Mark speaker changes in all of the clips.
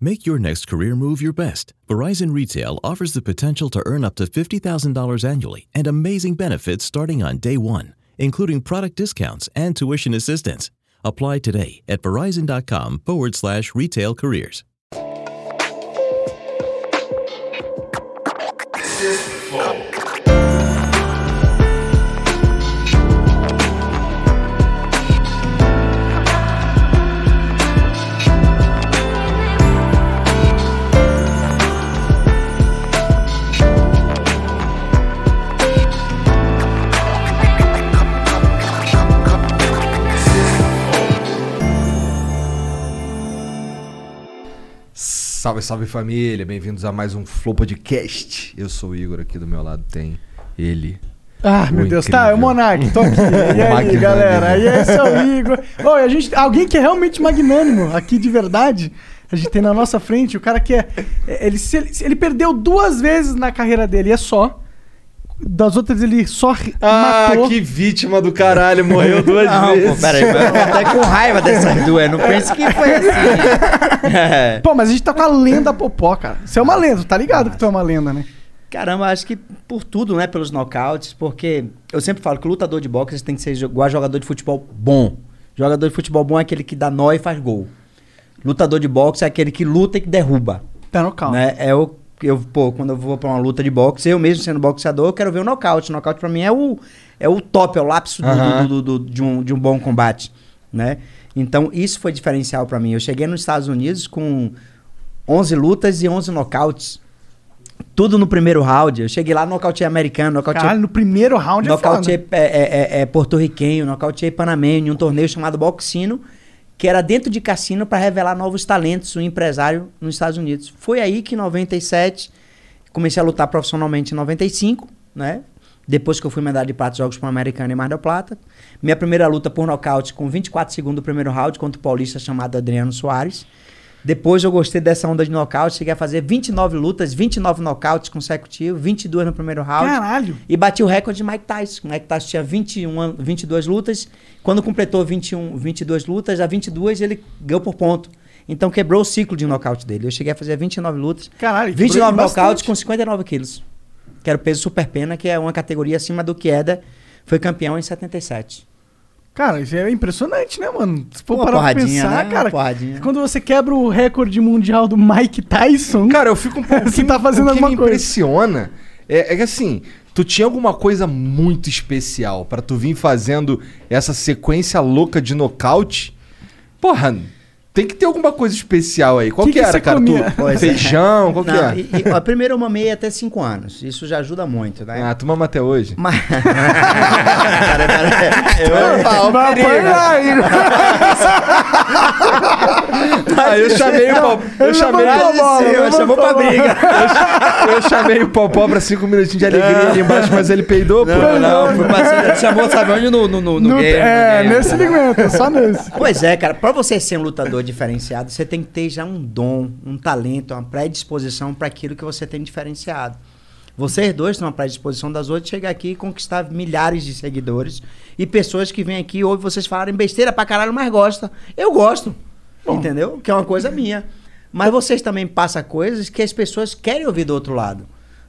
Speaker 1: Make your next career move your best. Verizon Retail offers the potential to earn up to $50,000 annually and amazing benefits starting on day one, including product discounts and tuition assistance. Apply today at verizon.com forward slash retail careers.
Speaker 2: Salve, salve família, bem-vindos a mais um Flow Podcast. Eu sou o Igor, aqui do meu lado tem ele.
Speaker 3: Ah, meu
Speaker 2: Ô,
Speaker 3: Deus,
Speaker 2: incrível.
Speaker 3: tá, é o Monark, tô aqui. E aí,
Speaker 2: Magnânimo.
Speaker 3: galera? E aí, seu Igor? Ô, a gente, alguém que é realmente magnânimo aqui de verdade, a gente tem na nossa frente o cara que é. é- Ele, se- ele, ele perdeu duas vezes na carreira dele, e é só. Das outras ele só ri-
Speaker 2: Ah,
Speaker 3: matou.
Speaker 2: vítima do caralho, morreu duas
Speaker 4: Não, pô, peraí, mas eu tô até com raiva dessas duas. Não pense que foi assim. É.
Speaker 3: Pô, mas a gente tá com a lenda popó, cara. Você é uma lenda, tá ligado que tu é uma lenda, né?
Speaker 4: Caramba, acho que por tudo, né? Pelos nocautes, porque eu sempre falo que lutador de boxe tem que ser jo- igual jogador de futebol bom. Jogador de futebol bom é aquele que dá nó e faz gol. Lutador de boxe é aquele que luta e que derruba.
Speaker 3: Tá no calma.
Speaker 4: Né? É o eu, pô, quando eu vou pra uma luta de boxe, eu mesmo sendo boxeador, eu quero ver o nocaute. O nocaute pra mim é o, é o top, é o lápis do-
Speaker 2: Aham.
Speaker 4: do- do- do- de, um, de um bom combate, né? Então, isso foi diferencial pra mim. Eu cheguei nos Estados Unidos com 11 lutas e 11 nocautes. Tudo no primeiro round. Eu cheguei lá, nocautei americano, nocautei
Speaker 3: Caralho, no primeiro round é foda.
Speaker 4: Nocauteei é, é, é, é porto-riquenho, nocauteei panamenho, em um torneio chamado Boxino, que era dentro de cassino para revelar novos talentos, um empresário nos Estados Unidos. Foi aí que em 97 comecei a lutar profissionalmente em 95, né? Depois que eu fui medalha de prata nos Jogos Pan-Americano em Mar del Plata. Minha primeira luta por nocaute com 24 segundos do primeiro round contra o paulista chamado Adriano Soares. Depois eu gostei dessa onda de nocaute, cheguei a fazer 29 lutas, 29 nocautes consecutivos, 22 no primeiro round.
Speaker 3: Caralho.
Speaker 4: E bati o recorde de Mike Tyson. Mike Tyson tinha 21, an- 22 lutas. Quando completou 21, 22 lutas, a 22 ele ganhou por ponto. Então quebrou o ciclo de nocaute dele. Eu cheguei a fazer 29 lutas.
Speaker 3: Caralho, quebrou
Speaker 4: 29
Speaker 3: bastante.
Speaker 4: nocautes com 59 quilos. Que era o peso super pena, que é uma categoria acima do que era. Foi campeão em 77.
Speaker 3: Cara, isso é impressionante, né, mano? Se for
Speaker 4: Uma
Speaker 3: parar pra
Speaker 4: porradinha,
Speaker 3: pensar,
Speaker 4: né? Uma
Speaker 3: cara, é
Speaker 4: porradinha.
Speaker 3: quando você quebra o recorde mundial do Mike Tyson,
Speaker 2: Cara, eu fico um pouco.
Speaker 3: Você tá fazendo
Speaker 2: o que
Speaker 3: alguma
Speaker 2: me
Speaker 3: coisa.
Speaker 2: impressiona é, é que assim, tu tinha alguma coisa muito especial pra tu vir fazendo essa sequência louca de nocaute? Porra, tem que ter alguma coisa especial aí. Qual
Speaker 3: Que
Speaker 2: que,
Speaker 3: que
Speaker 2: era,
Speaker 3: você
Speaker 2: cara?
Speaker 3: comia?
Speaker 2: Tu, feijão, qual que
Speaker 4: é. Não,
Speaker 2: é?
Speaker 4: e- e, ó, primeiro eu mamei até 5 anos. Isso já ajuda muito, né?
Speaker 2: Ah, tu mama até hoje?
Speaker 4: Mas... Cara, cara, eu-
Speaker 2: Vai apanhar, Igor. Aí Ah, eu chamei o Popó. Eu chamei o
Speaker 4: Mas
Speaker 2: Popó.
Speaker 4: sim, mas chamou pra briga.
Speaker 2: Eu chamei o Popó pra cinco minutinhos de alegria ali embaixo, mas ele É. peidou, pô.
Speaker 4: Não, não, foi parceiro, ele chamou, sabe onde? No, no, no, no
Speaker 3: é. No-
Speaker 4: game, no
Speaker 3: é,
Speaker 4: game.
Speaker 3: nesse segmento, só nesse.
Speaker 4: Pois é, cara, pra você ser um lutador diferenciado, você tem que ter já um dom, um talento, uma predisposição pra aquilo que você tem diferenciado. Vocês dois têm uma predisposição das outras, chegar aqui e conquistar milhares de seguidores e pessoas que vêm aqui e ouvem vocês falarem besteira pra caralho, mas gostam. Eu gosto, entendeu? Que é uma coisa minha. Mas vocês também passam coisas que as pessoas querem ouvir do outro lado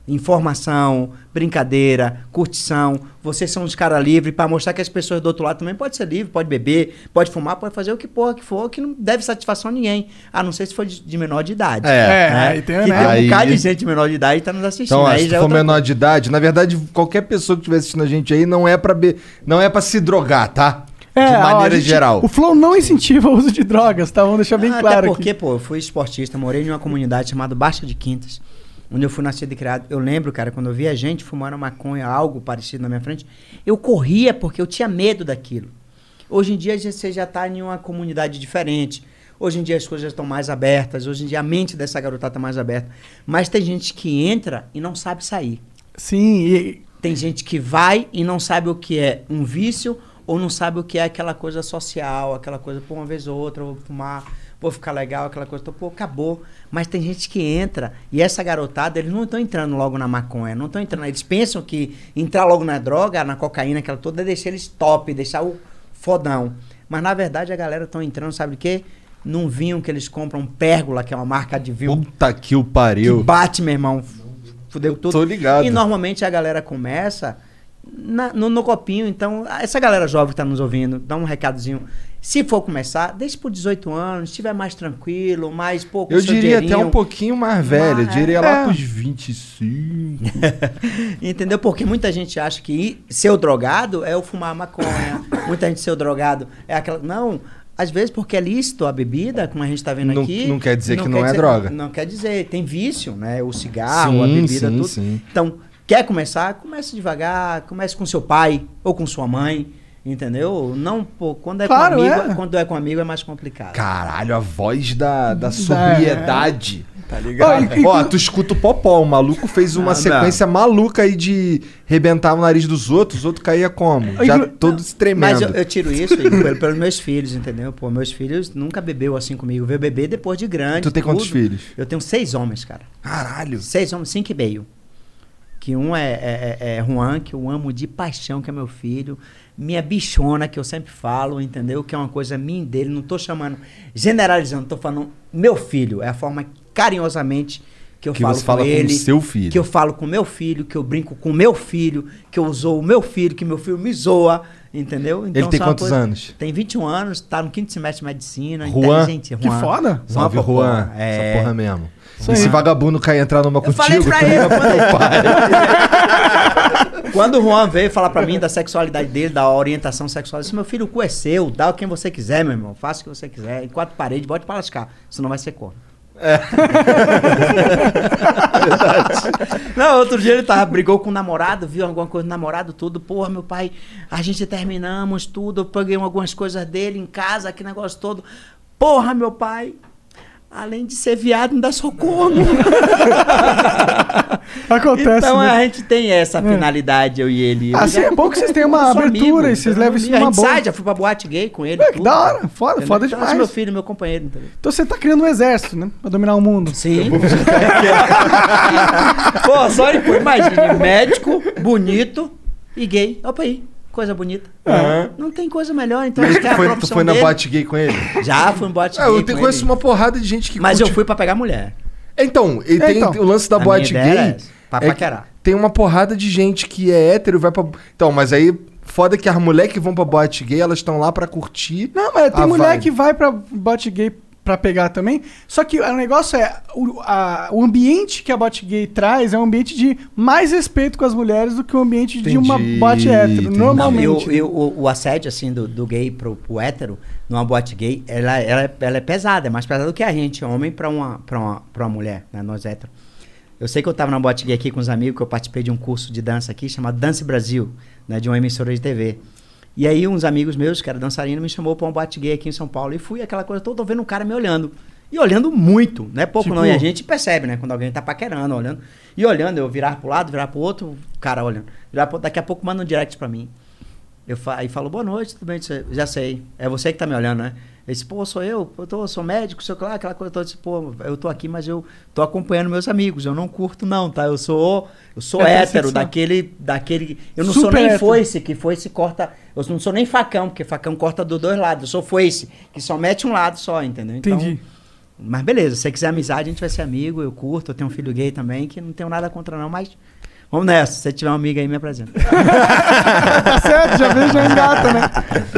Speaker 4: informação, brincadeira, curtição. Vocês são uns caras livres para mostrar que as pessoas do outro lado também podem ser livres, pode beber, pode fumar, pode fazer o que porra que for, que não deve satisfação a ninguém. A não ser se for de, de menor de idade.
Speaker 2: É,
Speaker 4: né?
Speaker 3: aí tem,
Speaker 4: que
Speaker 3: né?
Speaker 4: tem um
Speaker 2: Aí-
Speaker 4: bocado de gente menor de idade que tá nos assistindo.
Speaker 2: Então, ó,
Speaker 4: aí
Speaker 2: se tu
Speaker 4: já é
Speaker 2: for
Speaker 4: outra
Speaker 2: menor de idade, na verdade, qualquer pessoa que estiver assistindo a gente aí não é pra be... não é para se drogar, tá? de
Speaker 3: ó, a
Speaker 2: maneira
Speaker 3: gente-
Speaker 2: geral.
Speaker 3: O Flow não incentiva o uso de drogas, tá? Vamos deixar bem
Speaker 4: Ah,
Speaker 3: claro
Speaker 4: Até
Speaker 3: aqui.
Speaker 4: porque, pô, eu fui esportista, morei em uma comunidade chamada Baixa de Quintas, onde eu fui nascido e criado. Eu lembro, cara, quando eu via gente fumando maconha, algo parecido na minha frente, eu corria porque eu tinha medo daquilo. Hoje em dia já- você já está em uma comunidade diferente. Hoje em dia as coisas estão mais abertas, hoje em dia a mente dessa garotada está mais aberta. Mas tem gente que entra e não sabe sair.
Speaker 3: Sim, e
Speaker 4: Tem gente que vai e não sabe o que é um vício ou não sabe o que é aquela coisa social, aquela coisa, pô, uma vez ou outra, eu vou fumar, vou ficar legal, aquela coisa, então, pô, acabou. Mas tem gente que entra e essa garotada, eles não estão entrando logo na maconha, não estão entrando. Eles pensam que entrar logo na droga, na cocaína, aquela toda, é deixar eles top, deixar o fodão. Mas na verdade a galera estão entrando, sabe de quê? num vinho que eles compram, Pérgola, que é uma marca de vinho
Speaker 2: Puta que o
Speaker 4: que
Speaker 2: pariu.
Speaker 4: bate, meu irmão. Fudeu tudo.
Speaker 2: Tô ligado.
Speaker 4: E normalmente a galera começa na- no, no copinho. Então, ah, essa galera jovem que tá nos ouvindo, dá um recadozinho. Se for começar, deixa por 18 anos, se estiver mais tranquilo, mais pouco.
Speaker 2: Eu diria até um pouquinho mais velho. Eu
Speaker 4: Mas-
Speaker 2: diria lá
Speaker 3: É.
Speaker 2: pros 25.
Speaker 4: Entendeu? Porque muita gente acha que ir- ser o drogado é eu fumar maconha. muita gente ser o drogado é aquela. Não. Às vezes, porque é lícito a bebida, como a gente está vendo
Speaker 2: Não-
Speaker 4: aqui.
Speaker 2: não quer dizer que não é droga.
Speaker 4: Não quer dizer. Tem vício, né? O cigarro, a
Speaker 2: Sim,
Speaker 4: bebida,
Speaker 2: sim,
Speaker 4: tudo.
Speaker 2: sim.
Speaker 4: Então, quer começar? Comece devagar. Comece com seu pai ou com sua mãe. Entendeu? Não, pô, quando é
Speaker 3: Claro,
Speaker 4: com amigo,
Speaker 3: é.
Speaker 4: quando é com amigo é mais complicado.
Speaker 2: Caralho, a voz da, da sobriedade. Tá
Speaker 3: ligado? Ó, e- e-
Speaker 2: Ó, tu escuta o popó. O maluco fez uma
Speaker 4: Ah,
Speaker 2: sequência maluca aí de rebentar o nariz dos outros, os outros caía como? Já
Speaker 3: Inclu-
Speaker 2: todo se tremendo.
Speaker 4: Mas eu, eu tiro isso Igor, pelo- pelos meus filhos, entendeu? Pô, meus filhos nunca bebeu assim comigo. Veio beber depois de grande.
Speaker 2: Tu tem quantos
Speaker 4: eh, tudo.
Speaker 2: filhos?
Speaker 4: Eu tenho seis homens, cara.
Speaker 2: Caralho.
Speaker 4: Seis homens, cinco e meio. Que um é, é, é- é Juan, que eu amo de paixão, que é meu filho. Minha bichona, que eu sempre falo, entendeu? Que é uma coisa minha e dele. Não tô chamando, generalizando, tô falando meu filho. É a forma carinhosamente que eu
Speaker 2: Que
Speaker 4: falo
Speaker 2: você fala com
Speaker 4: ele.
Speaker 2: seu filho.
Speaker 4: Que eu falo com meu filho, que eu brinco com meu filho, que eu zoo o meu filho, que meu filho me zoa, entendeu?
Speaker 2: Ele tem
Speaker 4: são uma
Speaker 2: quantos anos?
Speaker 4: Tem 21 anos, tá no quinto semestre de medicina,
Speaker 2: Juan?
Speaker 4: inteligente. Juan.
Speaker 3: Que foda.
Speaker 2: Salve,
Speaker 4: Juan,
Speaker 2: Juan.
Speaker 4: É.
Speaker 2: Essa porra mesmo.
Speaker 3: Isso
Speaker 2: E se
Speaker 3: aí.
Speaker 2: vagabundo cair entrar numa
Speaker 4: Eu
Speaker 2: contigo, tá
Speaker 4: falei pra
Speaker 2: tu
Speaker 4: ele,
Speaker 2: liga pro
Speaker 4: eu
Speaker 2: teu pai.
Speaker 4: Quando o Juan veio falar pra mim da sexualidade dele, da orientação sexual, eu disse, meu filho, o cu é seu, dá o quem você quiser, meu irmão. Faça o que você quiser. Em quatro paredes, bote pra lascar. Senão vai ser corno. Não, outro dia ele tava, brigou com o namorado, viu alguma coisa do namorado, tudo. Porra, meu pai, a gente terminamos tudo, eu peguei algumas coisas dele em casa, aquele negócio todo. Porra, meu pai, além de ser viado, me dá socorro.
Speaker 3: Acontece.
Speaker 4: então
Speaker 3: né?
Speaker 4: a gente tem essa finalidade, eu e ele. Eu
Speaker 3: Assim,
Speaker 4: já-
Speaker 3: é bom que vocês têm uma
Speaker 4: eu sou
Speaker 3: abertura
Speaker 4: amigo,
Speaker 3: e vocês
Speaker 4: entendeu?
Speaker 3: levam isso
Speaker 4: A
Speaker 3: numa
Speaker 4: gente
Speaker 3: boa.
Speaker 4: sai, já fui pra boate gay com ele.
Speaker 3: É, que
Speaker 4: tudo. né?
Speaker 3: da hora. Foda,
Speaker 4: Entendeu?
Speaker 3: foda
Speaker 4: Então, esse
Speaker 3: demais.
Speaker 4: meu filho, meu companheiro. Entendeu?
Speaker 3: Então você tá criando um exército, né? Pra dominar o mundo.
Speaker 4: Sim. Pô, só ele, pô, imagine, médico, bonito e gay. Opa aí, coisa bonita. Não tem coisa melhor, então acho
Speaker 2: Mas
Speaker 4: que é a
Speaker 2: tu foi, tu
Speaker 4: profissão
Speaker 2: foi na
Speaker 4: dele.
Speaker 2: boate gay com ele?
Speaker 4: Já fui em boate
Speaker 2: É,
Speaker 4: gay
Speaker 2: eu
Speaker 4: com
Speaker 2: te- conheço
Speaker 4: ele.
Speaker 2: uma porrada de gente que
Speaker 4: Mas eu
Speaker 2: curte-
Speaker 4: fui pra pegar mulher.
Speaker 2: Então, e
Speaker 3: É,
Speaker 2: tem
Speaker 3: então.
Speaker 2: o lance da
Speaker 4: A minha
Speaker 2: boate
Speaker 4: ideia era
Speaker 2: gay. é
Speaker 4: essa, pra
Speaker 2: que
Speaker 4: paquerar.
Speaker 2: Tem uma porrada de gente que é hétero, vai pra. Então, mas aí, foda que as mulheres que vão pra boate gay, elas estão lá pra curtir.
Speaker 3: Não, mas tem
Speaker 2: a
Speaker 3: mulher
Speaker 2: vibe.
Speaker 3: que vai pra bot gay pra pegar também. Só que o negócio é. O, a- o ambiente que a bot gay traz é um ambiente de mais respeito com as mulheres do que o ambiente de uma
Speaker 2: Entendi,
Speaker 3: bot hétero.
Speaker 2: entendi.
Speaker 4: Não,
Speaker 3: Normalmente.
Speaker 4: eu, eu- o, o assédio, assim, do, do gay pro, pro hétero, numa boate gay, ela, ela, é- ela é pesada, é mais pesada do que a gente, homem pra uma, pra uma, pra uma mulher, né? Nós hétero. Eu sei que eu tava na boate gay aqui com os amigos, que eu participei de um curso de dança aqui, chamado Dance Brasil, né? De uma emissora de TV. E aí, uns amigos meus, que era dançarino, me chamou pra uma boate gay aqui em São Paulo. E fui aquela coisa, tô, tô vendo um cara me olhando. E olhando muito, né? Pouco não. E a
Speaker 3: Tipo,
Speaker 4: gente gente percebe, né? Quando alguém tá paquerando, olhando. E olhando, eu virar pro lado, virar pro outro, o cara olhando. Virar pro- daqui a pouco manda um direct pra mim. Eu fa aí falo, boa noite, tudo bem? Disse, Já sei. É você que tá me olhando, né? Ele disse, pô, sou eu, eu tô, sou médico, sei lá, aquela coisa toda. Eu disse, pô, eu tô aqui, mas eu tô acompanhando meus amigos, eu não curto não, tá? Eu sou, eu sou
Speaker 3: É
Speaker 4: hétero,
Speaker 3: transexual.
Speaker 4: daquele, daquele... Eu não sou
Speaker 3: Super
Speaker 4: nem
Speaker 3: hétero.
Speaker 4: foice, que foice corta... Eu não sou nem facão, porque facão corta dos dois lados. Eu sou foice, que só mete um lado só, entendeu? Então,
Speaker 3: Entendi.
Speaker 4: mas beleza, se você quiser amizade, a gente vai ser amigo, eu curto, eu tenho um filho gay também, que não tenho nada contra não, mas vamos nessa, se você tiver um amigo aí, me apresenta.
Speaker 3: tá certo, já vejo, já engata, né?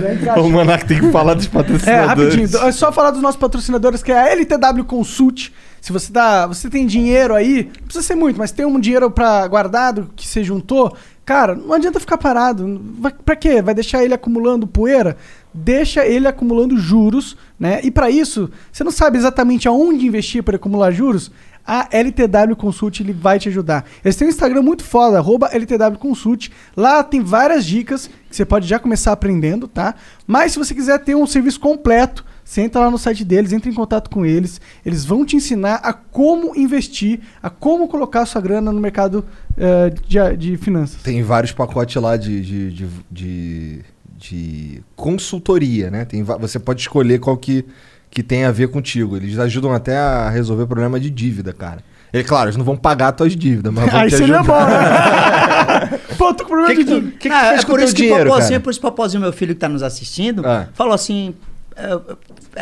Speaker 3: Já engata.
Speaker 2: O Monark tem que falar dos
Speaker 3: É,
Speaker 2: patrocinadores.
Speaker 3: rapidinho, do- é só falar dos nossos patrocinadores, que é a LTW Consult. Se você tá, você tem dinheiro aí, não precisa ser muito, mas tem um dinheiro pra guardado que você juntou, cara, não adianta ficar parado. Vai, pra quê? Vai deixar ele acumulando poeira? Deixa ele acumulando juros, né? E pra isso, você não sabe exatamente aonde investir para acumular juros? A LTW Consult ele vai te ajudar. Eles têm um Instagram muito foda, arroba LTW Consult. Lá tem várias dicas que você pode já começar aprendendo, tá? Mas se você quiser ter um serviço completo, você entra lá no site deles, entra em contato com eles. Eles vão te ensinar a como investir, a como colocar sua grana no mercado eh, de, de finanças.
Speaker 2: Tem vários pacotes lá de, de, de, de- de consultoria, né? Tem, va- você pode escolher qual que, que tem a ver contigo. Eles ajudam até a resolver problema de dívida, cara. É claro, eles não vão pagar tuas dívidas, mas vão
Speaker 3: Aí
Speaker 2: te
Speaker 3: seria
Speaker 2: ajudar.
Speaker 3: bom, né? Pô, tô com problema
Speaker 2: Que que
Speaker 3: de
Speaker 2: tu-
Speaker 3: tudo.
Speaker 2: que que tu
Speaker 4: Ah,
Speaker 2: fez
Speaker 4: é
Speaker 2: com
Speaker 4: por
Speaker 2: teu
Speaker 4: isso que
Speaker 2: dinheiro,
Speaker 4: o Popozinho,
Speaker 2: cara?
Speaker 4: por isso que o Popozinho, meu filho que tá nos assistindo,
Speaker 2: Ah.
Speaker 4: falou assim, é,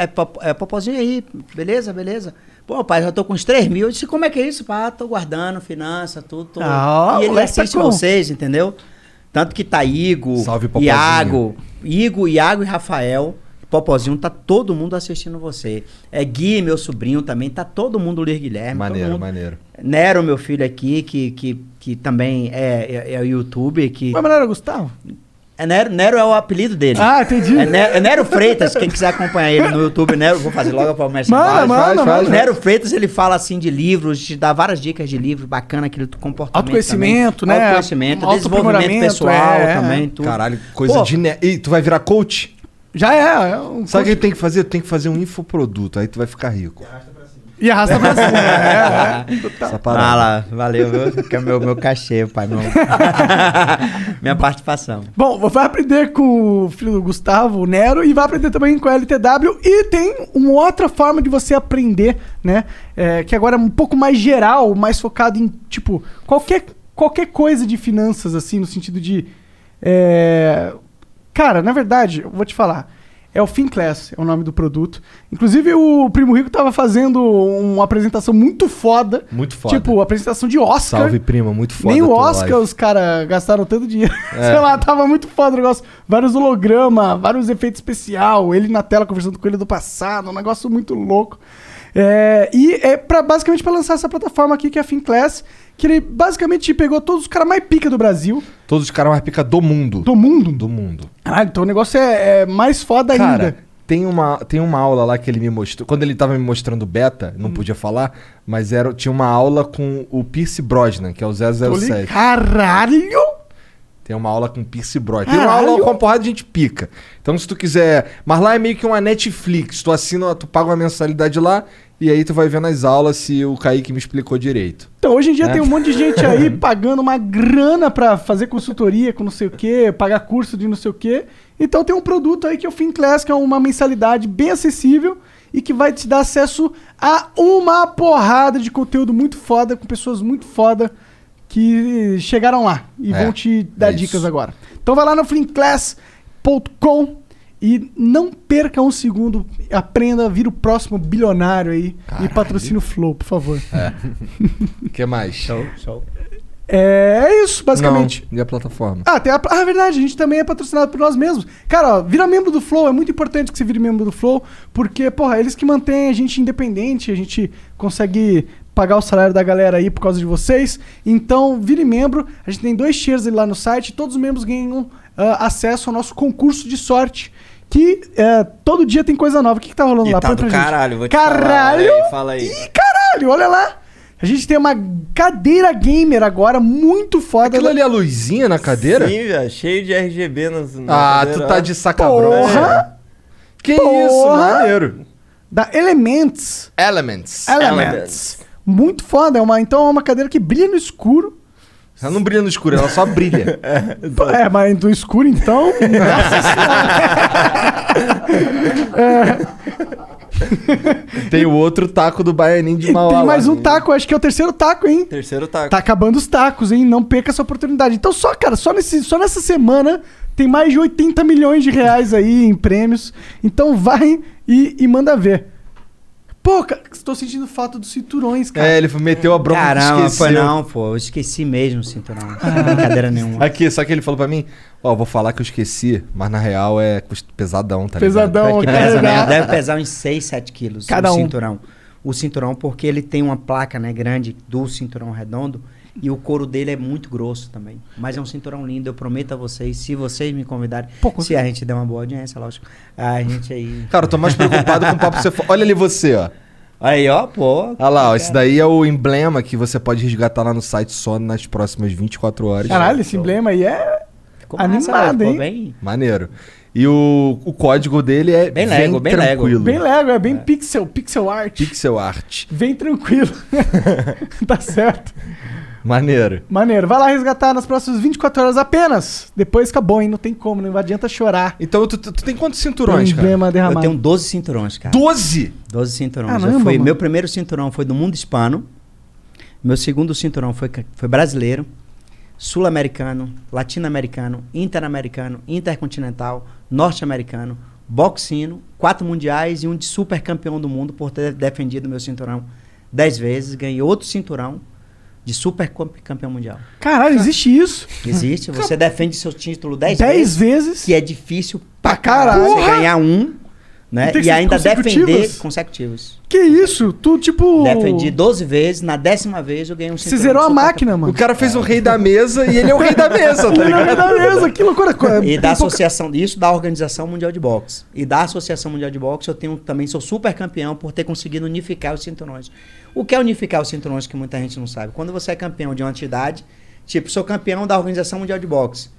Speaker 4: é, pop- é popozinho aí, beleza, beleza. Pô, pai, já tô com uns 3 mil. Eu disse, como é que é isso? Pá, tô guardando, finança, tudo. tô-
Speaker 3: Ah,
Speaker 2: é
Speaker 4: e ele
Speaker 3: moleque tá
Speaker 4: assiste
Speaker 3: com-
Speaker 4: vocês, entendeu? Tanto que tá Igo,
Speaker 2: Salve, Popozinho.
Speaker 4: Iago, Igo, Iago e Rafael. Popozinho, tá todo mundo assistindo você. É Gui, meu sobrinho também, tá todo mundo, Luiz Guilherme. todo
Speaker 2: Maneiro,
Speaker 4: mundo.
Speaker 2: maneiro.
Speaker 4: Nero, meu filho aqui, que, que, que também é, é, é o YouTube, que...
Speaker 3: Mas não era o Gustavo?
Speaker 4: É Nero, Nero é o apelido dele.
Speaker 3: Ah, entendi.
Speaker 4: É Ne- é Nero, Freitas, quem quiser acompanhar ele no YouTube, Nero, vou fazer logo a promessa.
Speaker 3: Manda,
Speaker 2: Faz, faz,
Speaker 3: manda,
Speaker 2: faz,
Speaker 3: manda.
Speaker 4: Nero Freitas, ele fala assim de livros, te dá várias dicas de livros, bacana aquele do comportamento.
Speaker 3: Autoconhecimento,
Speaker 4: também.
Speaker 3: né?
Speaker 4: Autoconhecimento, desenvolvimento
Speaker 3: Autoaprimoramento,
Speaker 4: pessoal
Speaker 3: é, é.
Speaker 4: também, tudo.
Speaker 2: Caralho, coisa
Speaker 4: Pô.
Speaker 2: de. Ne... Ih, tu vai virar coach?
Speaker 3: Já é. é um
Speaker 2: Sabe o que ele tem que fazer? Tem que fazer um infoproduto, aí tu vai ficar rico.
Speaker 3: E arrasta pra cima. é, é.
Speaker 2: Essa
Speaker 4: Ah
Speaker 2: parada.
Speaker 4: lá, valeu, viu? Que é meu, meu cachê, pai. Meu... Minha participação.
Speaker 3: Bom, vai aprender com o filho do Gustavo, o Nero, e vai aprender também com a LTW. E tem uma outra forma de você aprender, né? É, que agora é um pouco mais geral, mais focado em, tipo, qualquer, qualquer coisa de finanças, assim, no sentido de. é, Cara, na verdade, eu vou te falar. É o Finclass, é o nome do produto. Inclusive, o Primo Rico tava fazendo um, uma apresentação muito foda.
Speaker 2: Muito foda.
Speaker 3: Tipo, apresentação de Oscar.
Speaker 2: Salve, prima, muito foda.
Speaker 3: Nem o
Speaker 2: a tua
Speaker 3: Oscar
Speaker 2: live. É.
Speaker 3: os caras gastaram tanto dinheiro. Sei lá, tava muito foda o negócio. Vários hologramas, vários efeitos especial, ele na tela conversando com ele do passado, um negócio muito louco. É, e é pra, basicamente pra lançar essa plataforma aqui, que é a Finclass, que ele basicamente pegou todos os caras mais pica do Brasil,
Speaker 2: Todos os caras mais pica do mundo.
Speaker 3: do mundo.
Speaker 2: Do mundo.
Speaker 3: Caralho, então o negócio é, é mais foda ainda.
Speaker 2: Cara, tem uma, tem uma aula lá que ele me mostrou. Quando ele tava me mostrando beta,
Speaker 3: Hum.
Speaker 2: não podia falar, mas era, tinha uma aula com o Pierce Brosnan, que é o
Speaker 3: Tô li-
Speaker 2: 007.
Speaker 3: Caralho!
Speaker 2: Tem uma aula com Pierce Brosnan. Tem uma
Speaker 3: Caralho!
Speaker 2: aula com uma porrada de gente pica. Então, se tu quiser. Mas lá é meio que uma Netflix. Tu assina, tu paga uma mensalidade lá e aí tu vai vendo as aulas se o Kaique me explicou direito.
Speaker 3: Então, hoje em dia
Speaker 2: Né?
Speaker 3: tem um monte de gente aí pagando uma grana pra fazer consultoria com não sei o quê, pagar curso de não sei o quê. Então, tem um produto aí que é o Finclass, que é uma mensalidade bem acessível e que vai te dar acesso a uma porrada de conteúdo muito foda, com pessoas muito foda que chegaram lá e
Speaker 2: É,
Speaker 3: vão te dar
Speaker 2: é isso.
Speaker 3: dicas agora. Então, vai lá no finclass.com e não perca um segundo, aprenda, vira o próximo bilionário aí e patrocina o Flow, por favor.
Speaker 2: É, O que mais?
Speaker 3: Então,
Speaker 4: Show, show.
Speaker 3: É isso, basicamente.
Speaker 2: Não, e a plataforma?
Speaker 3: Ah, tem a, ah, verdade, a gente também é patrocinado por nós mesmos. Cara, ó, vira membro do Flow, é muito importante que você vire membro do Flow, porque, porra, eles que mantêm a gente independente, a gente consegue pagar o salário da galera aí por causa de vocês. Então, vire membro, a gente tem dois tiers ali lá no site, todos os membros ganham ah, acesso ao nosso concurso de sorte, que eh, todo dia tem coisa nova. O que, que tá rolando
Speaker 5: E
Speaker 3: lá?
Speaker 5: tá
Speaker 3: Põe
Speaker 5: do
Speaker 3: pra
Speaker 5: caralho, vou te falar.
Speaker 3: Caralho!
Speaker 5: Olha aí, fala aí.
Speaker 3: Ih, caralho, olha lá! A gente tem uma cadeira gamer agora muito foda.
Speaker 2: Aquilo ali é a luzinha na cadeira?
Speaker 5: Sim, velho, cheio de RGB nas. na
Speaker 2: Ah, tu
Speaker 5: cadeira,
Speaker 2: tá
Speaker 5: ó.
Speaker 2: de sacabrosa.
Speaker 3: Porra!
Speaker 2: Que isso,
Speaker 3: Porra!
Speaker 2: maneiro.
Speaker 3: da Elements.
Speaker 2: Elements.
Speaker 3: Elements. Muito foda, é uma, então é uma cadeira que brilha no escuro.
Speaker 2: Ela não brilha no escuro, ela só brilha.
Speaker 3: É, mas do escuro então. Nossa senhora. É,
Speaker 2: Tem o outro taco do Baianinho de
Speaker 3: e
Speaker 2: Mauá.
Speaker 3: tem
Speaker 2: lá. né?
Speaker 3: mais um taco, acho que é o terceiro taco, hein?
Speaker 5: Terceiro taco.
Speaker 3: Tá acabando os tacos, hein? Não perca essa oportunidade. Então só, cara, só, nesse, só nessa semana tem mais de 80 milhões de reais aí em prêmios. Então vai e, e manda ver. Pô, cara, estou sentindo falta dos cinturões, cara.
Speaker 2: É, ele meteu a bronca que
Speaker 4: Caramba,
Speaker 2: esqueceu.
Speaker 4: foi não, pô. Eu esqueci mesmo o cinturão. Não brincadeira nenhuma.
Speaker 2: Aqui, só que ele falou pra mim, ó, vou falar que eu esqueci, mas na real é cust- pesadão, tá ligado?
Speaker 3: Pesadão,
Speaker 4: que
Speaker 3: cara.
Speaker 4: pesa, né? Deve pesar uns 6, 7 quilos
Speaker 3: Cada
Speaker 4: o
Speaker 3: um.
Speaker 4: cinturão. O cinturão, porque ele tem uma placa né, grande do cinturão redondo e o couro dele é muito grosso também. Mas é um cinturão lindo, eu prometo a vocês, se vocês me convidarem,
Speaker 3: Pô, com
Speaker 4: se a gente der uma boa audiência, lógico, a gente aí...
Speaker 2: Cara, eu tô mais preocupado com o papo que você fa- Olha ali você, ó.
Speaker 5: Aí, ó, pô.
Speaker 2: Olha lá, ó, esse daí é o emblema que você pode resgatar lá no site só nas próximas 24 horas.
Speaker 3: Caralho, esse emblema aí é.
Speaker 4: Ficou
Speaker 3: Animado,
Speaker 4: massa, ficou
Speaker 3: hein?
Speaker 4: bem...
Speaker 2: Maneiro. E o, o código dele é
Speaker 5: Bem
Speaker 2: vem
Speaker 5: Lego, bem Lego.
Speaker 2: tranquilo.
Speaker 3: Bem Lego, é bem pixel, pixel art.
Speaker 2: Pixel art.
Speaker 3: Vem tranquilo. tá certo.
Speaker 2: Maneiro.
Speaker 3: Maneiro. Vai lá resgatar nas próximas 24 horas apenas. Depois acabou, hein? Não tem como, né? não adianta chorar.
Speaker 2: Então, tu, tu- tu tem quantos
Speaker 3: Pelo
Speaker 2: cinturões, cara?
Speaker 3: emblema
Speaker 4: Eu
Speaker 3: derramado.
Speaker 4: tenho 12 cinturões, cara.
Speaker 2: 12!
Speaker 4: 12 cinturões. Eu
Speaker 3: Caramba,
Speaker 4: fui-
Speaker 3: mano.
Speaker 4: meu primeiro cinturão foi do mundo hispano. Meu segundo cinturão foi, ca- foi brasileiro, sul-americano, latino-americano, interamericano, intercontinental, norte-americano, boxino, quatro mundiais e um de super campeão do mundo por ter defendido meu cinturão dez vezes. Ganhei outro cinturão de super camp- campeão mundial.
Speaker 3: Caralho, existe isso.
Speaker 4: Existe, você defende seu título dez,
Speaker 3: Dez,
Speaker 4: vezes,
Speaker 3: vezes.
Speaker 4: que é difícil
Speaker 3: Pra
Speaker 4: pra caralho
Speaker 3: caralho.
Speaker 4: você ganhar um,
Speaker 3: E
Speaker 4: né?
Speaker 3: tem que
Speaker 4: E
Speaker 3: ser
Speaker 4: ainda
Speaker 3: consecutivas?
Speaker 4: defender consecutivos.
Speaker 3: Que isso? Tu, tipo.
Speaker 4: Defendi 12 vezes, na décima vez eu ganhei um
Speaker 3: Você
Speaker 4: cinturão.
Speaker 3: zerou
Speaker 4: de
Speaker 3: a
Speaker 4: super
Speaker 3: máquina,
Speaker 2: O
Speaker 3: mano.
Speaker 2: cara fez o rei da mesa e ele é o rei da mesa, tá
Speaker 3: Ele não é
Speaker 2: ligado?
Speaker 3: da mesa, que loucura.
Speaker 4: E
Speaker 3: Tem
Speaker 4: da
Speaker 3: pouca-
Speaker 4: Associação disso, da Organização Mundial de Boxe. E da Associação Mundial de Boxe, eu tenho também sou super campeão por ter conseguido unificar os cinturões. O que é unificar os cinturões que muita gente não sabe? Quando você é campeão de uma entidade, tipo, sou campeão da Organização Mundial de Boxe.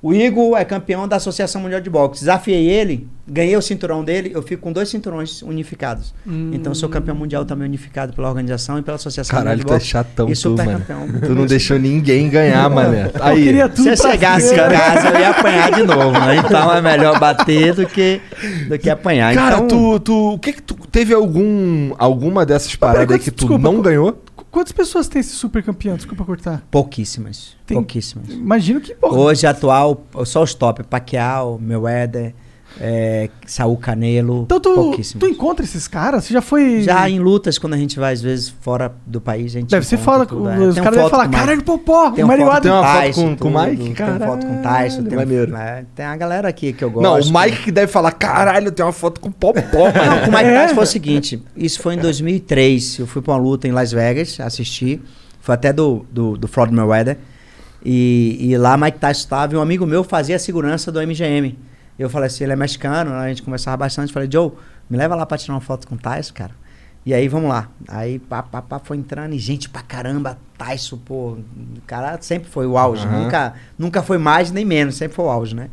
Speaker 4: O Igor é campeão da Associação Mundial de Boxe. Desafiei ele, ganhei o cinturão dele, eu fico com dois cinturões unificados. Então eu
Speaker 3: Hum.
Speaker 4: sou campeão mundial também unificado pela organização e pela Associação
Speaker 2: Caralho, tu
Speaker 4: Mundial
Speaker 2: é
Speaker 4: de Boxe.
Speaker 2: chatão,
Speaker 4: e
Speaker 2: tu,
Speaker 4: super
Speaker 2: mano.
Speaker 4: campeão.
Speaker 2: Tu não deixou ninguém ganhar, mané. Aí.
Speaker 3: Eu queria tudo
Speaker 4: Se eu
Speaker 3: pra
Speaker 4: chegasse
Speaker 3: ver.
Speaker 4: em casa, eu ia apanhar de novo, né? Então é melhor bater do que, do que apanhar.
Speaker 2: Cara,
Speaker 4: então,
Speaker 2: tu, tu, o que que tu teve algum alguma dessas paradas aí
Speaker 3: quantos-
Speaker 2: que tu
Speaker 3: desculpa,
Speaker 2: não
Speaker 3: qu-
Speaker 2: ganhou?
Speaker 3: Qu- Quantas pessoas tem esse super campeão? Desculpa cortar.
Speaker 4: Pouquíssimas.
Speaker 3: Tem-
Speaker 4: Pouquíssimas.
Speaker 3: Imagino que, porra.
Speaker 4: Hoje, atual, só os top. Pacquiao, Mayweather, é, Saul Canelo.
Speaker 3: Então tu,
Speaker 4: pouquíssimas.
Speaker 3: tu encontra esses caras? Você já foi.
Speaker 4: Já em lutas, quando a gente vai, às vezes, fora do país, a gente.
Speaker 3: Deve ser
Speaker 4: encontra
Speaker 3: foda.
Speaker 4: tudo, é.
Speaker 3: Os
Speaker 4: Tem
Speaker 3: caras devem
Speaker 4: foto
Speaker 3: falar,
Speaker 4: com mais-
Speaker 3: caralho, popó,
Speaker 4: Tem
Speaker 3: o
Speaker 4: uma foto,
Speaker 3: Marihuana.
Speaker 2: tem uma foto
Speaker 4: Tyson,
Speaker 2: com- com o
Speaker 4: tudo,
Speaker 2: Mike?
Speaker 4: Tem um foto com o Tyson.
Speaker 2: Caralho,
Speaker 4: Tem,
Speaker 2: maneiro.
Speaker 4: é, tem um a galera aqui que eu gosto.
Speaker 2: Não, o Mike que deve falar, caralho, tem uma foto com popó,
Speaker 4: Não,
Speaker 2: mano.
Speaker 4: com o Mike
Speaker 3: É.
Speaker 4: Tyson foi o seguinte: isso foi em 2003. Eu fui pra uma luta em Las Vegas, assisti. Foi até do, do, do Floyd Mayweather. E, e lá Mike Tyson estava e um amigo meu fazia a segurança do MGM. Eu falei assim: ele é mexicano, a gente conversava bastante. Falei, Joe, me leva lá pra tirar uma foto com o Tyson, cara. E aí, vamos lá. Aí, pá, pá, pá, foi entrando e gente pra caramba, Tyson, pô. O cara sempre foi o auge.
Speaker 2: Aham.
Speaker 4: Nunca, nunca foi mais nem menos, sempre foi o auge, né?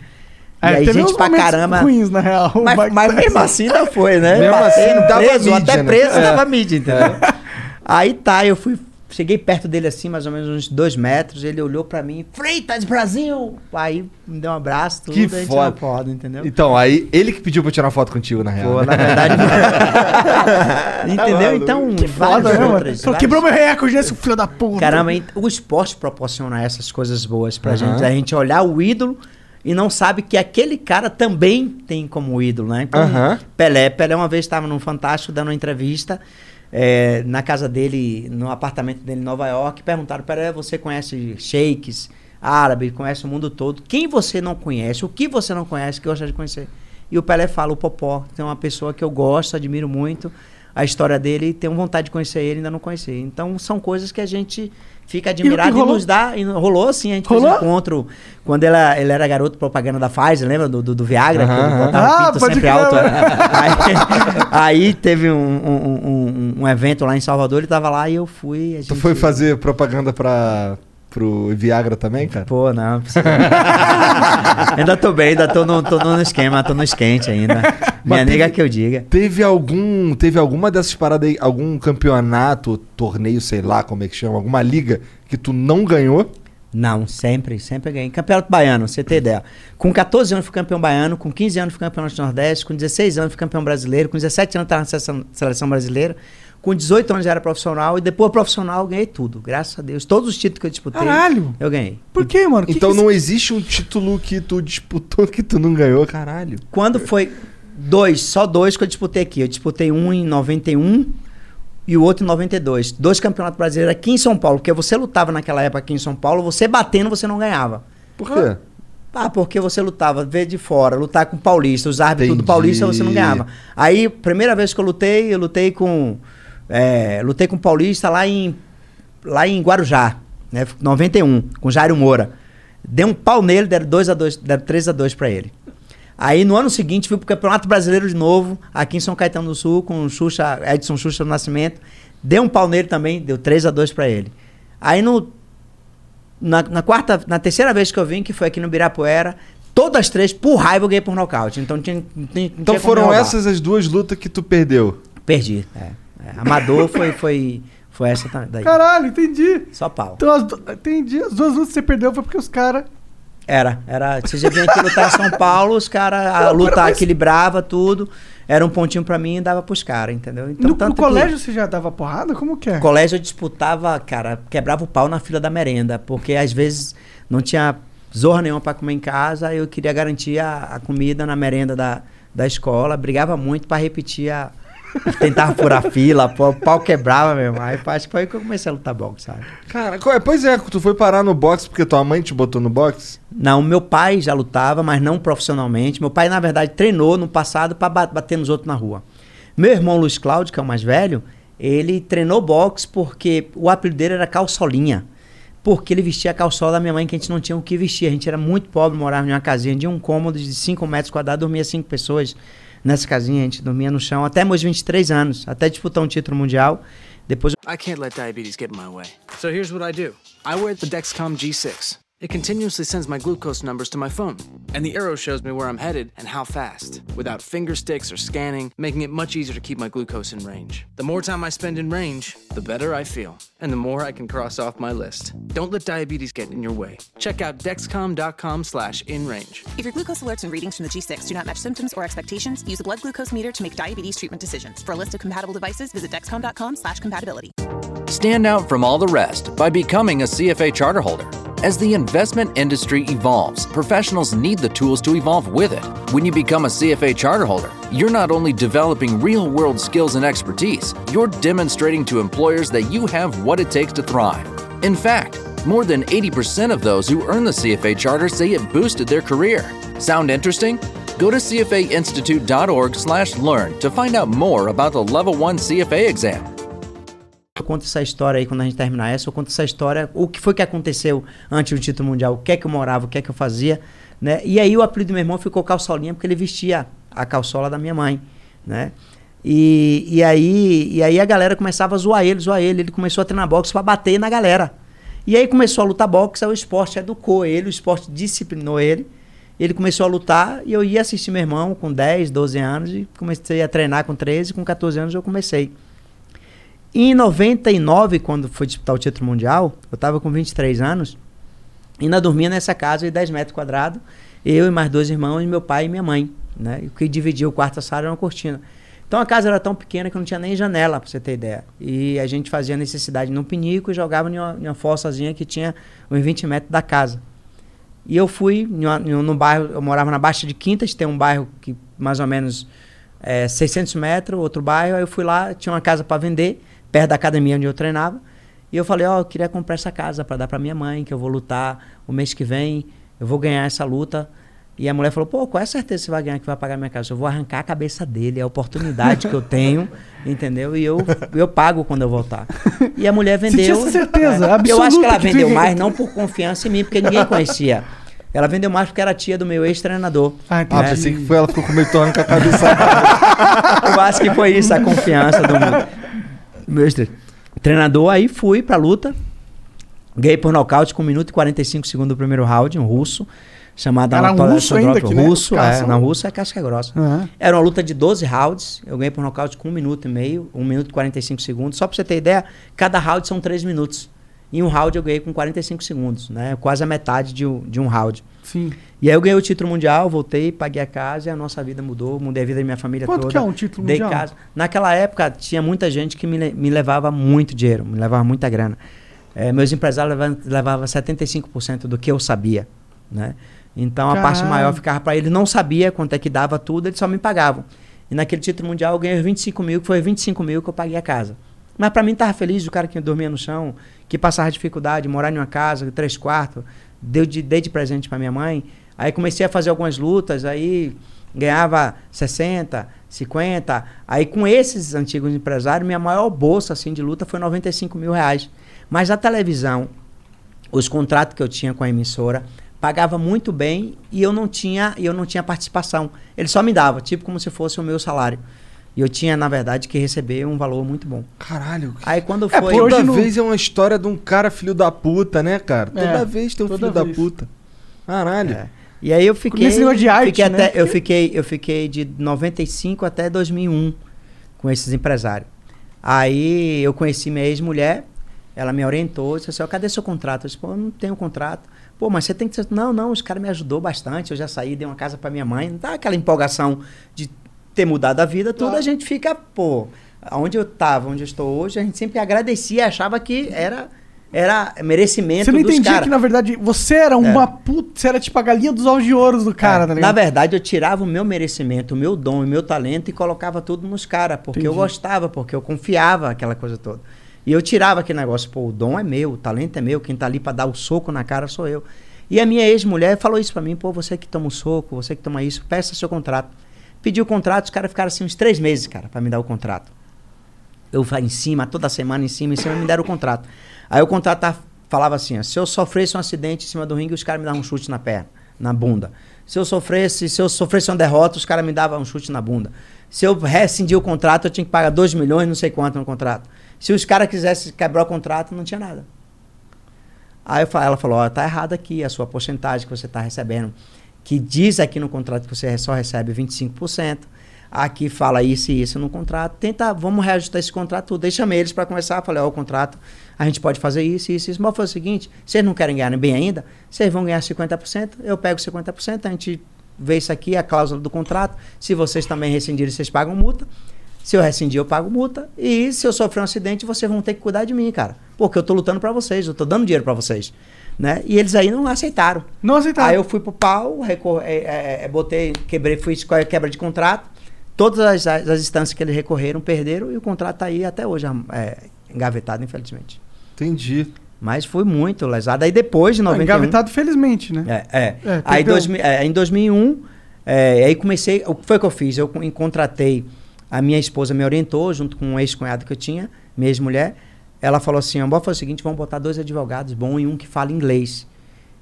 Speaker 4: E
Speaker 3: É,
Speaker 4: aí,
Speaker 3: teve
Speaker 4: gente
Speaker 3: uns
Speaker 4: pra
Speaker 3: momentos
Speaker 4: caramba.
Speaker 3: ruins, na real. é o
Speaker 4: Mas,
Speaker 3: Mike
Speaker 4: mas
Speaker 3: Tyson.
Speaker 4: mesmo assim ainda foi, né?
Speaker 2: Mesmo
Speaker 4: Batendo,
Speaker 2: assim, dava
Speaker 4: preso,
Speaker 2: mídia,
Speaker 4: até
Speaker 2: né?
Speaker 4: preso
Speaker 2: É.
Speaker 4: dava mídia, entendeu? Aí tá, eu fui, cheguei perto dele assim, mais ou menos uns dois metros, ele olhou pra mim, Freitas Brasil! Aí me deu um abraço, tudo,
Speaker 2: Que
Speaker 4: aí tirou uma
Speaker 2: foda.
Speaker 4: foto, entendeu?
Speaker 2: Então, aí ele que pediu pra eu tirar foto contigo, na real.
Speaker 4: Pô, na verdade...
Speaker 2: Tá
Speaker 4: entendeu? Então,
Speaker 3: Foda,
Speaker 4: várias
Speaker 3: né, mano?
Speaker 4: outras.
Speaker 3: Pô,
Speaker 4: várias-
Speaker 3: Quebrou meu recorde, né, seu filho da puta.
Speaker 4: Caramba, ent- o esporte proporciona essas coisas boas pra
Speaker 2: Aham.
Speaker 4: gente. A gente olhar o ídolo e não sabe que aquele cara também tem como ídolo, né? Então,
Speaker 2: Aham.
Speaker 4: Pelé, Pelé uma vez estava num Fantástico dando uma entrevista é, na casa dele, no apartamento dele em Nova York, perguntaram, Pelé, você conhece sheiks, árabe, conhece o mundo todo. Quem você não conhece? O que você não conhece que gosta de conhecer? E o Pelé fala, o Popó, tem uma pessoa que eu gosto, admiro muito a história dele e tenho vontade de conhecer ele, ainda não conheci. Então são coisas que a gente fica admirado e,
Speaker 3: rolou?
Speaker 4: nos dá. E rolou assim, a gente
Speaker 3: Rolou?
Speaker 4: fez um encontro quando ela, ele era garoto propaganda da Pfizer, lembra? Do, do, do Viagra, que
Speaker 2: Aham,
Speaker 4: ele
Speaker 2: aham.
Speaker 4: botava
Speaker 3: Ah,
Speaker 4: pinto
Speaker 3: pode
Speaker 4: sempre
Speaker 3: crer,
Speaker 4: alto. né?
Speaker 3: mano.
Speaker 4: Aí, aí teve um, um, um- um evento lá em Salvador, ele tava lá e eu fui. a
Speaker 2: Tu
Speaker 4: gente-
Speaker 2: foi fazer propaganda pra, pro Viagra também, cara?
Speaker 4: Pô, não. precisa- ainda tô bem, ainda tô no, tô no esquema, tô no esquente ainda. Minha
Speaker 2: Mas
Speaker 4: nega
Speaker 2: teve-
Speaker 4: que eu diga.
Speaker 2: Teve algum, teve alguma dessas paradas aí, algum campeonato, torneio, sei lá como é que chama, alguma liga que tu não ganhou?
Speaker 4: Não, sempre, sempre ganhei. Campeonato baiano, você tem ideia. Com 14 anos fui campeão baiano, com 15 anos fui campeão norte nordeste, com 16 anos fui campeão brasileiro, com 17 anos estava na seleção, seleção brasileira, com 18 anos já era profissional e depois profissional eu ganhei tudo, graças a Deus. Todos os títulos que eu disputei,
Speaker 3: Caralho.
Speaker 4: eu ganhei.
Speaker 3: Por quê, mano? Que
Speaker 2: então
Speaker 3: que
Speaker 2: não existe um título que tu disputou que tu não ganhou, caralho.
Speaker 4: Quando foi dois, só dois que eu disputei aqui. Eu disputei um em 91 e o outro em 92. Dois campeonatos brasileiros aqui em São Paulo, porque você lutava naquela época aqui em São Paulo, você batendo, você não ganhava.
Speaker 2: Por quê?
Speaker 4: Ah, porque você lutava, ver de fora, lutar com paulista, os árbitros do
Speaker 2: Entendi.
Speaker 4: paulista você não ganhava. Aí, primeira vez que eu lutei, eu lutei com. é, lutei com paulista lá em, lá em Guarujá, né? 91, com Jairo Moura. Deu um pau nele, deram 2 a 2 deram 3 a 2 pra ele. Aí no ano seguinte fui pro Campeonato Brasileiro de novo, aqui em São Caetano do Sul, com o Xuxa, Edson Xuxa do Nascimento. Deu um pau nele também, deu 3 a 2 pra ele. Aí no na, na quarta, na terceira vez que eu vim, que foi aqui no Birapuera, todas as três, por raiva, eu ganhei por nocaute. Então tinha, não tinha- não
Speaker 2: Então
Speaker 4: tinha como
Speaker 2: foram
Speaker 4: derrubar.
Speaker 2: essas as duas lutas que tu perdeu.
Speaker 4: Perdi. É, é. Amador foi, foi, foi essa ta- daí.
Speaker 3: isso- Caralho, entendi.
Speaker 4: Só pau.
Speaker 3: Então, as du- entendi. As duas lutas que você perdeu foi porque os caras.
Speaker 4: Era, era. Se você vinha aqui lutar em São Paulo, os caras, a luta
Speaker 3: mas-
Speaker 4: equilibrava tudo. Era um pontinho pra mim e dava pros caras, entendeu? Então,
Speaker 3: No, no
Speaker 4: tanto que-
Speaker 3: colégio você já dava porrada? Como que é?
Speaker 4: colégio eu disputava, cara, quebrava o pau na fila da merenda, porque às vezes não tinha zorra nenhuma pra comer em casa, eu queria garantir a, a comida na merenda da, da escola, brigava muito pra repetir a. Tentava furar fila, pô, o pau quebrava mesmo. Aí acho que foi aí que eu comecei a lutar boxe, sabe?
Speaker 2: Cara, qual é? pois é, tu foi parar no boxe porque tua mãe te botou no boxe?
Speaker 4: Não, meu pai já lutava, mas não profissionalmente. Meu pai, na verdade, treinou no passado pra ba- bater nos outros na rua. Meu irmão Luiz Cláudio, que é o mais velho, ele treinou boxe porque o apelido dele era calçolinha. Porque ele vestia a calçola da minha mãe que a gente não tinha o que vestir. A gente era muito pobre, morava em uma casinha de um cômodo de 5 metros quadrados, dormia cinco pessoas nessa casinha. A gente dormia no chão até meus 23 anos, até disputar um título mundial. Depois
Speaker 6: I can't let diabetes get in my way. So here's what I do I wear the Dexcom G6. It continuously sends my glucose numbers to my phone, and the arrow shows me where I'm headed and how fast, without finger sticks or scanning, making it much easier to keep my glucose in range. The more time I spend in range, the better I feel, and the more I can cross off my list. Don't let diabetes get in your way. Check out dexcom.com slash in range.
Speaker 7: If your glucose alerts and readings from the G6 do not match symptoms or expectations, use a blood glucose meter to make diabetes treatment decisions. For a list of compatible devices, visit dexcom.com slash compatibility.
Speaker 6: Stand out from all the rest by becoming a CFA charterholder. As the investment industry evolves, professionals need the tools to evolve with it. When you become a CFA charterholder, you're not only developing real world skills and expertise, you're demonstrating to employers that you have what it takes to thrive. In fact, more than 80% of those who earn the CFA charter say it boosted their career. Sound interesting? Go to cfainstitute.org/learn to find out more about the Level 1 CFA exam.
Speaker 4: Eu conto essa história aí quando a gente terminar essa, eu conto essa história, o que foi que aconteceu antes do título mundial, o que é que eu morava, o que é que eu fazia, né? E aí o apelido do meu irmão ficou calçolinha porque ele vestia a calçola da minha mãe, né? E, e, aí, e aí a galera começava a zoar ele, zoar ele, ele começou a treinar boxe pra bater na galera. E aí começou a lutar boxe, aí o esporte educou ele, o esporte disciplinou ele. Ele começou a lutar e eu ia assistir meu irmão com 10, 12 anos e comecei a treinar com 13, com 14 anos eu comecei. Em 99, quando foi disputar o título mundial, eu estava com 23 anos, ainda dormia nessa casa de 10 metros quadrados, eu e mais dois irmãos, meu pai e minha mãe, né? E o que dividia o quarto e a sala era uma cortina. Então a casa era tão pequena que não tinha nem janela, para você ter ideia. E a gente fazia necessidade num pinico e jogava em uma, em uma fossazinha que tinha uns 20 metros da casa. E eu fui em uma- em um- num bairro, eu morava na Baixa de Quintas, tem um bairro que mais ou menos é, 600 metros, outro bairro. Aí eu fui lá, tinha uma casa para vender, perto da academia onde eu treinava. E eu falei: Ó, eu queria comprar essa casa para dar para minha mãe, que eu vou lutar o mês que vem, eu vou ganhar essa luta. E a mulher falou: pô, qual é a certeza que você vai ganhar que vai pagar minha casa? Eu vou arrancar a cabeça dele, é a oportunidade que eu tenho, entendeu? E eu, eu pago quando eu voltar. E a mulher
Speaker 3: Você tinha
Speaker 4: vendeu.
Speaker 3: essa certeza
Speaker 4: Eu acho que
Speaker 3: absoluta
Speaker 4: ela
Speaker 3: que tu ia
Speaker 4: vendeu
Speaker 3: ganhar.
Speaker 4: mais, não por confiança em mim, porque ninguém conhecia. Ela vendeu mais porque era tia do meu ex-treinador.
Speaker 3: Ah,
Speaker 2: Ah,
Speaker 3: entendi.
Speaker 2: pensei que foi ela que ficou com medo de tornar com a cabeça.
Speaker 4: Eu acho que foi isso, a confiança do meu- meu ex- treinador. Aí fui pra luta. Ganhei por nocaute com 1 minuto e 45 segundos do primeiro round, um russo. Chamado
Speaker 3: Era um
Speaker 4: Anatoly
Speaker 3: russo ainda
Speaker 4: Alexandrov.
Speaker 3: que, né?
Speaker 4: Russo,
Speaker 3: Os caras
Speaker 4: é,
Speaker 3: são-
Speaker 4: não, russo é casca grossa.
Speaker 3: Aham.
Speaker 4: Era uma luta de 12 rounds. Eu ganhei por nocaute com 1 minuto e meio, 1 minuto e 45 segundos. Só pra você ter ideia, cada round são 3 minutos. Em um round eu ganhei com 45 segundos, né? Quase a metade de um, de um round.
Speaker 3: Sim.
Speaker 4: E aí eu ganhei o título mundial, voltei, paguei a casa e a nossa vida mudou, mudei a vida da minha família
Speaker 3: Quanto
Speaker 4: toda.
Speaker 3: que é um título
Speaker 4: Dei
Speaker 3: mundial?
Speaker 4: Casa. Naquela época tinha muita gente que me, le- me levava muito dinheiro, me levava muita grana. Eh, meus empresários levavam levava 75% do que eu sabia, né? Então a parte
Speaker 3: Caralho.
Speaker 4: maior ficava para ele, não sabia quanto é que dava tudo, eles só me pagavam. E naquele título mundial eu ganhei os 25 mil, que foi 25 mil que eu paguei a casa. Mas para mim tava feliz, o cara que dormia no chão, que passava dificuldade, morar em uma casa, três quartos, deu de, dei de presente para minha mãe. Aí comecei a fazer algumas lutas, aí ganhava 60, 50. Aí com esses antigos empresários, minha maior bolsa assim, de luta foi 95 mil reais. Mas a televisão, os contratos que eu tinha com a emissora pagava muito bem e eu não tinha e eu não tinha participação. Ele só me dava, tipo como se fosse o meu salário. E eu tinha, na verdade, que receber um valor muito bom.
Speaker 2: Caralho. que-
Speaker 4: Aí quando
Speaker 2: É,
Speaker 4: foi
Speaker 2: toda
Speaker 3: hoje não-
Speaker 2: vez é uma história de um cara filho da puta, né, cara?
Speaker 3: É,
Speaker 2: toda vez tem um
Speaker 3: toda
Speaker 2: filho da
Speaker 3: vez.
Speaker 2: puta. Caralho.
Speaker 4: É. E aí eu fiquei.
Speaker 3: Nesse negócio de arte,
Speaker 4: fiquei
Speaker 3: né?
Speaker 4: até- eu, fiquei, eu fiquei de 95 até 2001 com esses empresários. Aí eu conheci minha ex-mulher, ela me orientou, disse assim: ó, cadê seu contrato? Eu disse: pô, eu não tenho contrato. Pô, mas você tem que. Não, não, os caras me ajudou bastante, eu já saí, dei uma casa para minha mãe. Não dá aquela empolgação de ter mudado a vida, tudo, a gente fica, pô. Onde eu estava, onde eu estou hoje, a gente sempre agradecia, achava que era era merecimento
Speaker 3: Você não
Speaker 4: dos
Speaker 3: entendia
Speaker 4: cara. É.
Speaker 3: que, na verdade, você era uma puta. Você era tipo a galinha dos ovos de ouro do cara, tá
Speaker 4: Na
Speaker 3: ligado?
Speaker 4: verdade, eu tirava o meu merecimento, o meu dom, o meu talento e colocava tudo nos caras, porque eu
Speaker 3: Entendi.
Speaker 4: gostava, porque eu confiava, aquela coisa toda. E eu tirava aquele negócio, pô, o dom é meu, o talento é meu, quem tá ali pra dar o soco na cara sou eu. E a minha ex-mulher falou isso pra mim, pô, você que toma o soco, você que toma isso, peça seu contrato. Pedi o contrato, os caras ficaram assim uns três meses, cara, pra me dar o contrato. Eu fa- em cima, toda semana em cima, em cima, me deram o contrato. Aí o contrato tá- falava assim: ó, se eu sofresse um acidente em cima do ringue, os caras me davam um chute na perna, na bunda. Se eu sofresse, se eu sofresse uma derrota, os caras me davam um chute na bunda. Se eu rescindir o contrato, eu tinha que pagar 2 milhões, não sei quanto no contrato. Se os caras quisessem quebrar o contrato, não tinha nada. Aí eu fa- ela falou: ó, tá errado aqui a sua porcentagem que você tá recebendo. Que diz aqui no contrato que você só recebe 25%. Aqui fala isso e isso no contrato. Tenta, vamos reajustar esse contrato. tudo. Daí chamei eles para conversar. Falei: ó, o contrato, a gente pode fazer isso, isso, isso. Mas foi o seguinte: vocês não querem ganhar bem ainda? Vocês vão ganhar 50%. Eu pego 50%, a gente vê isso aqui, a cláusula do contrato. Se vocês também rescindirem, vocês pagam multa. Se eu rescindir, eu pago multa. E se eu sofrer um acidente, vocês vão ter que cuidar de mim, cara. Porque eu tô lutando pra vocês, eu tô dando dinheiro pra vocês. Né? E eles aí não aceitaram.
Speaker 3: Não aceitava.
Speaker 4: Aí eu fui pro pau, recor- é, é, é, botei, quebrei, fui escolha quebra de contrato. Todas as, as, as instâncias que eles recorreram perderam e o contrato tá aí até hoje, é, engavetado, infelizmente.
Speaker 2: Entendi.
Speaker 4: Mas foi muito lesado. Aí depois de 91...
Speaker 3: Tá Engavetado, felizmente, né?
Speaker 4: É, é.
Speaker 3: É,
Speaker 4: aí
Speaker 3: perdeu.
Speaker 4: dois mi- é, em 2001, é, aí comecei. O que foi que eu fiz? Eu con- contratei. A minha esposa me orientou, junto com um ex-cunhado que eu tinha, minha ex-mulher. Ela falou assim: ó, foi o seguinte, vamos botar dois advogados bons e um que fala inglês.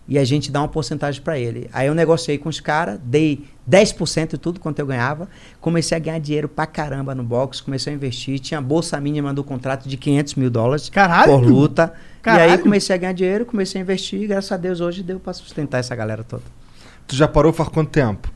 Speaker 4: E a gente dá uma porcentagem para ele. Aí eu negociei com os caras, dei 10% de tudo quanto eu ganhava. Comecei a ganhar dinheiro pra caramba no box, comecei a investir. Tinha a bolsa mínima do contrato de 500 mil dólares
Speaker 3: Caralho!
Speaker 4: por luta. E aí
Speaker 3: Caralho!
Speaker 4: comecei a ganhar dinheiro, comecei a investir e graças a Deus hoje deu pra sustentar essa galera toda.
Speaker 2: Tu já parou faz quanto tempo?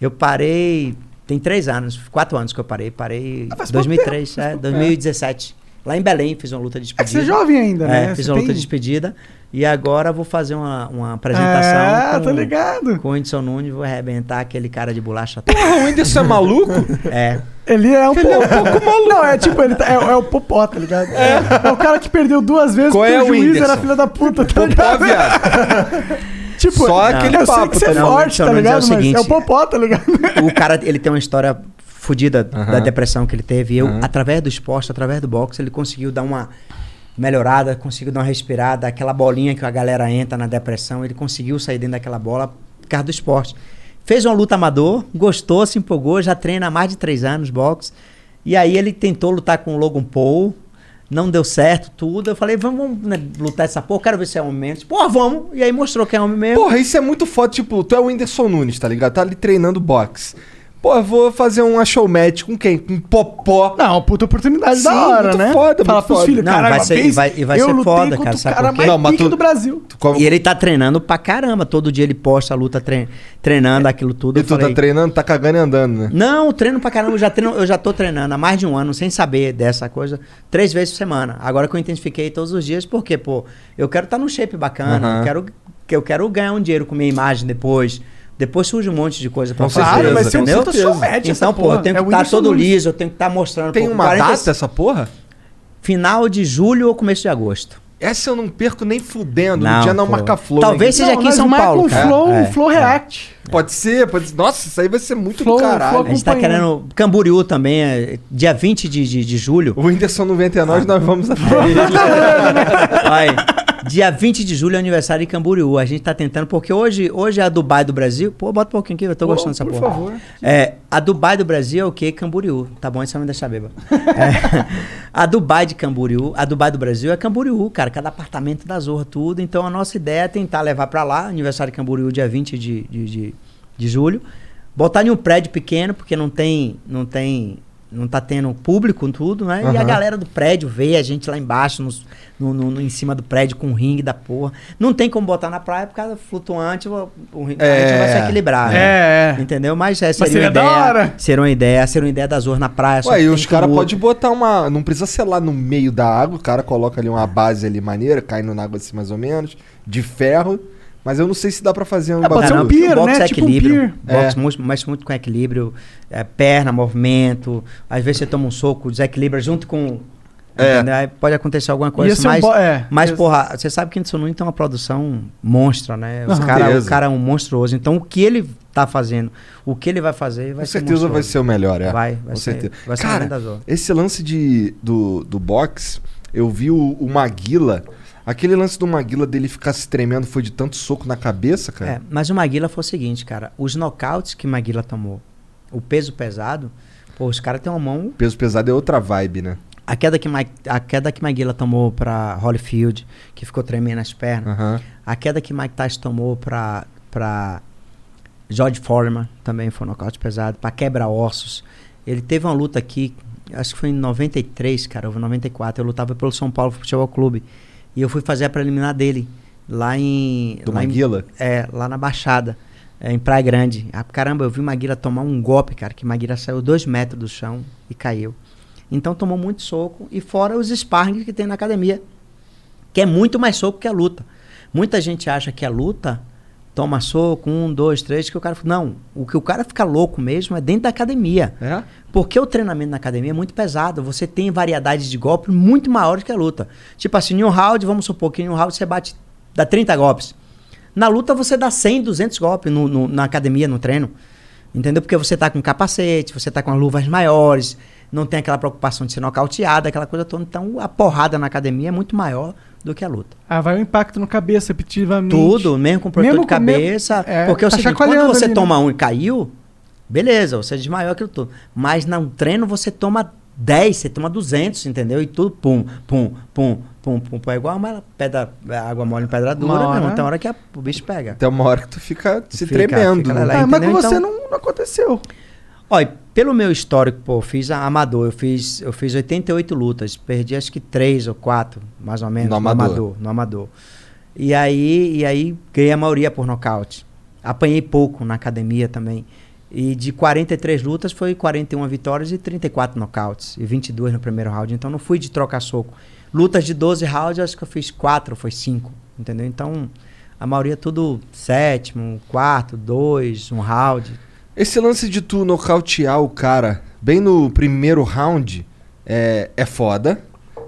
Speaker 4: Eu parei, tem três anos, quatro anos que eu parei, parei
Speaker 3: Ah, faz pouco
Speaker 4: 2003, é, 2017. Lá em Belém fiz uma luta de
Speaker 3: É que
Speaker 4: despedida.
Speaker 3: você é jovem ainda, né?
Speaker 4: É, fiz
Speaker 3: Você
Speaker 4: uma luta
Speaker 3: tem-
Speaker 4: de despedida e agora vou fazer uma, uma apresentação
Speaker 3: Ah, tô ligado.
Speaker 4: com o Whindersson Nunes, vou arrebentar aquele cara de bolacha. todo.
Speaker 2: O Whindersson é maluco?
Speaker 4: é,
Speaker 3: Ele é um, pouco maluco. Não, é tipo, ele tá- é, é o Popó, tá ligado? É. o cara que perdeu duas vezes
Speaker 2: Qual é o
Speaker 3: juiz
Speaker 2: Whindersson?
Speaker 3: era filha da puta, tá
Speaker 2: Popó,
Speaker 3: ligado?
Speaker 2: viado.
Speaker 4: é
Speaker 3: Tipo,
Speaker 2: Só
Speaker 3: eu
Speaker 2: aquele
Speaker 3: sei
Speaker 2: papo,
Speaker 3: que você é
Speaker 4: tá ligado?
Speaker 3: forte,
Speaker 4: Não,
Speaker 3: tá
Speaker 4: mas é o
Speaker 3: ligado? Mas
Speaker 4: seguinte-
Speaker 3: é o Popó, tá ligado?
Speaker 4: o cara, ele tem uma história fodida da depressão que ele teve. Eu, através do esporte, através do boxe, ele conseguiu dar uma melhorada, conseguiu dar uma respirada, aquela bolinha que a galera entra na depressão, ele conseguiu sair dentro daquela bola por causa do esporte. Fez uma luta amador, gostou, se empolgou, já treina há mais de três anos boxe. E aí ele tentou lutar com o Logan Paul, não deu certo, tudo. Eu falei, vamos, vamos, né, lutar essa porra, quero ver se é homem mesmo. Pô, vamos! E aí mostrou que é homem mesmo.
Speaker 2: Porra, isso é muito foda. Tipo, tu é o Whindersson Nunes, tá ligado? Tá ali treinando boxe. Pô, eu vou fazer um showmatch com quem? Com Popó.
Speaker 3: Não, uma puta oportunidade
Speaker 2: Sim,
Speaker 3: da hora,
Speaker 2: muito
Speaker 3: né?
Speaker 2: foda,
Speaker 3: Falar
Speaker 2: muito
Speaker 3: pros
Speaker 2: foda.
Speaker 3: filhos,
Speaker 4: Não,
Speaker 3: cara,
Speaker 4: vai
Speaker 3: uma
Speaker 4: ser-
Speaker 3: vez
Speaker 4: vai- e vai
Speaker 3: eu
Speaker 4: ser
Speaker 3: lutei
Speaker 4: foda,
Speaker 3: contra
Speaker 4: cara,
Speaker 3: o
Speaker 4: sabe
Speaker 3: cara
Speaker 4: por quê?
Speaker 3: mais
Speaker 2: Não, mas
Speaker 3: pica
Speaker 2: tu-
Speaker 3: do Brasil.
Speaker 2: Tu come-
Speaker 4: E ele tá treinando pra caramba. Todo dia ele posta a luta, tre- treinando aquilo tudo.
Speaker 2: E
Speaker 4: Eu
Speaker 2: tu
Speaker 4: falei,
Speaker 2: tá treinando, tá cagando e andando, né?
Speaker 4: Não, eu treino pra caramba. Eu já, treino, eu já tô treinando há mais de um ano, sem saber dessa coisa, três vezes por semana. Agora que eu intensifiquei todos os dias, porque, pô, eu quero estar num shape bacana,
Speaker 2: Aham.
Speaker 4: eu, quero, que eu quero ganhar um dinheiro com minha imagem depois. Depois surge um monte de coisa pra
Speaker 2: Com
Speaker 4: fazer.
Speaker 2: certeza, Claro, vai ser
Speaker 3: é
Speaker 2: um
Speaker 4: entendeu?
Speaker 2: puta showmatch
Speaker 3: essa
Speaker 4: Então, pô,
Speaker 3: porra.
Speaker 4: eu tenho
Speaker 3: É
Speaker 4: que
Speaker 3: o
Speaker 4: estar
Speaker 3: Whindersson
Speaker 4: todo
Speaker 3: Nunes.
Speaker 4: liso, eu tenho que estar mostrando.
Speaker 2: Tem
Speaker 4: pô,
Speaker 2: uma
Speaker 4: 40
Speaker 2: data essa porra?
Speaker 4: Final de julho ou começo de agosto.
Speaker 2: Essa eu não perco nem fudendo. Não,
Speaker 4: Não,
Speaker 2: dia não
Speaker 4: pô.
Speaker 2: marca flow.
Speaker 4: Talvez
Speaker 2: né?
Speaker 4: seja aqui em
Speaker 3: nós
Speaker 4: São
Speaker 3: marca
Speaker 4: Paulo,
Speaker 3: um
Speaker 4: cara.
Speaker 3: flow, um
Speaker 4: É,
Speaker 3: flow react.
Speaker 2: Pode ser, pode ser. Nossa, isso aí vai ser muito
Speaker 3: Flow,
Speaker 2: do caralho.
Speaker 3: flow
Speaker 4: A gente tá
Speaker 3: acompanhando.
Speaker 4: querendo. Camboriú também, é, dia 20 de, de, de julho.
Speaker 2: O Whindersson não vem até
Speaker 4: Ah.
Speaker 2: nós, nós vamos até ele.
Speaker 4: tá Aí, dia 20 de julho é aniversário de Camboriú. A gente tá tentando, porque hoje, hoje é a Dubai do Brasil. Pô, bota um pouquinho aqui, eu tô gostando dessa
Speaker 3: por
Speaker 4: porra.
Speaker 3: favor.
Speaker 4: É, a Dubai do Brasil é o quê? Camboriú. Tá bom, isso vai me deixar bêbado. É, a Dubai de Camboriú, a Dubai do Brasil é Camboriú, cara. Cada apartamento da Zorra, tudo. Então a nossa ideia é tentar levar pra lá, aniversário de Camboriú, dia 20 de, de, de, de julho. Botar em um prédio pequeno, porque não tem. Não tem. Não tá tendo público tudo, né? E a
Speaker 2: Aham.
Speaker 4: galera galera do prédio vê a gente lá embaixo, nos- no, no- no- em cima do prédio, com o ringue da porra. Não tem como botar na praia por causa do flutuante, o, o ringue, a gente
Speaker 2: É.
Speaker 4: vai se equilibrar.
Speaker 3: É,
Speaker 4: né?
Speaker 3: é.
Speaker 4: Entendeu? Mas é, seria,
Speaker 3: seria
Speaker 4: uma ideia,
Speaker 3: da hora.
Speaker 4: Seria uma ideia, seria uma ideia das ruas na praia. só
Speaker 2: Ué,
Speaker 4: que
Speaker 2: e
Speaker 4: tem
Speaker 2: os caras
Speaker 4: tudo.
Speaker 2: podem botar uma. Não precisa ser lá no meio da água, o cara coloca ali uma base ali maneira, caindo na água assim mais ou menos, de ferro. Mas eu não sei se dá pra fazer um
Speaker 3: É, pode ser um
Speaker 4: Caramba, porque
Speaker 3: pier,
Speaker 4: o boxe
Speaker 3: né?
Speaker 4: é
Speaker 3: Tipo um
Speaker 4: equilíbrio.
Speaker 2: pier.
Speaker 4: Boxe
Speaker 2: É.
Speaker 4: muito, mexe muito com equilíbrio, é, perna, movimento. Às vezes você toma um soco, desequilibra junto com
Speaker 2: É.
Speaker 4: Entendeu? Aí pode acontecer alguma coisa.
Speaker 3: Ia ser um
Speaker 4: Mas,
Speaker 3: bo- é.
Speaker 4: mas
Speaker 3: Ia-
Speaker 4: porra, você sabe que Insunuin tem uma produção monstra, né? Os
Speaker 2: Aham.
Speaker 4: cara, o
Speaker 2: Beleza.
Speaker 4: cara é um monstruoso. Então o que ele tá fazendo, o que ele vai fazer, vai
Speaker 2: Com
Speaker 4: ser
Speaker 2: certeza vai
Speaker 4: monstruoso.
Speaker 2: ser o melhor, é.
Speaker 4: Vai, vai
Speaker 2: Com
Speaker 4: ser-
Speaker 2: certeza.
Speaker 4: vai ser uma
Speaker 2: Cara,
Speaker 4: grande azul.
Speaker 2: esse lance de, do, do box, eu vi o, o Maguila. Aquele lance do Maguila dele ficar se tremendo foi de tanto soco na cabeça,
Speaker 4: É,
Speaker 2: cara.
Speaker 4: mas o Maguila foi o seguinte, cara. Os nocautes que Maguila tomou, o peso pesado, pô, os caras têm uma mão.
Speaker 2: Peso pesado é outra vibe, né?
Speaker 4: A queda que, Ma- a queda que Maguila tomou pra Holyfield, que ficou tremendo as pernas.
Speaker 2: Aham.
Speaker 4: A queda que Mike Tyson tomou pra, pra George Foreman, também foi um nocaute pesado, pra quebra-ossos. Ele teve uma luta aqui, acho que foi em 93, cara, ou 94. Eu lutava pelo São Paulo Futebol Clube. E eu fui fazer a preliminar dele, lá em.
Speaker 2: Do
Speaker 4: lá em-
Speaker 2: Maguila?
Speaker 4: é, lá na Baixada, é, em Praia Grande. Ah, caramba, eu vi Maguila tomar um golpe, cara, que Maguila saiu dois metros do chão e caiu. Então tomou muito soco, e fora os sparring que tem na academia, que é muito mais soco que a luta. Muita gente acha que a luta toma soco, um, dois, três, que o cara. Não, o que o cara fica louco mesmo é dentro da academia.
Speaker 2: É?
Speaker 4: Porque o treinamento na academia é muito pesado. Você tem variedades de golpes muito maiores que a luta. Tipo assim, em um round, vamos supor que em um round você bate, dá 30 golpes. Na luta você dá 100, 200 golpes no- no- na academia, no treino. Entendeu? Porque você tá com capacete, você tá com as luvas maiores, não tem aquela preocupação de ser nocauteado, aquela coisa toda. Então a porrada na academia é muito maior do que a luta.
Speaker 3: Ah, vai o impacto no cabeça, repetitivamente.
Speaker 4: Tudo, mesmo com protetor
Speaker 3: Mesmo
Speaker 4: de
Speaker 3: com- mesmo-
Speaker 4: cabeça.
Speaker 3: é,
Speaker 4: porque é o
Speaker 3: tá
Speaker 4: seguinte, quando
Speaker 3: chacoalhando
Speaker 4: você
Speaker 3: ali, né?
Speaker 4: toma um e caiu, beleza, você desmaiou aquilo tudo. Mas no treino você toma 10, você toma 200, entendeu? E tudo pum, pum, pum, pum, pum. pum. É igual uma pedra, é água mole em pedra dura,
Speaker 3: Uma
Speaker 4: meu irmão.
Speaker 3: hora.
Speaker 4: Tem hora que a- o bicho pega.
Speaker 2: Até uma hora que tu fica se
Speaker 4: Fica-
Speaker 2: tremendo.
Speaker 4: fica
Speaker 2: né?
Speaker 4: lá,
Speaker 3: Ah, mas com
Speaker 4: entendeu?
Speaker 3: você
Speaker 4: Então-
Speaker 3: não, não aconteceu.
Speaker 4: Olha, pelo meu histórico, pô, eu fiz a amador, eu fiz, eu fiz 88 lutas, perdi acho que 3 ou 4, mais ou menos,
Speaker 2: No
Speaker 4: no
Speaker 2: amador.
Speaker 4: amador. no amador. E aí, e aí ganhei a maioria por nocaute. Apanhei pouco na academia também. E de 43 lutas foi 41 vitórias e 34 nocautes e 22 no primeiro round, então não fui de trocar soco. Lutas de 12 rounds, eu acho que eu fiz 4, foi 5, entendeu? Então, a maioria tudo sétimo, quarto, dois, um round.
Speaker 2: Esse lance de tu nocautear o cara bem no primeiro round é, é foda.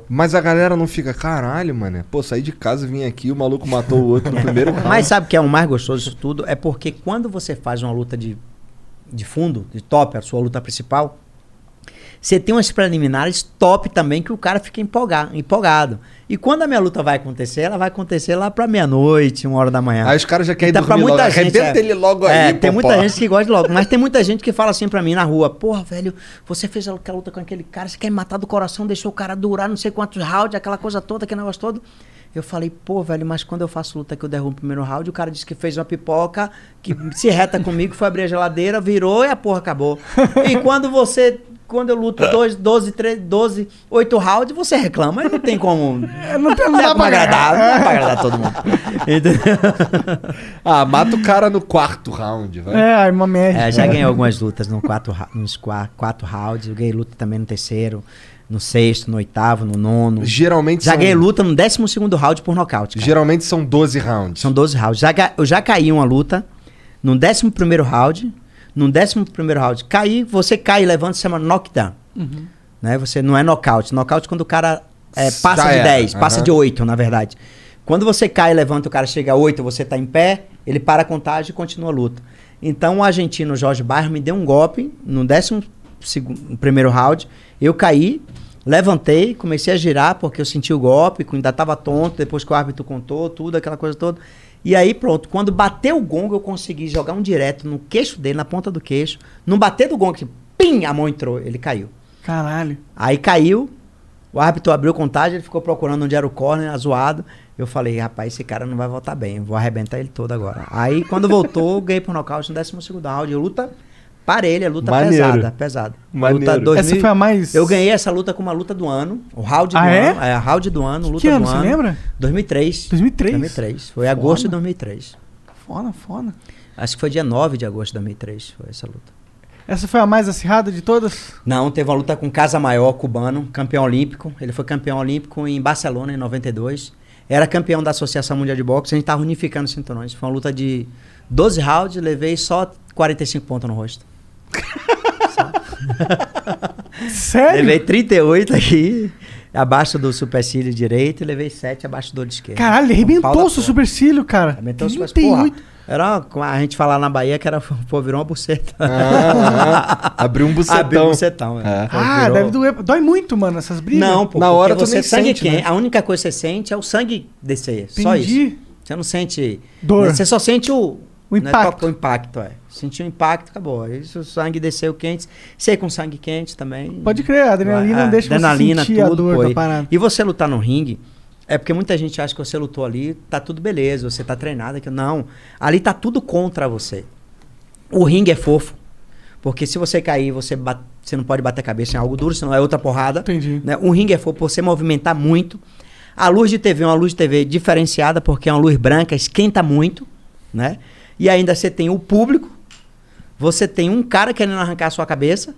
Speaker 2: Mas a galera não fica, caralho, mano. Pô, saí de casa, vim aqui, o maluco matou o outro no primeiro round.
Speaker 4: Mas sabe o que é o mais gostoso disso tudo? É porque quando você faz uma luta de, de fundo, de top, a sua luta principal, você tem umas preliminares top também que o cara fica empolga- empolgado. E quando a minha luta vai acontecer, ela vai acontecer lá pra meia-noite, uma hora da manhã.
Speaker 2: Aí os caras já querem
Speaker 4: Então, pra
Speaker 2: dormir logo.
Speaker 4: muita gente,
Speaker 2: Arrebenta
Speaker 4: é.
Speaker 2: ele logo
Speaker 4: É,
Speaker 2: aí,
Speaker 4: tem
Speaker 2: popó.
Speaker 4: muita gente que gosta de logo, mas tem muita gente que fala assim pra mim na rua, porra, velho, você fez aquela luta com aquele cara, você quer me matar do coração, deixou o cara durar não sei quantos rounds, aquela coisa toda, aquele negócio todo. Eu falei, pô, velho, mas quando eu faço luta que eu derrubo o primeiro round, o cara disse que fez uma pipoca, que se reta comigo, foi abrir a geladeira, virou e a porra acabou. E quando você, quando eu luto dois, 12, 13, 12, 8 rounds, você reclama, e não tem como.
Speaker 2: É,
Speaker 4: Não, tem, não, dá pra agradar, não dá pra agradar todo mundo. Entendeu?
Speaker 2: Ah, mata o cara no quarto round, vai.
Speaker 3: É, aí uma merda.
Speaker 4: É, já ganhei algumas lutas no quatro, ra- nos qua- quatro rounds. Eu ganhei luta também no terceiro, no sexto, no oitavo, no nono.
Speaker 2: Geralmente,
Speaker 4: Já
Speaker 2: são,
Speaker 4: ganhei luta no décimo segundo round por nocaute. cara.
Speaker 2: geralmente são 12 rounds.
Speaker 4: São 12 rounds. Já, ga- eu já caí em uma luta no décimo primeiro round. No décimo primeiro round, caí, você cai e levanta, se chama knockdown. Né? Você não é nocaute. Nocaute é quando o cara é,
Speaker 2: Já
Speaker 4: passa de
Speaker 2: era,
Speaker 4: 10, passa
Speaker 2: aham.
Speaker 4: de 8, na verdade. Quando você cai e levanta, o cara chega a 8, você tá em pé, ele para a contagem e continua a luta. Então o argentino Jorge Barro me deu um golpe no décimo segu- no primeiro round. Eu caí, levantei, comecei a girar porque eu senti o golpe, que ainda tava tonto, depois que o árbitro contou, tudo, aquela coisa toda. E aí pronto, quando bateu o gongo, eu consegui jogar um direto no queixo dele, na ponta do queixo. No bater do gongo, que pim, a mão entrou, ele caiu.
Speaker 3: Caralho.
Speaker 4: Aí caiu, o árbitro abriu contagem, ele ficou procurando onde era o corner, azoado. Eu falei, rapaz, esse cara não vai voltar bem, vou arrebentar ele todo agora. Aí quando voltou, eu ganhei por nocaute no 12 round. Eu Luta parelha, luta
Speaker 2: Maneiro.
Speaker 4: pesada, pesada. Luta
Speaker 2: Maneiro.
Speaker 4: 2000,
Speaker 3: Essa foi a mais.
Speaker 4: Eu ganhei essa luta como a luta do ano, o round
Speaker 3: Ah,
Speaker 4: do
Speaker 3: é?
Speaker 4: ano. É, a round do ano, luta
Speaker 3: que ano,
Speaker 4: do
Speaker 3: você
Speaker 4: ano.
Speaker 3: lembra?
Speaker 4: 2003.
Speaker 3: 2003?
Speaker 4: 2003. Foi agosto de 2003.
Speaker 3: Foda, foda.
Speaker 4: Acho que foi dia 9 de agosto de 2003, foi essa luta.
Speaker 3: Essa foi a mais acirrada de todas?
Speaker 4: Não, teve uma luta com um Casa Maior, cubano, campeão olímpico. Ele foi campeão olímpico em Barcelona em 92. Era campeão da Associação Mundial de Boxe. A gente tava unificando os cinturões. Foi uma luta de 12 rounds, levei só 45 pontos no rosto.
Speaker 3: Sério?
Speaker 4: Levei 38 aqui abaixo do supercílio direito e levei 7 abaixo do olho esquerdo. Um
Speaker 3: Caralho, ele
Speaker 4: Pau da
Speaker 3: arrebentou seu
Speaker 4: porra.
Speaker 3: supercílio, cara.
Speaker 4: Arrebentou os pés.
Speaker 3: 38.
Speaker 4: Porra, era uma- como a gente falar na Bahia que era, pô, virou uma buceta.
Speaker 2: Ah, ah, abriu um bucetão.
Speaker 4: Abriu um bucetão, é.
Speaker 2: É.
Speaker 3: Ah,
Speaker 4: Virou-
Speaker 3: deve doer. Dói muito, mano, essas brigas.
Speaker 4: Não, pô,
Speaker 2: Na
Speaker 4: porque
Speaker 2: hora tu
Speaker 4: você
Speaker 2: nem
Speaker 4: sangue
Speaker 2: sente,
Speaker 4: quente.
Speaker 2: né?
Speaker 4: A única coisa que você sente é o sangue descer, só
Speaker 3: Entendi.
Speaker 4: isso. Você não sente né,
Speaker 3: Dor.
Speaker 4: Você só sente o
Speaker 3: O
Speaker 4: né,
Speaker 3: impacto.
Speaker 4: toca o impacto, é. Sentiu o impacto, acabou. Isso, o sangue desceu quente. Sei com sangue quente também.
Speaker 3: Pode crer, a adrenalina
Speaker 4: Ah,
Speaker 3: deixa
Speaker 4: adrenalina,
Speaker 3: você sentir a
Speaker 4: tudo,
Speaker 3: dor
Speaker 4: pô,
Speaker 3: da
Speaker 4: e-
Speaker 3: parada.
Speaker 4: E você lutar no ringue, é porque muita gente acha que você lutou ali, tá tudo beleza, você tá treinado. aquilo. Não, ali tá tudo contra você. O ringue é fofo. Porque se você cair, você, ba- você não pode bater a cabeça em algo duro, senão é outra porrada.
Speaker 3: Entendi.
Speaker 4: Né? O ringue é fofo por você movimentar muito. A luz de TV é uma luz de TV diferenciada, porque é uma luz branca, esquenta muito, né? E ainda você tem o público, você tem um cara querendo arrancar a sua cabeça,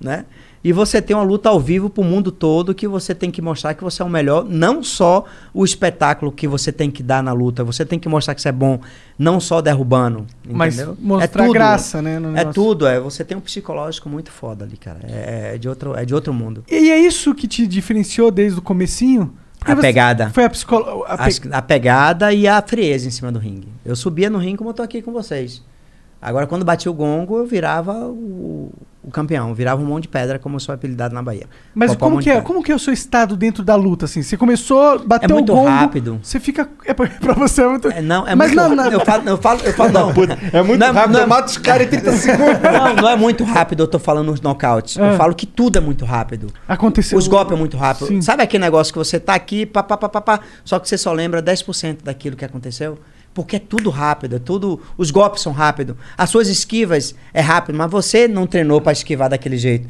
Speaker 4: né? E você tem uma luta ao vivo pro mundo todo que você tem que mostrar que você é o melhor, não só o espetáculo que você tem que dar na luta, você tem que mostrar que você é bom, não só derrubando,
Speaker 3: Mas
Speaker 4: entendeu?
Speaker 3: mostrar graça, né, no
Speaker 4: é
Speaker 3: negócio.
Speaker 4: tudo, é, você tem um psicológico muito foda ali, cara. É, é de outro, é de outro mundo.
Speaker 3: E é isso que te diferenciou desde o comecinho?
Speaker 4: A
Speaker 3: você-
Speaker 4: pegada.
Speaker 3: Foi a psicologia.
Speaker 4: As- a pegada e a frieza em cima do ringue. Eu subia no ringue como eu tô aqui com vocês. Agora, quando bati o gongo, eu virava o, o campeão, virava um monte de pedra, como eu sou apelidado na Bahia.
Speaker 3: Mas
Speaker 4: Popó
Speaker 3: como
Speaker 4: Monte
Speaker 3: que, é,
Speaker 4: Pedra.
Speaker 3: como que é o seu estado dentro da luta, assim? Você começou, bateu
Speaker 4: É muito
Speaker 3: o gongo...
Speaker 4: rápido.
Speaker 3: Você fica... É pra, pra você é muito...
Speaker 4: É, não, é
Speaker 3: Mas
Speaker 4: muito
Speaker 3: não,
Speaker 4: rápido.
Speaker 3: não-
Speaker 4: Eu falo, eu falo, eu falo não.
Speaker 2: É muito
Speaker 4: Não
Speaker 2: rápido,
Speaker 4: não
Speaker 2: eu mato os caras em 30 segundos.
Speaker 4: Não, não é muito rápido, eu tô falando os nocautes.
Speaker 3: Ah.
Speaker 4: Eu falo que tudo é muito rápido.
Speaker 3: Aconteceu.
Speaker 4: Os golpes é muito rápido.
Speaker 3: Sim.
Speaker 4: Sabe aquele negócio que você tá aqui, pá, pá, pá, pá, pá, só que você só lembra 10% daquilo que aconteceu? Porque é tudo rápido, é tudo. Os golpes são rápidos. As suas esquivas é rápido, mas você não treinou pra esquivar daquele jeito.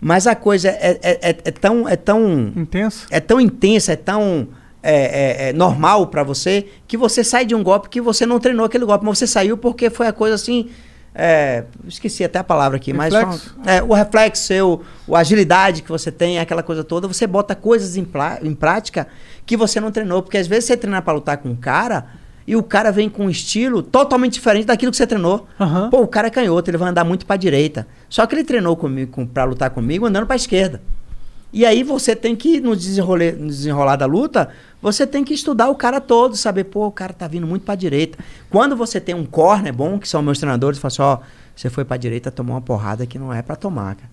Speaker 4: Mas a coisa é, é- é- é tão. É tão
Speaker 3: Intenso.
Speaker 4: é tão intensa, é tão é, é, é, normal pra você, que você sai de um golpe que você não treinou aquele golpe, mas você saiu porque foi a coisa assim. é, esqueci até a palavra aqui, mas
Speaker 3: Reflexo?
Speaker 4: foi uma- é, o reflexo seu, a agilidade que você tem, aquela coisa toda, você bota coisas em, plá- em prática que você não treinou, porque às vezes você treinar pra lutar com um cara e o cara vem com um estilo totalmente diferente daquilo que você treinou.
Speaker 3: Aham.
Speaker 4: Pô, o cara é canhoto, ele vai andar muito pra direita. Só que ele treinou comigo com, para lutar comigo andando pra esquerda. E aí você tem que, no desenrole- no desenrolar da luta, você tem que estudar o cara todo, saber, pô, o cara tá vindo muito pra direita. Quando você tem um corner bom, que são meus treinadores, fala assim, ó, você foi pra direita, tomou uma porrada que não é pra tomar, cara.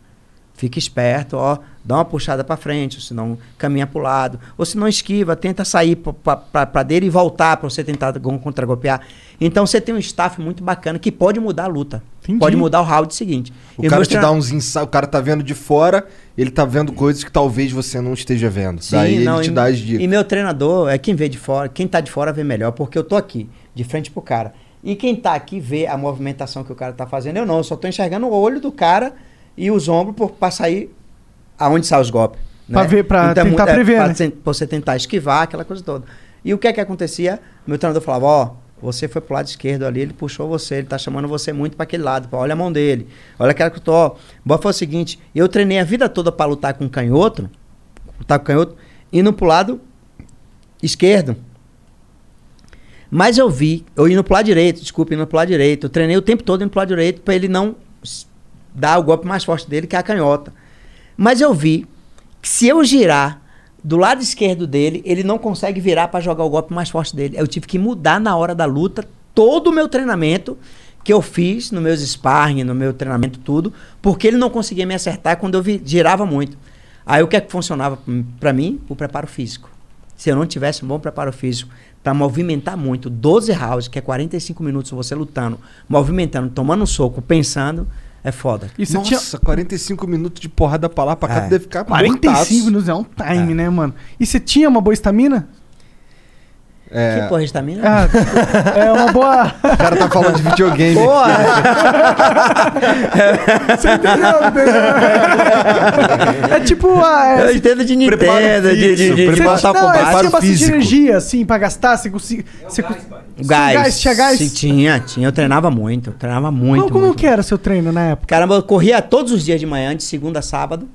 Speaker 4: Fica esperto, ó, dá uma puxada pra frente, ou senão caminha pro lado. Ou se não esquiva, tenta sair pra- pra- pra pra dele e voltar pra você tentar go- contragolpear. Então você tem um staff muito bacana que pode mudar a luta.
Speaker 3: Entendi.
Speaker 4: Pode mudar o round seguinte.
Speaker 2: O
Speaker 4: E os
Speaker 2: cara
Speaker 4: meus
Speaker 2: te dá uns insights, o cara tá vendo de fora, ele tá vendo coisas que talvez você não esteja vendo. Daí
Speaker 4: não,
Speaker 2: ele te
Speaker 4: e-
Speaker 2: dá as
Speaker 4: E
Speaker 2: dicas.
Speaker 4: meu treinador é quem vê de fora, quem tá de fora vê melhor, porque eu tô aqui, de frente pro cara. E quem tá aqui vê a movimentação que o cara tá fazendo. Eu não, eu só tô enxergando o olho do cara e os ombros por, pra sair aonde sai os golpes.
Speaker 3: Pra ver- pra
Speaker 4: é
Speaker 3: tentar
Speaker 4: muito- é,
Speaker 3: prever,
Speaker 4: pra
Speaker 3: né?
Speaker 4: ten- pra você tentar esquivar, aquela coisa toda. E o que é que acontecia? Meu treinador falava, ó, você foi pro lado esquerdo ali, ele puxou você, ele tá chamando você muito pra aquele lado, pô, olha a mão dele, olha aquela que eu tô, ó. Bora foi o seguinte, eu treinei a vida toda pra lutar com um canhoto, lutar com canhoto, indo pro lado esquerdo. Mas eu vi, eu indo pro lado direito, desculpa, indo pro lado direito. Eu treinei o tempo todo indo pro lado direito pra ele não s- dar o golpe mais forte dele, que é a canhota. Mas eu vi que se eu girar do lado esquerdo dele, ele não consegue virar pra jogar o golpe mais forte dele. Eu tive que mudar na hora da luta todo o meu treinamento que eu fiz no meus sparring, no meu treinamento tudo, porque ele não conseguia me acertar quando eu vi- girava muito. Aí o que é que funcionava pra mim? O preparo físico. Se eu não tivesse um bom preparo físico para movimentar muito, 12 rounds, que é 45 minutos você lutando, movimentando, tomando um soco, pensando, é foda.
Speaker 3: E você
Speaker 2: Nossa,
Speaker 3: tinha...
Speaker 2: 45 minutos de porrada pra lá pra cá,
Speaker 4: É.
Speaker 2: tu deve ficar
Speaker 3: 45
Speaker 2: mortaço.
Speaker 3: minutos é um time, né, mano? E você tinha uma boa estamina?
Speaker 2: É,
Speaker 4: Que porra, é estamina?
Speaker 3: Ah, é uma boa...
Speaker 2: o cara tá falando de videogame.
Speaker 4: Porra!
Speaker 3: Você entendeu? entendeu? É tipo a.
Speaker 4: Eu entendo de
Speaker 2: Preparo
Speaker 4: Nintendo, de, de,
Speaker 2: físico,
Speaker 4: de, de
Speaker 2: preparo-
Speaker 4: botar o
Speaker 3: não, é
Speaker 2: preparo
Speaker 4: combate.
Speaker 3: tipo assim, de
Speaker 2: físico.
Speaker 3: energia, assim, pra gastar, você conseguir. Você cons-
Speaker 4: Gás.
Speaker 3: gás, tinha gás?
Speaker 4: Sim, tinha, tinha. Eu treinava muito, eu treinava muito.
Speaker 3: Como, como
Speaker 4: muito.
Speaker 3: que era seu treino na época?
Speaker 4: Caramba, eu corria todos os dias de manhã, de segunda a sábado,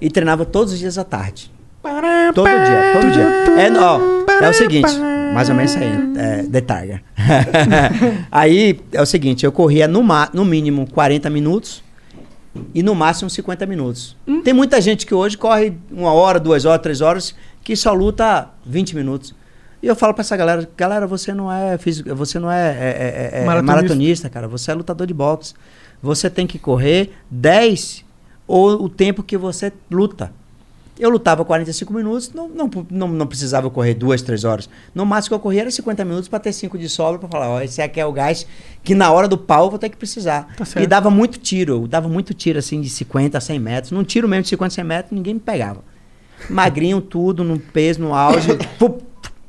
Speaker 4: e treinava todos os dias à tarde. Todo dia, todo dia. É, ó, é o seguinte, mais ou menos isso aí, é, The Tiger. aí é o seguinte, eu corria no, ma- no mínimo 40 minutos e no máximo 50 minutos. Tem muita gente que hoje corre uma hora, duas horas, três horas, que só luta 20 minutos. E eu falo pra essa galera, galera, você não é físico, você não é, é- é- é- é
Speaker 3: Maratonista.
Speaker 4: maratonista. cara, você é lutador de boxe. Você tem que correr 10 ou o tempo que você luta. Eu lutava 45 minutos, não, não, não, não precisava correr duas, três horas. No máximo que eu corria era 50 minutos para ter cinco de sobra, para falar, ó, esse aqui é o gás que na hora do pau eu vou ter que precisar.
Speaker 3: Tá certo.
Speaker 4: e dava muito tiro, eu dava muito tiro assim de 50 a 100 metros. Num tiro mesmo de 50 a 100 metros, ninguém me pegava. Magrinho, tudo, no peso, no auge. Pup,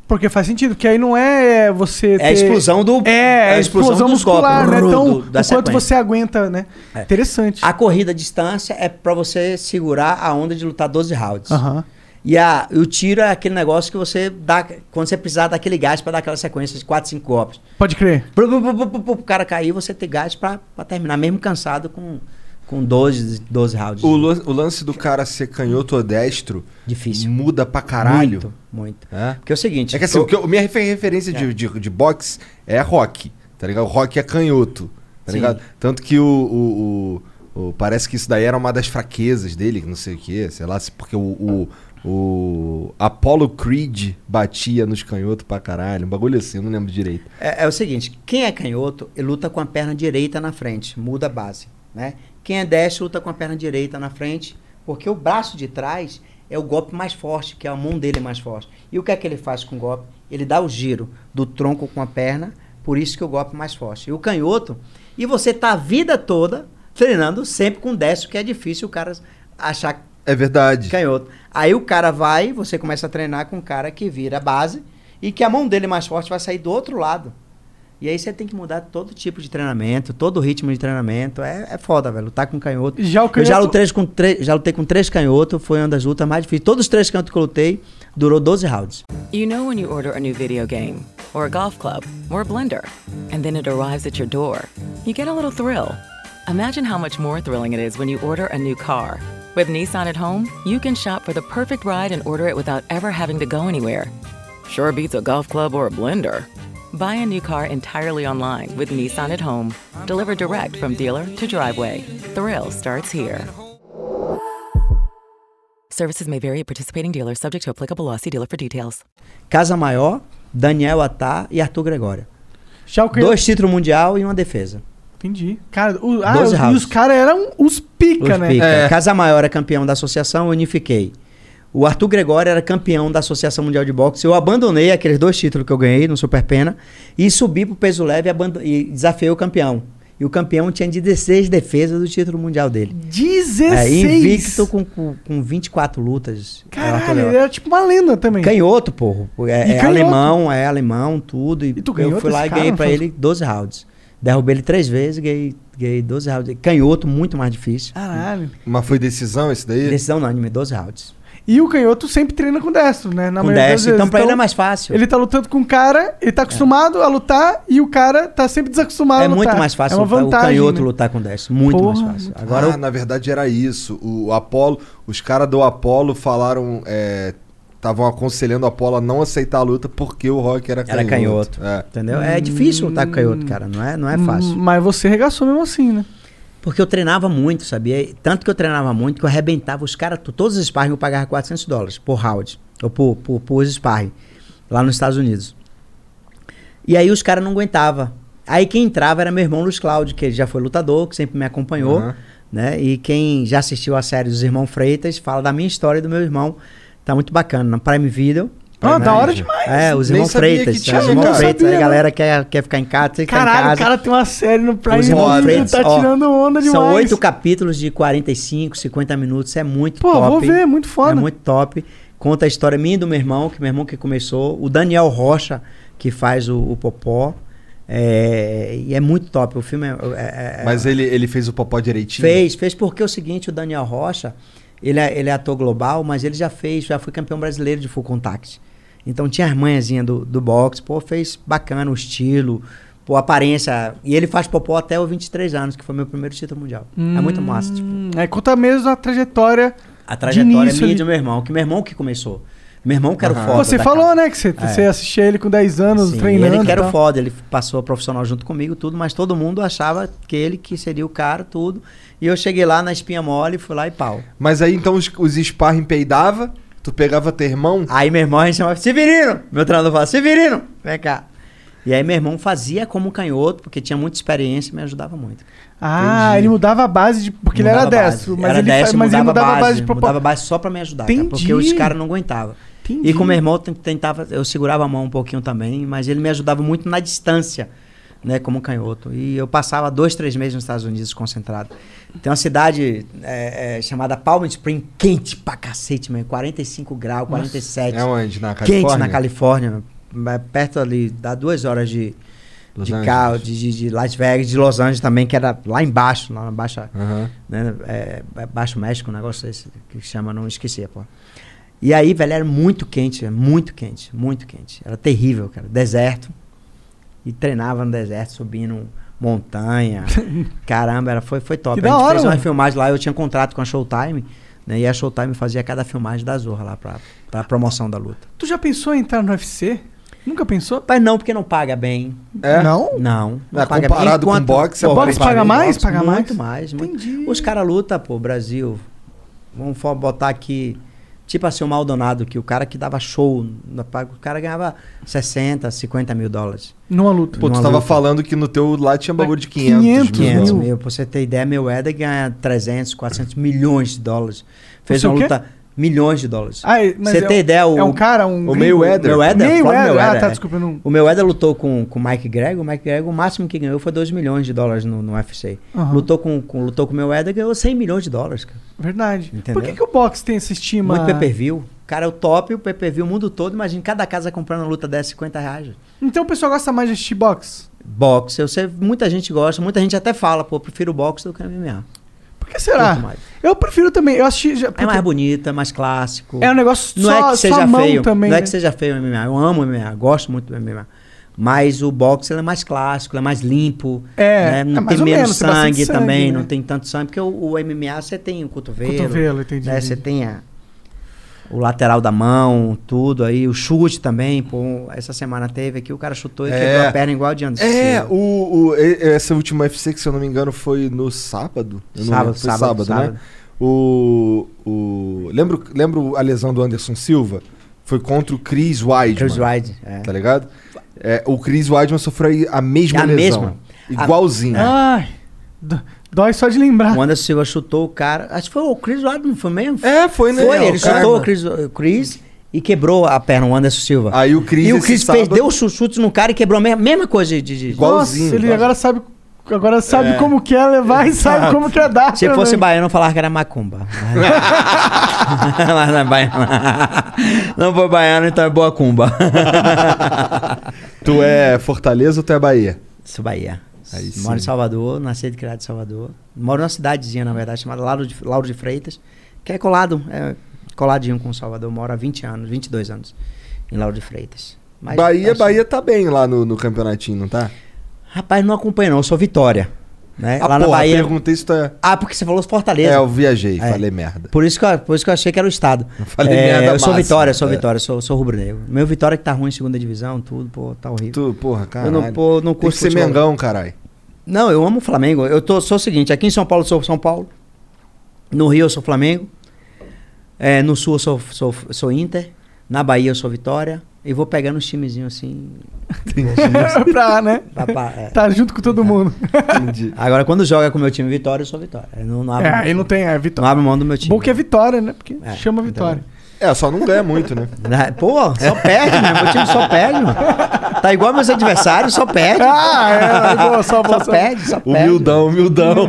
Speaker 3: Porque faz sentido, porque aí não é é, você.
Speaker 4: É a explosão do-
Speaker 3: É,
Speaker 4: é
Speaker 3: a
Speaker 4: a
Speaker 3: explosão,
Speaker 4: explosão dos
Speaker 3: muscular,
Speaker 4: golpes,
Speaker 3: né?
Speaker 4: do-
Speaker 3: Então,
Speaker 4: da
Speaker 3: o quanto
Speaker 4: sequência. É.
Speaker 3: você aguenta, né? Interessante.
Speaker 4: A corrida à distância é para você segurar a onda de lutar 12 rounds.
Speaker 3: Aham.
Speaker 4: E a, o tiro é aquele negócio que você dá quando você precisar daquele gás para dar aquela sequência de 4, 5 golpes.
Speaker 3: Pode crer.
Speaker 4: Pru, pru, pru, pru, pru, pru, o cara cair, você tem gás pra, pra terminar, mesmo cansado com, com 12, 12 rounds.
Speaker 2: O, lan- o lance do cara ser canhoto ou destro
Speaker 4: Difícil.
Speaker 2: muda pra caralho.
Speaker 4: Muito, muito.
Speaker 2: É?
Speaker 4: Porque é o seguinte.
Speaker 2: É que assim,
Speaker 4: eu-
Speaker 2: o que eu- minha refer- referência de, de, de boxe é rock, tá ligado? O rock é canhoto, tá
Speaker 4: Sim.
Speaker 2: ligado? Tanto que o, o- o- o- Parece que isso daí era uma das fraquezas dele, que não sei o quê, sei lá, se- porque o. o o Apollo Creed batia nos canhotos pra caralho. Um bagulho assim, eu não lembro direito.
Speaker 4: É, é o seguinte, quem é canhoto ele luta com a perna direita na frente, muda a base, né? Quem é destro luta com a perna direita na frente, porque o braço de trás é o golpe mais forte, que é a mão dele é mais forte. E o que é que ele faz com o golpe? Ele dá o giro do tronco com a perna, por isso que o golpe é mais forte. E o canhoto, e você tá a vida toda treinando sempre com destro, que é difícil o cara achar
Speaker 2: É verdade.
Speaker 4: Canhoto. Aí o cara vai, você começa a treinar com um cara que vira a base e que a mão dele mais forte vai sair do outro lado. E aí você tem que mudar todo tipo de treinamento, todo o ritmo de treinamento. É, é foda, velho. Lutar com canhoto.
Speaker 3: Já o
Speaker 4: Eu já
Speaker 3: canhoto-
Speaker 4: lutei com, três, já lutei com três canhotos, foi uma das lutas mais difíceis. Todos os três canhotos que eu lutei durou 12 rounds.
Speaker 8: You know when you order a new video game, or a golf club, or a blender, and then it arrives at your door, you get a little thrill. Imagine how much more thrilling it is when you order a new car. With Nissan at home, you can shop for the perfect ride and order it without ever having to go anywhere. Sure beats a golf club or a blender. Buy a new car entirely online with Nissan at home. Delivered direct from dealer to driveway. Thrill starts here. Services may vary at participating dealers, subject to applicable lossy dealer for details.
Speaker 4: Casa Maior, Daniel Atá e Arthur Gregório.
Speaker 3: Já o canhoto.
Speaker 4: Dois títulos mundial e uma defesa.
Speaker 3: Entendi. Cara, o- ah, os,
Speaker 4: Doze
Speaker 3: e
Speaker 4: rounds.
Speaker 3: os caras eram os pica,
Speaker 4: Os
Speaker 3: né?
Speaker 4: pica.
Speaker 2: É.
Speaker 4: Casa Maior é campeão da associação, eu unifiquei. O Arthur Gregório era campeão da Associação Mundial de Boxe. Eu abandonei aqueles dois títulos que eu ganhei no Super Pena e subi pro peso leve e abando- e desafiei o campeão. E o campeão tinha 16 defesas do título mundial dele.
Speaker 3: 16.
Speaker 4: É, invicto com, com, com 24 lutas. Era o Arthur
Speaker 3: Caralho, ele
Speaker 4: Gregório.
Speaker 3: era tipo uma lenda também.
Speaker 4: Canhoto, porra.
Speaker 3: E
Speaker 4: É, é
Speaker 3: canhoto?
Speaker 4: alemão, é alemão, tudo. E,
Speaker 3: E tu ganhou
Speaker 4: eu fui lá
Speaker 3: desse
Speaker 4: e ganhei
Speaker 3: cara,
Speaker 4: pra
Speaker 3: Afonso?
Speaker 4: ele 12 rounds. Derrubei ele três vezes, ganhei, ganhei 12 rounds. Canhoto, muito mais difícil.
Speaker 3: Caralho.
Speaker 2: Mas foi decisão esse daí?
Speaker 4: Decisão unânime, 12 rounds.
Speaker 3: E o canhoto sempre treina com destro, né? Na
Speaker 4: com
Speaker 3: maioria das
Speaker 4: 10.
Speaker 3: vezes.
Speaker 4: Então, pra ele é mais fácil.
Speaker 3: Ele tá lutando com um cara, ele tá acostumado a lutar e o cara tá sempre desacostumado
Speaker 4: é
Speaker 3: a lutar.
Speaker 4: muito mais fácil
Speaker 3: é uma
Speaker 4: lutar-
Speaker 3: vantagem,
Speaker 4: o canhoto
Speaker 3: né?
Speaker 4: lutar com 10. Muito
Speaker 3: Porra,
Speaker 4: mais fácil.
Speaker 3: muito
Speaker 4: Agora,
Speaker 2: ah, na verdade era isso. O Apolo, os caras do Apolo falaram, estavam aconselhando o Apolo a não aceitar a luta porque o Rock era canhoto.
Speaker 4: era canhoto.
Speaker 2: É.
Speaker 4: Entendeu?
Speaker 3: Hum.
Speaker 4: É difícil lutar com canhoto, cara. Não é, não é fácil.
Speaker 3: Mas você regaçou mesmo assim, né?
Speaker 4: Porque eu treinava muito, sabia? Tanto que eu treinava muito que eu arrebentava os caras. tu- Todos os sparring eu pagava 400 dólares por round. Ou por, por, por sparring. Lá nos Estados Unidos. E aí os caras não aguentavam. Aí quem entrava era meu irmão Luiz Cláudio, que ele já foi lutador, que sempre me acompanhou.
Speaker 2: Aham.
Speaker 4: Né? E quem já assistiu a série dos Irmãos Freitas, fala da minha história e do meu irmão. Tá muito bacana. Na Prime Video.
Speaker 3: Ah, da hora
Speaker 2: Verdade.
Speaker 3: demais.
Speaker 4: É, os
Speaker 2: nem
Speaker 4: Irmãos
Speaker 2: sabia
Speaker 4: Freitas. é,
Speaker 2: que tinha,
Speaker 4: Os Irmãos
Speaker 2: cara.
Speaker 4: Freitas,
Speaker 3: Sabia,
Speaker 4: a
Speaker 3: não.
Speaker 4: galera quer, quer ficar em casa, tem que ficar em
Speaker 3: Caralho, o
Speaker 4: casa.
Speaker 3: cara tem uma série no Prime
Speaker 4: Os
Speaker 2: Irmãos
Speaker 3: Video,
Speaker 2: Freitas,
Speaker 3: tá
Speaker 4: ó,
Speaker 3: tirando onda demais.
Speaker 4: São oito capítulos de 45, 50 minutos. É muito
Speaker 3: Pô,
Speaker 4: top.
Speaker 3: vou ver, é muito foda.
Speaker 4: É muito top. Conta a história minha e do meu irmão, que meu irmão que começou. O Daniel Rocha, que faz o, o Popó. É, e é muito top. O filme é- é- é-
Speaker 2: Mas ele, ele fez o popó direitinho.
Speaker 4: Fez, fez porque é o seguinte, o Daniel Rocha, ele é, ele é ator global, mas ele já fez, já foi campeão brasileiro de full contact. Então tinha a irmãzinha do, do boxe, pô, fez bacana o estilo, pô, a aparência. E ele faz popó até os 23 anos, que foi meu primeiro título mundial. É muito massa, tipo.
Speaker 3: Hum, é, conta mesmo a trajetória.
Speaker 4: A trajetória é
Speaker 3: início
Speaker 4: minha e
Speaker 3: ali.
Speaker 4: do meu irmão, que meu irmão que começou. Meu irmão, quero foto.
Speaker 3: Você
Speaker 4: da
Speaker 3: falou,
Speaker 4: capa.
Speaker 3: né, que você, você assistia ele com 10 anos,
Speaker 4: Sim,
Speaker 3: treinando.
Speaker 4: ele que era
Speaker 3: e
Speaker 4: o
Speaker 3: tal.
Speaker 4: foda, ele passou a profissional junto comigo, tudo, mas todo mundo achava que ele que seria o cara, tudo. E eu cheguei lá na espinha mole, fui lá e pau.
Speaker 2: Mas aí então os, os sparring peidava, tu pegava teu irmão.
Speaker 4: Aí meu irmão a gente chamava, Severino! Meu treinador falava, Severino, vem cá. E aí meu irmão fazia como canhoto, porque tinha muita experiência e me ajudava muito.
Speaker 3: Ah, ele mudava a base de. Porque ele era
Speaker 4: Mudava a base.
Speaker 3: destro, mas,
Speaker 4: Era
Speaker 3: ele, fa-
Speaker 4: destro,
Speaker 3: mas ele mudava a base de
Speaker 4: Mudava a
Speaker 3: propósito.
Speaker 4: base só pra me ajudar, cara,
Speaker 3: Entendi.
Speaker 4: porque os caras não aguentavam.
Speaker 3: Entendi.
Speaker 4: E é- com meu irmão eu ten- tentava, eu segurava a mão um pouquinho também, mas ele me ajudava muito na distância, né, como canhoto. E eu passava dois, três meses nos Estados Unidos concentrado. Tem uma cidade é, é, chamada Palm Spring, quente pra cacete, meu, 45 graus, 47.
Speaker 2: É onde? Na
Speaker 4: quente
Speaker 5: né?
Speaker 2: Califórnia?
Speaker 4: na Califórnia, mas perto ali, dá duas horas de,
Speaker 2: Los
Speaker 4: de
Speaker 2: Angeles.
Speaker 4: carro, de, de- de Las Vegas, de Los Angeles também, que era lá embaixo, lá na Baixa
Speaker 2: Aham.
Speaker 4: né? É, é Baixo México, um negócio desse que chama, não esqueci, pô. E aí, velho, era muito quente, era muito quente, muito quente. Era terrível, cara. Deserto. E treinava no deserto, subindo montanha. Caramba, era, foi, foi top.
Speaker 3: Que da
Speaker 4: a gente
Speaker 3: hora,
Speaker 4: fez umas
Speaker 3: mano.
Speaker 4: filmagens lá, eu tinha contrato com a Showtime, né? E a Showtime fazia cada filmagem da Zorra lá pra, pra promoção da luta.
Speaker 3: Tu já pensou em entrar no UFC? Nunca pensou?
Speaker 4: Mas não, porque não paga bem.
Speaker 2: É?
Speaker 3: Não?
Speaker 4: Não. não
Speaker 2: É, comparado com boxe,
Speaker 4: Pô,
Speaker 2: é
Speaker 3: Ah, boxe paga mais?
Speaker 4: boxe,
Speaker 3: Paga
Speaker 4: muito
Speaker 3: mais?
Speaker 4: mais. muito.
Speaker 3: Entendi.
Speaker 4: Os caras lutam, pô, Brasil. Vamos fo- botar aqui. Tipo assim, o Maldonado, que o cara que dava show, na paga- o cara ganhava 60, 50 mil dólares.
Speaker 3: Numa luta.
Speaker 2: Pô, tu
Speaker 4: Numa
Speaker 2: tava
Speaker 4: luta.
Speaker 2: falando que no teu lá tinha bagulho de 500, mil.
Speaker 3: 500
Speaker 4: 500
Speaker 3: mil.
Speaker 4: mil. Pra você ter ideia, meu Eder ganha 300, 400 milhões de dólares. Fez
Speaker 3: Você o
Speaker 4: uma
Speaker 3: quê?
Speaker 4: luta, milhões de dólares.
Speaker 3: Ah, é- mas
Speaker 4: você
Speaker 3: é
Speaker 4: tem
Speaker 3: um-
Speaker 4: ideia, o-
Speaker 3: É um cara, um.
Speaker 2: o Mayweather.
Speaker 4: Meu Eder,
Speaker 3: Meio
Speaker 4: Floyd
Speaker 3: Eder. Ah,
Speaker 4: Mayweather,
Speaker 3: tá,
Speaker 4: é.
Speaker 3: desculpa, eu não.
Speaker 4: O meu Eder lutou com com o Mike Gregor. O Mike Gregor, o máximo que ganhou foi 2 milhões de dólares no, no UFC.
Speaker 3: Aham.
Speaker 4: Lutou com, com- lutou com o meu Eder, ganhou 100 milhões de dólares, cara.
Speaker 3: Verdade.
Speaker 4: Entendeu?
Speaker 3: Por que, que o boxe tem essa estima?
Speaker 4: Muito pay-per-view. O cara é o top, o pay-per-view, o mundo todo. Imagina cada casa comprando uma luta dessa, 50 reais. gente.
Speaker 3: Então o pessoal gosta mais de assistir boxe.
Speaker 4: Boxe, eu sei, muita gente gosta, muita gente até fala, pô, eu prefiro boxe do que MMA.
Speaker 3: Por que será?
Speaker 4: Muito mais.
Speaker 3: Eu prefiro também. Eu assisti. Já,
Speaker 4: É mais bonito, é mais clássico.
Speaker 3: É um negócio
Speaker 4: não
Speaker 3: só,
Speaker 4: é que
Speaker 3: só
Speaker 4: seja
Speaker 3: mão
Speaker 4: feio,
Speaker 3: também.
Speaker 4: Não é
Speaker 3: né?
Speaker 4: que seja feio o MMA. Eu amo o MMA, gosto muito do MMA. Mas o boxe ele é mais clássico, ele é mais limpo.
Speaker 3: É,
Speaker 4: né? não
Speaker 3: é mais
Speaker 4: tem
Speaker 3: ou
Speaker 4: menos
Speaker 3: menos, tem bastante
Speaker 4: sangue
Speaker 3: sangue,
Speaker 4: também,
Speaker 3: né?
Speaker 4: não tem tanto sangue, porque o, o MMA você tem o cotovelo.
Speaker 3: Cotovelo, entendi.
Speaker 4: né? Você tem a- o lateral da mão, tudo aí, o chute também. Pô, essa semana teve aqui, o cara chutou e
Speaker 2: É.
Speaker 4: quebrou a perna igual a de Anderson.
Speaker 2: É,
Speaker 4: Silva.
Speaker 2: o, o- e- essa última UFC, que se eu não me engano, foi no sábado. Eu não
Speaker 4: Sábado,
Speaker 2: lembro, foi
Speaker 4: sábado,
Speaker 2: né?
Speaker 4: sábado.
Speaker 2: O. o lembro, lembro a lesão do Anderson Silva? Foi contra o Chris Weidman.
Speaker 4: Chris Wide. É.
Speaker 2: Tá ligado? É, o Chris Weidman sofreu a mesma
Speaker 4: A Ah.
Speaker 2: lesão.
Speaker 4: mesma.
Speaker 2: Igualzinho.
Speaker 3: Ai.
Speaker 4: né?
Speaker 3: dó- Dói só de lembrar.
Speaker 4: O Anderson Silva chutou o cara. Acho que foi o Chris Wide, não foi mesmo?
Speaker 2: É, foi, né?
Speaker 4: Foi,
Speaker 2: É,
Speaker 4: ele
Speaker 2: o cara-
Speaker 4: chutou o Chris, o Chris e quebrou a perna, o Anderson Silva.
Speaker 2: Aí o Chris
Speaker 4: e o
Speaker 2: esse
Speaker 4: Chris
Speaker 2: sábado-
Speaker 4: perdeu os chutes no cara e quebrou a mesma, mesma coisa de. de- de-
Speaker 2: Igual- igualzinho,
Speaker 3: Nossa, ele
Speaker 2: igualzinho.
Speaker 3: agora sabe, agora sabe como que é levar e sabe como que é dar.
Speaker 4: Se
Speaker 3: também.
Speaker 4: fosse baiano, eu falava que era macumba. Mas não é baiano. Não foi baiano, então é boa cumba.
Speaker 2: Tu é Fortaleza ou tu é Bahia?
Speaker 4: Sou Bahia.
Speaker 2: Aí sim.
Speaker 4: Moro em Salvador, nasci e criado em Salvador. Moro numa cidadezinha, na verdade, chamada Lauro de, Lauro de Freitas, que é colado, é coladinho com Salvador. Moro há 20 anos, 22 anos em Lauro de Freitas. Mas,
Speaker 2: Bahia,
Speaker 4: assim,
Speaker 2: Bahia tá bem lá no, no campeonatinho, não tá?
Speaker 4: Rapaz, não acompanho não, eu sou Vitória. Né?
Speaker 2: Ah,
Speaker 4: Lá na
Speaker 2: porra,
Speaker 4: Bahia.
Speaker 2: perguntei se tu é.
Speaker 4: Ah, porque você falou Fortaleza.
Speaker 2: É, eu viajei,
Speaker 4: É.
Speaker 2: falei merda.
Speaker 4: Por isso, que eu, por isso que eu achei que era o Estado.
Speaker 2: falei
Speaker 4: é,
Speaker 2: merda
Speaker 4: Eu sou
Speaker 2: máxima,
Speaker 4: Vitória, sou
Speaker 2: é.
Speaker 4: Vitória, sou, sou rubro-negro. Meu Vitória que tá ruim em segunda divisão, tudo, pô, tá horrível.
Speaker 2: Tu, porra, cara.
Speaker 4: Eu não, pô, não
Speaker 2: Tem que
Speaker 4: curto
Speaker 2: ser
Speaker 4: futebol.
Speaker 2: Mengão, caralho.
Speaker 4: Não, eu amo o Flamengo. Eu tô, sou o seguinte, aqui em São Paulo eu sou São Paulo. No Rio eu sou Flamengo. É, no Sul eu sou, sou, sou Inter. Na Bahia eu sou Vitória. E vou pegando uns timezinhos assim.
Speaker 3: pra, né?
Speaker 4: pra- pra- é.
Speaker 3: Tá junto com todo mundo.
Speaker 4: Agora, quando joga com o meu time Vitória, eu sou Vitória. Eu Não, não, abro,
Speaker 3: É, aí não tem, é
Speaker 4: não
Speaker 3: vitória.
Speaker 4: abro mão do meu time.
Speaker 3: Bom que é vitória, né? Porque
Speaker 4: É,
Speaker 3: chama
Speaker 4: então-
Speaker 3: vitória.
Speaker 2: É, só não ganha muito, né?
Speaker 4: Ah, Pô, só perde, né? Meu time só perde, mano. Tá igual meus adversários, só perde.
Speaker 3: Ah, é, boa, só boa,
Speaker 4: só
Speaker 3: só-
Speaker 4: perde, só perde.
Speaker 2: Humildão, humildão.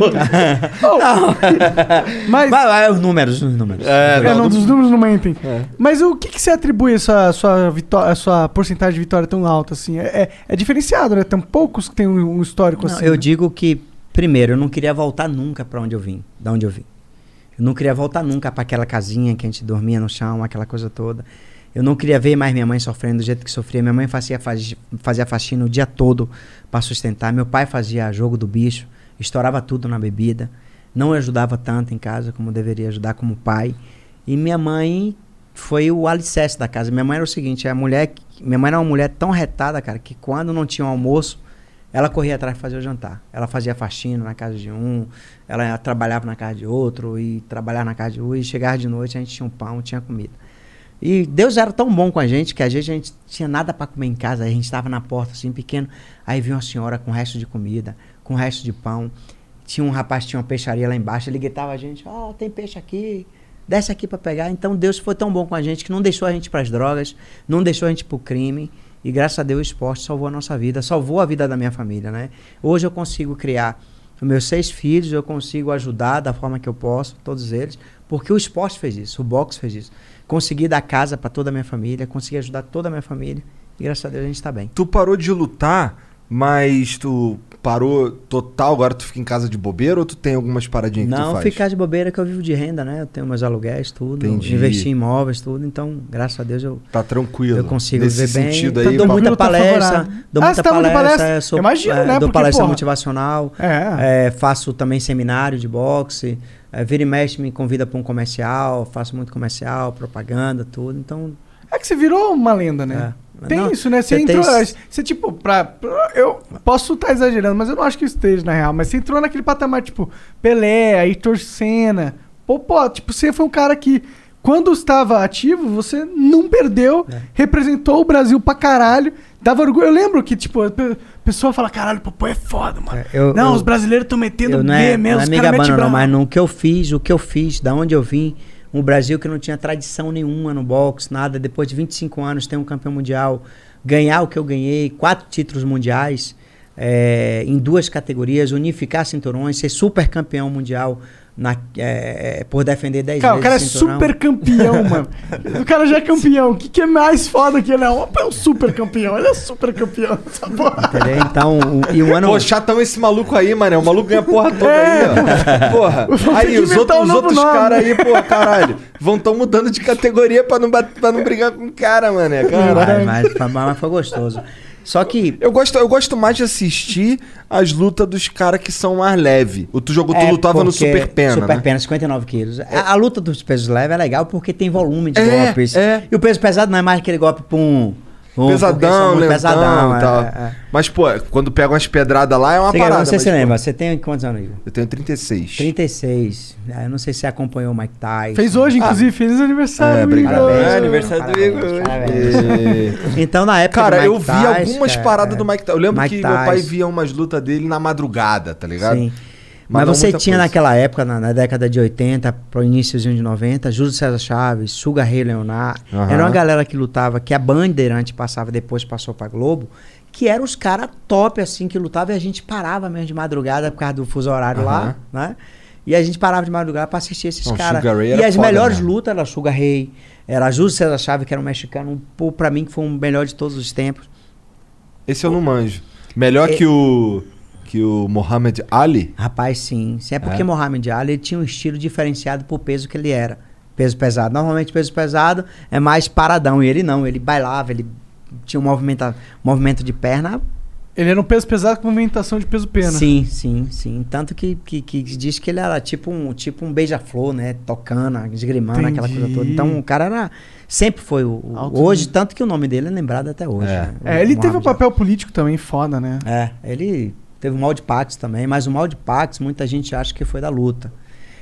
Speaker 3: Mas,
Speaker 4: Vai, vai, ah, os números, os números.
Speaker 2: É,
Speaker 3: é,
Speaker 2: não,
Speaker 3: não, dos números não mentem. Mas o que, que você atribui essa sua, vitó- a sua porcentagem de vitória tão alta assim? É, é- é diferenciado, né? Tem poucos que tem um, um histórico
Speaker 4: Não,
Speaker 3: assim.
Speaker 4: eu digo que, primeiro, eu não queria voltar nunca pra onde eu vim, da onde eu vim. Eu não queria voltar nunca pra aquela casinha que a gente dormia no chão, aquela coisa toda. Eu não queria ver mais minha mãe sofrendo do jeito que sofria. Minha mãe fazia, faxi- fazia faxina o dia todo pra sustentar. Meu pai fazia jogo do bicho, estourava tudo na bebida. Não ajudava tanto em casa como deveria ajudar como pai. E minha mãe foi o alicerce da casa. Minha mãe era o seguinte, a mulher, que- minha mãe era uma mulher tão retada, cara, que quando não tinha um almoço, ela corria atrás de fazer o jantar. Ela fazia faxina na casa de um, ela trabalhava na casa de outro e trabalhava na casa de outro e chegava de noite, a gente tinha um pão, tinha comida. E Deus era tão bom com a gente que às vezes a gente tinha nada para comer em casa, a gente estava na porta assim, pequeno, aí vinha uma senhora com resto de comida, com resto de pão. Tinha um rapaz, tinha uma peixaria lá embaixo, ele gritava a gente: "Ó, tem peixe aqui, desce aqui para pegar". Então Deus foi tão bom com a gente que não deixou a gente para as drogas, não deixou a gente para o crime. E graças a Deus o esporte salvou a nossa vida, salvou a vida da minha família, né? Hoje eu consigo criar os meus seis filhos, eu consigo ajudar da forma que eu posso, todos eles, porque o esporte fez isso, o boxe fez isso. Consegui dar casa para toda a minha família, consegui ajudar toda a minha família, e graças a Deus a gente está bem.
Speaker 2: Tu parou de lutar, mas tu parou total, agora tu fica em casa de bobeira ou tu tem algumas paradinhas que tu
Speaker 4: Não
Speaker 2: faz?
Speaker 4: ficar de bobeira que eu vivo de renda, né? Eu tenho meus aluguéis, tudo,
Speaker 2: Entendi.
Speaker 4: investi em imóveis, tudo, então, graças a Deus eu
Speaker 2: Tá tranquilo.
Speaker 4: Eu consigo
Speaker 2: Nesse
Speaker 4: viver bem.
Speaker 2: sentido
Speaker 4: Então,
Speaker 2: aí,
Speaker 4: dou
Speaker 2: papo-
Speaker 4: muita
Speaker 3: tá
Speaker 4: palestra,
Speaker 3: favorável.
Speaker 4: dou
Speaker 3: Ah,
Speaker 4: muita
Speaker 3: você tá dando
Speaker 4: palestra,
Speaker 3: palestra?
Speaker 4: eu sou,
Speaker 3: Imagino,
Speaker 4: é,
Speaker 3: né?
Speaker 4: dou
Speaker 3: Porque,
Speaker 4: palestra
Speaker 3: porra,
Speaker 4: motivacional,
Speaker 3: É.
Speaker 4: é, faço também seminário de boxe, é, vira e mexe me convida para um comercial, faço muito comercial, propaganda, tudo, então
Speaker 3: É que você virou uma lenda, né?
Speaker 4: É.
Speaker 3: Tem
Speaker 4: Não,
Speaker 3: isso, né? Você
Speaker 4: você
Speaker 3: entrou.
Speaker 4: tem-
Speaker 3: Você, tipo, pra, pra- Eu posso estar exagerando, mas eu não acho que isso esteja, na real. Mas você entrou naquele patamar, tipo, Pelé, Heitor Senna. Pô, pô, tipo, você foi um cara que, quando estava ativo, você não perdeu,
Speaker 4: É.
Speaker 3: representou o Brasil pra caralho. Dava orgulho. Eu lembro que, tipo, a pe- pessoa fala, caralho, o Popô é foda, mano.
Speaker 4: É, eu-
Speaker 3: não,
Speaker 4: eu-
Speaker 3: os brasileiros estão metendo
Speaker 4: eu
Speaker 3: B
Speaker 4: não é, não
Speaker 3: mesmo,
Speaker 4: é
Speaker 3: os
Speaker 4: me
Speaker 3: caras metem
Speaker 4: gabando não,
Speaker 3: bravo.
Speaker 4: mas no que eu fiz, o que eu fiz, da onde eu vim, um Brasil que não tinha tradição nenhuma no boxe, nada, depois de 25 anos ter um campeão mundial, ganhar o que eu ganhei, quatro títulos mundiais é, em duas categorias, unificar cinturões, ser super campeão mundial na, é, por defender 10
Speaker 3: Cara, o
Speaker 4: vezes
Speaker 3: cara é
Speaker 4: cinturão.
Speaker 3: super campeão, mano. O cara já é campeão. O que, que é mais foda que ele é? Opa, é um super campeão. Ele é super campeão dessa porra.
Speaker 4: Entendeu? Então, o- e o ano...
Speaker 2: Pô, chatão esse maluco aí, mané. O maluco ganha a porra toda
Speaker 4: É.
Speaker 2: aí, ó. Porra.
Speaker 3: Vamos ter
Speaker 2: Aí,
Speaker 3: que
Speaker 2: os
Speaker 3: inventar
Speaker 2: outros,
Speaker 3: um
Speaker 2: os
Speaker 3: novo
Speaker 2: outros
Speaker 3: nome.
Speaker 2: caras aí, porra, caralho. Vão tão mudando de categoria pra não, bat- pra não brigar com o cara, mané. Caralho.
Speaker 4: Mas, mas, mas- mas foi gostoso. Só que...
Speaker 2: Eu gosto, eu gosto mais de assistir as lutas dos caras que são mais leve. O tu jogou, tu
Speaker 4: É,
Speaker 2: lutava no
Speaker 4: porque
Speaker 2: Super Pena.
Speaker 4: Super
Speaker 2: né?
Speaker 4: Pena, 59 quilos. A, a luta dos pesos leves é legal porque tem volume de
Speaker 2: É,
Speaker 4: golpes.
Speaker 2: é.
Speaker 4: E o peso pesado não é mais aquele golpe pum. pum um porque são
Speaker 2: Pesadão,
Speaker 4: muito
Speaker 2: lentão
Speaker 4: pesadão,
Speaker 2: e tal.
Speaker 4: É, é.
Speaker 2: Mas, pô, quando pega umas pedradas lá é uma
Speaker 4: Você- eu
Speaker 2: parada.
Speaker 4: não sei
Speaker 2: mas,
Speaker 4: se você
Speaker 2: pô,
Speaker 4: lembra, você tem quantos anos, Igor?
Speaker 2: Eu tenho 36.
Speaker 4: 36. Ah, Eu não sei se você acompanhou o Mike Tyson.
Speaker 3: Fez hoje, inclusive, fez aniversário.
Speaker 2: É, obrigado.
Speaker 3: Igor.
Speaker 5: É, aniversário do
Speaker 4: Parabéns,
Speaker 5: Igor hoje.
Speaker 4: parabéns.
Speaker 2: E-
Speaker 4: Então, na época
Speaker 2: Cara,
Speaker 4: do Mike
Speaker 2: eu vi
Speaker 4: Tyson,
Speaker 2: algumas
Speaker 4: cara,
Speaker 2: paradas
Speaker 4: é,
Speaker 2: do Mike Tyson. Eu lembro
Speaker 4: Mike
Speaker 2: que meu pai
Speaker 4: Tyson.
Speaker 2: via umas lutas dele na madrugada, tá ligado?
Speaker 4: Sim.
Speaker 2: Mas
Speaker 4: Mas,
Speaker 2: não
Speaker 4: você
Speaker 2: muita
Speaker 4: tinha
Speaker 2: coisa.
Speaker 4: naquela época, na, na década de 80, pro iníciozinho de 90, Júlio César Chaves, Sugar Ray Leonard,
Speaker 2: Aham.
Speaker 4: era uma galera que lutava, que a Bandeirante passava, depois passou pra Globo, que eram os caras top, assim, que lutavam e a gente parava mesmo de madrugada por causa do fuso horário lá, né? E a gente parava de madrugada pra assistir esses
Speaker 2: Não,
Speaker 4: caras.
Speaker 2: Sugar Ray
Speaker 4: E
Speaker 2: era
Speaker 4: as
Speaker 2: foda
Speaker 4: melhores
Speaker 2: mesmo.
Speaker 4: lutas era Sugar Ray, era Júlio César Chaves, que era um mexicano, pô, pra mim que foi o melhor de todos os tempos.
Speaker 2: Esse eu não manjo. Melhor que o. Que o Mohamed Ali.
Speaker 4: Rapaz, sim. Sim, é porque
Speaker 2: É?
Speaker 4: Mohamed Ali ele tinha um estilo diferenciado pro peso que ele era. Peso pesado. Normalmente peso pesado é mais paradão. E ele não, ele bailava, ele tinha um movimento, movimento de perna.
Speaker 3: Ele era um peso pesado com movimentação de peso pena.
Speaker 4: Sim, sim, sim. Tanto que, que, que diz que ele era tipo um, tipo um beija-flor, né? Tocando, esgrimando, aquela
Speaker 3: Entendi.
Speaker 4: coisa toda. Então o cara era. Sempre foi o. o-
Speaker 3: Alto
Speaker 4: hoje,
Speaker 3: nível.
Speaker 4: tanto que o nome dele é lembrado até hoje.
Speaker 2: É.
Speaker 4: né?
Speaker 3: É, ele
Speaker 4: O
Speaker 3: teve um
Speaker 4: Mohamed Ali.
Speaker 3: papel político também foda, né?
Speaker 4: É, ele teve o mal de Pax também, mas o mal de Pax muita gente acha que foi da luta.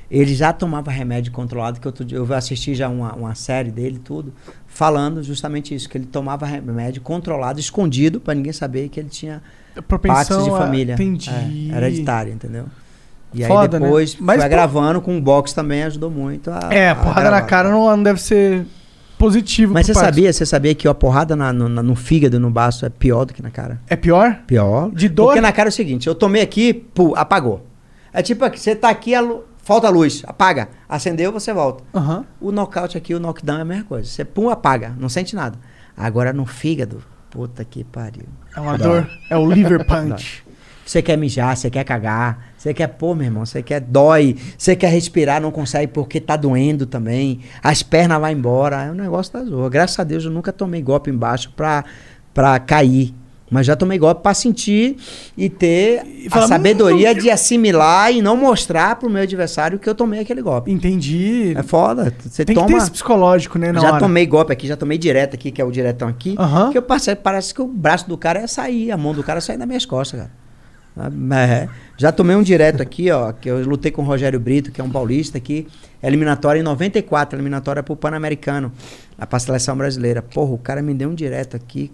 Speaker 4: Ele já tomava remédio controlado, que outro dia eu assisti já uma, uma série dele, tudo, falando justamente isso, que ele tomava remédio controlado, escondido, pra ninguém saber que ele tinha Pax
Speaker 3: Propensão
Speaker 4: É. de
Speaker 3: a-
Speaker 4: família.
Speaker 3: é, Entendi.
Speaker 4: É, hereditária, entendeu? E
Speaker 3: Foda,
Speaker 4: aí
Speaker 3: né?
Speaker 4: depois
Speaker 3: Mas,
Speaker 4: foi
Speaker 3: pô-
Speaker 4: agravando com o boxe também, ajudou muito a.
Speaker 3: É,
Speaker 4: a
Speaker 3: porrada na
Speaker 4: agravar.
Speaker 3: cara não, não deve ser positivo.
Speaker 4: Mas
Speaker 3: pro
Speaker 4: você
Speaker 3: Pax.
Speaker 4: sabia, você sabia que a porrada na- no, na- no fígado, no baço, é pior do que na cara?
Speaker 3: É pior?
Speaker 4: Pior.
Speaker 3: De dor?
Speaker 4: Porque na cara é o seguinte, eu tomei aqui, pô, apagou. É tipo aqui, você tá aqui, a lu- falta a luz, apaga. Acendeu, você volta.
Speaker 3: Aham.
Speaker 4: O nocaute aqui, o knockdown é a mesma coisa. Você pum, apaga, não sente nada. Agora no fígado, puta que pariu.
Speaker 3: É uma dor. É o liver punch.
Speaker 4: Você quer mijar, você quer cagar, você quer pô, meu irmão, você quer dói, você quer respirar, não consegue porque tá doendo também. As pernas vão embora, é um negócio da zorra. Graças a Deus eu nunca tomei golpe embaixo pra, pra cair. Mas já tomei golpe pra sentir e ter
Speaker 3: falar,
Speaker 4: a sabedoria de assimilar e não mostrar pro meu adversário que eu tomei aquele golpe.
Speaker 3: Entendi.
Speaker 4: É foda. Você
Speaker 3: Tem
Speaker 4: toma.
Speaker 3: que ter esse psicológico, né, na
Speaker 4: já
Speaker 3: hora.
Speaker 4: tomei golpe aqui, já tomei direto aqui, que é o diretão aqui.
Speaker 3: Aham.
Speaker 4: Que eu passei, parece que o braço do cara ia sair, a mão do cara ia sair das minhas costas, cara. Ah, mas é. Já tomei um direto aqui, ó, que eu lutei com o Rogério Brito, que é um paulista aqui, eliminatória em 94, eliminatória pro Pan-Americano, lá pra seleção brasileira. Porra, o cara me deu um direto aqui,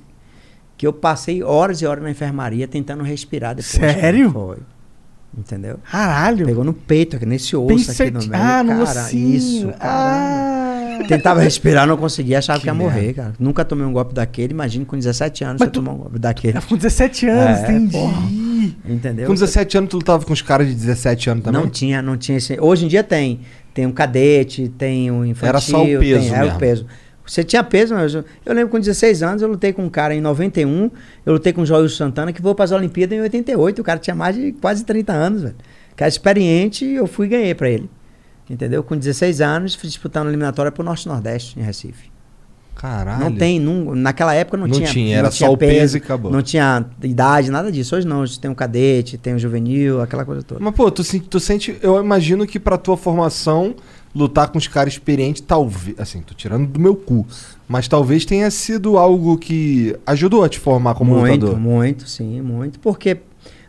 Speaker 4: que eu passei horas e horas na enfermaria tentando respirar depois. cara.
Speaker 3: Sério?
Speaker 4: Foi. Entendeu?
Speaker 3: Caralho.
Speaker 4: Pegou no peito, aqui, nesse osso
Speaker 3: Pensei-
Speaker 4: aqui no meio.
Speaker 3: Ah, no
Speaker 4: Cara,
Speaker 3: ossinho.
Speaker 4: Isso, caralho.
Speaker 3: ah.
Speaker 4: Tentava respirar, não conseguia, achava que, ia morrer, cara. Nunca tomei um golpe daquele, imagina com 17 anos
Speaker 3: Mas
Speaker 4: você
Speaker 3: tu-
Speaker 4: tomar um golpe
Speaker 2: Tá
Speaker 4: daquele.
Speaker 3: Com 17 anos,
Speaker 4: É,
Speaker 3: entendi.
Speaker 4: Entendeu?
Speaker 2: Com 17 anos, tu lutava com os caras de 17 anos também?
Speaker 4: Não tinha, não tinha esse. Hoje em dia tem. Tem um cadete, tem um infantil.
Speaker 2: Era só o
Speaker 4: tem-
Speaker 2: peso
Speaker 4: era
Speaker 2: mesmo.
Speaker 4: o peso. Você tinha peso, mas eu, eu lembro que com 16 anos eu lutei com um cara em 91, eu lutei com o Joel Santana, que foi para as Olimpíadas em 88. O cara tinha mais de quase 30 anos, velho. Cara experiente, eu fui e ganhei para ele. Entendeu? Com 16 anos, fui disputando a eliminatória pro Norte-Nordeste, em Recife.
Speaker 2: Caralho.
Speaker 4: Não tem, não- naquela época não,
Speaker 2: Não
Speaker 4: tinha.
Speaker 2: tinha,
Speaker 4: não
Speaker 2: era só o peso e acabou.
Speaker 4: Não tinha idade, nada disso. Hoje não, hoje tem um cadete, tem um juvenil, aquela coisa toda.
Speaker 2: Mas, pô, tu, sen- tu sente. Eu imagino que pra tua formação, lutar com os caras experientes, talvez. Assim, tô tirando do meu cu. Mas talvez tenha sido algo que ajudou a te formar como
Speaker 4: muito,
Speaker 2: lutador.
Speaker 4: muito, sim, muito. Porque,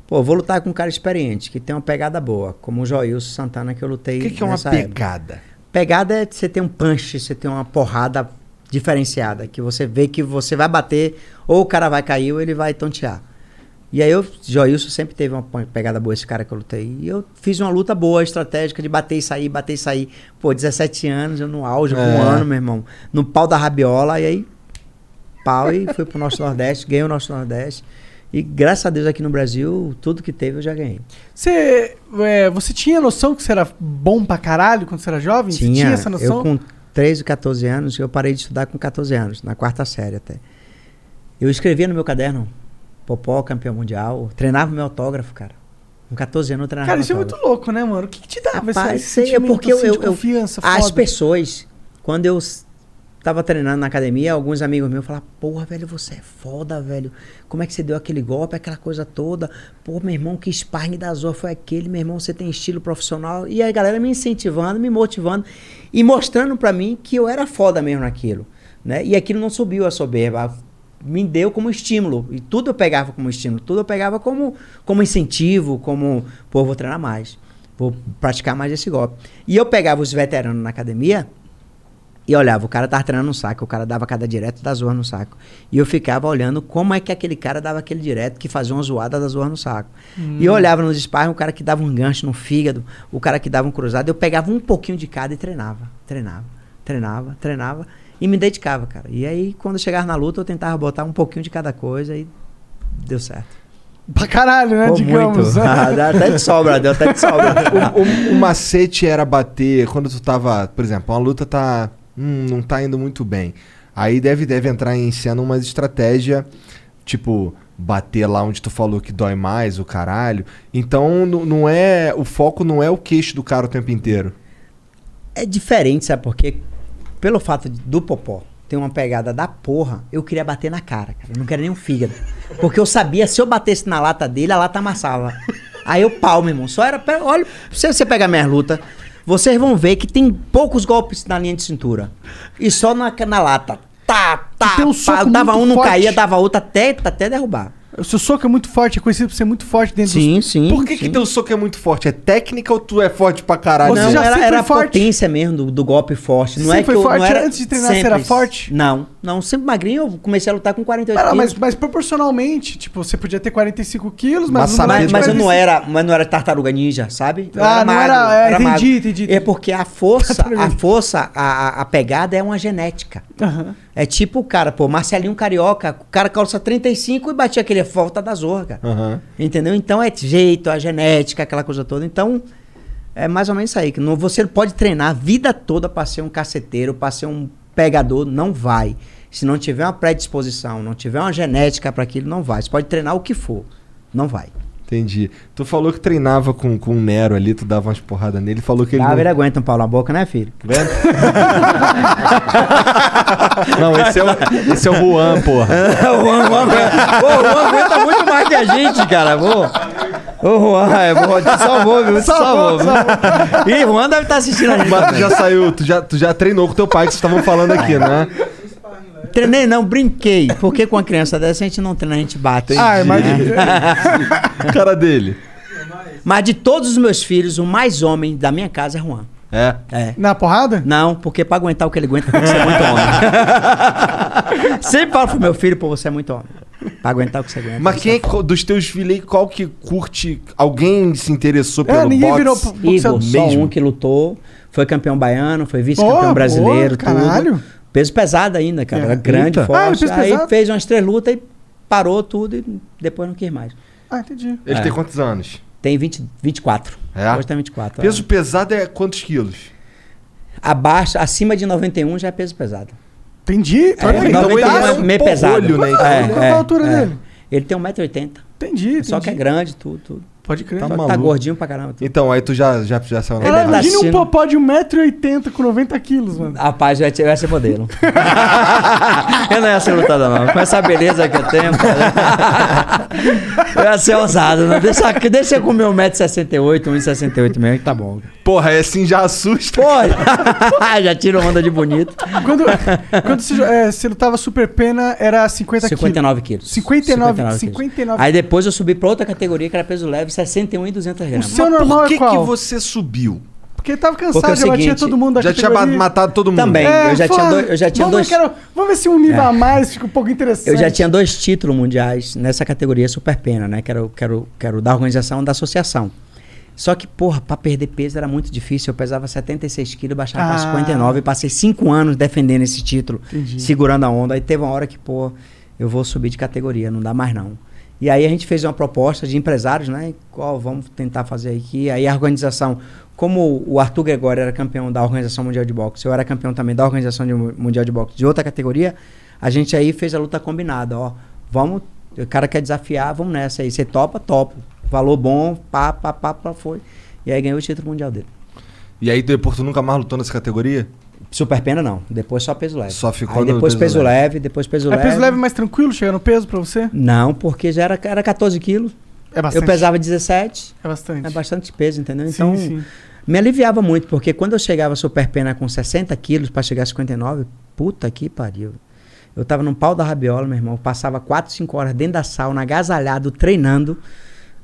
Speaker 4: pô, eu vou lutar com um cara experiente, que tem uma pegada boa, como o Joilson Santana que eu lutei.
Speaker 2: O que, que é uma
Speaker 4: nessa época.
Speaker 2: pegada?
Speaker 4: Pegada é você ter um punch, você ter uma porrada diferenciada, que você vê que você vai bater, ou o cara vai cair, ou ele vai tontear. E aí eu, Joilson sempre teve uma pon- pegada boa, esse cara que eu lutei. E eu fiz uma luta boa, estratégica, de bater e sair, bater e sair. Pô, 17 anos, eu no auge, com
Speaker 2: É.
Speaker 4: um ano, meu irmão. No pau da rabiola, e aí pau e fui pro Nosso Nordeste, ganhei o Nosso Nordeste. E graças a Deus aqui no Brasil, tudo que teve eu já ganhei.
Speaker 3: Você, é, você tinha noção que você era bom pra caralho quando você era jovem? Você
Speaker 4: Tinha,
Speaker 3: tinha essa noção?
Speaker 4: eu com 13, 14 anos, eu parei de estudar com 14 anos, na quarta série até. Eu escrevia no meu caderno, Popó, campeão mundial, treinava meu autógrafo, cara. Com 14 anos eu treinava
Speaker 3: Cara,
Speaker 4: meu
Speaker 3: isso é muito
Speaker 4: autógrafo.
Speaker 3: louco, né, mano? O que, que te dava essa-
Speaker 4: Rapaz,
Speaker 3: esse
Speaker 4: sei, é
Speaker 3: sentimento
Speaker 4: porque eu-
Speaker 3: assim,
Speaker 4: eu-
Speaker 3: de
Speaker 4: eu-
Speaker 3: confiança?
Speaker 4: As
Speaker 3: foda?
Speaker 4: pessoas, quando eu s- tava treinando na academia, alguns amigos meus falavam, porra, velho, você é foda, velho. Como é que você deu aquele golpe, aquela coisa toda? Pô, meu irmão, que sparring da Zoa foi aquele, meu irmão, você tem estilo profissional. E aí a galera me incentivando, me motivando e mostrando pra mim que eu era foda mesmo naquilo. Né? E aquilo não subiu a soberba. Me deu como estímulo. E tudo eu pegava como estímulo. Tudo eu pegava como, como incentivo, como, pô, vou treinar mais. Vou praticar mais esse golpe. E eu pegava os veteranos na academia e olhava, o cara tava treinando um saco, o cara dava cada direto da zoa no saco. E eu ficava olhando como é que aquele cara dava aquele direto que fazia uma zoada da zoa no saco. E eu olhava nos sparring, o cara que dava um gancho no fígado, o cara que dava um cruzado, eu pegava um pouquinho de cada e treinava, treinava, treinava, treinava e me dedicava, cara. E aí, quando chegava na luta, eu tentava botar um pouquinho de cada coisa e deu certo.
Speaker 3: Pra caralho, né,
Speaker 4: Pô,
Speaker 3: digamos.
Speaker 4: muito. até de sobra, deu até de sobra.
Speaker 2: O, o macete era bater quando tu tava. Por exemplo, uma luta tá. hum, não tá indo muito bem. Aí deve, deve entrar em cena uma estratégia, tipo, bater lá onde tu falou que dói mais, o caralho. Então n- não é. O foco não é o queixo do cara o tempo inteiro.
Speaker 4: É diferente, sabe por quê? Pelo fato de- do Popó ter uma pegada da porra, eu queria bater na cara, cara. Eu não queria nem um fígado. Porque eu sabia, se eu batesse na lata dele, a lata amassava. Aí eu pau, meu irmão. Só era. pra- Olha, se você pegar minhas lutas, vocês vão ver que tem poucos golpes na linha de cintura. E só na, na lata. Tá, tá,
Speaker 3: tem um
Speaker 4: pá.
Speaker 3: soco
Speaker 4: Eu dava
Speaker 3: muito
Speaker 4: um, não
Speaker 3: forte.
Speaker 4: caía, dava outro até, até derrubar.
Speaker 3: O seu soco é muito forte, é conhecido por ser muito forte dentro do
Speaker 4: Sim, sim.
Speaker 2: Por que, que
Speaker 4: sim.
Speaker 2: teu soco é muito forte? É técnica ou tu é forte pra caralho?
Speaker 3: Você
Speaker 4: não,
Speaker 3: já
Speaker 4: era,
Speaker 3: sempre
Speaker 4: era a
Speaker 3: foi forte?
Speaker 4: potência mesmo do, do golpe forte. Não
Speaker 3: Sempre
Speaker 4: é que
Speaker 3: foi
Speaker 4: eu,
Speaker 3: forte?
Speaker 4: Não era
Speaker 3: Antes de treinar, você era forte?
Speaker 4: Não, não. Sempre magrinho, eu comecei a lutar com 48
Speaker 3: Pera,
Speaker 4: quilos.
Speaker 3: mas, mas proporcionalmente, tipo, você podia ter 45 quilos, mas...
Speaker 2: Mas
Speaker 3: não-
Speaker 2: sabe-
Speaker 4: Mas, mas eu não
Speaker 3: 45.
Speaker 4: era, mas não era tartaruga ninja, sabe? Eu
Speaker 3: Ah, não era- é, entendi,
Speaker 4: magro.
Speaker 3: entendi, entendi.
Speaker 4: É porque a força,
Speaker 3: Tartaruga
Speaker 4: a
Speaker 3: ninja.
Speaker 4: força, a, a- a pegada é uma genética.
Speaker 3: Aham.
Speaker 4: É tipo o cara, pô, Marcelinho Carioca, o cara calça 35 e batia aquele volta da zorra, cara.
Speaker 2: Aham.
Speaker 4: Entendeu? Então é jeito, a genética, aquela coisa toda. Então, é mais ou menos isso aí. Que não, você pode treinar a vida toda pra ser um caceteiro, pra ser um pegador, não vai. Se não tiver uma predisposição, não tiver uma genética pra aquilo, não vai. Você pode treinar o que for, não vai.
Speaker 2: Entendi. Tu falou que treinava com, com o Nero ali, tu dava umas porradas nele, falou que ele.
Speaker 4: Ah,
Speaker 2: não-
Speaker 4: ele aguenta um pau na boca, né, filho?
Speaker 2: Não, esse é o, esse é o Juan, porra.
Speaker 5: o Juan, o Juan, aguenta- Ô, o Juan aguenta muito mais que a gente, cara. Ô, Ô, Juan, é, bom, te salvou, viu? Te salvou. viu? Ih, Juan deve estar assistindo a gente.
Speaker 2: Mas tu já saiu, tu já, tu já treinou com teu pai, que vocês estavam falando aqui, né?
Speaker 4: Treinei não, brinquei. Porque com a criança dessa a gente não treina, a gente bate. Né?
Speaker 3: Ah, imagina.
Speaker 2: Cara dele.
Speaker 4: Mas de todos os meus filhos, o mais homem da minha casa é Juan.
Speaker 2: É.
Speaker 4: É.
Speaker 3: Na porrada?
Speaker 4: Não, porque pra aguentar o que ele aguenta, tem que ser muito homem. Sempre falo pro meu filho, pô, você é muito homem. Pra aguentar o que você aguenta.
Speaker 2: Mas quem é que- dos teus filhos aí, qual que curte? Alguém se interessou pelo
Speaker 3: É, ninguém
Speaker 2: boxe?
Speaker 3: virou. pro- pro
Speaker 4: Igor,
Speaker 3: boxeador.
Speaker 4: só um que lutou, foi campeão baiano, foi vice-campeão
Speaker 3: Boa,
Speaker 4: brasileiro,
Speaker 3: boa,
Speaker 4: tudo.
Speaker 3: caralho.
Speaker 4: Peso pesado ainda, cara.
Speaker 3: É.
Speaker 4: Era grande,
Speaker 2: Eita.
Speaker 3: Ah, ele
Speaker 4: forte.
Speaker 3: fez
Speaker 4: aí
Speaker 3: pesado?
Speaker 4: fez umas três lutas e parou tudo e depois não quis mais.
Speaker 3: Ah, entendi.
Speaker 2: Ele
Speaker 5: É.
Speaker 2: tem quantos anos?
Speaker 4: Tem 20, 24.
Speaker 2: É?
Speaker 4: Hoje tem 24.
Speaker 2: Peso pesado é quantos quilos?
Speaker 4: é. Abaixo, acima de 91 já é peso pesado.
Speaker 3: Entendi. tá Olha aí.
Speaker 2: então ele
Speaker 4: 91
Speaker 3: assim,
Speaker 2: é um porrolho, né?
Speaker 3: Qual é, a altura dele?
Speaker 4: Ele tem 1,80m.
Speaker 3: Entendi,
Speaker 4: Só
Speaker 3: entendi.
Speaker 4: que é grande, tudo, tudo.
Speaker 3: Pode crer.
Speaker 2: Tá
Speaker 4: Só que tá
Speaker 2: maluco.
Speaker 4: gordinho pra caramba. Tudo.
Speaker 2: Então, aí tu já, já, já saiu né? na
Speaker 4: Ela-
Speaker 2: porrada.
Speaker 3: Caralho,
Speaker 4: tá
Speaker 3: imagina um
Speaker 4: assistindo.
Speaker 3: popó de 1,80m com 90kg, mano.
Speaker 4: Rapaz, eu ia, eu ia ser modelo.
Speaker 5: Eu não ia ser lutada, não. Com essa beleza que eu tenho, cara.
Speaker 4: eu ia ser ousado. Não. Deixa, deixa eu com meu 1,68m, 1,68m mesmo, que tá bom.
Speaker 2: Porra, é assim já assusta.
Speaker 4: Pô, já tira onda de bonito.
Speaker 3: Quando, quando você, é, você lutava super pena, era 50 quilos.
Speaker 4: 59 quilos.
Speaker 3: 59,
Speaker 4: 59
Speaker 3: 59.
Speaker 4: Aí depois eu subi pra outra categoria que era peso leve, 61 e 200
Speaker 3: O
Speaker 4: gramas.
Speaker 3: seu normal
Speaker 2: Por que,
Speaker 3: é qual?
Speaker 2: que você subiu?
Speaker 3: Porque ele tava
Speaker 4: Porque é
Speaker 3: cansado,
Speaker 4: o
Speaker 3: já batia
Speaker 4: seguinte,
Speaker 3: todo mundo da
Speaker 2: já tinha
Speaker 3: categoria.
Speaker 2: ma- matado todo mundo.
Speaker 4: Também.
Speaker 3: É,
Speaker 4: Eu já tinha
Speaker 3: fala,
Speaker 4: dois- eu já tinha
Speaker 3: vamos, ver,
Speaker 4: dois- É.
Speaker 3: quero- vamos ver se um nível a mais fica um pouco interessante.
Speaker 4: Eu já tinha dois títulos mundiais nessa categoria super pena, né? Que era, o- que era o- que era o da organização da associação. Só que, porra, pra perder peso era muito difícil. Eu pesava 76 quilos, baixava
Speaker 3: Ah.
Speaker 4: pra 59. Passei cinco anos defendendo esse título, segurando a onda. Aí teve uma hora que, pô, eu vou subir de categoria, não dá mais não. E aí a gente fez uma proposta de empresários, né? Qual vamos tentar fazer aqui? Aí a organização, como o Arthur Gregório era campeão da Organização Mundial de Boxe, eu era campeão também da Organização de Mu- Mundial de Boxe de outra categoria, a gente aí fez a luta combinada, ó. Vamos, o cara quer desafiar, vamos nessa aí. Você topa, topo. Valor bom, pá, pá, pá, pá, foi. E aí ganhou o título mundial dele.
Speaker 2: E aí depois tu nunca mais lutou nessa categoria?
Speaker 4: Super pena não. Depois só peso leve.
Speaker 2: Só ficou
Speaker 4: Aí
Speaker 2: no
Speaker 4: depois
Speaker 2: peso
Speaker 4: peso,
Speaker 2: leve.
Speaker 4: leve. depois peso
Speaker 3: É
Speaker 4: leve.
Speaker 3: peso leve mais tranquilo, chegar no peso pra você?
Speaker 4: Não, porque já era, era 14 quilos.
Speaker 3: É bastante.
Speaker 4: Eu pesava 17.
Speaker 3: É bastante.
Speaker 4: É bastante peso, entendeu?
Speaker 3: Sim,
Speaker 4: Então,
Speaker 3: sim.
Speaker 4: me aliviava muito, porque quando eu chegava super pena com 60 quilos pra chegar a 59, puta que pariu. Eu tava num pau da rabiola, meu irmão. Eu passava 4, 5 horas dentro da sauna, agasalhado, treinando.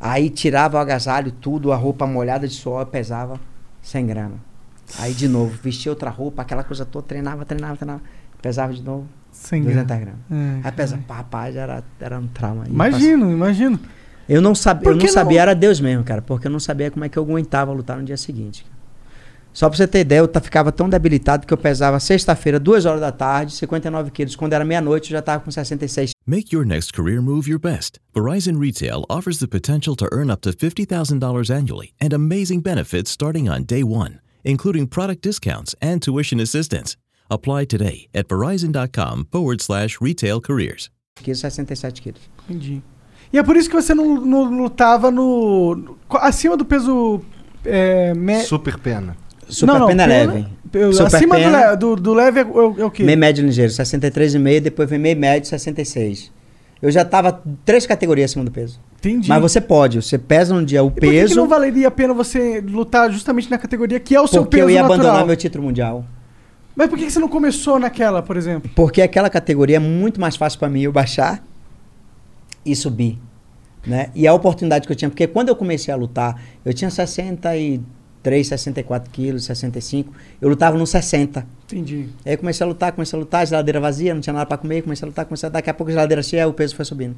Speaker 4: Aí tirava o agasalho, tudo, a roupa molhada de suor, eu pesava 100 gramas. Aí de novo, vestia outra roupa, aquela coisa toda, treinava, treinava, treinava. Pesava de novo,
Speaker 3: Sem
Speaker 4: 200
Speaker 3: graça.
Speaker 4: gramas.
Speaker 3: É,
Speaker 4: Aí pesava, pá, pá, já era, era um trauma. Aí
Speaker 3: Imagino, imagino.
Speaker 4: eu não, sab...
Speaker 3: Por
Speaker 4: eu não
Speaker 3: que não?
Speaker 4: sabia, era Deus mesmo, cara, porque eu não sabia como é que eu aguentava lutar no dia seguinte. cara. Só pra você ter ideia, eu ta- ficava tão debilitado que eu pesava sexta-feira, duas horas da tarde, 59 quilos. Quando era meia-noite, eu já tava com 66
Speaker 1: Make your next career move your best. Verizon Retail offers the potential to earn up to $50,000 annually and amazing benefits starting on day one, including product discounts and tuition assistance. Apply today at verizon.com forward slash retail careers.
Speaker 4: quilos, 67 quilos.
Speaker 3: Entendi. E é por isso que você não, não lutava no. no- co- acima do peso. É, me-
Speaker 2: Super pena.
Speaker 4: Super pena leve.
Speaker 3: eu-
Speaker 4: Super
Speaker 3: acima do
Speaker 4: pena.
Speaker 3: le- do, do leve é, o- é o quê?
Speaker 4: Meio médio ligeiro, 63,5, depois vem meio médio, 66. Eu já tava três categorias acima do peso.
Speaker 3: Entendi.
Speaker 4: Mas você pode, você pesa um dia o
Speaker 3: E por que que
Speaker 4: peso,
Speaker 3: não valeria a pena você lutar justamente na categoria que é o seu
Speaker 4: porque
Speaker 3: peso
Speaker 4: eu ia
Speaker 3: natural?
Speaker 4: abandonar meu título mundial.
Speaker 3: Mas por que que você não começou naquela, por exemplo?
Speaker 4: Porque aquela categoria é muito mais fácil pra mim eu baixar e subir. Né? E a oportunidade que eu tinha, porque quando eu comecei a lutar, eu tinha 63, 64 quilos, 65, eu lutava no 60.
Speaker 3: Entendi.
Speaker 4: Aí eu comecei a lutar, comecei a lutar, geladeira vazia, não tinha nada pra comer, comecei a lutar, comecei a lutar, daqui a pouco a geladeira cheia, aí o peso foi subindo.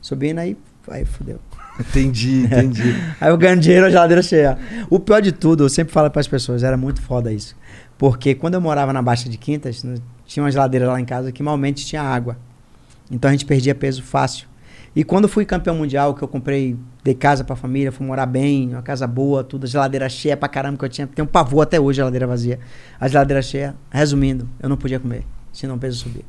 Speaker 4: Subindo, aí, aí fudeu.
Speaker 2: Entendi,
Speaker 3: É.
Speaker 2: entendi.
Speaker 4: Aí eu ganho dinheiro, a geladeira cheia. O pior de tudo, eu sempre falo para as pessoas, era muito foda isso. Porque quando eu morava na Baixa de Quintas, né, tinha uma geladeira lá em casa que malmente tinha água. Então a gente perdia peso fácil. E quando fui campeão mundial, que eu comprei, dei casa pra família, fui morar bem, uma casa boa, tudo, a geladeira cheia pra caramba que eu tinha. Tenho pavor até hoje, a geladeira vazia. A geladeira cheia, resumindo, eu não podia comer. senão o peso subir.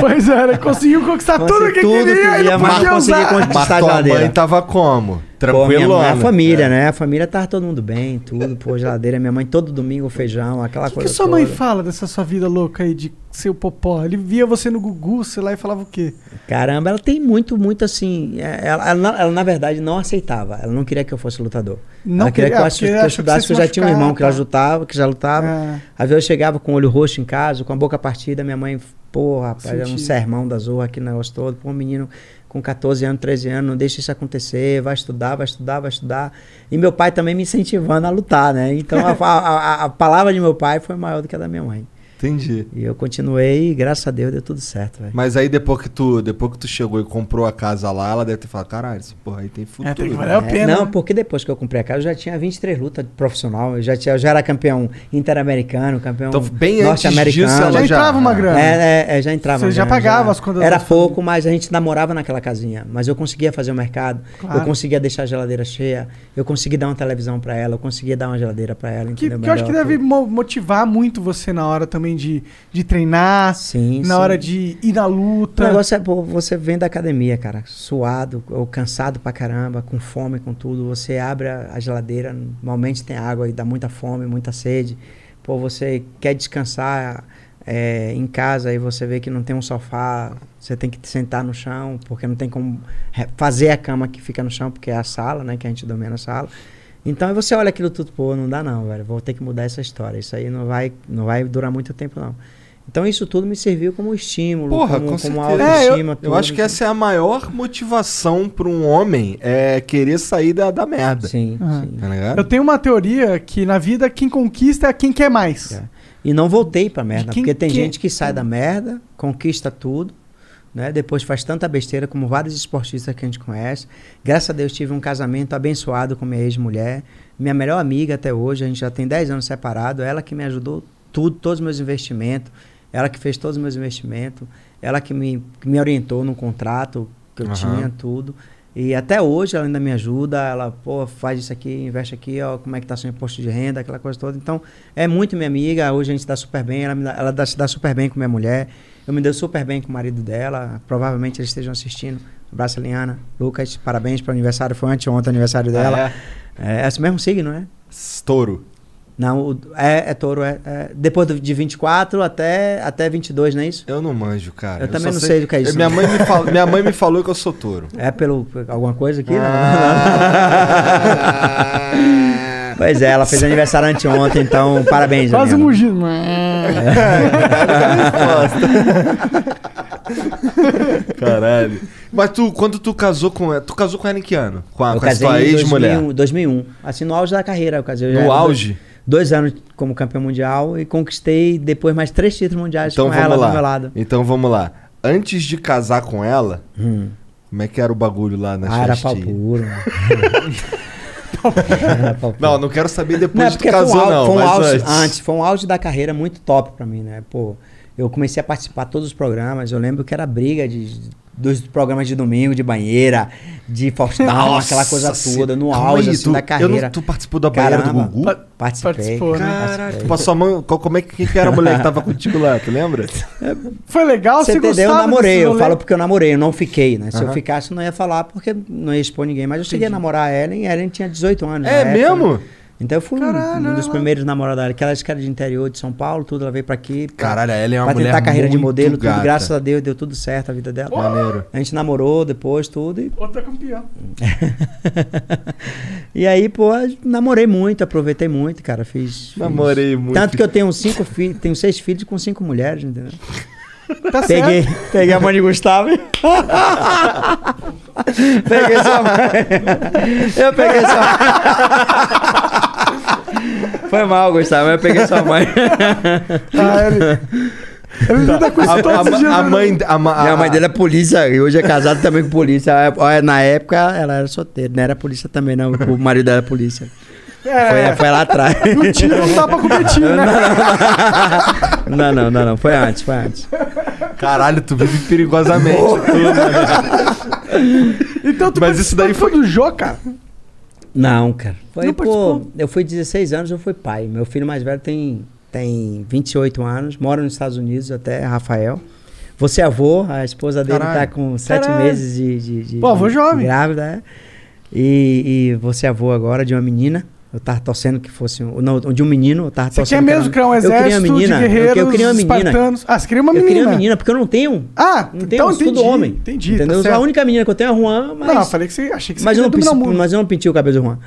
Speaker 3: Pois é, ele conseguiu conquistar tudo que
Speaker 4: Então, assim, Tudo que
Speaker 3: queria, ele
Speaker 4: queria, mas
Speaker 3: podia
Speaker 4: consegui
Speaker 3: usar.
Speaker 4: conquistar.
Speaker 2: Mas
Speaker 4: Está
Speaker 2: tua
Speaker 4: geladeira.
Speaker 2: mãe tava como?
Speaker 3: é
Speaker 4: Pô, minha
Speaker 2: Tranquilona.
Speaker 4: mãe, a família, né? A família tava todo mundo bem, tudo, pô, geladeira. Minha mãe todo domingo, feijão, aquela
Speaker 3: O que,
Speaker 4: coisa.
Speaker 3: que sua mãe
Speaker 4: toda.
Speaker 3: fala dessa sua vida louca aí de seu popó? Ele via você no Gugu, sei lá, e falava o quê?
Speaker 4: Caramba, ela tem muito, muito assim. é, Ela, ela, na- ela, na verdade, não aceitava. Ela não queria que eu fosse lutador.
Speaker 3: Não
Speaker 4: ela queria,
Speaker 3: queria-
Speaker 4: que eu,
Speaker 3: ah,
Speaker 4: assu-
Speaker 3: porque
Speaker 4: que eu
Speaker 3: achou que
Speaker 4: estudasse,
Speaker 3: você
Speaker 4: porque
Speaker 3: ia
Speaker 4: eu
Speaker 3: se
Speaker 4: já tinha um irmão que já
Speaker 3: machucar,
Speaker 4: lutava, que já lutava.
Speaker 3: É.
Speaker 4: Às vezes eu chegava com o olho roxo em casa, com a boca partida, minha mãe, pô, rapaz, era um
Speaker 3: Senti.
Speaker 4: sermão da zorra aqui no negócio todo, pô, um menino com 14 anos, 13 anos, não deixa isso acontecer, vai estudar, vai estudar, vai estudar. E meu pai também me incentivando a lutar, né? Então a, a- a- a palavra de meu pai foi maior do que a da minha mãe.
Speaker 2: Entendi.
Speaker 4: E eu continuei e graças a Deus deu tudo certo, velho.
Speaker 2: Mas aí depois que, tu, depois que tu chegou e comprou a casa lá, ela deve ter falado, caralho, essa porra aí tem futuro.
Speaker 3: É, tem que
Speaker 2: né?"
Speaker 3: valer a
Speaker 4: É,
Speaker 3: pena.
Speaker 4: não, porque depois que eu comprei a casa, eu já tinha 23 lutas de profissional, eu já, tinha, eu já era campeão interamericano, campeão
Speaker 2: Então, bem antes
Speaker 4: norte-americano.
Speaker 2: disso, ela
Speaker 3: Já entrava uma grana.
Speaker 4: É, é, é, já entrava.
Speaker 3: Você já pagava as contas
Speaker 4: Era
Speaker 3: da sua
Speaker 4: pouco, mas a gente namorava naquela casinha. Mas eu conseguia fazer o mercado,
Speaker 3: Claro.
Speaker 4: eu conseguia deixar a geladeira cheia, eu conseguia dar uma televisão pra ela, eu conseguia dar uma geladeira pra ela,
Speaker 3: Que,
Speaker 4: entendeu?
Speaker 3: que eu acho que
Speaker 4: é Melhor
Speaker 3: deve
Speaker 4: tudo.
Speaker 3: mo- motivar muito você na hora também de, de treinar,
Speaker 4: Sim,
Speaker 3: na
Speaker 4: sim.
Speaker 3: hora de ir na
Speaker 4: O
Speaker 3: luta.
Speaker 4: negócio é, pô, você vem da academia, cara, suado, ou cansado pra caramba, com fome, com tudo. Você abre a a geladeira, normalmente tem água e dá muita fome, muita sede. Pô, você quer descansar é, em casa e você vê que não tem um sofá, você tem que te sentar no chão, porque não tem como re- fazer a cama que fica no chão, porque é a sala, né, que a gente dormia na sala. Então aí você olha aquilo tudo, pô, não dá não, velho, vou ter que mudar essa história. Isso aí não vai, não vai durar muito tempo, não. Então isso tudo me serviu como estímulo,
Speaker 2: Porra,
Speaker 4: como,
Speaker 2: com
Speaker 4: como
Speaker 2: certeza.
Speaker 3: É,
Speaker 4: autoestima.
Speaker 2: Eu acho que essa é a maior motivação pra um homem, é querer sair da, da merda.
Speaker 4: Sim,
Speaker 3: Aham.
Speaker 4: sim.
Speaker 2: Tá ligado?
Speaker 3: Eu tenho uma teoria que na vida quem conquista é quem quer mais.
Speaker 4: É. E não voltei pra merda,
Speaker 3: De quem
Speaker 4: porque tem
Speaker 3: que- é?
Speaker 4: gente que sai da merda, conquista tudo, né? Depois faz tanta besteira como vários esportistas que a gente conhece. Graças a Deus tive um casamento abençoado com minha ex-mulher, minha melhor amiga até hoje, a gente já tem 10 anos separado, ela que me ajudou tudo, todos os meus investimentos, ela que fez todos os meus investimentos, ela que me, que me orientou no contrato que eu
Speaker 2: Aham.
Speaker 4: tinha, tudo. E até hoje ela ainda me ajuda, ela, pô, faz isso aqui, investe aqui, ó, como é que tá seu imposto de renda, aquela coisa toda. Então, é muito minha amiga, hoje a gente dá super bem, ela, me dá- ela dá- se dá super bem com minha mulher, eu me deu super bem com o marido dela, provavelmente eles estejam assistindo. Abraço, Eliana. Lucas, parabéns para o aniversário, foi anteontem o aniversário dela.
Speaker 2: Ah,
Speaker 4: É, é esse mesmo signo, né?
Speaker 2: é? Touro.
Speaker 4: Não, o- é, é touro, é, é. Depois do- de 24 até, até 22, não é isso?
Speaker 2: Eu não manjo, cara.
Speaker 4: Eu também
Speaker 2: só
Speaker 4: não sei do que é isso,
Speaker 2: Minha
Speaker 4: não.
Speaker 2: mãe, me falou, minha mãe me falou que eu sou touro.
Speaker 4: É pelo por alguma coisa aqui? né?
Speaker 2: Ah.
Speaker 4: Pois é, ela fez aniversário anteontem, então parabéns,
Speaker 3: Quase um
Speaker 4: Eliana.
Speaker 3: mugindo.
Speaker 2: Caralho. Mas tu, quando tu casou com ela, tu casou com ela em que ano? Com a,
Speaker 4: Eu
Speaker 2: com a
Speaker 4: casei
Speaker 2: tua
Speaker 4: em 2001,
Speaker 2: ex-mulher?
Speaker 4: 2001. Assim, no auge da carreira, eu casei. Eu já
Speaker 2: um, No
Speaker 4: era dois-
Speaker 2: auge?
Speaker 4: Dois anos como campeão mundial e conquistei depois mais três títulos mundiais
Speaker 2: Então
Speaker 4: com ela
Speaker 2: vamos
Speaker 4: do meu
Speaker 2: lá.
Speaker 4: lado.
Speaker 2: Então vamos lá. Antes de casar com ela,
Speaker 4: Hum.
Speaker 2: como é que era o bagulho lá na
Speaker 4: Ah, era pau
Speaker 2: festinha?
Speaker 4: puro. Era pau puro.
Speaker 2: Não, não quero saber depois
Speaker 4: Não, é
Speaker 2: que
Speaker 4: porque
Speaker 2: tu casou,
Speaker 4: foi um, au-
Speaker 2: não.
Speaker 4: foi um
Speaker 2: mas
Speaker 4: auge,
Speaker 2: antes.
Speaker 4: antes. foi um auge da carreira muito top pra mim, né? Pô, eu comecei a participar de todos os programas, eu lembro que era briga de, dos programas de domingo, de banheira, de Faustão,
Speaker 2: Nossa,
Speaker 4: aquela coisa
Speaker 2: se-
Speaker 4: toda, no
Speaker 2: calma
Speaker 4: auge,
Speaker 2: aí,
Speaker 4: assim,
Speaker 2: tu-
Speaker 4: da
Speaker 2: eu não-
Speaker 4: carreira.
Speaker 2: tu participou da banheira do Gugu? Pa-
Speaker 4: Participei.
Speaker 3: participou, né?
Speaker 2: Caralho, tu passou a mão. qual- como é que, quem que era a mulher que tava contigo lá? Tu lembra?
Speaker 3: Foi legal,
Speaker 4: Você
Speaker 3: você,
Speaker 4: entendeu? Eu
Speaker 3: gostava
Speaker 4: namorei,
Speaker 3: desse
Speaker 4: eu
Speaker 3: rolê?
Speaker 4: falo porque eu namorei, eu não fiquei, né? Se eu ficasse, eu não ia falar porque não ia expor ninguém. Mas eu cheguei a namorar a Ellen e a Ellen tinha 18 anos.
Speaker 2: É
Speaker 4: na época,
Speaker 2: mesmo?
Speaker 4: né? Então eu fui um-
Speaker 3: Caralho,
Speaker 4: um dos
Speaker 3: ela-
Speaker 4: primeiros namorados dela, que ela era de interior de São Paulo, tudo, ela veio pra aqui. pra-
Speaker 2: Caralho, a Ellen é uma
Speaker 4: pra
Speaker 2: mulher
Speaker 4: tentar carreira de
Speaker 2: muito
Speaker 4: modelo,
Speaker 2: gata.
Speaker 4: tudo. Graças a Deus, deu tudo certo a vida dela.
Speaker 2: Maneiro.
Speaker 4: A gente namorou depois, tudo. E,
Speaker 3: Outra campeã.
Speaker 4: e aí, pô, namorei muito, aproveitei muito, cara. Fiz. fiz-
Speaker 2: Namorei muito.
Speaker 4: Tanto que eu tenho cinco filhos, tenho seis filhos com cinco mulheres, entendeu?
Speaker 3: Tá
Speaker 4: Peguei,
Speaker 3: certo.
Speaker 4: peguei a mãe de Gustavo. peguei sua mãe. Eu peguei sua Foi mal, Gustavo, eu peguei sua mãe.
Speaker 3: Ah, ele... ele lida com
Speaker 2: A,
Speaker 3: isso todos os dias.
Speaker 2: a- a
Speaker 3: né?
Speaker 2: mãe, a, ma- a,
Speaker 4: Minha mãe dele é polícia e hoje é casada também com polícia. Olha, Na época ela era solteira, não era polícia também, não. O marido dela era polícia. Foi,
Speaker 3: É,
Speaker 4: foi lá atrás.
Speaker 3: não tira um tapa com o Betinho, né?
Speaker 4: Não, não, não, não. Foi antes, foi antes.
Speaker 2: Caralho, tu vive perigosamente. né?
Speaker 3: Então tu
Speaker 2: Mas isso daí
Speaker 3: participou do Jô, cara.
Speaker 4: Não, cara. Foi,
Speaker 3: Não
Speaker 4: pô,
Speaker 3: participou?
Speaker 4: eu fui 16 anos, eu fui pai. Meu filho mais velho tem, tem 28 anos, mora nos Estados Unidos até, Rafael. Você é avô, a esposa dele tá
Speaker 3: Caralho.
Speaker 4: com sete
Speaker 3: Caralho.
Speaker 4: meses de, de, de-
Speaker 3: Pô, avô
Speaker 4: de
Speaker 3: jovem.
Speaker 4: Grávida, é. E, e você é avô agora de uma menina. Eu tava torcendo que fosse um. Não, de um menino. Eu tava
Speaker 3: Você
Speaker 4: torcendo
Speaker 3: quer
Speaker 4: que era
Speaker 3: mesmo criar um
Speaker 4: eu queria uma
Speaker 3: exército
Speaker 4: menina,
Speaker 3: de
Speaker 4: eu-
Speaker 3: guerreiros
Speaker 4: eu queria uma menina.
Speaker 3: espartanos? Ah, você queria uma menina.
Speaker 4: Eu queria uma menina, porque eu não tenho.
Speaker 3: Ah,
Speaker 4: não tenho,
Speaker 3: então
Speaker 4: eu sou
Speaker 3: entendi.
Speaker 4: do homem.
Speaker 3: Entendi, tá
Speaker 4: Entendeu?
Speaker 3: certo.
Speaker 4: a única menina que eu tenho é a Juan, mas.
Speaker 3: Não, eu falei que você achei que você
Speaker 4: Mas eu, não
Speaker 3: queria
Speaker 4: pinti-
Speaker 3: dominar o mundo.
Speaker 4: mas eu não pintei o cabelo do Juan.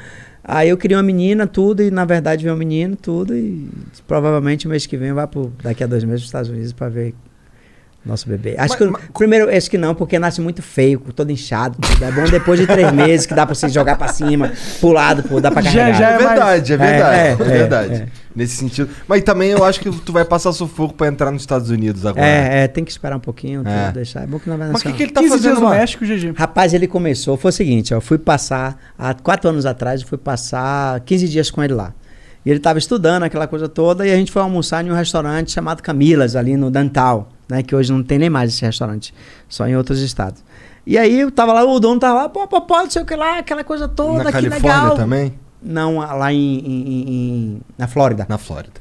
Speaker 4: Aí eu queria uma menina, tudo, e na verdade veio um menino, tudo, e provavelmente mês que vem vai pro, daqui a dois meses para Estados Unidos pra ver nosso bebê. Acho que eu- primeiro, acho que não, porque nasce muito feio, com todo inchado. Tudo. É bom depois de três meses que dá pra você jogar pra cima, pro lado, pô, dá pra
Speaker 3: Já-
Speaker 4: carregar.
Speaker 2: É
Speaker 3: já É, mas-
Speaker 2: verdade, é
Speaker 4: É,
Speaker 2: verdade. É,
Speaker 4: é,
Speaker 2: verdade.
Speaker 4: é.
Speaker 2: Nesse sentido. Mas também eu acho que tu vai passar sufoco pra entrar nos Estados Unidos agora.
Speaker 4: É, é, tem que esperar um pouquinho, tudo,
Speaker 2: É.
Speaker 4: deixar. É bom que não vai
Speaker 2: Mas o
Speaker 4: nascer.
Speaker 2: que,
Speaker 4: não.
Speaker 2: que ele tá
Speaker 3: 15 dias
Speaker 2: fazendo
Speaker 3: no
Speaker 2: lá?
Speaker 3: México, GG.
Speaker 4: Rapaz, ele começou. Foi o seguinte, eu fui passar, há quatro anos atrás, eu fui passar 15 dias com ele lá. E ele estava estudando aquela coisa toda e a gente foi almoçar em um restaurante chamado Camilas, ali no Dantal, né? Que hoje não tem nem mais esse restaurante, só em outros estados. E aí eu tava lá, o dono tava lá, pô, pô, pô, não sei o que lá, aquela coisa toda,
Speaker 2: Na
Speaker 4: que
Speaker 2: Califórnia
Speaker 4: legal.
Speaker 2: também?
Speaker 4: Não, lá em, em- em- em- na Flórida.
Speaker 2: Na Flórida.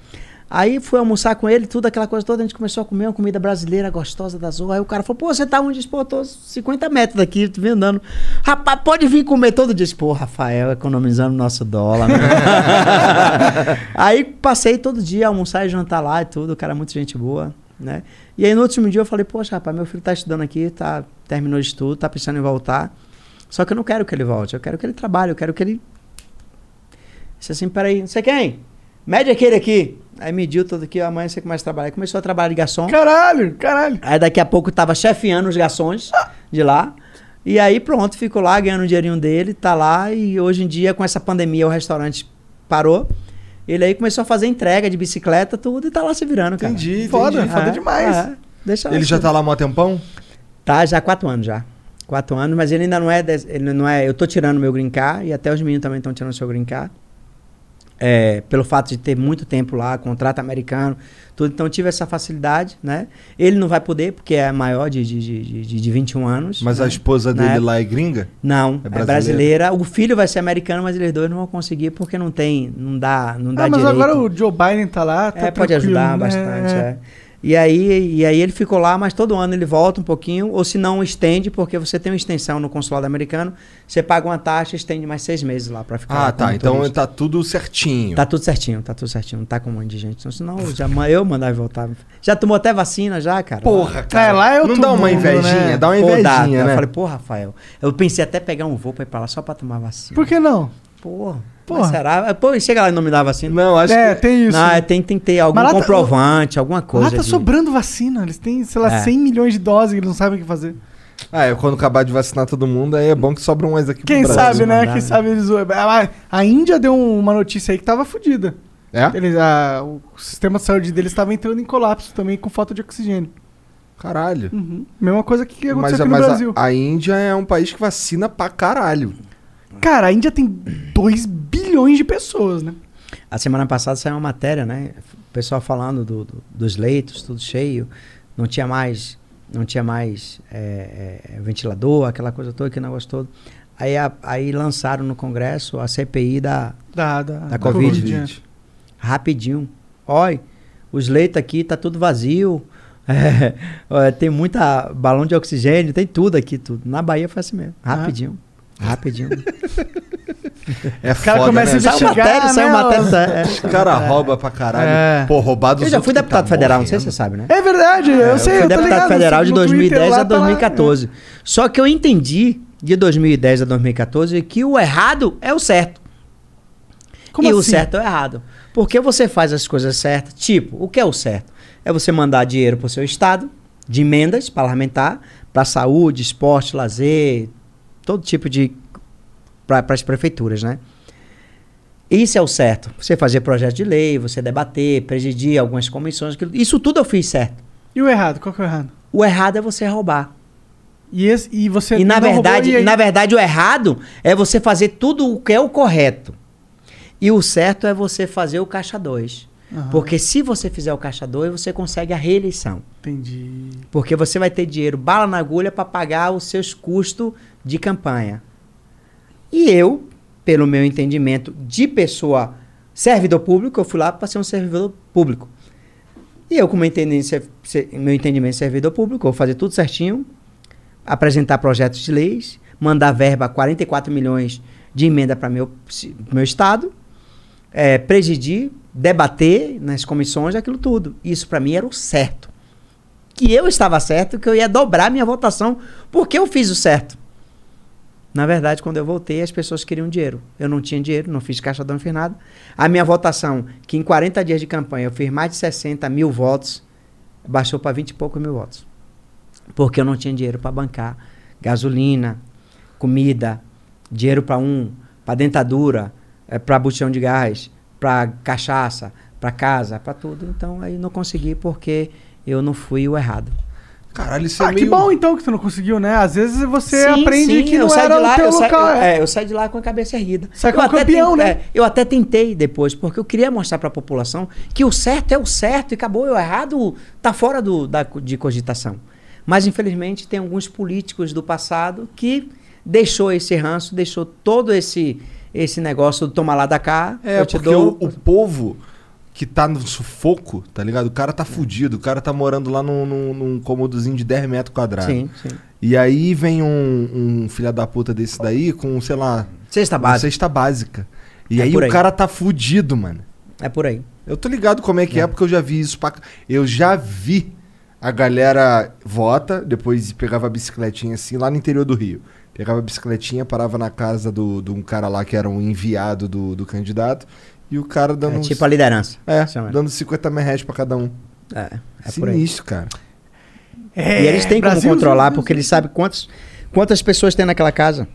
Speaker 4: Aí fui almoçar com ele, tudo aquela coisa toda, a gente começou a comer uma comida brasileira gostosa da Zorra. Aí o cara falou, pô, você tá onde? Pô, tô 50 metros daqui, tu vem andando. Rapaz, pode vir comer todo dia. Pô, Rafael, economizando nosso dólar. né? aí passei todo dia a almoçar e jantar lá e tudo, o cara é muito gente boa, né? E aí no último dia eu falei, poxa, rapaz, meu filho tá estudando aqui, tá, terminou o estudo, tá pensando em voltar. Só que eu não quero que ele volte, eu quero que ele trabalhe, eu quero que ele Disse assim, peraí, não sei quem. Mede aquele aqui. Aí mediu tudo aqui, amanhã você começa a trabalhar. Aí Começou a trabalhar de garçom.
Speaker 3: Caralho, caralho.
Speaker 4: Aí daqui a pouco tava chefiando os garçons de lá. E aí pronto, ficou lá ganhando o dinheirinho dele, tá lá. E hoje em dia, com essa pandemia, o restaurante parou. Ele aí começou a fazer entrega de bicicleta, tudo, e tá lá se virando, cara.
Speaker 2: Entendi, entendi.
Speaker 3: Foda, foda
Speaker 4: É,
Speaker 3: demais.
Speaker 4: é. Deixa
Speaker 2: Ele já tá lá há um tempão?
Speaker 4: Tá, já há quatro anos já. Quatro anos, mas ele ainda não é. des- Ele não é eu tô tirando meu grincar e até os meninos também estão tirando seu grincar. É, pelo fato de ter muito tempo lá, contrato americano, tudo. Então eu tive essa facilidade, né? Ele não vai poder, porque é maior de, de, de, de, de 21 anos.
Speaker 2: Mas
Speaker 4: né?
Speaker 2: a esposa
Speaker 4: Na
Speaker 2: dele
Speaker 4: época-
Speaker 2: lá é gringa?
Speaker 4: Não, é
Speaker 2: brasileira.
Speaker 4: brasileira. O filho vai ser americano, mas eles dois não vão conseguir porque não tem. Não dá, não dá
Speaker 3: Ah, mas
Speaker 4: direito.
Speaker 3: agora o Joe Biden tá lá, tá
Speaker 4: É, pode
Speaker 3: tranquilo,
Speaker 4: ajudar
Speaker 3: né?
Speaker 4: bastante, é. E aí, e aí ele ficou lá, mas todo ano ele volta um pouquinho, ou se não, estende, porque você tem uma extensão no consulado americano, você paga uma taxa, estende mais seis meses lá pra ficar.
Speaker 2: Ah, tá.
Speaker 4: como
Speaker 2: Então
Speaker 4: turista.
Speaker 2: tá tudo certinho.
Speaker 4: Tá tudo certinho, tá tudo certinho, não tá com um monte de gente. Então, senão eu já, eu mandava voltar. Já tomou até vacina já, cara?
Speaker 2: Porra, cara.
Speaker 3: É, lá é
Speaker 2: não
Speaker 3: outro
Speaker 2: dá uma
Speaker 3: mundo,
Speaker 2: invejinha,
Speaker 3: né?
Speaker 2: dá uma
Speaker 4: Pô,
Speaker 2: invejinha,
Speaker 4: dá,
Speaker 2: né?
Speaker 4: Eu falei, pô, Rafael, eu pensei até pegar um voo pra ir pra lá só pra tomar vacina.
Speaker 3: Por que não?
Speaker 4: Porra,
Speaker 3: Porra.
Speaker 4: mas será? Pô, e chega lá e não me dá vacina.
Speaker 2: Não, acho
Speaker 3: é,
Speaker 2: que...
Speaker 3: tem isso.
Speaker 4: Não,
Speaker 3: né?
Speaker 4: é, tem, tem que ter algum
Speaker 3: Mas lá tá-
Speaker 4: comprovante, alguma coisa.
Speaker 3: lá tá
Speaker 4: de-
Speaker 3: sobrando vacina. Eles têm, sei lá,
Speaker 4: É.
Speaker 3: 100 milhões de doses que eles não sabem o que fazer.
Speaker 2: Ah, é, quando acabar de vacinar todo mundo, aí é bom que sobra umas aqui pro
Speaker 3: Quem
Speaker 2: Brasil.
Speaker 3: sabe, né?
Speaker 4: mandar,
Speaker 3: Quem
Speaker 4: né?
Speaker 3: sabe eles. Ah, A Índia deu um, uma notícia aí que tava fodida.
Speaker 2: É?
Speaker 3: Eles, ah, o sistema de saúde deles estava entrando em colapso também com falta de oxigênio.
Speaker 2: Caralho.
Speaker 3: Uhum. Mesma coisa que aconteceu
Speaker 2: Mas, é,
Speaker 3: aqui
Speaker 2: mas
Speaker 3: no
Speaker 2: a-
Speaker 3: Brasil.
Speaker 2: a, Índia é um país que vacina pra caralho.
Speaker 3: Cara, a Índia tem 2 bilhões de pessoas, né?
Speaker 4: A semana passada saiu uma matéria, né? O pessoal falando do- do- dos leitos, tudo cheio. Não tinha mais, não tinha mais é, é, ventilador, aquela coisa toda, aquele negócio todo. Aí, a- aí lançaram no Congresso a CPI da
Speaker 3: Da, da,
Speaker 4: Da Covid.
Speaker 3: né?
Speaker 4: rapidinho. Olha, os leitos aqui tá tudo vazio. É, ó, tem muita balão de oxigênio, tem tudo aqui, tudo. Na Bahia foi assim mesmo. Rapidinho. Rapidinho.
Speaker 2: É
Speaker 3: O cara
Speaker 2: foda,
Speaker 3: começa a
Speaker 2: né?
Speaker 3: investigar.
Speaker 4: matéria, saiu
Speaker 3: né?
Speaker 4: matéria. é.
Speaker 2: Os cara rouba pra caralho.
Speaker 3: É.
Speaker 2: Pô, roubado
Speaker 4: Eu já fui deputado federal, não sei se você sabe, né?
Speaker 3: É verdade, eu sei,
Speaker 4: fui
Speaker 3: eu tô
Speaker 4: deputado
Speaker 3: ligado.
Speaker 4: federal
Speaker 3: no
Speaker 4: de
Speaker 3: Twitter
Speaker 4: 2010
Speaker 3: lá
Speaker 4: a
Speaker 3: tá lá,
Speaker 4: 2014. Só que eu entendi de 2010 a 2014 que o errado é o certo.
Speaker 3: Como
Speaker 4: e o
Speaker 3: assim?
Speaker 4: certo é o errado. Porque você faz as coisas certas. Tipo, o que é o certo? É você mandar dinheiro para o seu estado, de emendas parlamentar, para saúde, esporte, lazer, todo tipo de. para as prefeituras, né? Isso é o certo. Você fazer projeto de lei, você debater, presidir algumas comissões, aquilo- isso tudo eu fiz certo.
Speaker 3: E o errado? Qual que é o errado?
Speaker 4: O errado é você roubar.
Speaker 3: E, esse, e você.
Speaker 4: E na
Speaker 3: ainda roubou,
Speaker 4: verdade,
Speaker 3: e aí-
Speaker 4: na verdade, o errado é você fazer tudo o que é o correto. E o certo é você fazer o caixa 2.
Speaker 3: Aham.
Speaker 4: Porque se você fizer o caixa 2, você consegue a reeleição.
Speaker 3: Entendi.
Speaker 4: Porque você vai ter dinheiro bala na agulha para pagar os seus custos de campanha. E eu, pelo meu entendimento de pessoa servidor público, eu fui lá para ser um servidor público. E eu, com meu entendimento, de ser- ser- meu entendimento de servidor público, vou fazer tudo certinho, apresentar projetos de leis, mandar verba 44 milhões de emenda para meu, ci- meu estado, eh, presidir, debater nas comissões, aquilo tudo. Isso para mim era o certo. Que eu estava certo, que eu ia dobrar minha votação, porque eu fiz o certo. Na verdade, quando eu voltei, as pessoas queriam dinheiro. Eu não tinha dinheiro, não fiz caixadão, não fiz nada. A minha votação, que em 40 dias de campanha eu fiz mais de 60 mil votos, baixou para 20 e poucos mil votos. Porque eu não tinha dinheiro para bancar gasolina, comida, dinheiro para um, para dentadura, para buchão de gás, para cachaça, para casa, para tudo. Então aí não consegui porque eu não fui o errado.
Speaker 2: Caralho, isso é
Speaker 3: Ah,
Speaker 2: meio...
Speaker 3: que bom então que tu não conseguiu, né? Às vezes você
Speaker 4: Sim,
Speaker 3: aprende
Speaker 4: sim,
Speaker 3: que
Speaker 4: eu
Speaker 3: não
Speaker 4: saí
Speaker 3: era
Speaker 4: de lá,
Speaker 3: o teu
Speaker 4: eu saí-
Speaker 3: local.
Speaker 4: eu- é, eu saí de lá com a cabeça erguida.
Speaker 3: Sai
Speaker 4: Eu
Speaker 3: como
Speaker 4: até
Speaker 3: campeão,
Speaker 4: tentei-
Speaker 3: né?
Speaker 4: é, eu até tentei depois, porque eu queria mostrar para a população que o certo é o certo e acabou, e o errado tá fora do, da, de cogitação. Mas, infelizmente, tem alguns políticos do passado que deixou esse ranço, deixou todo esse, esse negócio do tomar lá da cá.
Speaker 2: É,
Speaker 4: eu te
Speaker 2: porque
Speaker 4: dou...
Speaker 2: o, o povo que tá no sufoco, tá ligado? O cara tá fudido, o cara tá morando lá num, num, num cômodozinho de 10 metros quadrados.
Speaker 4: Sim, sim.
Speaker 2: E aí vem um, um filha da puta desse daí com, sei lá,
Speaker 4: Cesta
Speaker 2: uma
Speaker 4: básica.
Speaker 2: cesta básica. E
Speaker 4: É
Speaker 2: aí
Speaker 4: por
Speaker 2: o
Speaker 4: aí.
Speaker 2: cara tá fudido, mano.
Speaker 4: É por aí.
Speaker 2: Eu tô ligado como é que é, porque eu já vi isso pra... ca- Eu já vi a galera vota, depois pegava a bicicletinha assim, lá no interior do Rio. Pegava a bicicletinha, parava na casa de do, do um cara lá que era um enviado do, do candidato, e o cara dando...
Speaker 4: É
Speaker 2: uns-
Speaker 4: tipo a liderança.
Speaker 2: é,
Speaker 4: Chama.
Speaker 2: dando 50 mil reais pra cada um.
Speaker 4: É, é por aí.
Speaker 2: Sinistro, cara.
Speaker 3: É,
Speaker 4: e eles têm como
Speaker 3: Brasil,
Speaker 4: controlar,
Speaker 3: Brasil,
Speaker 4: porque eles sabem quantos, quantas pessoas tem naquela casa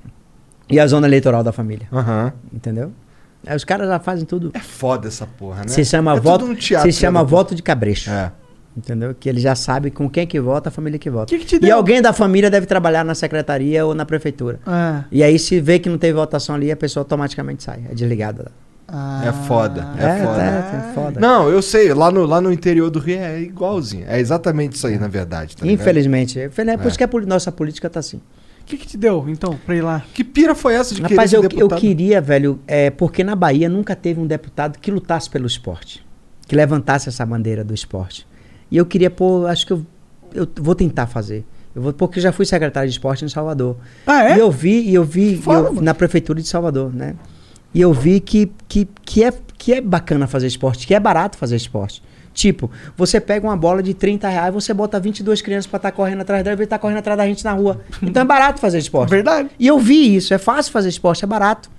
Speaker 4: e a zona eleitoral da família,
Speaker 2: Aham.
Speaker 4: entendeu? Aí os caras já fazem tudo.
Speaker 2: É foda essa porra, né?
Speaker 4: Se chama,
Speaker 2: é tudo
Speaker 4: voto,
Speaker 2: um teatro,
Speaker 4: se chama
Speaker 2: né?
Speaker 4: voto de cabrecho,
Speaker 2: É.
Speaker 4: entendeu? Que eles já sabem com quem é que vota, a família que vota.
Speaker 3: Que que te
Speaker 4: E
Speaker 3: deu?
Speaker 4: alguém da família deve trabalhar na secretaria ou na prefeitura.
Speaker 3: É.
Speaker 4: E aí se vê que não teve votação ali, a pessoa automaticamente sai, é desligada.
Speaker 3: Ah.
Speaker 2: É foda. É, foda.
Speaker 4: É, é foda.
Speaker 2: Não, eu sei. Lá no, lá no interior do Rio é igualzinho. É exatamente isso aí, na verdade. tá ligado?
Speaker 4: Infelizmente. É por isso que a poli- nossa política tá assim.
Speaker 3: Ah, O que, que te deu, então, pra ir lá?
Speaker 2: Que pira foi essa de
Speaker 4: Rapaz,
Speaker 2: querer
Speaker 4: eu,
Speaker 2: ser
Speaker 4: eu
Speaker 2: deputado?
Speaker 4: queria, velho, é, porque na Bahia nunca teve um deputado que lutasse pelo esporte, que levantasse essa bandeira do esporte. E eu queria pôr, acho que eu, eu vou tentar fazer. Eu vou, porque eu já fui secretário de esporte em Salvador.
Speaker 3: Ah, é?
Speaker 4: E eu vi, e eu vi e
Speaker 3: Fala,
Speaker 4: eu-
Speaker 3: mano.
Speaker 4: na prefeitura de Salvador, né? E eu vi que, que, que, é, que é bacana fazer esporte, que é barato fazer esporte. Tipo, você pega uma bola de 30 reais, você bota 22 crianças pra estar correndo atrás dela e estar correndo atrás da gente na rua. Então é barato fazer esporte.
Speaker 3: Verdade.
Speaker 4: E eu vi isso, é fácil fazer esporte, é barato.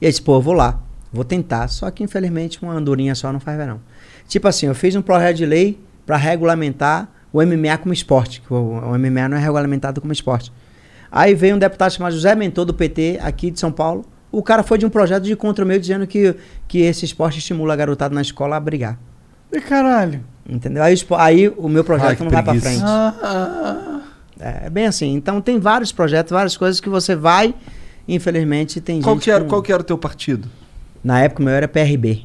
Speaker 4: E eu disse, pô, eu vou lá, vou tentar. Só que infelizmente uma andorinha só não faz verão. Tipo assim, eu fiz um projeto de lei para regulamentar o MMA como esporte, que o, o MMA não é regulamentado como esporte. Aí veio um deputado chamado José Mentor do PT, aqui de São Paulo. O cara foi de um projeto de contra o meu dizendo que, que esse esporte estimula a garotada na escola a brigar.
Speaker 3: E caralho.
Speaker 4: Entendeu? Aí, o espo- aí o meu projeto
Speaker 2: Ai, que
Speaker 4: não vai para
Speaker 2: preguiça.
Speaker 4: frente.
Speaker 3: Ah, ah, ah.
Speaker 4: É é bem assim. Então tem vários projetos, várias coisas que você vai. Infelizmente, tem
Speaker 2: Qual
Speaker 4: gente.
Speaker 2: que, era,
Speaker 4: com-
Speaker 2: qual que era o teu partido?
Speaker 4: Na época, o meu era PRB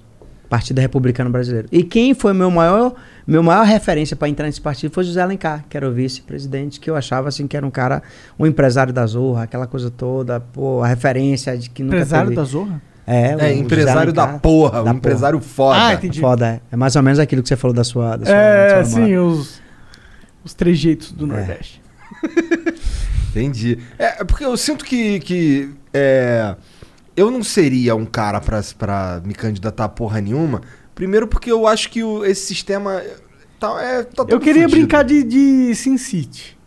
Speaker 4: Partido Republicano Brasileiro. E quem foi meu maior, meu maior referência para entrar nesse partido foi José Alencar, que era o vice-presidente, que eu achava assim que era um cara, um empresário da Zorra, aquela coisa toda, pô, a referência de que nunca
Speaker 3: Empresário
Speaker 4: teve-
Speaker 3: da Zorra?
Speaker 4: É, o
Speaker 2: É,
Speaker 4: José
Speaker 2: empresário da
Speaker 4: Alencar,
Speaker 2: porra.
Speaker 4: da
Speaker 2: um empresário foda.
Speaker 3: Ah, entendi.
Speaker 4: Foda, é. é mais ou menos aquilo que você falou da sua. Da sua
Speaker 3: É,
Speaker 4: da sua namorada.
Speaker 3: sim, os, os trejeitos do
Speaker 4: É.
Speaker 3: Nordeste.
Speaker 2: Entendi. É, é porque eu sinto que. que é, eu não seria um cara pra, pra me candidatar a porra nenhuma. Primeiro porque eu acho que o- esse sistema. Tá, é, tá todo
Speaker 3: Eu queria
Speaker 2: fudido.
Speaker 3: brincar de, de Sin City.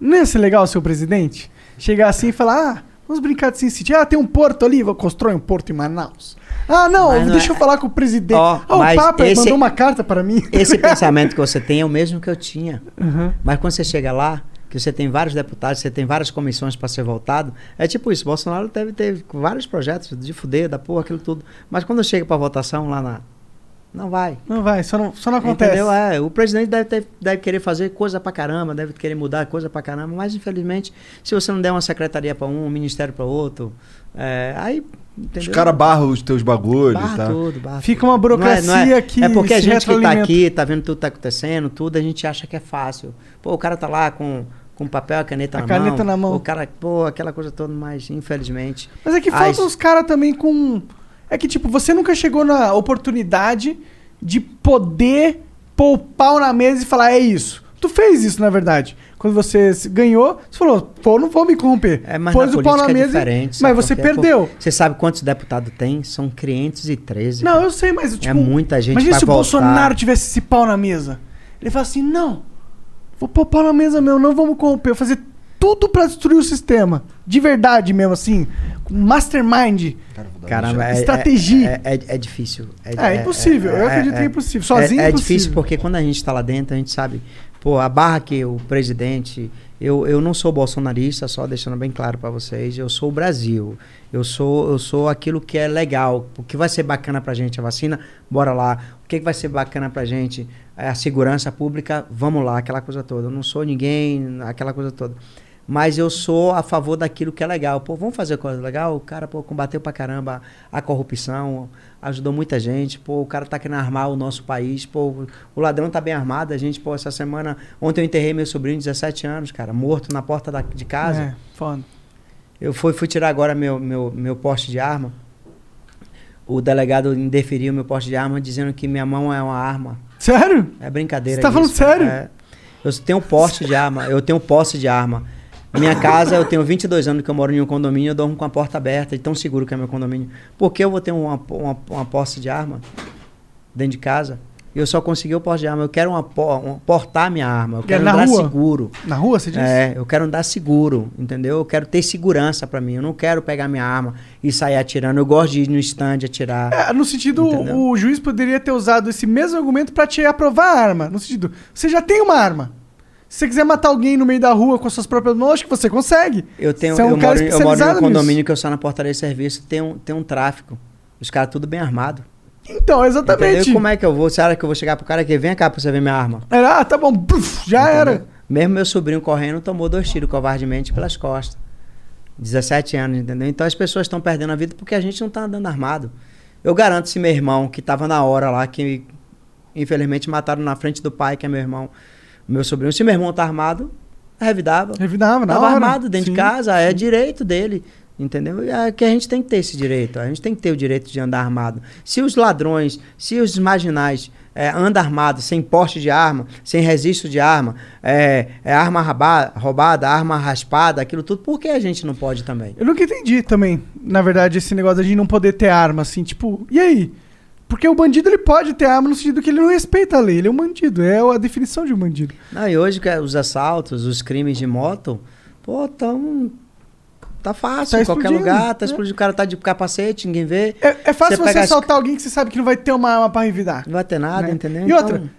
Speaker 3: Não ia ser legal ser o presidente? Chegar assim e falar, ah, vamos brincar de Sin City. Ah, tem um porto ali, vou constrói um porto em Manaus. Ah, não,
Speaker 4: Mas não
Speaker 3: deixa
Speaker 4: é-
Speaker 3: eu falar com o presidente.
Speaker 4: Ó,
Speaker 3: ah, o
Speaker 4: mas
Speaker 3: Papa
Speaker 4: esse-
Speaker 3: mandou uma carta para mim.
Speaker 4: Esse pensamento que você tem é o mesmo que eu tinha.
Speaker 3: Uhum.
Speaker 4: Mas quando você chega lá, que você tem vários deputados, você tem várias comissões para ser votado, é tipo isso. Bolsonaro deve ter vários projetos de fuder, da porra, aquilo tudo. Mas quando chega para votação lá na. Não vai.
Speaker 3: Não vai, só não, só não acontece.
Speaker 4: Entendeu? É, o presidente deve, ter- deve querer fazer coisa pra caramba, deve querer mudar coisa pra caramba, mas infelizmente, se você não der uma secretaria pra um, um ministério pra outro, é, aí.
Speaker 2: Os
Speaker 4: Entendeu?
Speaker 2: caras barram os teus bagulhos tá? e
Speaker 4: Barra
Speaker 2: tal.
Speaker 4: tudo, barra
Speaker 3: Fica uma burocracia
Speaker 4: Ah, não é, não é.
Speaker 3: que
Speaker 4: É porque a
Speaker 3: se
Speaker 4: gente que tá
Speaker 3: retroalimenta.
Speaker 4: aqui, tá vendo tudo que tá acontecendo, tudo, a gente acha que é fácil. Pô, o cara tá lá com, com papel, a caneta
Speaker 3: A
Speaker 4: na mão.
Speaker 3: caneta na mão.
Speaker 4: O cara, pô, aquela coisa toda, mas infelizmente.
Speaker 3: Mas é que
Speaker 4: Ah,
Speaker 3: faltam
Speaker 4: isso-
Speaker 3: os caras também com. É que, tipo, você nunca chegou na oportunidade de poder pôr o pau na mesa e falar, é isso. Tu fez isso, na verdade. Quando você se- ganhou, você falou, pô, não vou me corromper.
Speaker 4: É, mas
Speaker 3: Pôs
Speaker 4: na
Speaker 3: o pau na
Speaker 4: política é
Speaker 3: mesa,
Speaker 4: diferente.
Speaker 3: mas
Speaker 4: sabe
Speaker 3: você
Speaker 4: por quê? Pô,
Speaker 3: perdeu.
Speaker 4: Você sabe quantos deputados tem? São 513.
Speaker 3: Não, eu sei, mas tipo...
Speaker 4: é muita gente
Speaker 3: Imagina
Speaker 4: pra
Speaker 3: se o
Speaker 4: voltar.
Speaker 3: Bolsonaro tivesse esse pau na mesa. Ele fala assim, não, vou pôr o pau na mesa meu, não vamos corromper. eu Vou fazer tudo pra destruir o sistema. De verdade mesmo, assim. com Mastermind.
Speaker 4: Caramba, é,
Speaker 3: Estratégia.
Speaker 4: É, é, é difícil.
Speaker 3: É, impossível. Eu acredito que é impossível. Sozinho
Speaker 4: é,
Speaker 3: é
Speaker 4: é difícil
Speaker 3: impossível.
Speaker 4: porque quando a gente está lá dentro, a gente sabe. Pô, a barra que o presidente. Eu, eu não sou bolsonarista, só deixando bem claro para vocês. Eu sou o Brasil. Eu sou, eu sou aquilo que é legal. O que vai ser bacana para gente a vacina? Bora lá. O que que vai ser bacana para gente? É A segurança pública? Vamos lá, aquela coisa toda. Eu não sou ninguém, aquela coisa toda mas eu sou a favor daquilo que é legal. Pô, vamos fazer coisa legal? O cara, pô, combateu pra caramba a corrupção, ajudou muita gente, pô, o cara tá querendo armar o nosso país, pô, o ladrão tá bem armado, a gente, pô, essa semana, ontem eu enterrei meu sobrinho, 17 anos, cara, morto na porta da- de casa.
Speaker 3: É, foda.
Speaker 4: Eu fui, fui tirar agora meu, meu, meu poste de arma. O delegado indeferiu meu poste de arma, dizendo que minha mão é uma arma.
Speaker 3: Sério?
Speaker 4: É brincadeira.
Speaker 3: Você tá falando
Speaker 4: isso.
Speaker 3: sério?
Speaker 4: É. Eu tenho posse de arma. Eu tenho posse de arma. Minha casa, eu tenho 22 anos que eu moro em um condomínio, eu dormo com a porta aberta, e tão seguro que é meu condomínio. Por que eu vou ter uma, uma, uma posse de arma dentro de casa? Eu só consegui o posse de arma. Eu quero uma, po- uma- portar minha arma. Eu quero
Speaker 3: é na
Speaker 4: andar
Speaker 3: rua?
Speaker 4: seguro.
Speaker 3: Na rua, você disse?
Speaker 4: É, eu quero andar seguro, entendeu? Eu quero ter segurança pra mim. Eu não quero pegar minha arma e sair atirando. Eu gosto de ir no stand atirar.
Speaker 3: É, no sentido,
Speaker 4: Entendeu?
Speaker 3: o juiz poderia ter usado esse mesmo argumento pra te aprovar a arma. No sentido, você já tem uma arma. Se você quiser matar alguém no meio da rua com as suas próprias mãos, acho que você consegue.
Speaker 4: Eu tenho,
Speaker 3: Você é um
Speaker 4: eu,
Speaker 3: cara
Speaker 4: moro, em- eu moro em um
Speaker 3: especializado
Speaker 4: condomínio
Speaker 3: nisso.
Speaker 4: que eu saio na portaria de serviço, tem um, tem um tráfico. Os caras tudo bem armado.
Speaker 3: Então,
Speaker 4: Entendeu?
Speaker 3: exatamente.
Speaker 4: E como é que eu vou? Será que eu vou chegar pro cara que vem cá pra você ver minha arma?
Speaker 3: Era, ah, tá bom, bruf, já era.
Speaker 4: Mesmo meu sobrinho correndo tomou dois tiros covardemente pelas costas. 17 anos, entendeu? Então as pessoas estão perdendo a vida porque a gente não tá andando armado. Eu garanto se meu irmão, que tava na hora lá, que infelizmente mataram na frente do pai, que é meu irmão, meu sobrinho, se meu irmão tá armado, revidava.
Speaker 3: Revidava, na
Speaker 4: Tava
Speaker 3: hora.
Speaker 4: armado dentro
Speaker 3: Sim.
Speaker 4: de casa, é direito dele. Entendeu? E É que a gente tem que ter esse direito. A gente tem que ter o direito de andar armado. Se os ladrões, se os marginais é, andam armados, sem porte de arma, sem registro de arma, é, é arma raba- roubada, arma raspada, aquilo tudo, por que a gente não pode também?
Speaker 3: Eu nunca entendi também, na verdade, esse negócio da gente não poder ter arma, assim, tipo, e aí? Porque o bandido ele pode ter arma no sentido que ele não respeita a lei, ele é um bandido, é a definição de um bandido.
Speaker 4: Não, e hoje que é, os assaltos, os crimes de moto, pô, tão. Tá fácil,
Speaker 3: Tá
Speaker 4: em qualquer
Speaker 3: explodindo,
Speaker 4: lugar,
Speaker 3: né?
Speaker 4: tá explodindo, o cara tá de capacete, ninguém vê.
Speaker 3: É, é fácil
Speaker 4: Você
Speaker 3: você,
Speaker 4: pega as-
Speaker 3: assaltar alguém que você sabe que não vai ter uma arma pra revidar.
Speaker 4: Não vai ter nada,
Speaker 3: né?
Speaker 4: entendeu?
Speaker 3: E outra,
Speaker 4: Então-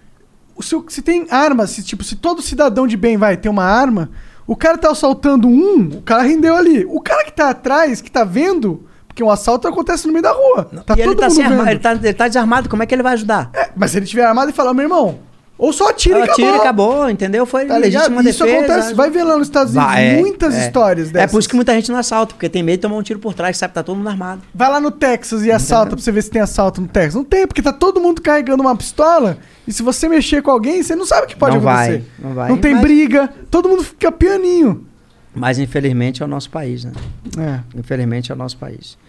Speaker 3: o seu- se tem arma, se, tipo, se todo cidadão de bem vai ter uma arma, o cara tá assaltando um, o cara rendeu ali. O cara que tá atrás, que tá vendo, porque um assalto acontece no meio da rua. Tá
Speaker 4: e
Speaker 3: todo
Speaker 4: ele tá,
Speaker 3: mundo
Speaker 4: sem
Speaker 3: vendo.
Speaker 4: arma, ele, tá, ele tá desarmado, como é que ele vai ajudar?
Speaker 3: É, mas se ele tiver armado e falar, meu irmão, ou só atira e
Speaker 4: Ela
Speaker 3: acabou.
Speaker 4: tira e acabou, entendeu? Foi
Speaker 3: Tá ligado?
Speaker 4: legítima
Speaker 3: Isso
Speaker 4: defesa.
Speaker 3: acontece. Vai ver lá nos Estados Unidos
Speaker 4: Vai, é,
Speaker 3: muitas
Speaker 4: é.
Speaker 3: histórias dessas.
Speaker 4: É por isso que muita gente não assalta, porque tem medo de tomar um tiro por trás, sabe? Tá todo mundo armado.
Speaker 3: Vai lá no Texas e assalta pra você ver se tem assalto no Texas. Não tem, porque tá todo mundo carregando uma pistola. E se você mexer com alguém, você não sabe o que pode
Speaker 4: Não vai,
Speaker 3: acontecer.
Speaker 4: não vai,
Speaker 3: Não tem
Speaker 4: mas-
Speaker 3: briga. Todo mundo fica pianinho.
Speaker 4: Mas infelizmente é o nosso país, né?
Speaker 3: É.
Speaker 4: Infelizmente é o nosso país.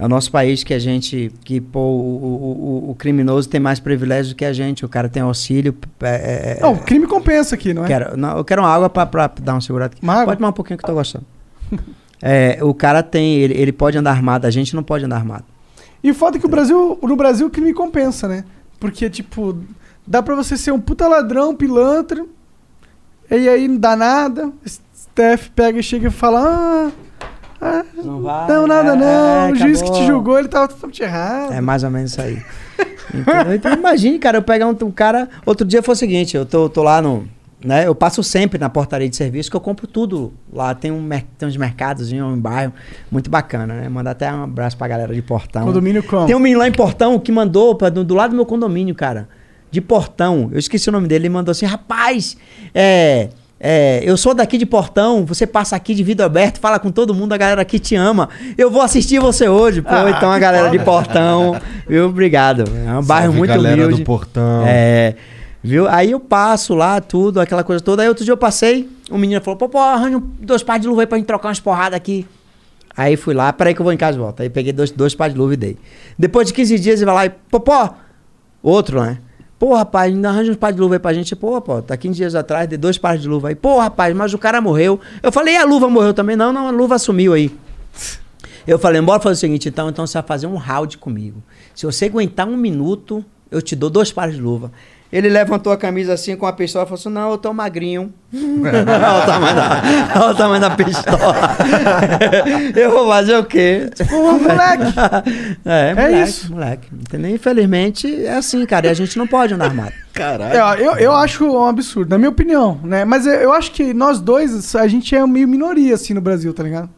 Speaker 4: É o nosso país que a gente, que pô, o, o- o- o criminoso tem mais privilégio do que a gente. O cara tem auxílio. é, é,
Speaker 3: Não, o crime compensa aqui, não é?
Speaker 4: Quero, não, eu quero uma água pra, pra dar um segurado aqui.
Speaker 3: Uma água?
Speaker 4: Pode tomar um pouquinho que eu tô gostando. É, o cara tem, ele, ele pode andar armado, a gente não pode andar armado.
Speaker 3: E foda que o Brasil, no Brasil o crime compensa, né? Porque, tipo, dá pra você ser um puta ladrão, pilantra, e aí não dá nada. Steph pega e chega e fala: Ah, ah,
Speaker 4: Não vai.
Speaker 3: não, nada
Speaker 4: é,
Speaker 3: não.
Speaker 4: é,
Speaker 3: o juiz que te
Speaker 4: acabou.
Speaker 3: julgou, ele tava totalmente errado.
Speaker 4: É mais ou menos isso aí. Entendeu? Então imagine, cara, eu pegar um, um cara. Outro dia foi o seguinte, eu tô, tô lá no. Né, eu passo sempre na portaria de serviço, que eu compro tudo lá. Tem, um, mer- tem uns mercados, um bairro muito bacana, né? Mandar até um abraço pra galera de Portão.
Speaker 3: Condomínio como?
Speaker 4: Tem um menino lá em Portão que mandou pra, do, do lado do meu condomínio, cara. De Portão. Eu esqueci o nome dele. Ele mandou assim: rapaz, é, é, eu sou daqui de Portão. Você passa aqui de vidro aberto, fala com todo mundo. A galera aqui te ama. Eu vou assistir você hoje. Pô,
Speaker 2: Ah,
Speaker 4: então a galera de Portão. Viu? Obrigado. É um bairro muito
Speaker 2: galera
Speaker 4: humilde.
Speaker 2: do Portão.
Speaker 4: É. Viu? Aí eu passo lá, tudo, aquela coisa toda. Aí outro dia eu passei, um menino falou: pô, pô, arranja um- dois pares de luva aí pra gente trocar umas porradas aqui. Aí fui lá, peraí que eu vou em casa e volto. Aí peguei dois, dois pares de luva e dei. Depois de 15 dias ele vai lá e, pô, pô, outro, né? Pô, rapaz, ainda arranja uns par de luva aí pra gente. Pô, pô, tá 15 dias atrás, dei dois pares de luva aí. Pô, rapaz, mas o cara morreu. Eu falei, e a luva morreu também? Não, não, a luva sumiu aí. Eu falei, bora fazer o seguinte, então, então você vai fazer um round comigo. Se você aguentar um minuto, eu te dou dois pares de luva. Ele levantou a camisa assim com a pistola e falou assim: Não, eu tô magrinho. olha, o tamanho da, olha o tamanho da pistola. eu vou fazer o quê? Tipo,
Speaker 3: Ô, moleque!
Speaker 4: É, moleque,
Speaker 3: isso.
Speaker 4: moleque. Entendeu? Infelizmente é assim, cara. E a gente não pode andar armado.
Speaker 3: É, ó, eu, eu acho um absurdo, na minha opinião, né? Mas eu, eu acho que nós dois, a gente é meio minoria, assim, no Brasil, tá ligado?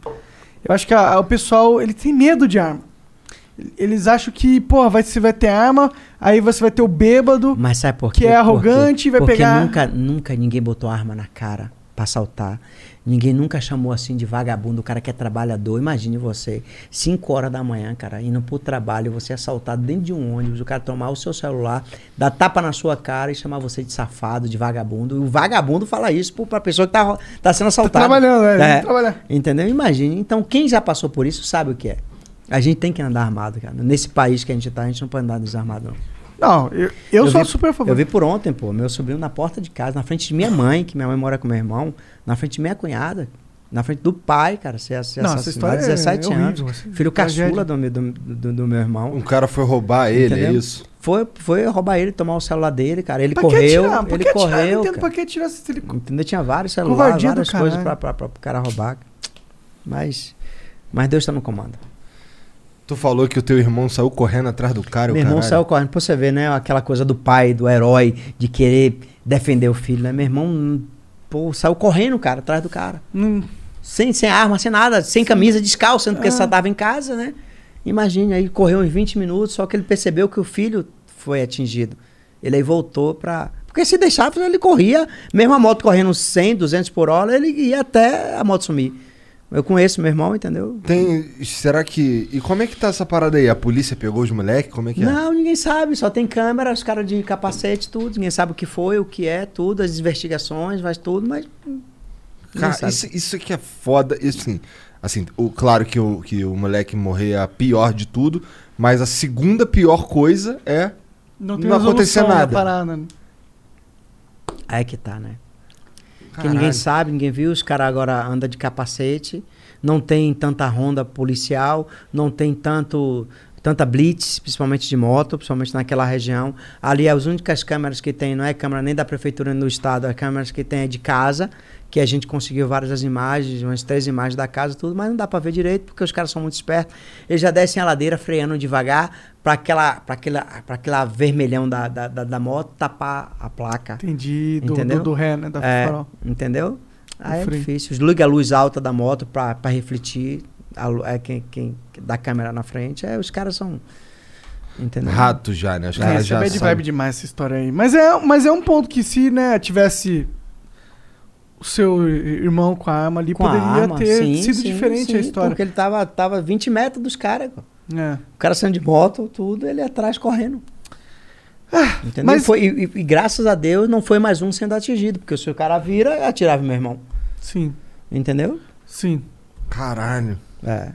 Speaker 3: Eu acho que a- a- o pessoal, ele tem medo de arma. Eles acham que, porra, vai, você vai ter arma, aí você vai ter o bêbado.
Speaker 4: Mas sabe por
Speaker 3: Que
Speaker 4: quê?
Speaker 3: é arrogante e vai
Speaker 4: porque
Speaker 3: pegar-
Speaker 4: Nunca, nunca ninguém botou arma na cara pra assaltar. Ninguém nunca chamou assim de vagabundo, o cara que é trabalhador. Imagine você, 5 horas da manhã, cara, indo pro trabalho, você assaltado dentro de um ônibus, o cara tomar o seu celular, dar tapa na sua cara e chamar você de safado, de vagabundo. E o vagabundo fala isso pro- pra pessoa que tá, ro- tá sendo assaltada.
Speaker 3: trabalhando, é, trabalhando.
Speaker 4: Entendeu? Imagine. Então, quem já passou por isso sabe o que é. A gente tem que andar armado, cara. Nesse país que a gente tá, a gente não pode andar desarmado, não.
Speaker 3: Não, eu, eu, sou
Speaker 4: vi-
Speaker 3: super a favor.
Speaker 4: Eu vi por ontem, pô, meu sobrinho na porta de casa, na frente de minha mãe, que minha mãe mora com meu irmão, na frente de minha cunhada, na frente do pai, cara, ser, ser
Speaker 3: Não, essa
Speaker 4: assassinado
Speaker 3: história
Speaker 4: há
Speaker 3: é
Speaker 4: 17 anos.
Speaker 3: horrível, assim,
Speaker 4: filho
Speaker 3: tragédia.
Speaker 4: caçula do, meu- do, do, do meu irmão.
Speaker 2: Um cara foi roubar ele, é
Speaker 4: Entendeu?
Speaker 2: isso?
Speaker 4: Foi, foi roubar ele, tomar o celular dele, cara. Ele
Speaker 3: Pra que
Speaker 4: correu,
Speaker 3: atirar? Pra
Speaker 4: ele
Speaker 3: que atirar? Eu
Speaker 4: correu.
Speaker 3: não entendo pra
Speaker 4: cara.
Speaker 3: que atirar se ele...
Speaker 4: Entendeu? Tinha vários celulares,
Speaker 3: Covardia do
Speaker 4: várias coisas pra,
Speaker 3: caralho.
Speaker 4: pra, pra, pro cara roubar. Mas, mas Deus tá no comando.
Speaker 2: Tu falou que o teu irmão saiu correndo atrás do cara, e o
Speaker 4: Meu irmão
Speaker 2: caralho.
Speaker 4: saiu correndo. Pra você ver, né? Aquela coisa do pai, do herói, de querer defender o filho, né? Meu irmão hum, pô, saiu correndo, cara, atrás do cara.
Speaker 3: Hum,
Speaker 4: Sem, sem arma, sem nada, sem camisa, descalço, sendo que
Speaker 2: Ah.
Speaker 4: ele só tava em casa, né? Imagina, aí correu uns 20 minutos, só que ele percebeu que o filho foi atingido. Ele aí voltou pra. Porque se deixava, ele corria, mesmo a moto correndo 100, 200 por hora, ele ia até a moto sumir. Eu conheço meu irmão, entendeu?
Speaker 2: Tem. Será que. E como é que tá essa parada aí? A polícia pegou os moleques? Como é que é?
Speaker 4: Não, ninguém sabe, só tem câmera, os caras de capacete, tudo, ninguém sabe o que foi, o que é, tudo, as investigações, faz tudo, mas. hum, ninguém
Speaker 2: Cara,
Speaker 4: sabe.
Speaker 2: isso, isso que é foda. Isso, assim, assim o, claro que o, que o moleque morrer é a pior de tudo, mas a segunda pior coisa é.
Speaker 3: não tem
Speaker 2: Não
Speaker 3: resolução
Speaker 2: aconteceu
Speaker 3: da
Speaker 2: nada.
Speaker 3: parada, né?
Speaker 4: Aí é que tá, né? Porque
Speaker 2: Caralho.
Speaker 4: ninguém sabe, ninguém viu, os caras agora andam de capacete, não tem tanta ronda policial, não tem tanto. Tanta blitz, principalmente de moto, principalmente naquela região. Ali é as únicas câmeras que tem, não é câmera nem da prefeitura nem do estado, as câmeras que tem é de casa, que a gente conseguiu várias as imagens, umas três imagens da casa, tudo, mas não dá pra ver direito porque os caras são muito espertos. Eles já descem a ladeira freando devagar para aquela, para aquela, para aquela vermelhão da, da, da, da moto tapar a placa.
Speaker 3: Entendi, do,
Speaker 4: Entendeu?
Speaker 3: do, do ré, né? Da
Speaker 4: É,
Speaker 3: farol.
Speaker 4: entendeu? Aí é
Speaker 3: freio.
Speaker 4: difícil. Liga a luz alta da moto pra, pra refletir. A, lu- é quem, quem da câmera na frente. É, os caras são. Entendeu?
Speaker 2: Rato já, né? Os
Speaker 3: Uhum. É,
Speaker 2: caras
Speaker 3: isso é
Speaker 2: já.
Speaker 3: bad
Speaker 2: sabem.
Speaker 3: vibe demais essa história aí. Mas é, mas é um ponto que se, né, tivesse o seu irmão com a arma ali,
Speaker 4: Com a
Speaker 3: poderia
Speaker 4: arma,
Speaker 3: ter
Speaker 4: sim,
Speaker 3: sido
Speaker 4: sim,
Speaker 3: diferente
Speaker 4: sim,
Speaker 3: a história.
Speaker 4: Porque ele tava, tava 20 metros dos caras. pô.
Speaker 3: É.
Speaker 4: O cara saindo de moto, tudo, ele atrás correndo. Entendeu?
Speaker 3: Ah, mas-
Speaker 4: E foi- e, e- e graças a Deus não foi mais um sendo atingido, porque se o cara vira, atirava meu irmão.
Speaker 3: Sim,
Speaker 4: Entendeu?
Speaker 3: sim.
Speaker 2: Caralho.
Speaker 4: É.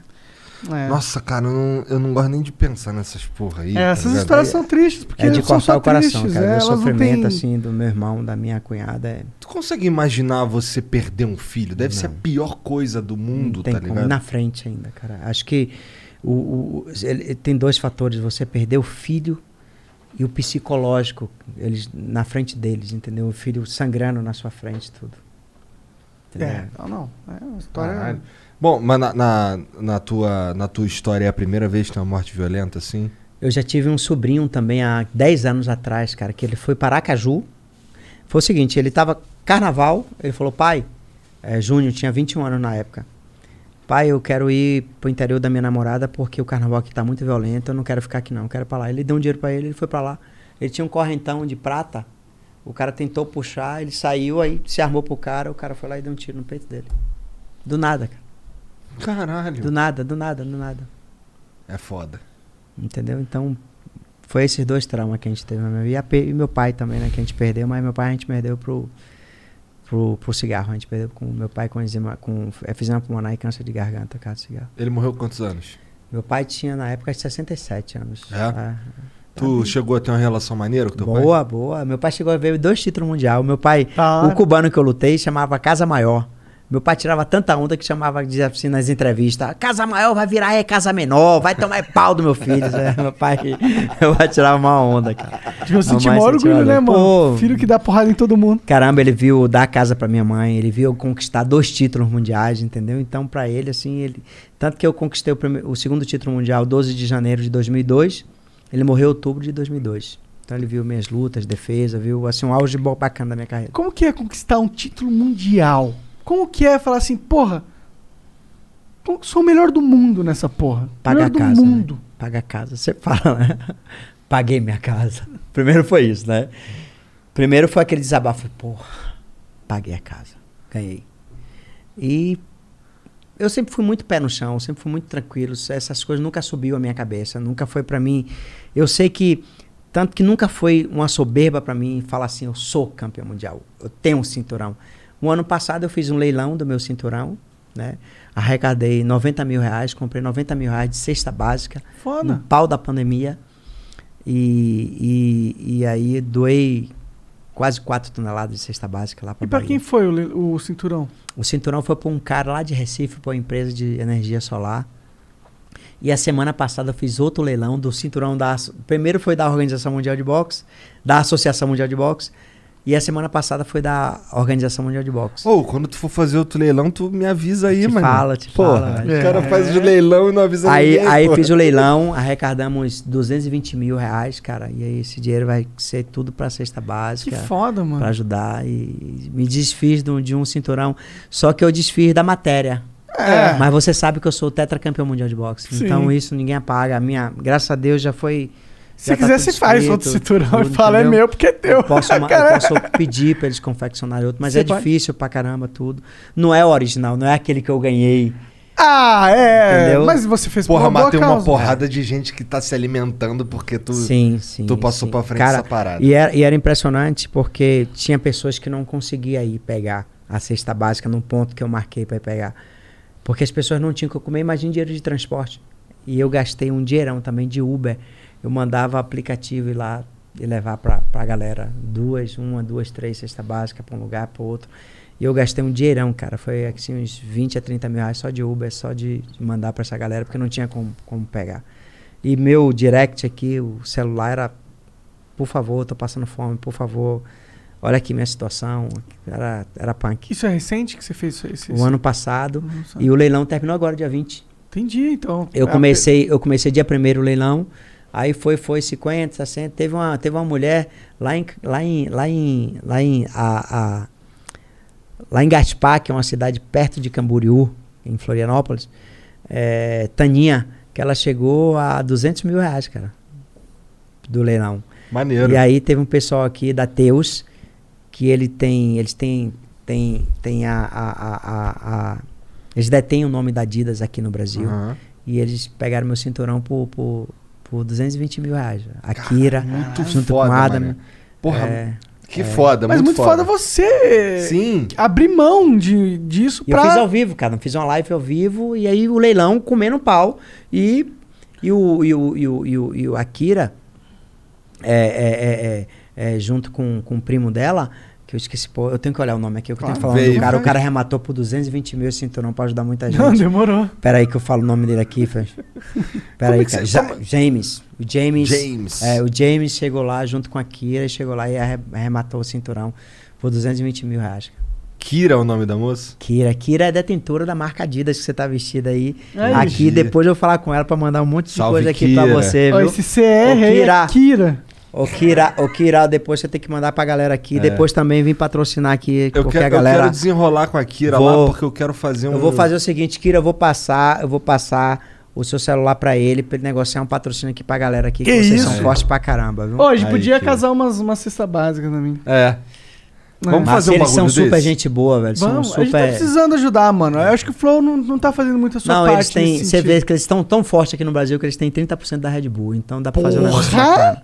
Speaker 3: É.
Speaker 2: Nossa, cara, eu não, eu não gosto nem de pensar nessas porra aí.
Speaker 3: É,
Speaker 2: tá
Speaker 3: essas
Speaker 2: ligado?
Speaker 3: histórias são tristes, porque
Speaker 4: é de
Speaker 3: são só
Speaker 4: cortar o coração,
Speaker 3: tristes,
Speaker 4: cara.
Speaker 3: é,
Speaker 4: o
Speaker 3: elas não
Speaker 4: sofrimento,
Speaker 3: têm...
Speaker 4: assim, do meu irmão, da minha cunhada é.
Speaker 2: Tu consegue imaginar você perder um filho? Deve ser a pior coisa do mundo,
Speaker 4: Não tem
Speaker 2: tá
Speaker 4: como.
Speaker 2: ligado?
Speaker 4: Na frente ainda, cara. Acho que o, o- ele- tem dois fatores. Você perder o filho e o psicológico eles na frente deles, entendeu? O filho sangrando na sua frente, tudo. Tá Entendeu?
Speaker 3: É, não, não. É uma história...
Speaker 2: Caralho. Bom, mas na, na, na tua, na tua história é a primeira vez que tem uma morte violenta, assim?
Speaker 4: Eu já tive um sobrinho também há 10 anos atrás, cara, que ele foi para Aracaju. Foi o seguinte, ele tava carnaval, ele falou, pai, é, Júnior tinha 21 anos na época. Pai, eu quero ir pro interior da minha namorada porque o carnaval aqui tá muito violento, eu não quero ficar aqui não, eu quero ir pra lá. Ele deu um dinheiro para ele, ele foi para lá. Ele tinha um correntão de prata, o cara tentou puxar, ele saiu, aí se armou pro cara, o cara foi lá e deu um tiro no peito dele. Do nada, cara.
Speaker 2: Caralho.
Speaker 4: Do nada, do nada, do nada.
Speaker 2: É foda.
Speaker 4: Entendeu? Então, foi esses dois traumas que a gente teve. né? E, a pe- e meu pai também, né? Que a gente perdeu, mas meu pai a gente perdeu pro, pro, pro cigarro. A gente perdeu com meu pai com enzima, com efizema pulmonar e câncer de garganta, cara, cigarro.
Speaker 2: Ele morreu com quantos anos?
Speaker 4: Meu pai tinha, na época, 67 anos. Ah,
Speaker 2: É? Tu chegou a ter uma relação maneira com teu pai?
Speaker 4: Boa, boa. Meu pai chegou a ver dois títulos mundial. Meu pai,
Speaker 3: Ah.
Speaker 4: o cubano que eu lutei, chamava Casa Maior. Meu pai tirava tanta onda que chamava, dizia assim nas entrevistas, Casa Maior vai virar é Casa Menor, vai tomar é pau do meu filho. meu pai, meu pai tirava uma onda, cara.
Speaker 3: Tipo, eu senti
Speaker 4: Mamãe
Speaker 3: maior
Speaker 4: sentiu
Speaker 3: orgulho,
Speaker 4: uma-
Speaker 3: né, mano?
Speaker 4: Pô.
Speaker 3: Filho que dá porrada em todo mundo.
Speaker 4: Caramba, ele viu eu dar a casa pra minha mãe, ele viu eu conquistar dois títulos mundiais, entendeu? Então, pra ele, assim, ele. Tanto que eu conquistei o, prime- o segundo título mundial 12 de janeiro de 2002, ele morreu em outubro de 2002. Então, ele viu minhas lutas, defesa, viu, assim, um auge bo- bacana da minha carreira.
Speaker 3: Como que é conquistar um título mundial? Como que é falar assim, porra, eu sou o melhor do mundo nessa porra.
Speaker 4: Paga
Speaker 3: melhor
Speaker 4: a
Speaker 3: do
Speaker 4: casa.
Speaker 3: mundo.
Speaker 4: Né? Paga a casa, você fala, né? Paguei minha casa. Primeiro foi isso, né? Primeiro foi aquele desabafo, porra, paguei a casa, ganhei. E eu sempre fui muito pé no chão, sempre fui muito tranquilo, essas coisas nunca subiu a minha cabeça, nunca foi pra mim. Eu sei que tanto que nunca foi uma soberba pra mim falar assim, eu sou campeão mundial, eu tenho um cinturão. Um ano passado eu fiz um leilão do meu cinturão, né? Arrecadei 90 mil reais, comprei 90 mil reais de cesta básica,
Speaker 3: Foda.
Speaker 4: no pau da pandemia. E, e, e aí doei quase 4 toneladas de cesta básica lá pra
Speaker 3: E pra
Speaker 4: Bahia.
Speaker 3: quem foi o, le- o cinturão?
Speaker 4: O cinturão foi para um cara lá de Recife, para uma empresa de energia solar. E a semana passada eu fiz outro leilão do cinturão da. asso- Primeiro foi da Organização Mundial de Boxe, da Associação Mundial de Boxe. E a semana passada foi da Organização Mundial de Boxe.
Speaker 2: Ô, quando tu for fazer outro leilão, tu me avisa aí,
Speaker 4: te
Speaker 2: mano.
Speaker 4: fala, te fala. velho.
Speaker 3: é.
Speaker 2: O cara faz o leilão e não avisa
Speaker 4: Aí,
Speaker 2: ninguém.
Speaker 4: aí
Speaker 2: pô.
Speaker 4: fiz o leilão, arrecadamos 220 mil reais, cara. E aí esse dinheiro vai ser tudo para cesta
Speaker 3: Que
Speaker 4: básica.
Speaker 3: foda, mano.
Speaker 4: Pra ajudar e me desfiz de um, de um cinturão. Só que eu desfiz da matéria. Mas você sabe que eu sou tetracampeão mundial de boxe.
Speaker 3: É. Sim.
Speaker 4: Então isso ninguém apaga. A minha, graças a Deus, já tá foi.
Speaker 3: Se quiser, você faz outro cinturão e fala, é meu porque é teu.
Speaker 4: Eu posso, ma- eu
Speaker 3: Cara,
Speaker 4: posso pedir pra eles confeccionarem outro, mas
Speaker 3: Você
Speaker 4: é
Speaker 3: pode.
Speaker 4: difícil pra caramba tudo. Não é o original, não é aquele que eu ganhei.
Speaker 3: Ah, é.
Speaker 4: Entendeu?
Speaker 3: Mas você fez por
Speaker 2: Porra,
Speaker 3: boa
Speaker 2: matei uma
Speaker 3: causa.
Speaker 2: porrada de gente que tá se alimentando porque tu.
Speaker 4: sim, sim.
Speaker 2: tu passou
Speaker 4: sim.
Speaker 2: pra frente
Speaker 4: Cara,
Speaker 2: essa parada.
Speaker 4: E era, e era impressionante porque tinha pessoas que não conseguia ir pegar a cesta básica num ponto que eu marquei pra ir pegar. Porque as pessoas não tinham o que comer, imagina dinheiro de transporte. E eu gastei um dinheirão também de Uber. Eu mandava aplicativo ir lá e levar pra, pra galera duas, uma, duas, três cesta básica pra um lugar, pro outro. E eu gastei um dinheirão, cara. Foi assim, uns 20 a 30 mil reais só de Uber, só de de mandar pra essa galera, porque não tinha como, como pegar. E meu direct aqui, o celular era por favor, tô passando fome, por favor, olha aqui minha situação. Era, era punk.
Speaker 3: Isso é recente que você fez isso? isso
Speaker 4: O ano passado.
Speaker 3: Não sabe.
Speaker 4: E o leilão terminou agora, dia 20.
Speaker 3: Entendi, então.
Speaker 4: Eu
Speaker 3: Tá. É,
Speaker 4: comecei, eu comecei dia primeiro o leilão. Aí foi, foi 50, 60. Teve uma, teve uma mulher lá em, lá em, lá em, lá em, a, a- lá em Gaspar, que é uma cidade perto de Camboriú, em Florianópolis. é, Taninha, que ela chegou a 200 mil reais, cara, do leilão.
Speaker 2: Maneiro.
Speaker 4: E aí teve um pessoal aqui da Teus, que ele tem. Eles têm. Tem, tem a, a, a, a- a- Eles detêm o nome da Adidas aqui no Brasil.
Speaker 2: Aham.
Speaker 4: E eles pegaram meu cinturão por, por, por 220 mil reais. Akira,
Speaker 2: muito
Speaker 4: junto
Speaker 2: foda,
Speaker 4: com Adam.
Speaker 2: mané. Porra,
Speaker 4: É,
Speaker 2: que foda,
Speaker 3: Mas muito foda você
Speaker 2: Sim.
Speaker 3: abrir mão de, disso
Speaker 4: e
Speaker 3: pra.
Speaker 4: eu fiz ao vivo, cara. Eu Fiz uma live ao vivo e aí o leilão comendo pau. E, e, o, e, o, e, o, e, o, e o Akira, é, é, é, é, é, junto com, com o primo dela, que eu esqueci, pô, eu tenho que olhar o nome aqui, eu que tenho que falar o nome
Speaker 2: veio,
Speaker 4: do cara. O
Speaker 2: vai.
Speaker 4: cara rematou por 220 mil esse cinturão pra ajudar muita né, gente.
Speaker 3: Não, demorou.
Speaker 4: Pera aí que eu falo o nome dele aqui, Fred. Pera aí,
Speaker 2: é que
Speaker 4: cara.
Speaker 2: você-
Speaker 4: Ja-
Speaker 2: como-
Speaker 4: James. O James.
Speaker 2: James.
Speaker 4: É, o James chegou lá junto com a Kira, chegou lá e arre- arrematou o cinturão por 220 mil reais.
Speaker 2: Kira é o nome da moça?
Speaker 4: Kira. Kira é detentora da marca Adidas que você tá vestida aí.
Speaker 3: Aí.
Speaker 4: Aqui,
Speaker 2: Kira.
Speaker 4: depois eu vou falar com ela pra mandar um monte de
Speaker 2: Salve,
Speaker 4: coisa aqui pra
Speaker 2: Kira.
Speaker 4: você,
Speaker 3: Ó,
Speaker 4: viu?
Speaker 3: esse CR aí é
Speaker 4: Kira.
Speaker 3: Kira.
Speaker 4: Ô, Kira, ô, Kira, depois você tem que mandar pra galera aqui. Depois também vim patrocinar aqui,
Speaker 2: É. Eu,
Speaker 4: porque
Speaker 2: quero,
Speaker 4: a
Speaker 2: eu
Speaker 4: galera...
Speaker 2: quero desenrolar com a Kira lá
Speaker 4: Vou-
Speaker 2: porque eu quero fazer um.
Speaker 4: Eu vou fazer o seguinte, Kira, eu vou passar, eu vou passar o seu celular pra ele, pra ele negociar um patrocínio aqui pra galera aqui, que,
Speaker 3: Que
Speaker 4: vocês
Speaker 3: isso?
Speaker 4: são fortes pra caramba, viu?
Speaker 3: Hoje
Speaker 2: Aí,
Speaker 3: podia
Speaker 2: Kira.
Speaker 3: casar umas, uma cesta básica também.
Speaker 2: É. Vamos
Speaker 4: Mas
Speaker 2: fazer um
Speaker 4: eles são
Speaker 2: bagulho
Speaker 4: super
Speaker 2: desse?
Speaker 4: gente boa, velho.
Speaker 3: Vamos,
Speaker 4: são
Speaker 3: a gente tá
Speaker 4: super...
Speaker 3: precisando ajudar, mano. Eu acho que o Flow não, não tá fazendo muito a sua
Speaker 4: Não,
Speaker 3: parte.
Speaker 4: eles têm...
Speaker 3: nesse
Speaker 4: Você vê
Speaker 3: sentido.
Speaker 4: que eles estão tão fortes aqui no Brasil que eles têm 30% da Red Bull, então dá pra fazer um negócio
Speaker 3: Porra!
Speaker 4: bacana.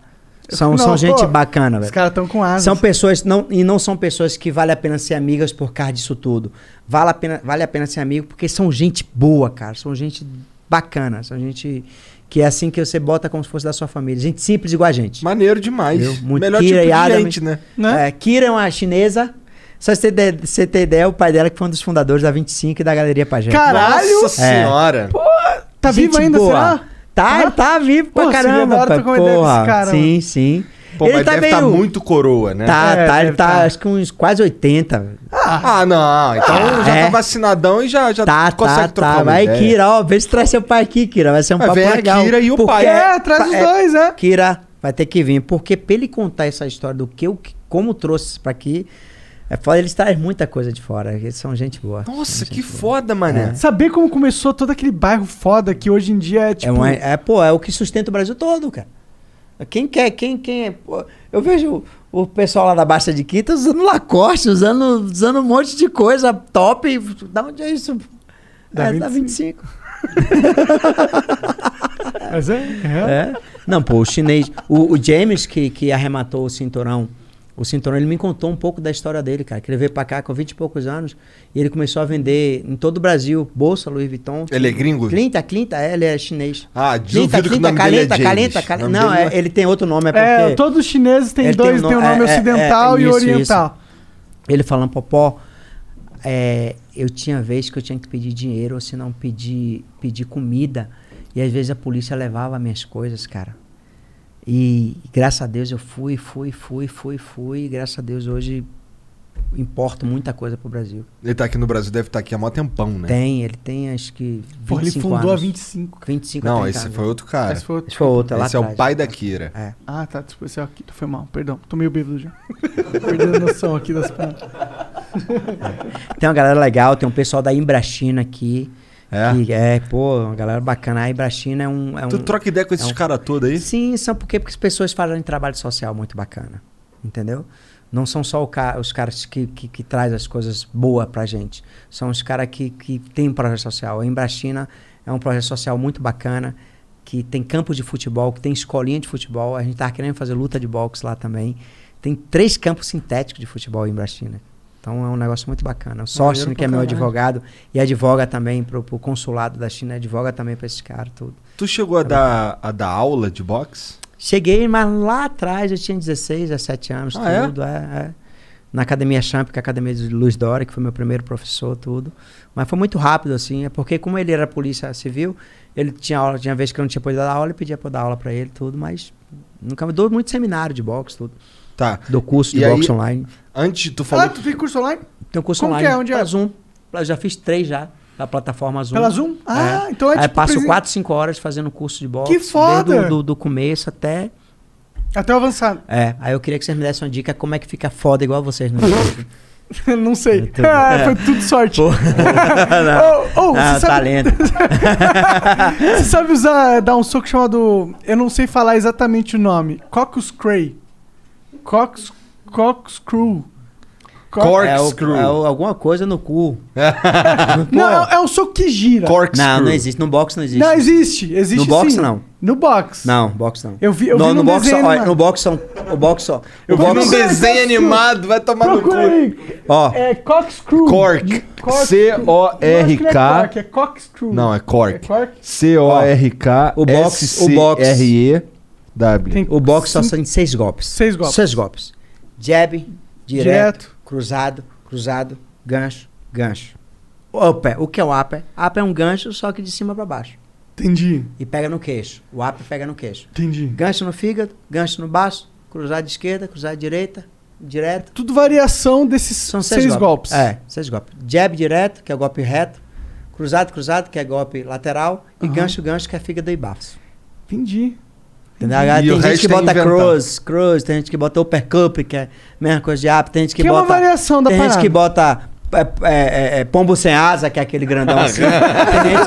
Speaker 4: São,
Speaker 3: Não,
Speaker 4: são gente
Speaker 3: pô,
Speaker 4: bacana,
Speaker 3: Os
Speaker 4: velho.
Speaker 3: caras estão com asas.
Speaker 4: São pessoas, não, e não são pessoas que vale a pena ser amigas por causa disso tudo. Vale a pena, vale a pena ser amigo porque são gente boa, cara. São gente bacanas. A gente. Que é assim que você bota como se fosse da sua família. Gente simples igual a gente.
Speaker 2: Maneiro demais.
Speaker 4: Entendeu? Muito
Speaker 2: Melhor
Speaker 4: Kira
Speaker 2: tipo
Speaker 4: e
Speaker 2: de
Speaker 4: Adam,
Speaker 2: gente, né?
Speaker 3: Né?
Speaker 4: É, Kira é uma chinesa. Só você ter, você ter ideia, o pai dela que foi um dos fundadores da 25 e da Galeria É. Pajé.
Speaker 3: Caralho!
Speaker 2: Nossa senhora.
Speaker 3: Tá
Speaker 4: Gente
Speaker 3: vivo ainda,
Speaker 4: boa.
Speaker 3: será?
Speaker 4: Tá,
Speaker 3: Ah.
Speaker 4: ele tá vivo pra
Speaker 3: Pô, seria da
Speaker 4: caramba.
Speaker 3: hora
Speaker 4: pai.
Speaker 3: trocar uma ideia com esse
Speaker 4: Porra,
Speaker 3: cara,
Speaker 4: sim, sim.
Speaker 2: Pô, mas deve estar muito coroa, né?
Speaker 4: Tá,
Speaker 3: É,
Speaker 4: tá, ele
Speaker 3: deve
Speaker 4: tá,
Speaker 3: tá.
Speaker 4: acho que uns quase 80. velho.
Speaker 2: Ah, não. Então já
Speaker 4: é.
Speaker 2: tá vacinadão e já, já
Speaker 4: tá,
Speaker 2: consegue
Speaker 4: tá,
Speaker 2: trocar
Speaker 4: tá.
Speaker 2: uma
Speaker 4: Vai,
Speaker 2: ideia.
Speaker 4: Kira, ó, vê se traz seu pai aqui, Kira. Vai ser um
Speaker 2: Mas
Speaker 4: papo
Speaker 2: vem a
Speaker 4: legal.
Speaker 2: Kira e o
Speaker 4: Porque-
Speaker 2: pai, né?
Speaker 3: É, traz os
Speaker 4: é,
Speaker 3: dois, né?
Speaker 4: Kira vai ter que vir, porque pra ele contar essa história do que eu, como trouxe pra aqui, é foda, eles trazem muita coisa de fora. Eles são gente boa.
Speaker 2: Nossa,
Speaker 4: São
Speaker 2: que
Speaker 4: gente boa.
Speaker 2: foda, mané.
Speaker 3: Saber como começou todo aquele bairro foda que hoje em dia é
Speaker 4: É. É,
Speaker 3: tipo.
Speaker 4: uma, é, pô, é o que sustenta o Brasil todo, cara. Quem quer, quem, quem é. pô, eu vejo o pessoal lá da Baixa de Quinta usando Lacoste, usando, usando um monte de coisa top. Da onde é isso?
Speaker 3: Da
Speaker 4: Da é, 25. da
Speaker 3: 25.
Speaker 4: 25.
Speaker 3: Mas é, é.
Speaker 4: É. Não, pô, o chinês. O, o James, que, que arrematou o cinturão, o cinturão, ele me contou um pouco da história dele, cara. Que ele veio pra cá com 20 e poucos anos e ele começou a vender em todo o Brasil bolsa Louis Vuitton.
Speaker 2: Ele é gringo?
Speaker 4: Clinta, Clinta, é, ele é chinês.
Speaker 2: Ah,
Speaker 4: Clinta,
Speaker 2: duvido que o
Speaker 4: Clinta,
Speaker 2: nome dele é
Speaker 4: Calenta,
Speaker 2: James.
Speaker 4: Calenta,
Speaker 2: O
Speaker 4: Calenta.
Speaker 2: nome
Speaker 4: Não,
Speaker 2: dele
Speaker 4: é- ele tem outro nome, é porque...
Speaker 3: É, todos os chineses têm
Speaker 4: Ele tem
Speaker 3: dois,
Speaker 4: um
Speaker 3: tem o
Speaker 4: no-
Speaker 3: nome
Speaker 4: é, é,
Speaker 3: ocidental
Speaker 4: é,
Speaker 3: e
Speaker 4: isso,
Speaker 3: oriental.
Speaker 4: Ele falando, Popó, é, eu tinha vez que eu tinha que pedir dinheiro, ou se não pedir, pedir comida. E às vezes a polícia levava minhas coisas, cara. E graças a Deus eu fui, fui, fui, fui, fui. E graças a Deus hoje importo muita coisa pro Brasil.
Speaker 2: Ele tá aqui no Brasil, deve estar aqui há mó tempão, né?
Speaker 4: Tem, ele tem acho que 25
Speaker 3: Pô, ele fundou
Speaker 4: anos.
Speaker 3: a 25.
Speaker 4: 25
Speaker 2: Não,
Speaker 4: a 30
Speaker 2: esse
Speaker 4: anos.
Speaker 2: foi outro cara.
Speaker 3: Esse foi outro.
Speaker 4: Esse foi outro, é lá
Speaker 2: Esse é o
Speaker 4: atrás. É.
Speaker 2: pai da Kira.
Speaker 3: Ah, tá. Desculpa, esse aqui foi mal. Perdão. Tô meio bêbado já. Ah, Perdendo a noção aqui das paradas.
Speaker 4: Tem uma galera legal, tem um pessoal da Imbrachina aqui.
Speaker 2: É?
Speaker 4: Que é, pô, uma galera bacana. A Imbrachina é um. É um
Speaker 2: Tu troca ideia com esses
Speaker 4: é um-
Speaker 2: caras todos aí?
Speaker 4: Sim, são porque, porque as pessoas fazem um trabalho social muito bacana. Entendeu? Não são só o ca- os caras que, que, que trazem as coisas boas pra gente. São os caras que, que têm um projeto social. A Embrachina é um projeto social muito bacana, que tem campo de futebol, que tem escolinha de futebol. A gente tá querendo fazer luta de boxe lá também. Tem três campos sintéticos de futebol em Embrachina. Então é um negócio muito bacana. O Sócio, que é meu advogado, e advoga também pro, pro consulado da China, advoga também pra esses caras, tudo.
Speaker 2: Tu chegou a
Speaker 4: é
Speaker 2: dar,
Speaker 4: um-
Speaker 2: a dar aula de boxe?
Speaker 4: Cheguei, mas lá atrás eu tinha 16, 17 anos,
Speaker 2: Ah,
Speaker 4: tudo. É? é. Na Academia Champ, que é a Academia de Luz Dória, que foi meu primeiro professor, tudo. Mas foi muito rápido, assim, é porque como ele era polícia civil, ele tinha aula, tinha vez que eu não tinha podido dar aula, eu pedia pra eu dar aula pra ele, tudo, mas nunca me dou muito seminário de boxe, tudo.
Speaker 2: Tá.
Speaker 4: Dou curso de
Speaker 2: E aí-
Speaker 4: boxe online.
Speaker 2: Antes, tu
Speaker 3: Ah,
Speaker 2: falou.
Speaker 3: tu tem curso online?
Speaker 4: Tem um curso
Speaker 3: Como
Speaker 4: online
Speaker 3: que é? Onde é?
Speaker 4: pela Zoom. Eu já fiz três já, da plataforma Zoom.
Speaker 3: Pela Zoom? Ah, então é
Speaker 4: Aí
Speaker 3: tipo
Speaker 4: passo
Speaker 3: presen-
Speaker 4: 4, 5 horas fazendo curso de boxe.
Speaker 3: Que foda!
Speaker 4: Desde o do- do começo até...
Speaker 3: Até o avançado.
Speaker 4: É, aí eu queria que vocês me dessem uma dica como é que fica foda igual vocês no YouTube.
Speaker 3: não sei.
Speaker 4: Tudo.
Speaker 3: Ah, foi tudo sorte.
Speaker 4: Pô.
Speaker 3: oh, oh,
Speaker 4: ah,
Speaker 3: você, sabe,
Speaker 4: talento.
Speaker 3: você sabe usar, dar um soco chamado. Eu não sei falar exatamente o nome. Cocoscray. Cox. Coxcrew. Cox-
Speaker 2: Cor-
Speaker 4: É,
Speaker 2: Corkscrew.
Speaker 4: o, é o- alguma coisa no cu.
Speaker 3: Não, é, é um soco que gira.
Speaker 2: Corkscrew.
Speaker 4: Não, não existe. No box não existe.
Speaker 3: Não, existe. Existe
Speaker 4: No box,
Speaker 3: sim.
Speaker 4: não.
Speaker 3: No box.
Speaker 4: Não, box não.
Speaker 3: Eu vi- eu
Speaker 4: no,
Speaker 3: vi
Speaker 4: no
Speaker 3: num
Speaker 4: box,
Speaker 3: desenho
Speaker 4: ó,
Speaker 3: animado.
Speaker 4: no box são. O box só. O
Speaker 2: Eu vi
Speaker 4: box,
Speaker 2: num desenho animado, vai tomar no
Speaker 3: Procura
Speaker 2: cu.
Speaker 3: aí.
Speaker 4: ó,
Speaker 3: É Coxcrew.
Speaker 2: Cork.
Speaker 3: Cork. Não, acho que não é
Speaker 2: C-O-R-K.
Speaker 3: Cork, é Coxcrew.
Speaker 2: Não, é
Speaker 3: É
Speaker 2: Cork.
Speaker 3: Cork?
Speaker 2: C-O-R-K.
Speaker 4: O box, o box.
Speaker 2: S-C-R-E-W.
Speaker 3: Tem-
Speaker 4: o box só
Speaker 3: Cinco-
Speaker 4: tem seis golpes.
Speaker 3: Seis golpes.
Speaker 4: Seis golpes. Jab, direto,
Speaker 3: Direto.
Speaker 4: cruzado, cruzado, gancho, gancho. Upper. O que é o upper? Upper é um gancho, só que de cima pra baixo.
Speaker 3: Entendi.
Speaker 4: E pega no queixo. O upper pega no queixo.
Speaker 3: Entendi.
Speaker 4: Gancho no fígado, gancho no baço, cruzado de esquerda, cruzado de direita, direto.
Speaker 3: Tudo variação desses
Speaker 4: São
Speaker 3: seis,
Speaker 4: seis,
Speaker 3: golpes.
Speaker 4: É, seis golpes. Jab direto, que é golpe reto. Cruzado, cruzado, que é golpe lateral. E gancho, gancho, que é fígado e baço.
Speaker 3: Entendi.
Speaker 4: Entendeu? Agora,
Speaker 2: E o
Speaker 4: tem gente
Speaker 2: resto
Speaker 4: que
Speaker 2: é
Speaker 4: bota
Speaker 2: inventado.
Speaker 4: cross, cross, tem gente que bota uppercut, que é a mesma coisa de up, tem gente que,
Speaker 3: Que é uma
Speaker 4: bota.
Speaker 3: variação da
Speaker 4: Tem gente
Speaker 3: parada.
Speaker 4: que bota. é, é, é, é, pombo sem asa, que é aquele grandão assim. tem, gente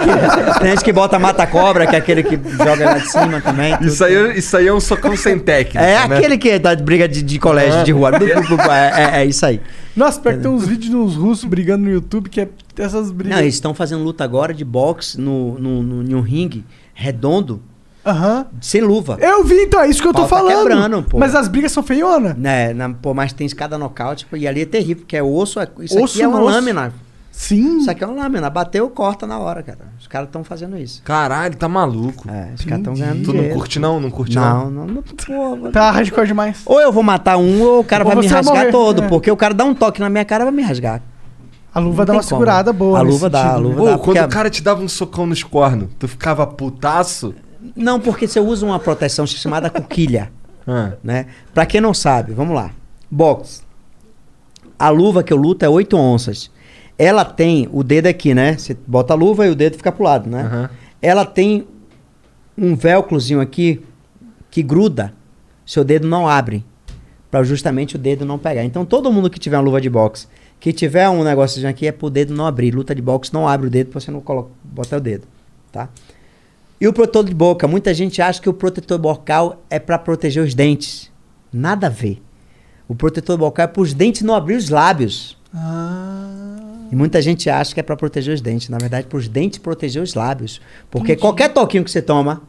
Speaker 4: que, tem gente que bota mata-cobra, que é aquele que joga lá de cima também.
Speaker 2: Isso aí, é- isso aí é um socão sem técnica.
Speaker 4: É
Speaker 2: né?
Speaker 4: aquele que dá briga de, de colégio, de rua. Blu, blu, blu, blu. É, é- é isso aí.
Speaker 3: Nossa, pior que tem uns vídeos de uns russos brigando no YouTube que é essas
Speaker 4: Não,
Speaker 3: brigas.
Speaker 4: eles estão fazendo luta agora de boxe no, no, no, em um ringue redondo,
Speaker 3: Aham.
Speaker 4: sem luva.
Speaker 3: Eu vi, então, é isso que eu tô
Speaker 4: Pau tá
Speaker 3: falando.
Speaker 4: quebrando, pô.
Speaker 3: Mas as brigas são feionas.
Speaker 4: Né, na, pô, mas tem escada nocaute, pô, e ali é terrível, porque é osso, é- isso
Speaker 3: Osso
Speaker 4: aqui é uma
Speaker 3: no osso.
Speaker 4: lâmina.
Speaker 3: Sim.
Speaker 4: Isso aqui é online, bateu, corta na hora, cara. Os caras estão fazendo isso.
Speaker 2: Caralho, tá maluco.
Speaker 4: É, os caras estão
Speaker 3: Entendi.
Speaker 4: ganhando
Speaker 2: Tu não
Speaker 4: dinheiro.
Speaker 2: curte não? Não curte
Speaker 4: Não, não, não. Pô, vou-
Speaker 3: Tá hardcore demais.
Speaker 4: Ou eu vou matar um, ou o cara
Speaker 3: Ou
Speaker 4: vai me
Speaker 3: você vai
Speaker 4: rasgar
Speaker 3: morrer,
Speaker 4: todo,
Speaker 3: é.
Speaker 4: porque o cara dá um toque na minha cara vai me rasgar.
Speaker 3: A luva
Speaker 4: Não
Speaker 3: dá
Speaker 4: tem
Speaker 3: uma
Speaker 4: como.
Speaker 3: segurada boa.
Speaker 4: A
Speaker 3: nesse
Speaker 4: luva dá,
Speaker 3: sentido,
Speaker 4: a
Speaker 3: né?
Speaker 4: luva
Speaker 2: Pô,
Speaker 4: dá.
Speaker 2: quando
Speaker 4: porque a-
Speaker 2: o cara te dava um socão nos cornos, tu ficava putaço?
Speaker 4: Não, porque você usa uma proteção chamada coquilha,
Speaker 2: Ah,
Speaker 4: né? Pra quem não sabe, vamos lá. Box. A luva que eu luto é 8 onças. Ela tem o dedo aqui, né? Você bota a luva e o dedo fica pro lado, né?
Speaker 2: Aham.
Speaker 4: Ela tem um velcrozinho aqui que gruda. Seu dedo não abre. Pra justamente o dedo não pegar. Então todo mundo que tiver uma luva de boxe, que tiver um negocinho aqui, é pro dedo não abrir. Luta de boxe não abre o dedo pra você não coloca, botar o dedo, tá? E o protetor de boca? Muita gente acha que o protetor bocal é pra proteger os dentes. Nada a ver. O protetor bocal é pros dentes não abrir os lábios. E muita gente acha que é pra proteger os dentes. Na verdade, pros dentes proteger os lábios. Porque qualquer toquinho que você toma,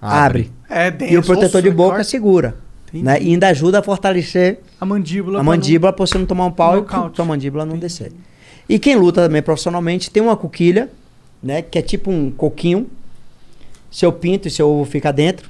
Speaker 4: abre.
Speaker 3: É, denso,
Speaker 4: E o protetor de
Speaker 3: osso,
Speaker 4: boca
Speaker 3: corta
Speaker 4: segura.
Speaker 3: Entendi.
Speaker 4: Né? E ainda ajuda a fortalecer
Speaker 3: A mandíbula.
Speaker 4: a
Speaker 3: pra não-
Speaker 4: mandíbula pra você não tomar um pau
Speaker 3: Nocaute.
Speaker 4: e sua mandíbula não descer. E quem luta também profissionalmente tem uma coquilha, né? Que é tipo um coquinho. Seu pinto e seu ovo fica dentro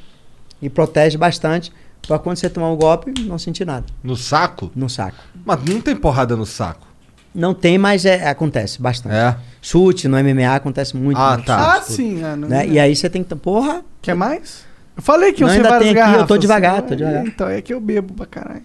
Speaker 4: e protege bastante pra quando você tomar um golpe não sentir nada
Speaker 2: no saco?
Speaker 4: no saco.
Speaker 2: Mas não tem porrada no saco.
Speaker 4: Não tem, mas é- acontece bastante.
Speaker 2: É?
Speaker 4: Chute no MMA acontece muito.
Speaker 2: Ah,
Speaker 4: muito
Speaker 2: tá.
Speaker 3: Ah,
Speaker 4: chute,
Speaker 3: sim. é, não-
Speaker 4: Né? E aí você tem que. Porra,
Speaker 3: Quer mais? Eu falei que eu
Speaker 4: Não,
Speaker 3: sei
Speaker 4: ainda
Speaker 3: várias
Speaker 4: tem aqui, eu tô
Speaker 3: garrafas.
Speaker 4: devagar,
Speaker 3: assim,
Speaker 4: tô devagar.
Speaker 3: Então, é que eu bebo pra caralho.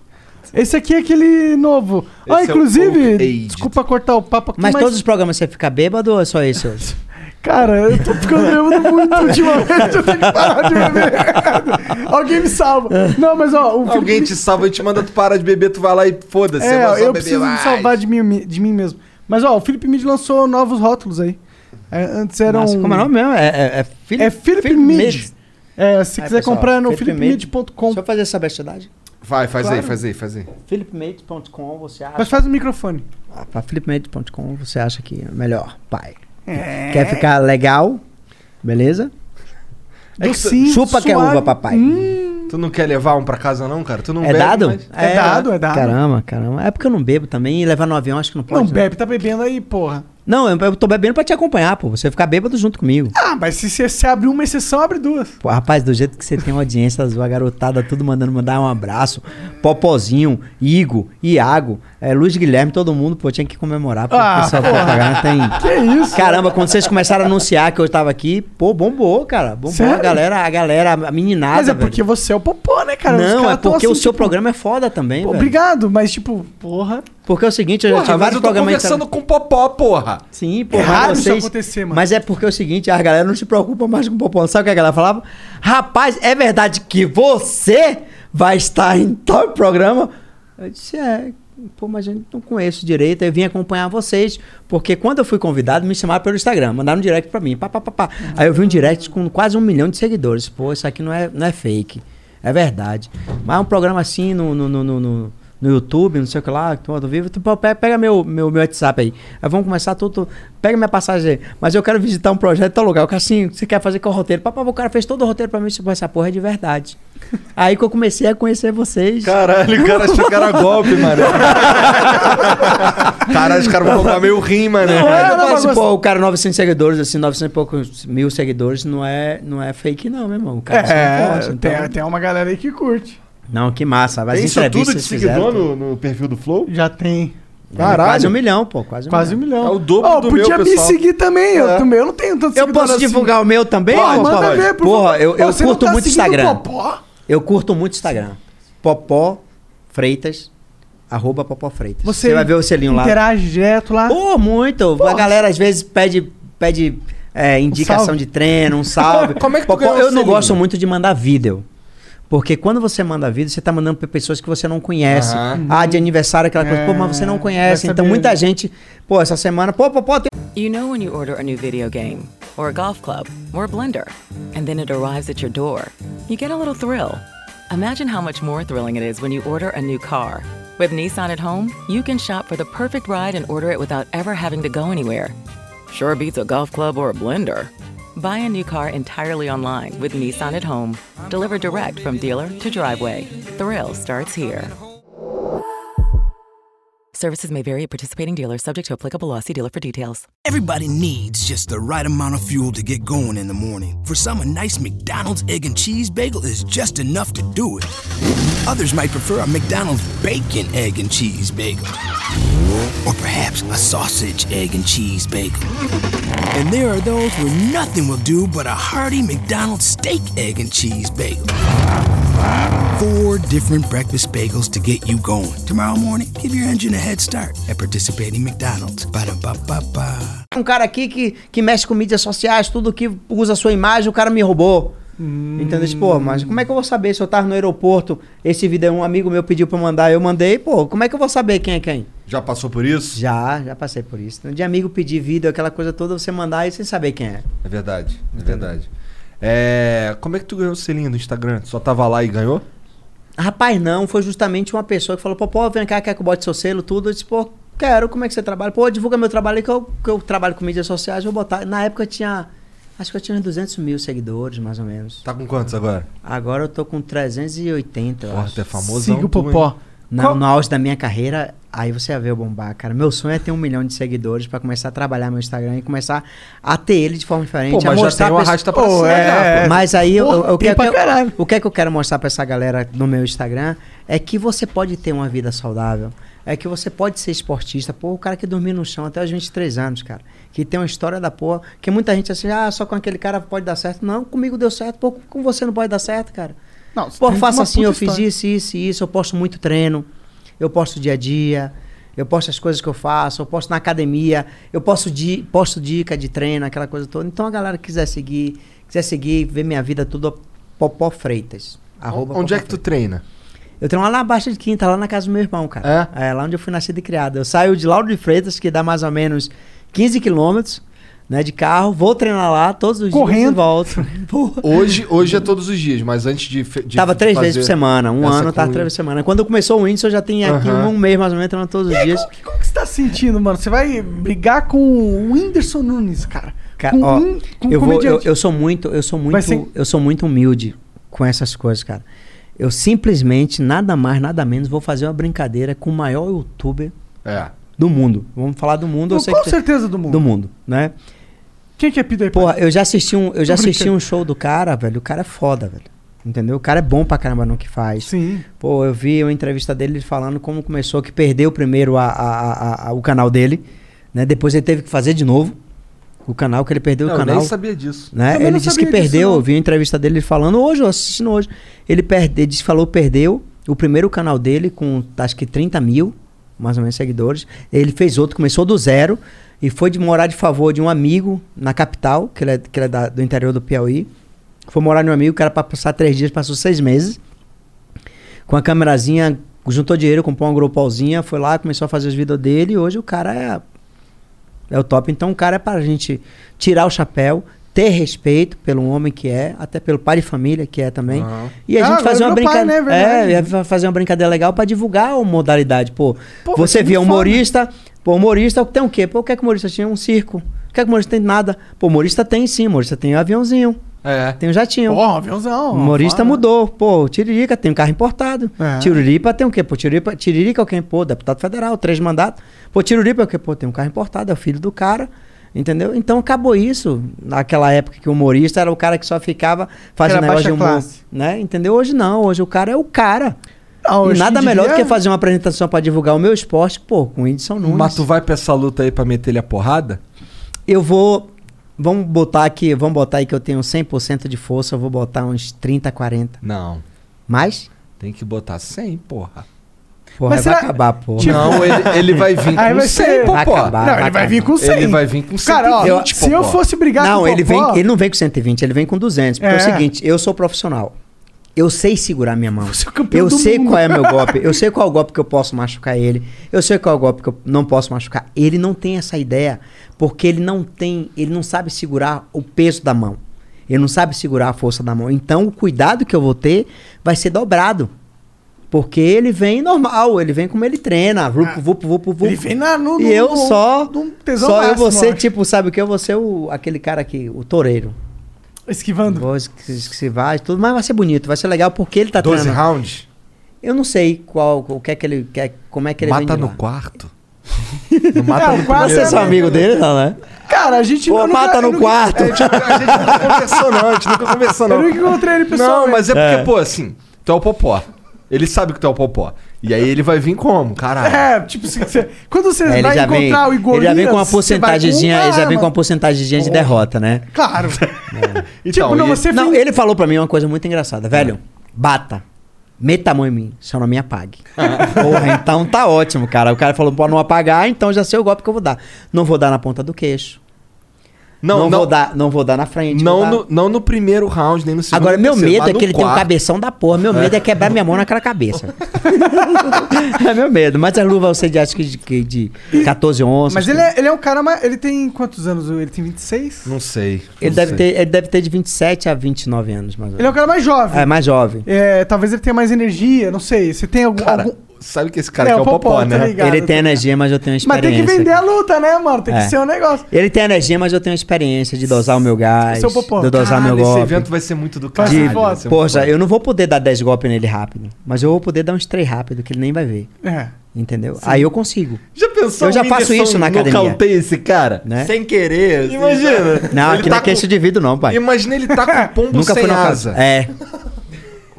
Speaker 3: Esse aqui é aquele novo. ah,
Speaker 2: Esse é o
Speaker 3: inclusive,
Speaker 2: Oak Aged.
Speaker 3: desculpa cortar o papo aqui,
Speaker 4: mas,
Speaker 3: mas...
Speaker 4: todos os programas você fica bêbado ou é só esse? hoje?
Speaker 3: Cara, eu tô ficando bêbado muito ultimamente, eu tenho que parar de beber. Alguém me salva.
Speaker 4: É.
Speaker 3: Não, mas ó, o
Speaker 2: Alguém te salva e te manda tu parar de beber, tu vai lá e foda-se.
Speaker 3: É,
Speaker 2: vai só beber
Speaker 3: eu preciso me
Speaker 2: mais.
Speaker 3: salvar de mim, de mim mesmo. Mas ó, o Felipe Mid lançou novos rótulos aí. É, antes eram...
Speaker 4: Nossa, como é o nome mesmo? É, é, é Philip,
Speaker 3: É Felipe Mid. É, se
Speaker 4: É,
Speaker 3: quiser
Speaker 4: pessoal,
Speaker 3: comprar é no
Speaker 4: Felipe Mid.
Speaker 3: felipemid.com.
Speaker 4: Deixa eu fazer essa bestidade.
Speaker 2: Vai, faz aí,
Speaker 3: Claro.
Speaker 2: faz aí, faz aí.
Speaker 4: philipmate.com você acha
Speaker 3: Mas faz o microfone.
Speaker 4: Ah, pra philipmate.com você acha que é melhor pai
Speaker 3: É.
Speaker 4: quer ficar legal beleza
Speaker 3: Docinho,
Speaker 4: chupa que é
Speaker 3: suave. Hum,
Speaker 4: uva papai
Speaker 2: Tu não quer levar um pra casa não, cara? Tu não
Speaker 4: é
Speaker 2: bebe,
Speaker 4: dado
Speaker 2: mas-
Speaker 3: É dado, é dado.
Speaker 4: caramba caramba é porque eu não bebo também e levar no avião acho que não pode
Speaker 3: Não,
Speaker 4: né?
Speaker 3: bebe, tá bebendo aí, porra.
Speaker 4: não eu, eu tô bebendo pra te acompanhar pô você ficar bêbado junto comigo
Speaker 3: Ah, mas se você se abre uma exceção, abre duas.
Speaker 4: Pô, rapaz, do jeito que você tem uma audiência, a sua garotada, tudo mandando mandar um abraço. Popozinho, Igo, Iago, é, Luiz Guilherme, todo mundo, pô, tinha que comemorar, porque
Speaker 3: Ah,
Speaker 4: ah, só propaganda tem.
Speaker 3: Que isso?
Speaker 4: Caramba, quando vocês começaram a anunciar que eu tava aqui, pô, bombou, cara. Bombou
Speaker 3: Sério?
Speaker 4: a galera, a galera, a meninada.
Speaker 3: mas é porque você é o popô, né, cara?
Speaker 4: Cara,
Speaker 3: Os
Speaker 4: não,
Speaker 3: caras
Speaker 4: é
Speaker 3: tão
Speaker 4: porque o
Speaker 3: assim,
Speaker 4: seu
Speaker 3: tipo,
Speaker 4: programa é foda também,
Speaker 3: pô,
Speaker 4: velho.
Speaker 3: Obrigado, mas tipo, porra.
Speaker 4: Porque é o seguinte, eu já
Speaker 2: Porra,
Speaker 4: tive
Speaker 2: mas eu
Speaker 4: vários
Speaker 2: tô
Speaker 4: programas...
Speaker 2: conversando com o Popó, porra.
Speaker 4: Sim, pô,
Speaker 3: É
Speaker 4: mas
Speaker 3: raro isso
Speaker 4: vocês...
Speaker 3: acontecer, mano.
Speaker 4: Mas é porque é o seguinte, a galera não se preocupa mais com o Popó. Sabe o que a galera falava? Rapaz, é verdade que você vai estar em tal programa? Eu disse, é... Pô, mas eu não conheço direito, eu vim acompanhar vocês, porque quando eu fui convidado, me chamaram pelo Instagram, mandaram um direct pra mim, pá, pá, pá, pá. Aí eu vi um direct com quase um milhão de seguidores. Pô, isso aqui não é, não é fake, é verdade. Mas um programa assim no, no, no, no- no, no YouTube, não sei o que lá, que tô ao vivo, tu, pô, pe- pega meu, meu, meu WhatsApp aí. Aí vamos começar tudo, tudo. pega minha passagem aí. Mas eu quero visitar um projeto em tal lugar. O cara assim, você quer fazer com o roteiro? Pá, pá, o cara fez todo o roteiro pra mim, tipo, essa porra é de verdade. aí que eu comecei a conhecer vocês.
Speaker 2: Caralho, o cara achou que era golpe, mano. Caralho, os caras vão comprar meio rim, mano.
Speaker 4: Não,
Speaker 3: é,
Speaker 4: eu
Speaker 3: não, mas
Speaker 4: não falo assim,
Speaker 3: você-
Speaker 4: pô, o cara 900 seguidores, assim, 900 e poucos mil seguidores, não é, não é fake não, meu irmão. O cara assim,
Speaker 3: É,
Speaker 4: forte, então-
Speaker 3: tem, tem uma galera aí que curte.
Speaker 4: Não, que massa. As
Speaker 2: Tem isso tudo de
Speaker 4: entrevistas
Speaker 2: seguidor
Speaker 4: é fizeram...
Speaker 2: no, no perfil do Flow?
Speaker 3: Já tem
Speaker 2: Caralho.
Speaker 4: Quase um milhão, pô, quase um
Speaker 3: quase um
Speaker 4: milhão.
Speaker 3: milhão.
Speaker 2: É o dobro
Speaker 3: Ó,
Speaker 2: do
Speaker 3: podia
Speaker 2: meu,
Speaker 3: me
Speaker 2: pessoal.
Speaker 3: seguir também, eu
Speaker 2: É.
Speaker 3: também. Eu não tenho tantos
Speaker 4: Eu posso
Speaker 3: seguidores assim.
Speaker 4: divulgar o meu também?
Speaker 3: Pode,
Speaker 4: ô,
Speaker 3: manda
Speaker 4: Popó?
Speaker 3: ver, por
Speaker 4: Porra,
Speaker 3: favor.
Speaker 4: eu, eu
Speaker 3: Você não
Speaker 4: curto
Speaker 3: tá
Speaker 4: muito
Speaker 3: seguindo o
Speaker 4: Instagram.
Speaker 3: Popó?
Speaker 4: Eu curto muito Instagram. Popó Freitas, arroba Popó Freitas.
Speaker 3: Você,
Speaker 4: vai ver o selinho lá.
Speaker 3: Interage direto lá.
Speaker 4: Pô, muito. A galera às vezes pede, pede é, indicação
Speaker 3: salve.
Speaker 4: de treino, um salve.
Speaker 2: Como é que tu
Speaker 4: Popó,
Speaker 2: ganhou o
Speaker 4: Eu não
Speaker 2: selinho?
Speaker 4: gosto muito de mandar vídeo. Porque quando você manda vídeo, você tá mandando pra pessoas que você não conhece.
Speaker 2: Aham.
Speaker 4: Ah, de aniversário, aquela coisa.
Speaker 3: É,
Speaker 4: Pô, mas você não
Speaker 3: vai
Speaker 4: conhece. Então
Speaker 3: saber.
Speaker 4: muita gente... Pô, essa semana... Pô, pô, pô, tem
Speaker 8: You know when you order a new video game, or a golf club, or a blender, and then it arrives at your door, you get a little thrill. Imagine how much more thrilling it is when you order a new car. With Nissan at home, you can shop for the perfect ride and order it without ever having to go anywhere. Sure beats a golf club or a blender. Buy a new car entirely online with Nissan at home. Delivered direct from dealer to driveway. Thrill starts here. Services may vary at participating dealers, subject to applicable lossy dealer for details.
Speaker 9: Everybody needs just the right amount of fuel to get going in the morning. For some, a nice McDonald's egg and cheese bagel is just enough to do it. Others might prefer a McDonald's bacon egg and cheese bagel. Or perhaps a sausage egg and cheese bagel. And there are those where nothing will do but a hearty McDonald's steak egg and cheese bagel. Four different breakfast bagels to get you going. Tomorrow morning, give your engine a head start at participating McDonald's. Ba-da-ba-ba-ba.
Speaker 4: Um cara aqui que, que mexe com mídias sociais, tudo que usa a sua imagem, o cara me roubou. Entendeu? Tipo, Pô, mas como é que eu vou saber se eu tava no aeroporto, esse vídeo aí um amigo meu pediu pra eu mandar, eu mandei, pô, como é que eu vou saber quem é quem?
Speaker 2: Já passou por isso?
Speaker 4: Já, já passei por isso. De amigo pedir vídeo, aquela coisa toda, você mandar e sem saber quem é.
Speaker 2: É verdade, é verdade. É, como é que tu ganhou o selinho do Instagram? Tu só tava lá e ganhou?
Speaker 4: Rapaz, não, foi justamente uma pessoa que falou, pô, pô, vem cá, quer que eu bote seu selo, tudo. Eu disse, pô, quero, como é que você trabalha? Pô, divulga meu trabalho aí que eu, que eu trabalho com mídias sociais, vou botar. Na época eu tinha, acho que eu tinha uns 200 mil seguidores, mais ou menos.
Speaker 2: Tá com quantos agora?
Speaker 4: Agora eu tô com 380, eu
Speaker 2: Porra,
Speaker 4: acho.
Speaker 2: tu é famoso.
Speaker 3: Siga o Popó.
Speaker 4: Não,
Speaker 3: Qual-
Speaker 4: no auge da minha carreira, aí você ia ver eu bombar, cara. Meu sonho é ter um milhão de seguidores pra começar a trabalhar meu Instagram e começar a ter ele de forma diferente.
Speaker 2: Pô,
Speaker 4: a
Speaker 2: mas já
Speaker 4: mostrar
Speaker 2: tem um
Speaker 4: pra esse-
Speaker 2: arrasta pra
Speaker 3: Pô,
Speaker 2: cima.
Speaker 3: é.
Speaker 2: já, pô.
Speaker 4: Mas aí eu, eu,
Speaker 3: Porra,
Speaker 4: eu
Speaker 3: tem
Speaker 4: quero-
Speaker 3: pra
Speaker 4: eu-
Speaker 3: caralho.
Speaker 4: o que é que eu quero mostrar pra essa galera no meu Instagram é que você pode ter uma vida saudável. É que você pode ser esportista. Pô, o cara que dormiu no chão até os 23 anos, cara. Que tem uma história da porra. Que muita gente assim, ah, só com aquele cara pode dar certo. Não, comigo deu certo. Pô, com você não pode dar certo, cara.
Speaker 3: Não,
Speaker 4: Pô,
Speaker 3: tem
Speaker 4: faça
Speaker 3: uma
Speaker 4: assim,
Speaker 3: puta
Speaker 4: eu fiz
Speaker 3: história.
Speaker 4: isso, isso, isso. Eu posto muito treino. Eu posto dia a dia. Eu posto as coisas que eu faço. Eu posto na academia. Eu posto, di posto dica de treino, aquela coisa toda. Então a galera que quiser seguir, quiser seguir, ver minha vida tudo, Popó Freitas. Arroba
Speaker 2: Onde
Speaker 4: Popó
Speaker 2: é que tu treina?
Speaker 4: eu tenho uma lá abaixo de quinta, lá na casa do meu irmão, cara.
Speaker 2: É?
Speaker 4: É, lá onde eu fui nascido e criado. Eu saio de Lauro de Freitas, que dá mais ou menos 15 quilômetros, né, de carro. Vou treinar lá todos os dias
Speaker 3: Correndo.
Speaker 4: e volto. Porra.
Speaker 2: Hoje, hoje é todos os dias, mas antes de. fe- de
Speaker 4: tava três
Speaker 2: fazer
Speaker 4: vezes por semana. Um
Speaker 2: essa
Speaker 4: ano tava
Speaker 2: com-
Speaker 4: três vezes por semana. Quando começou o Windows, eu já tinha aqui
Speaker 2: Aham.
Speaker 4: um mês mais ou menos treinando todos os dias.
Speaker 3: Como, como que você tá sentindo, mano? Você vai brigar com o Whindersson Nunes, cara.
Speaker 4: Ca-
Speaker 3: com
Speaker 4: ó,
Speaker 3: um- com um
Speaker 4: eu, vou, eu,
Speaker 3: comediante.
Speaker 4: eu sou muito, eu sou muito,
Speaker 3: Vai ser-
Speaker 4: eu sou muito humilde com essas coisas, cara. Eu simplesmente, nada mais, nada menos, vou fazer uma brincadeira com o maior youtuber
Speaker 2: É.
Speaker 4: do mundo. Vamos falar do mundo, eu sei
Speaker 3: Com
Speaker 4: que tem-
Speaker 3: certeza do mundo.
Speaker 4: do mundo, né?
Speaker 3: Quem que é Peter Pan?
Speaker 4: Porra, eu já assisti um, eu já
Speaker 3: Tô
Speaker 4: assisti
Speaker 3: brincando.
Speaker 4: um show do cara, velho. O cara é foda, velho. Entendeu? O cara é bom pra caramba no que faz.
Speaker 3: Sim.
Speaker 4: Pô, eu vi uma entrevista dele falando como começou, que perdeu primeiro a, a- a- a- o canal dele, né? Depois ele teve que fazer de novo o canal, que ele perdeu
Speaker 2: Não,
Speaker 4: o
Speaker 2: eu
Speaker 4: canal.
Speaker 2: nem sabia disso.
Speaker 4: né?
Speaker 3: Também
Speaker 4: Ele
Speaker 3: não
Speaker 4: disse que
Speaker 3: sabia disso,
Speaker 4: perdeu,
Speaker 3: não.
Speaker 4: eu vi uma entrevista dele falando hoje, eu assistindo hoje. Ele perde, disse, falou, perdeu o primeiro canal dele com acho que 30 mil, mais ou menos, seguidores. Ele fez outro, começou do zero e foi de morar de favor de um amigo na capital, que ele é, que ele é da- do interior do Piauí. Foi morar de um amigo, o cara para passar três dias, passou seis meses. Com a câmerazinha, juntou dinheiro, comprou uma grupalzinha, foi lá, começou a fazer os vídeos dele e hoje o cara é é o top. Então, o cara é pra gente tirar o chapéu, ter respeito pelo homem que é, até pelo pai de família que é também.
Speaker 2: Aham.
Speaker 4: E a
Speaker 3: Ah,
Speaker 4: gente
Speaker 3: agora
Speaker 4: fazer uma
Speaker 3: virou pai,
Speaker 4: brincadeira.
Speaker 3: né? Verdade.
Speaker 4: é, fa- fazer uma brincadeira legal pra divulgar a modalidade. Pô,
Speaker 3: Pô, vai
Speaker 4: você
Speaker 3: ser
Speaker 4: via
Speaker 3: muito
Speaker 4: humorista, pô, humorista tem o quê? Pô, o que é que humorista tinha? Um circo. O que é que humorista tem? Nada. Pô, humorista tem sim, humorista tem um aviãozinho,
Speaker 2: É.
Speaker 4: tem um jatinho.
Speaker 3: Porra, um aviãozão.
Speaker 4: Humorista
Speaker 3: Fala.
Speaker 4: mudou. Pô, o Tiririca tem um carro importado.
Speaker 3: É.
Speaker 4: Tiriripa tem o quê? Pô, Tiriripa, Tiririca é o quê? Pô, deputado federal, três mandatos. Pô, Tiriripa é o quê? Pô, tem um carro importado, é o filho do cara. Entendeu? Então acabou isso. Naquela época que o humorista era o cara que só ficava fazendo
Speaker 3: Era
Speaker 4: negócio
Speaker 3: baixa
Speaker 4: de humor.
Speaker 3: classe.
Speaker 4: Né? Entendeu? Hoje não. Hoje o cara é o cara.
Speaker 3: Ah,
Speaker 4: e
Speaker 3: hoje
Speaker 4: nada
Speaker 3: em
Speaker 4: melhor do
Speaker 3: dia-
Speaker 4: que fazer uma apresentação pra divulgar o meu esporte, pô, com o Whindersson Nunes.
Speaker 2: Mas tu vai pra essa luta aí pra meter ele a porrada?
Speaker 4: Eu vou. Vamos botar aqui, vamos botar aí que eu tenho 100% de força, eu vou botar uns 30, 40.
Speaker 2: Não.
Speaker 4: Mais?
Speaker 2: Tem que botar 100, porra.
Speaker 4: Porra,
Speaker 3: Mas
Speaker 4: vai
Speaker 3: será-
Speaker 4: acabar, porra.
Speaker 3: Tipo-
Speaker 2: Não, ele, ele vai vir
Speaker 3: Aí
Speaker 2: com
Speaker 3: vai
Speaker 2: 100,
Speaker 3: ser-
Speaker 2: pô,
Speaker 4: Vai
Speaker 2: pô.
Speaker 4: acabar.
Speaker 3: Não, ele vai vir com 100.
Speaker 2: Ele vai vir com 100.
Speaker 3: Cara, ó,
Speaker 4: Eu-
Speaker 3: se eu fosse brigar
Speaker 4: não,
Speaker 3: com o
Speaker 4: ele, vem,
Speaker 3: Popó-
Speaker 4: ele não vem com 120, ele vem com 200. Porque
Speaker 3: É.
Speaker 4: é. o seguinte, eu sou profissional. Eu sei segurar minha mão.
Speaker 3: Você é o campeão
Speaker 4: Eu
Speaker 3: do
Speaker 4: sei
Speaker 3: mundo.
Speaker 4: qual é meu golpe. Eu sei qual é o golpe que eu posso machucar ele. Eu sei qual é o golpe que eu não posso machucar. Ele não tem essa ideia porque ele não tem, ele não sabe segurar o peso da mão. Ele não sabe segurar a força da mão. Então o cuidado que eu vou ter vai ser dobrado. Porque ele vem normal, ele vem como ele treina. Vup, vup, vup, vup.
Speaker 3: Ah. Ele vem na- no-
Speaker 4: E
Speaker 3: no-
Speaker 4: eu
Speaker 3: no-
Speaker 4: só.
Speaker 3: num tesão
Speaker 4: só eu
Speaker 3: máximo,
Speaker 4: vou ser,
Speaker 3: eu acho.
Speaker 4: tipo, sabe o que? Eu vou ser o, aquele cara aqui, o toureiro.
Speaker 3: Esquivando.
Speaker 4: Vou es- esquivar e tudo, mas vai ser bonito, vai ser legal porque ele tá
Speaker 2: 12
Speaker 4: treinando.
Speaker 2: rounds?
Speaker 4: Eu-
Speaker 10: Eu não sei qual, o que é que ele quer, como é que ele
Speaker 2: Mata
Speaker 10: vende
Speaker 2: no
Speaker 10: lá.
Speaker 2: quarto? Não mata
Speaker 3: É,
Speaker 2: no
Speaker 3: o quarto
Speaker 2: quarto.
Speaker 4: Você é seu amigo dele, não, né? É,
Speaker 3: Cara, a gente...
Speaker 4: Pô,
Speaker 3: eu nunca-
Speaker 4: mata
Speaker 3: eu
Speaker 4: no
Speaker 3: nunca-
Speaker 4: quarto.
Speaker 2: A gente,
Speaker 3: tipo,
Speaker 2: a gente nunca conversou, não. A gente nunca conversou,
Speaker 3: Eu
Speaker 2: não.
Speaker 3: nunca encontrei ele
Speaker 2: Não,
Speaker 3: pessoalmente.
Speaker 2: mas é porque,
Speaker 4: É.
Speaker 2: pô, assim, tu é o popó. Ele sabe que tu é o popó. E aí ele vai vir como? Caralho.
Speaker 3: É, tipo, se você- quando você
Speaker 4: É,
Speaker 3: vai encontrar o Igor
Speaker 4: ele já vem com uma
Speaker 3: Lias, você vai
Speaker 4: porcentagemzinha, ele já vem
Speaker 3: arma.
Speaker 4: com uma porcentagemzinha de derrota, né?
Speaker 3: Claro.
Speaker 2: Então,
Speaker 3: tipo, não,
Speaker 2: e-
Speaker 3: você
Speaker 4: Não,
Speaker 3: fez-
Speaker 4: ele falou pra mim uma coisa muito engraçada, velho. Bata. Meta a mão em mim, se eu não me apague. Porra, então tá ótimo, cara. O cara falou, pô, não apagar, então já sei o golpe que eu vou dar. Não vou dar na ponta do queixo. Não,
Speaker 2: não, não,
Speaker 4: vou dar, não vou dar na frente. vou
Speaker 2: não,
Speaker 4: dar-
Speaker 2: no, não no primeiro round, nem no segundo.
Speaker 4: Agora,
Speaker 2: nem
Speaker 4: meu
Speaker 2: no terceiro,
Speaker 4: medo
Speaker 2: mas
Speaker 4: é
Speaker 2: no
Speaker 4: que ele tem um
Speaker 2: quarto.
Speaker 4: cabeção da porra. Meu medo é, quebrar minha mão naquela cabeça. é meu medo. Mas a luva eu sei de acho que de, que de 14 onças.
Speaker 3: Mas ele é, ele é um cara mais... Ele tem quantos anos? Ele tem 26?
Speaker 2: Não sei. não
Speaker 4: Ele deve,
Speaker 2: sei.
Speaker 4: ter, ele deve ter de 27 a 29 anos, mais ou
Speaker 3: Ele é um
Speaker 4: menos.
Speaker 3: cara mais jovem.
Speaker 4: É, mais jovem.
Speaker 3: É, talvez ele tenha mais energia, não sei. Você tem algum...
Speaker 2: Cara,
Speaker 3: algum-
Speaker 2: sabe que esse cara
Speaker 3: É,
Speaker 2: aqui é
Speaker 3: o
Speaker 2: o popó,
Speaker 3: popó, tá
Speaker 2: né?
Speaker 3: ligado?
Speaker 4: ele tem energia, mas eu tenho
Speaker 3: Mas tem
Speaker 4: experiência.
Speaker 3: que vender a luta, né, mano? Tem que
Speaker 4: É.
Speaker 3: ser um negócio.
Speaker 4: Ele tem energia, mas eu tenho experiência de dosar o meu gás,
Speaker 3: Seu popô.
Speaker 4: de dosar
Speaker 2: Caralho,
Speaker 4: meu
Speaker 2: esse
Speaker 4: golpe.
Speaker 2: evento vai ser muito do
Speaker 3: Faz
Speaker 2: caralho. é um
Speaker 3: foto.
Speaker 2: vai ser muito
Speaker 4: Poxa,
Speaker 2: foda.
Speaker 4: eu não vou poder dar 10 golpes nele rápido, mas eu vou poder dar uns 3 rápido, que ele nem vai ver.
Speaker 3: É.
Speaker 4: Entendeu? Aí eu consigo.
Speaker 2: Já pensou
Speaker 4: eu já
Speaker 2: o
Speaker 4: faço
Speaker 2: Whindersson
Speaker 4: isso na academia.
Speaker 2: nocauteia esse cara?
Speaker 4: Né?
Speaker 2: Sem querer. assim, sabe?
Speaker 4: Não,
Speaker 2: Ele tá
Speaker 4: aqui não é
Speaker 2: com-
Speaker 4: queixo de vidro, não, pai.
Speaker 2: Imagina ele tá com o pombo
Speaker 4: Nunca
Speaker 2: sem
Speaker 4: foi na
Speaker 2: asa.
Speaker 4: casa. É.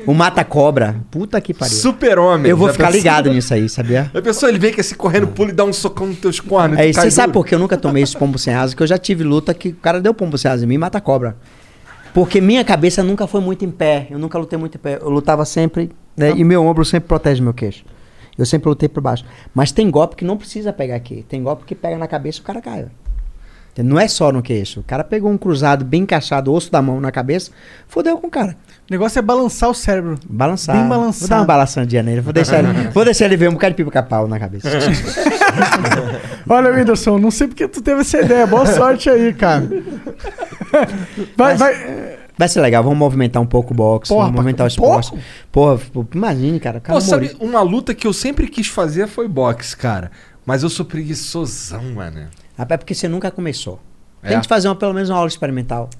Speaker 4: O mata-cobra. Puta que pariu.
Speaker 2: Super-homem.
Speaker 4: Eu vou
Speaker 2: já
Speaker 4: ficar
Speaker 2: pensou?
Speaker 4: ligado nisso aí, sabia?
Speaker 2: A pessoa, ele vem que assim, correndo, pula e dá um socão nos teus cornos.
Speaker 4: É
Speaker 2: tu
Speaker 4: isso.
Speaker 2: cai
Speaker 4: Você sabe
Speaker 2: duro.
Speaker 4: por que eu nunca tomei esse pombo sem asa? Que eu já tive luta que o cara deu pombo sem asa em mim e mata a cobra. Porque minha cabeça nunca foi muito em pé. Eu nunca lutei muito em pé. Eu lutava sempre. né, E meu ombro sempre protege meu queixo. Eu sempre lutei por baixo. Mas tem golpe que não precisa pegar aqui. Tem golpe que pega na cabeça e o cara cai. ó. Não é só no queixo. O cara pegou um cruzado bem encaixado, osso da mão na cabeça, fodeu com o cara.
Speaker 3: O negócio é balançar o cérebro.
Speaker 4: Balançar.
Speaker 3: Bem balançado.
Speaker 4: Vou dar uma balançadinha nele. Vou deixar ele, vou deixar ele ver um bocado de pica-pau na cabeça.
Speaker 3: Olha, Whindersson, não sei porque tu teve essa ideia. Boa sorte aí, cara. Vai,
Speaker 4: Mas-
Speaker 3: vai.
Speaker 4: Vai ser legal. Vamos movimentar um pouco o boxe.
Speaker 3: Porra,
Speaker 4: vamos movimentar o
Speaker 3: pra- pouco?
Speaker 4: esporte. Porra, pô, imagine, cara. o cara
Speaker 2: Pô, sabe,
Speaker 4: morreu.
Speaker 2: uma luta que eu sempre quis fazer foi boxe, cara. Mas eu sou preguiçosão, mano.
Speaker 4: É porque você nunca começou.
Speaker 2: É.
Speaker 4: Tente fazer uma, pelo menos uma aula experimental.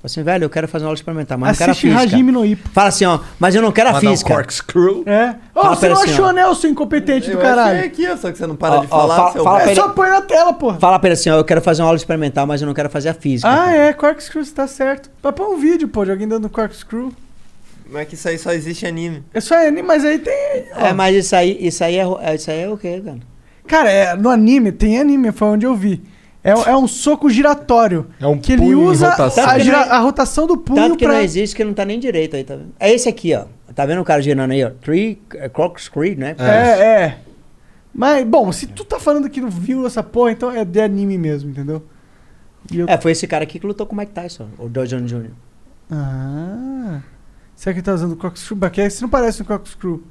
Speaker 4: Fala Assim, velho, eu quero fazer uma aula experimental, mas eu não
Speaker 3: Assiste
Speaker 4: quero a física.
Speaker 3: Hajime no Ipo.
Speaker 4: Fala assim, ó, mas eu não quero a
Speaker 2: Mandar um
Speaker 4: física.
Speaker 2: corkscrew.
Speaker 3: É. Ô,
Speaker 4: Fala
Speaker 3: você
Speaker 4: pra
Speaker 3: não
Speaker 4: ele assim,
Speaker 3: achou,
Speaker 4: ó.
Speaker 3: né, o seu incompetente do caralho?
Speaker 4: aqui, só que você não
Speaker 11: para de falar, seu-
Speaker 4: fala, pra
Speaker 3: É
Speaker 4: ele,
Speaker 3: só põe na tela, porra.
Speaker 4: fala pra ele assim, ó, eu quero fazer uma aula experimental, mas eu não quero fazer a física.
Speaker 3: Ah,
Speaker 4: cara.
Speaker 3: é, corkscrew, você tá certo. Vai pôr um vídeo, pô, de alguém dando corkscrew.
Speaker 11: Mas é que isso aí só existe em anime.
Speaker 3: É só ele, mas aí tem. ó.
Speaker 4: É, mas isso aí, isso aí é, ro- é- isso aí é o quê, cara?
Speaker 3: Cara, é, no anime, tem anime, foi onde eu vi. É, é um soco giratório.
Speaker 2: É um
Speaker 3: que ele
Speaker 2: punho em
Speaker 3: usa
Speaker 2: rotação.
Speaker 3: a,
Speaker 4: Tanto que
Speaker 3: gira-
Speaker 4: não é-
Speaker 3: a rotação do punho
Speaker 4: Tanto que
Speaker 3: pra.
Speaker 4: não existe, que não tá nem direito aí, tá vendo? É esse aqui, ó. Tá vendo o cara girando aí, ó? Tree, eh, corkscrew, né?
Speaker 3: É, é. Mas, bom, se tu tá falando que não viu essa porra, então é de anime mesmo, entendeu? E eu-
Speaker 4: É, foi esse cara aqui que lutou com o Mike Tyson, o Dojon Jr.
Speaker 3: Ah. Será que ele tá usando corkscrew? Porque esse não parece um corkscrew.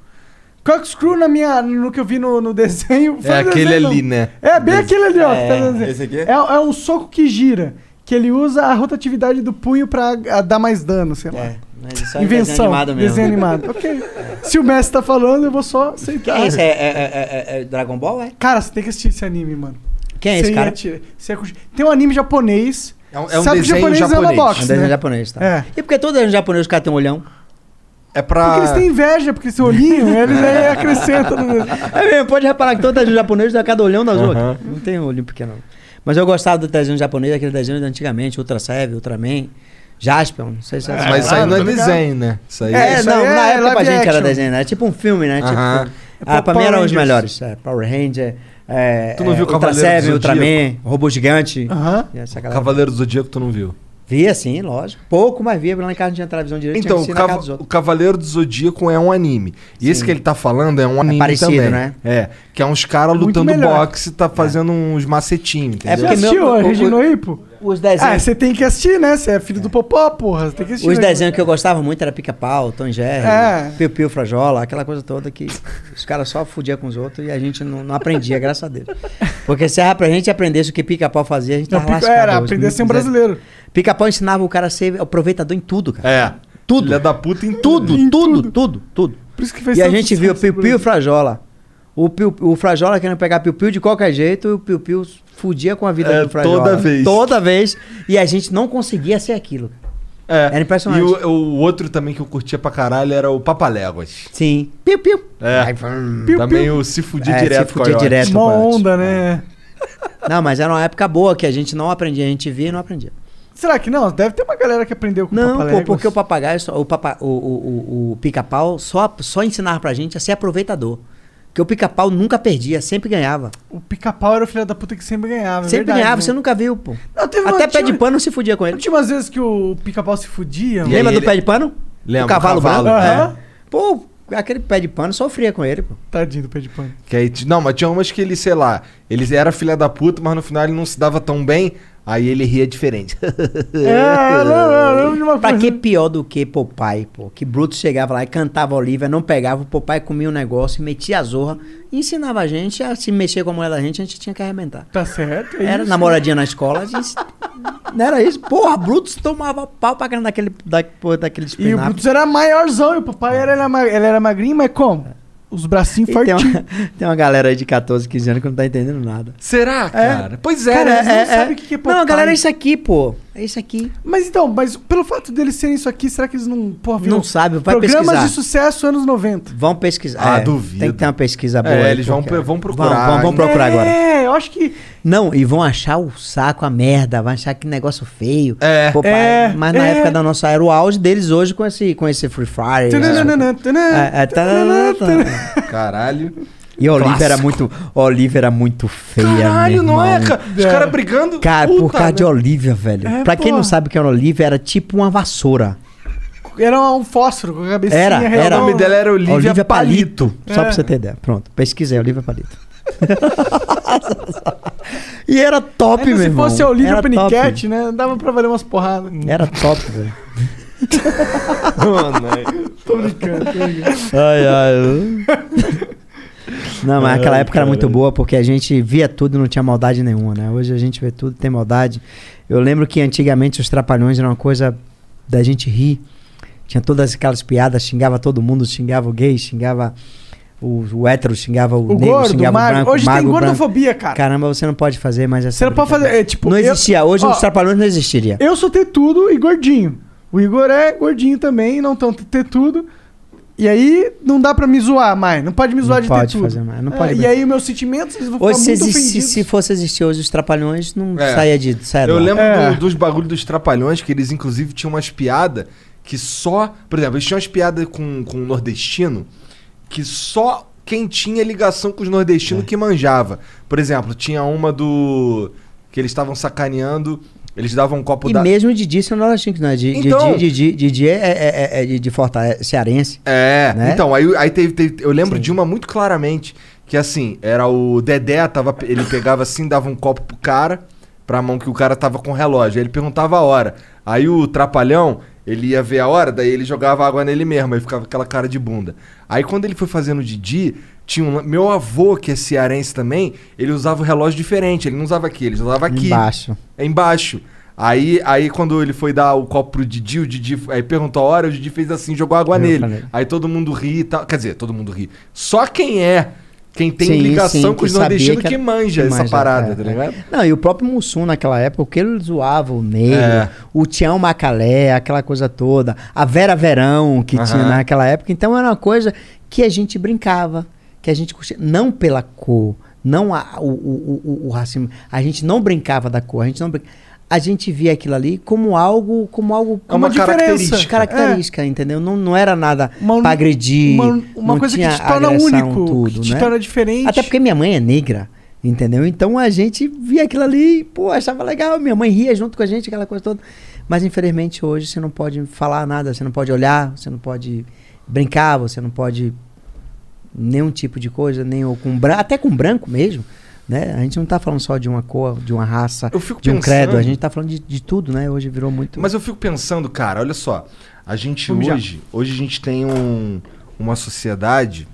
Speaker 3: Corkscrew na minha, no que eu vi no, no desenho. foi
Speaker 2: É
Speaker 3: no
Speaker 2: aquele
Speaker 3: desenho,
Speaker 2: ali,
Speaker 3: não.
Speaker 2: né?
Speaker 3: É, bem aquele ali, ó. que tá no desenho.
Speaker 11: Esse aqui?
Speaker 3: É, é um soco que gira. Que ele usa a rotatividade do punho pra ah, dar mais dano, sei lá.
Speaker 4: É, mas isso aí é desenho
Speaker 3: Invenção.
Speaker 4: animado mesmo.
Speaker 3: Desenho animado. ok. Se o Messi tá falando, eu vou só
Speaker 4: Quem
Speaker 3: aceitar.
Speaker 4: é esse? É, é- é- é- é Dragon Ball, é?
Speaker 3: Cara, você tem que assistir esse anime, mano.
Speaker 4: Quem é esse
Speaker 3: Você
Speaker 4: cara?
Speaker 3: ia tirar- você ia curtir. Tem um anime japonês.
Speaker 2: É um, é um
Speaker 3: Sabe que
Speaker 2: desenho
Speaker 3: japonês
Speaker 2: japonês.
Speaker 3: é uma box.
Speaker 4: É um desenho
Speaker 3: né?
Speaker 4: japonês, tá?
Speaker 3: É.
Speaker 4: E porque todo desenho japonês o cara tem um olhão?
Speaker 2: É pra...
Speaker 4: Ah.
Speaker 3: Porque eles têm inveja, porque eles têm olhinho, eles aí acrescentam. no-
Speaker 4: É mesmo, pode reparar que todo desenho japonês é cada olhão da uhum.
Speaker 2: Aham.
Speaker 4: Não tem olho pequeno, não. Mas eu gostava do desenho japonês, aquele desenho de antigamente, Ultra Seven, Ultraman, Jasper, não sei se é
Speaker 2: Mas isso aí não é desenho, né? Isso aí é...
Speaker 4: É,
Speaker 3: Isso
Speaker 4: não,
Speaker 3: aí é
Speaker 4: na época pra
Speaker 3: live
Speaker 4: gente era
Speaker 3: action.
Speaker 4: desenho, né? É tipo um filme, né? Tipo,
Speaker 2: Aham.
Speaker 4: ah, pra mim
Speaker 3: Power
Speaker 4: eram os
Speaker 3: Rangers.
Speaker 4: melhores. É, Power Ranger, é,
Speaker 2: Tu não
Speaker 4: é,
Speaker 2: viu
Speaker 4: Ultra
Speaker 2: Cavaleiros do
Speaker 4: Seven,
Speaker 2: Zodíaco?
Speaker 4: Ultraman, Robô Gigante.
Speaker 3: Aham.
Speaker 4: E essa galera.
Speaker 2: Cavaleiro do Zodíaco tu não viu.
Speaker 4: Via sim, lógico. Pouco, mas via. Lá em casa não tinha televisão direito,
Speaker 2: Então,
Speaker 4: tinha
Speaker 2: o,
Speaker 4: que assistir na
Speaker 2: Cava-
Speaker 4: casa dos
Speaker 2: o
Speaker 4: outros.
Speaker 2: Cavaleiro do Zodíaco é um anime. E esse que ele tá falando é um anime
Speaker 4: parecido,
Speaker 2: também.
Speaker 4: né?
Speaker 2: É, que é uns caras
Speaker 3: Muito
Speaker 2: lutando
Speaker 3: melhor.
Speaker 2: boxe, tá fazendo uns macetinhos,
Speaker 4: É
Speaker 2: entendeu?
Speaker 3: Você
Speaker 4: porque meu-
Speaker 3: assistiu a
Speaker 4: o- o-
Speaker 3: Regina Ipo?
Speaker 4: Os
Speaker 3: Ah,
Speaker 4: desenhos,
Speaker 3: você tem que assistir, né? Você é filho do Popó, porra. Você tem que assistir.
Speaker 4: os
Speaker 3: né?
Speaker 4: desenhos que eu gostava muito era Pica-Pau, Tom e Jerry,
Speaker 3: É.
Speaker 4: Piu Piu Frajola, aquela coisa toda que os caras só fudiam com os outros e a gente não, não aprendia, graças a Deus. Porque se era pra gente aprendesse o que Pica-Pau fazia, a gente
Speaker 3: Não,
Speaker 4: tava
Speaker 3: pico-
Speaker 4: tá lascado. é
Speaker 3: era,
Speaker 4: hoje,
Speaker 3: aprender a
Speaker 4: muito
Speaker 3: ser um
Speaker 4: miséria.
Speaker 3: brasileiro.
Speaker 4: Pica-Pau ensinava o cara a ser aproveitador em tudo, cara.
Speaker 2: É.
Speaker 4: Tudo.
Speaker 2: Filha da puta em
Speaker 4: Tudo,
Speaker 3: Em
Speaker 4: tudo,
Speaker 3: tudo.
Speaker 4: tudo, tudo,
Speaker 3: Por isso que fez
Speaker 4: E a
Speaker 3: tanto
Speaker 4: gente viu o
Speaker 3: sucesso no
Speaker 4: Piu-Piu e o
Speaker 3: Brasil.
Speaker 4: Frajola. O, piu, o Frajola querendo pegar Piu-Piu de qualquer jeito e o Piu-Piu fudia com a vida
Speaker 2: É,
Speaker 4: do Frajola.
Speaker 2: toda vez.
Speaker 4: Toda vez. E a gente não conseguia ser aquilo.
Speaker 2: É.
Speaker 4: Era impressionante.
Speaker 2: E o, o outro também que eu curtia pra caralho era o Papaléguas.
Speaker 4: Sim. Piu, piu.
Speaker 2: É.
Speaker 4: Aí, vrum.
Speaker 2: também o se fudir
Speaker 4: um É,
Speaker 2: direto
Speaker 4: se fudia
Speaker 2: coiote.
Speaker 4: direto.
Speaker 3: Uma
Speaker 4: Coyote.
Speaker 3: onda, né?
Speaker 4: Não, mas era uma época boa que a gente não aprendia. A gente via e não aprendia.
Speaker 3: Será que não? Deve ter uma galera que aprendeu com
Speaker 4: Não, pô,
Speaker 3: papaléguas.
Speaker 4: porque o papagaio, só- o, papa- o, o, o- o pica-pau só, só ensinava pra gente a ser aproveitador. Porque o pica-pau nunca perdia, sempre ganhava.
Speaker 3: O pica-pau era o filho da puta que sempre ganhava. é
Speaker 4: sempre
Speaker 3: verdade,
Speaker 4: ganhava,
Speaker 3: né?
Speaker 4: você nunca viu, pô.
Speaker 3: Não, teve uma-
Speaker 4: Até pé
Speaker 3: tinha- um
Speaker 4: de pano se fudia com ele.
Speaker 3: Tinha umas vezes que o pica-pau se fudia.
Speaker 2: E aí
Speaker 4: Lembra do
Speaker 2: ele-
Speaker 4: pé de pano?
Speaker 2: Lembro,
Speaker 4: o cavalo,
Speaker 2: o cavalo,
Speaker 4: branco?
Speaker 3: é.
Speaker 4: É. Pô, aquele pé de pano sofria com ele, pô.
Speaker 3: um Tadinho do pé de pano.
Speaker 2: Que aí, t- não, mas tinha umas que ele, sei lá, ele era filha da puta, mas no final ele não se dava tão bem, aí ele ria diferente.
Speaker 3: É, não, eu lembro de uma
Speaker 4: Pra
Speaker 3: coisa.
Speaker 4: que pior do que Popeye, pô? Que Bruto chegava lá e cantava Olivia, não pegava, o Popeye comia o negócio, metia a zorra, e ensinava a gente a se mexer com a mulher da gente, a gente tinha que arrebentar.
Speaker 3: Tá certo. é
Speaker 4: Era
Speaker 3: isso.
Speaker 4: namoradinha na escola, a gente... não era isso. Porra, Brutus tomava pau pra caramba daquele, da, porra, daquele
Speaker 3: E o
Speaker 4: espinafre.
Speaker 3: Brutus era maiorzão, e o papai era, ele era, ma- ele era magrinho, mas como? Os bracinhos
Speaker 4: E tem,
Speaker 3: fortinhos.
Speaker 4: uma, tem uma galera aí de 14, 15 anos que não tá entendendo nada.
Speaker 2: Será, cara? Pois é,
Speaker 3: Cara,
Speaker 2: né?
Speaker 3: eles não sabem o que que é
Speaker 4: Não,
Speaker 3: Popeye.
Speaker 4: galera, é isso aqui, pô. É isso aqui.
Speaker 3: Mas então, mas pelo fato deles serem isso aqui, será que eles não. Porra, viram
Speaker 4: Não sabe, vai
Speaker 3: Programas
Speaker 4: pesquisar.
Speaker 3: de sucesso anos 90.
Speaker 4: Vão pesquisar.
Speaker 2: Ah,
Speaker 4: é,
Speaker 2: duvido.
Speaker 4: Tem que ter uma pesquisa boa.
Speaker 2: É,
Speaker 4: aí,
Speaker 2: eles vão
Speaker 4: porque-
Speaker 2: pe- vão procurar né?
Speaker 4: Vão, vão- vão
Speaker 2: ainda.
Speaker 4: procurar agora.
Speaker 3: É, eu acho que.
Speaker 4: Não, e vão achar o saco, a merda, vão achar que negócio feio.
Speaker 2: É.
Speaker 4: Pô, pai,
Speaker 3: É,
Speaker 4: mas na
Speaker 3: é.
Speaker 4: época da nossa era o auge deles hoje com esse, com esse Free Fire. né?
Speaker 3: Tananana, tananana,
Speaker 4: É, é,
Speaker 3: tananana,
Speaker 4: tananana,
Speaker 3: tananana.
Speaker 2: Caralho.
Speaker 4: E Oliver era muito. Oliver era muito feia.
Speaker 2: Caralho,
Speaker 4: meu
Speaker 2: não é,
Speaker 4: irmão.
Speaker 2: cara? Os caras brigando.
Speaker 4: Cara, por
Speaker 2: Puta
Speaker 4: causa de
Speaker 2: merda.
Speaker 4: Olivia, velho.
Speaker 3: É,
Speaker 4: pra quem
Speaker 3: pô.
Speaker 4: não sabe o que era Olivia, era tipo uma vassoura.
Speaker 3: Era um fósforo com a cabecinha
Speaker 4: Era,
Speaker 3: redonda.
Speaker 4: era.
Speaker 2: O nome dela era Olivia,
Speaker 4: Olivia
Speaker 2: Palito.
Speaker 4: Palito. Só
Speaker 3: É.
Speaker 4: pra você ter ideia. Pronto, pesquisei, Olivia Palito. e era top,
Speaker 3: Ainda
Speaker 4: meu
Speaker 3: se
Speaker 4: irmão.
Speaker 3: fosse a Olivia
Speaker 4: Era top.
Speaker 3: Paniquete, né? Dava pra valer umas porradas.
Speaker 4: Era top, velho.
Speaker 2: Mano, é-
Speaker 3: Tô brincando. tô brincando.
Speaker 4: Ai, ai. Não, mas aquela época era muito boa porque a gente via tudo e não tinha maldade nenhuma, né? Hoje a gente vê tudo e tem maldade. Eu lembro que antigamente os trapalhões era uma coisa da gente rir. Tinha todas aquelas piadas, xingava todo mundo, xingava o gay, xingava o, o hétero, xingava o,
Speaker 3: O
Speaker 4: negro,
Speaker 3: gordo, o
Speaker 4: xingava o
Speaker 3: magro.
Speaker 4: branco,
Speaker 3: Hoje tem
Speaker 4: magro, branco.
Speaker 3: gordofobia, cara.
Speaker 4: Caramba, você não pode fazer mais essa
Speaker 3: Você não pode fazer.
Speaker 4: brincadeira.
Speaker 3: É, tipo,
Speaker 4: Não
Speaker 3: eu-
Speaker 4: existia. Hoje
Speaker 3: Ó,
Speaker 4: os trapalhões não existiria.
Speaker 3: Eu sou ter tudo e gordinho. O Igor é gordinho também, não tão ter tudo. E aí não dá pra me zoar mais. Não pode me zoar
Speaker 4: Não
Speaker 3: de
Speaker 4: pode
Speaker 3: ter tudo.
Speaker 4: fazer mais, não pode
Speaker 3: É, e
Speaker 4: mesmo.
Speaker 3: aí meus sentimentos eles vão
Speaker 4: Hoje, se,
Speaker 3: ficar tá muito
Speaker 4: existisse,
Speaker 3: ofendidos.
Speaker 4: se fosse existir hoje os trapalhões, não
Speaker 2: É.
Speaker 4: saia de. Saia
Speaker 2: Eu
Speaker 4: do ar.
Speaker 2: lembro
Speaker 3: É.
Speaker 2: do- dos bagulhos dos trapalhões, que eles inclusive tinham umas piadas que só. Por exemplo, eles tinham umas piadas com, com nordestino que só quem tinha ligação com os nordestinos que manjava. Por exemplo, tinha uma do. que eles estavam sacaneando, eles davam um copo
Speaker 4: E
Speaker 2: da.
Speaker 4: mesmo o Didi, se não era Chico, né? Di-
Speaker 2: Então-
Speaker 4: Didi, Didi, Didi é, é, é- é de, de Fortaleza, cearense.
Speaker 2: É,
Speaker 4: Né?
Speaker 2: então, aí, aí teve, teve- eu lembro de uma muito claramente, que assim, era o Dedé, tava, ele pegava assim, dava um copo pro cara, pra mão que o cara tava com relógio, aí ele perguntava a hora. Aí o Trapalhão, ele ia ver a hora, daí ele jogava água nele mesmo, aí ficava aquela cara de bunda. Aí quando ele foi fazendo o Didi, tinha um, meu avô, que é cearense também, ele usava o relógio diferente, ele não usava aqui, ele usava aqui.
Speaker 4: Embaixo.
Speaker 2: É embaixo. Aí, aí quando ele foi dar o copo pro Didi, o Didi aí perguntou a hora, o Didi fez assim, jogou água
Speaker 4: Eu
Speaker 2: nele.
Speaker 4: falei.
Speaker 2: Aí todo mundo ri e tal. Quer dizer, todo mundo ri. Só quem é, quem tem
Speaker 4: Sim,
Speaker 2: ligação
Speaker 4: sim,
Speaker 2: com os
Speaker 4: que sabia
Speaker 2: nordestinos
Speaker 4: que
Speaker 2: que,
Speaker 4: era-
Speaker 2: manja
Speaker 4: que
Speaker 2: essa
Speaker 4: manja,
Speaker 2: parada,
Speaker 4: é,
Speaker 2: tá
Speaker 4: é.
Speaker 2: ligado?
Speaker 4: Não, e o próprio Mussum naquela época, o que ele zoava, o Negro,
Speaker 2: É.
Speaker 4: o Tião Macalé, aquela coisa toda. A Vera Verão, que tinha
Speaker 2: Aham.
Speaker 4: naquela época. Então era uma coisa que a gente brincava, que a gente curtia. Não pela cor, não a- o, o, o- o, o racismo. A gente não brincava da cor, a gente não brin- A gente via aquilo ali como algo, como algo,
Speaker 2: É uma
Speaker 4: como diferença.
Speaker 2: característica. é.
Speaker 4: característica, entendeu? Não, não era nada
Speaker 3: Uma-
Speaker 4: pra agredir,
Speaker 3: Uma, uma
Speaker 4: não
Speaker 3: coisa que
Speaker 4: tinha
Speaker 3: te torna
Speaker 4: agressão,
Speaker 3: único, que
Speaker 4: tudo,
Speaker 3: te
Speaker 4: né?
Speaker 3: torna diferente.
Speaker 4: Até porque minha mãe é negra, entendeu? Então a gente via aquilo ali, pô, achava legal. Minha mãe ria junto com a gente, aquela coisa toda. Mas infelizmente hoje você não pode falar nada, você não pode olhar, você não pode brincar, você não pode nenhum tipo de coisa, nem o com branco, até com branco mesmo. Né? A gente não tá falando só de uma cor, de uma raça,
Speaker 2: Eu fico
Speaker 4: de um credo,
Speaker 2: pensando-
Speaker 4: a gente tá falando de, de tudo, né? Hoje virou muito.
Speaker 2: Mas eu fico pensando, cara, olha só. A gente
Speaker 3: Vou mijar.
Speaker 2: hoje, hoje a gente tem um, uma sociedade.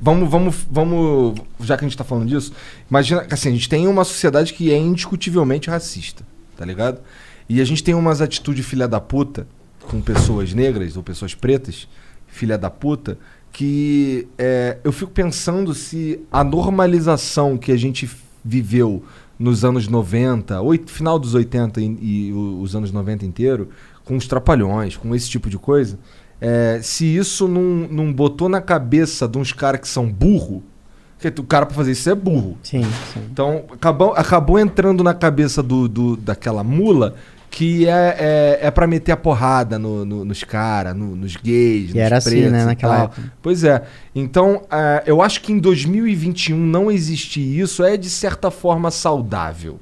Speaker 2: Vamos, vamos, vamos, já que a gente tá falando disso, imagina, que, assim, a gente tem uma sociedade que é indiscutivelmente racista, tá ligado? E a gente tem umas atitudes filha da puta com pessoas negras ou pessoas pretas, filha da puta, que é, eu fico pensando se a normalização que a gente viveu nos anos 90, oit- final dos 80 e, e o- os anos 90 inteiro, com os trapalhões, com esse tipo de coisa, é, se isso não, não botou na cabeça de uns caras que são burro, porque o cara pra fazer isso é burro.
Speaker 4: Sim, sim.
Speaker 2: Então, acabou, acabou entrando na cabeça do, do- daquela mula que é, é, é para meter a porrada no- no- nos caras, nos gays, nos
Speaker 4: era assim,
Speaker 2: pretos
Speaker 4: né,
Speaker 2: e
Speaker 4: naquela
Speaker 2: tal.
Speaker 4: época.
Speaker 2: Pois é. Então, ah, eu acho que em 2021 não existir isso é, de certa forma, saudável.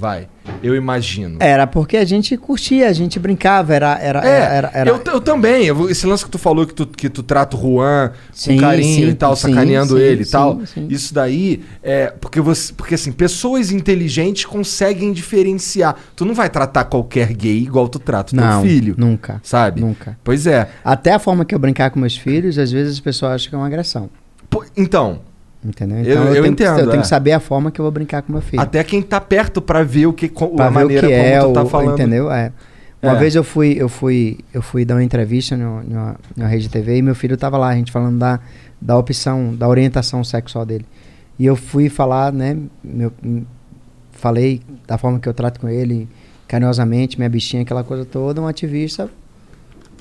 Speaker 2: Vai, eu imagino.
Speaker 4: Era porque a gente curtia, a gente brincava, era. era,
Speaker 2: É,
Speaker 4: era, era- era-
Speaker 2: Eu, eu também. eu- esse lance que tu falou que tu, que tu trata o Juan
Speaker 4: Sim,
Speaker 2: com carinho
Speaker 4: sim,
Speaker 2: e tal,
Speaker 4: sim,
Speaker 2: sacaneando
Speaker 4: sim,
Speaker 2: ele e
Speaker 4: sim,
Speaker 2: tal.
Speaker 4: sim.
Speaker 2: Isso daí é. Porque, você, porque assim, pessoas inteligentes conseguem diferenciar. Tu não vai tratar qualquer gay igual tu trata o
Speaker 4: Não,
Speaker 2: teu filho.
Speaker 4: nunca.
Speaker 2: Sabe?
Speaker 4: Nunca.
Speaker 2: Pois é.
Speaker 4: Até a forma que eu brincar com meus filhos, às vezes as pessoas acham que é uma agressão.
Speaker 2: Pô, então,
Speaker 4: Entendeu?
Speaker 2: Eu- eu
Speaker 4: tenho que-
Speaker 2: entendo,
Speaker 4: eu tenho
Speaker 2: é.
Speaker 4: que saber a forma que eu vou brincar com meu filho.
Speaker 2: até quem tá perto pra ver o que, co-
Speaker 4: pra
Speaker 2: a
Speaker 4: ver o que
Speaker 2: maneira como
Speaker 4: é,
Speaker 2: tu tá
Speaker 4: o-
Speaker 2: falando.
Speaker 4: entendeu? É. Uma
Speaker 2: É.
Speaker 4: vez eu fui, eu fui, eu fui dar uma entrevista no- numa, numa rede de TV e meu filho tava lá, a gente falando da, da opção, da orientação sexual dele. E eu fui falar, né, meu, m- falei da forma que eu trato com ele, carinhosamente, minha bichinha, aquela coisa toda, um ativista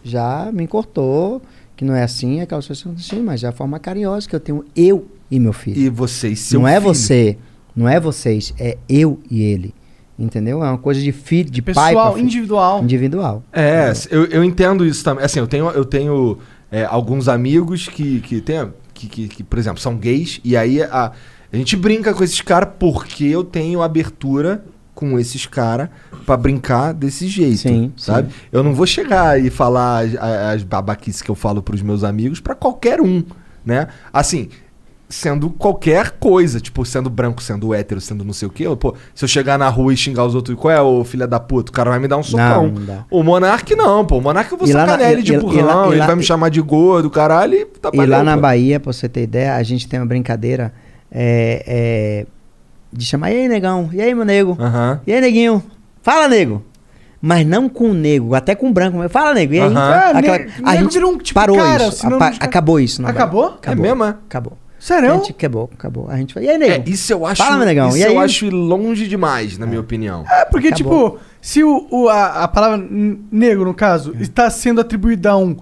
Speaker 4: já me cortou, que não é assim, aquela coisa assim, mas é a forma carinhosa que eu tenho eu e meu filho
Speaker 2: E vocês seu
Speaker 4: não é
Speaker 2: filho.
Speaker 4: você, não é vocês, é eu e ele. Entendeu? É uma coisa de filho, de pai pra
Speaker 3: Pessoal,
Speaker 4: filho.
Speaker 3: individual.
Speaker 4: individual.
Speaker 2: É, eu, eu entendo isso também. Assim, eu tenho, eu tenho é, alguns amigos que, que, tem, que, que, que, por exemplo, são gays, e aí a, a gente brinca com esses caras porque eu tenho abertura com esses caras pra brincar desse jeito,
Speaker 4: Sim,
Speaker 2: sabe? Eu não vou chegar e falar as, as babaquices que eu falo pros meus amigos pra qualquer um, né? Assim, sendo qualquer coisa, tipo, sendo branco, sendo hétero, sendo não sei o quê, eu, pô, se eu chegar na rua e xingar os outros, qual é, ô filha da puta, o cara vai me dar um socão.
Speaker 4: não dá.
Speaker 2: O Monark não, pô. O Monark eu vou
Speaker 4: E lá
Speaker 2: sacanear
Speaker 4: na-
Speaker 2: ele de
Speaker 4: e- e-
Speaker 2: burrão,
Speaker 4: e lá- e
Speaker 2: ele
Speaker 4: lá-
Speaker 2: vai me chamar de gordo, caralho, e tá
Speaker 4: E lá na
Speaker 2: pô.
Speaker 4: Bahia, pra você ter ideia, a gente tem uma brincadeira é, é, de chamar, e aí, negão? E aí, meu nego?
Speaker 2: Aham.
Speaker 4: E aí, neguinho? Fala, nego! Mas não com o nego, até com o branco. mas Fala, nego. E aí?
Speaker 2: Aham.
Speaker 3: É,
Speaker 4: Aquela-
Speaker 3: nego-
Speaker 4: a
Speaker 3: nego
Speaker 4: gente
Speaker 3: vira um tipo
Speaker 4: parou
Speaker 3: cara,
Speaker 4: isso.
Speaker 3: sinônimo
Speaker 4: apa-
Speaker 3: de cara.
Speaker 4: Acabou isso. na Bahia.
Speaker 3: Acabou? É
Speaker 4: Acabou.
Speaker 2: mesmo, é?
Speaker 4: Acabou.
Speaker 3: Sério?
Speaker 4: A gente acabou, acabou. A gente foi, e aí, nego?
Speaker 2: É, isso eu acho.
Speaker 4: Fala, meu negão.
Speaker 2: Isso
Speaker 4: E aí?
Speaker 2: eu acho longe demais, na minha opinião.
Speaker 3: É, porque,
Speaker 4: Acabou.
Speaker 3: tipo, se o, o- a, a palavra n- negro, no caso,
Speaker 4: É.
Speaker 3: está sendo atribuída a um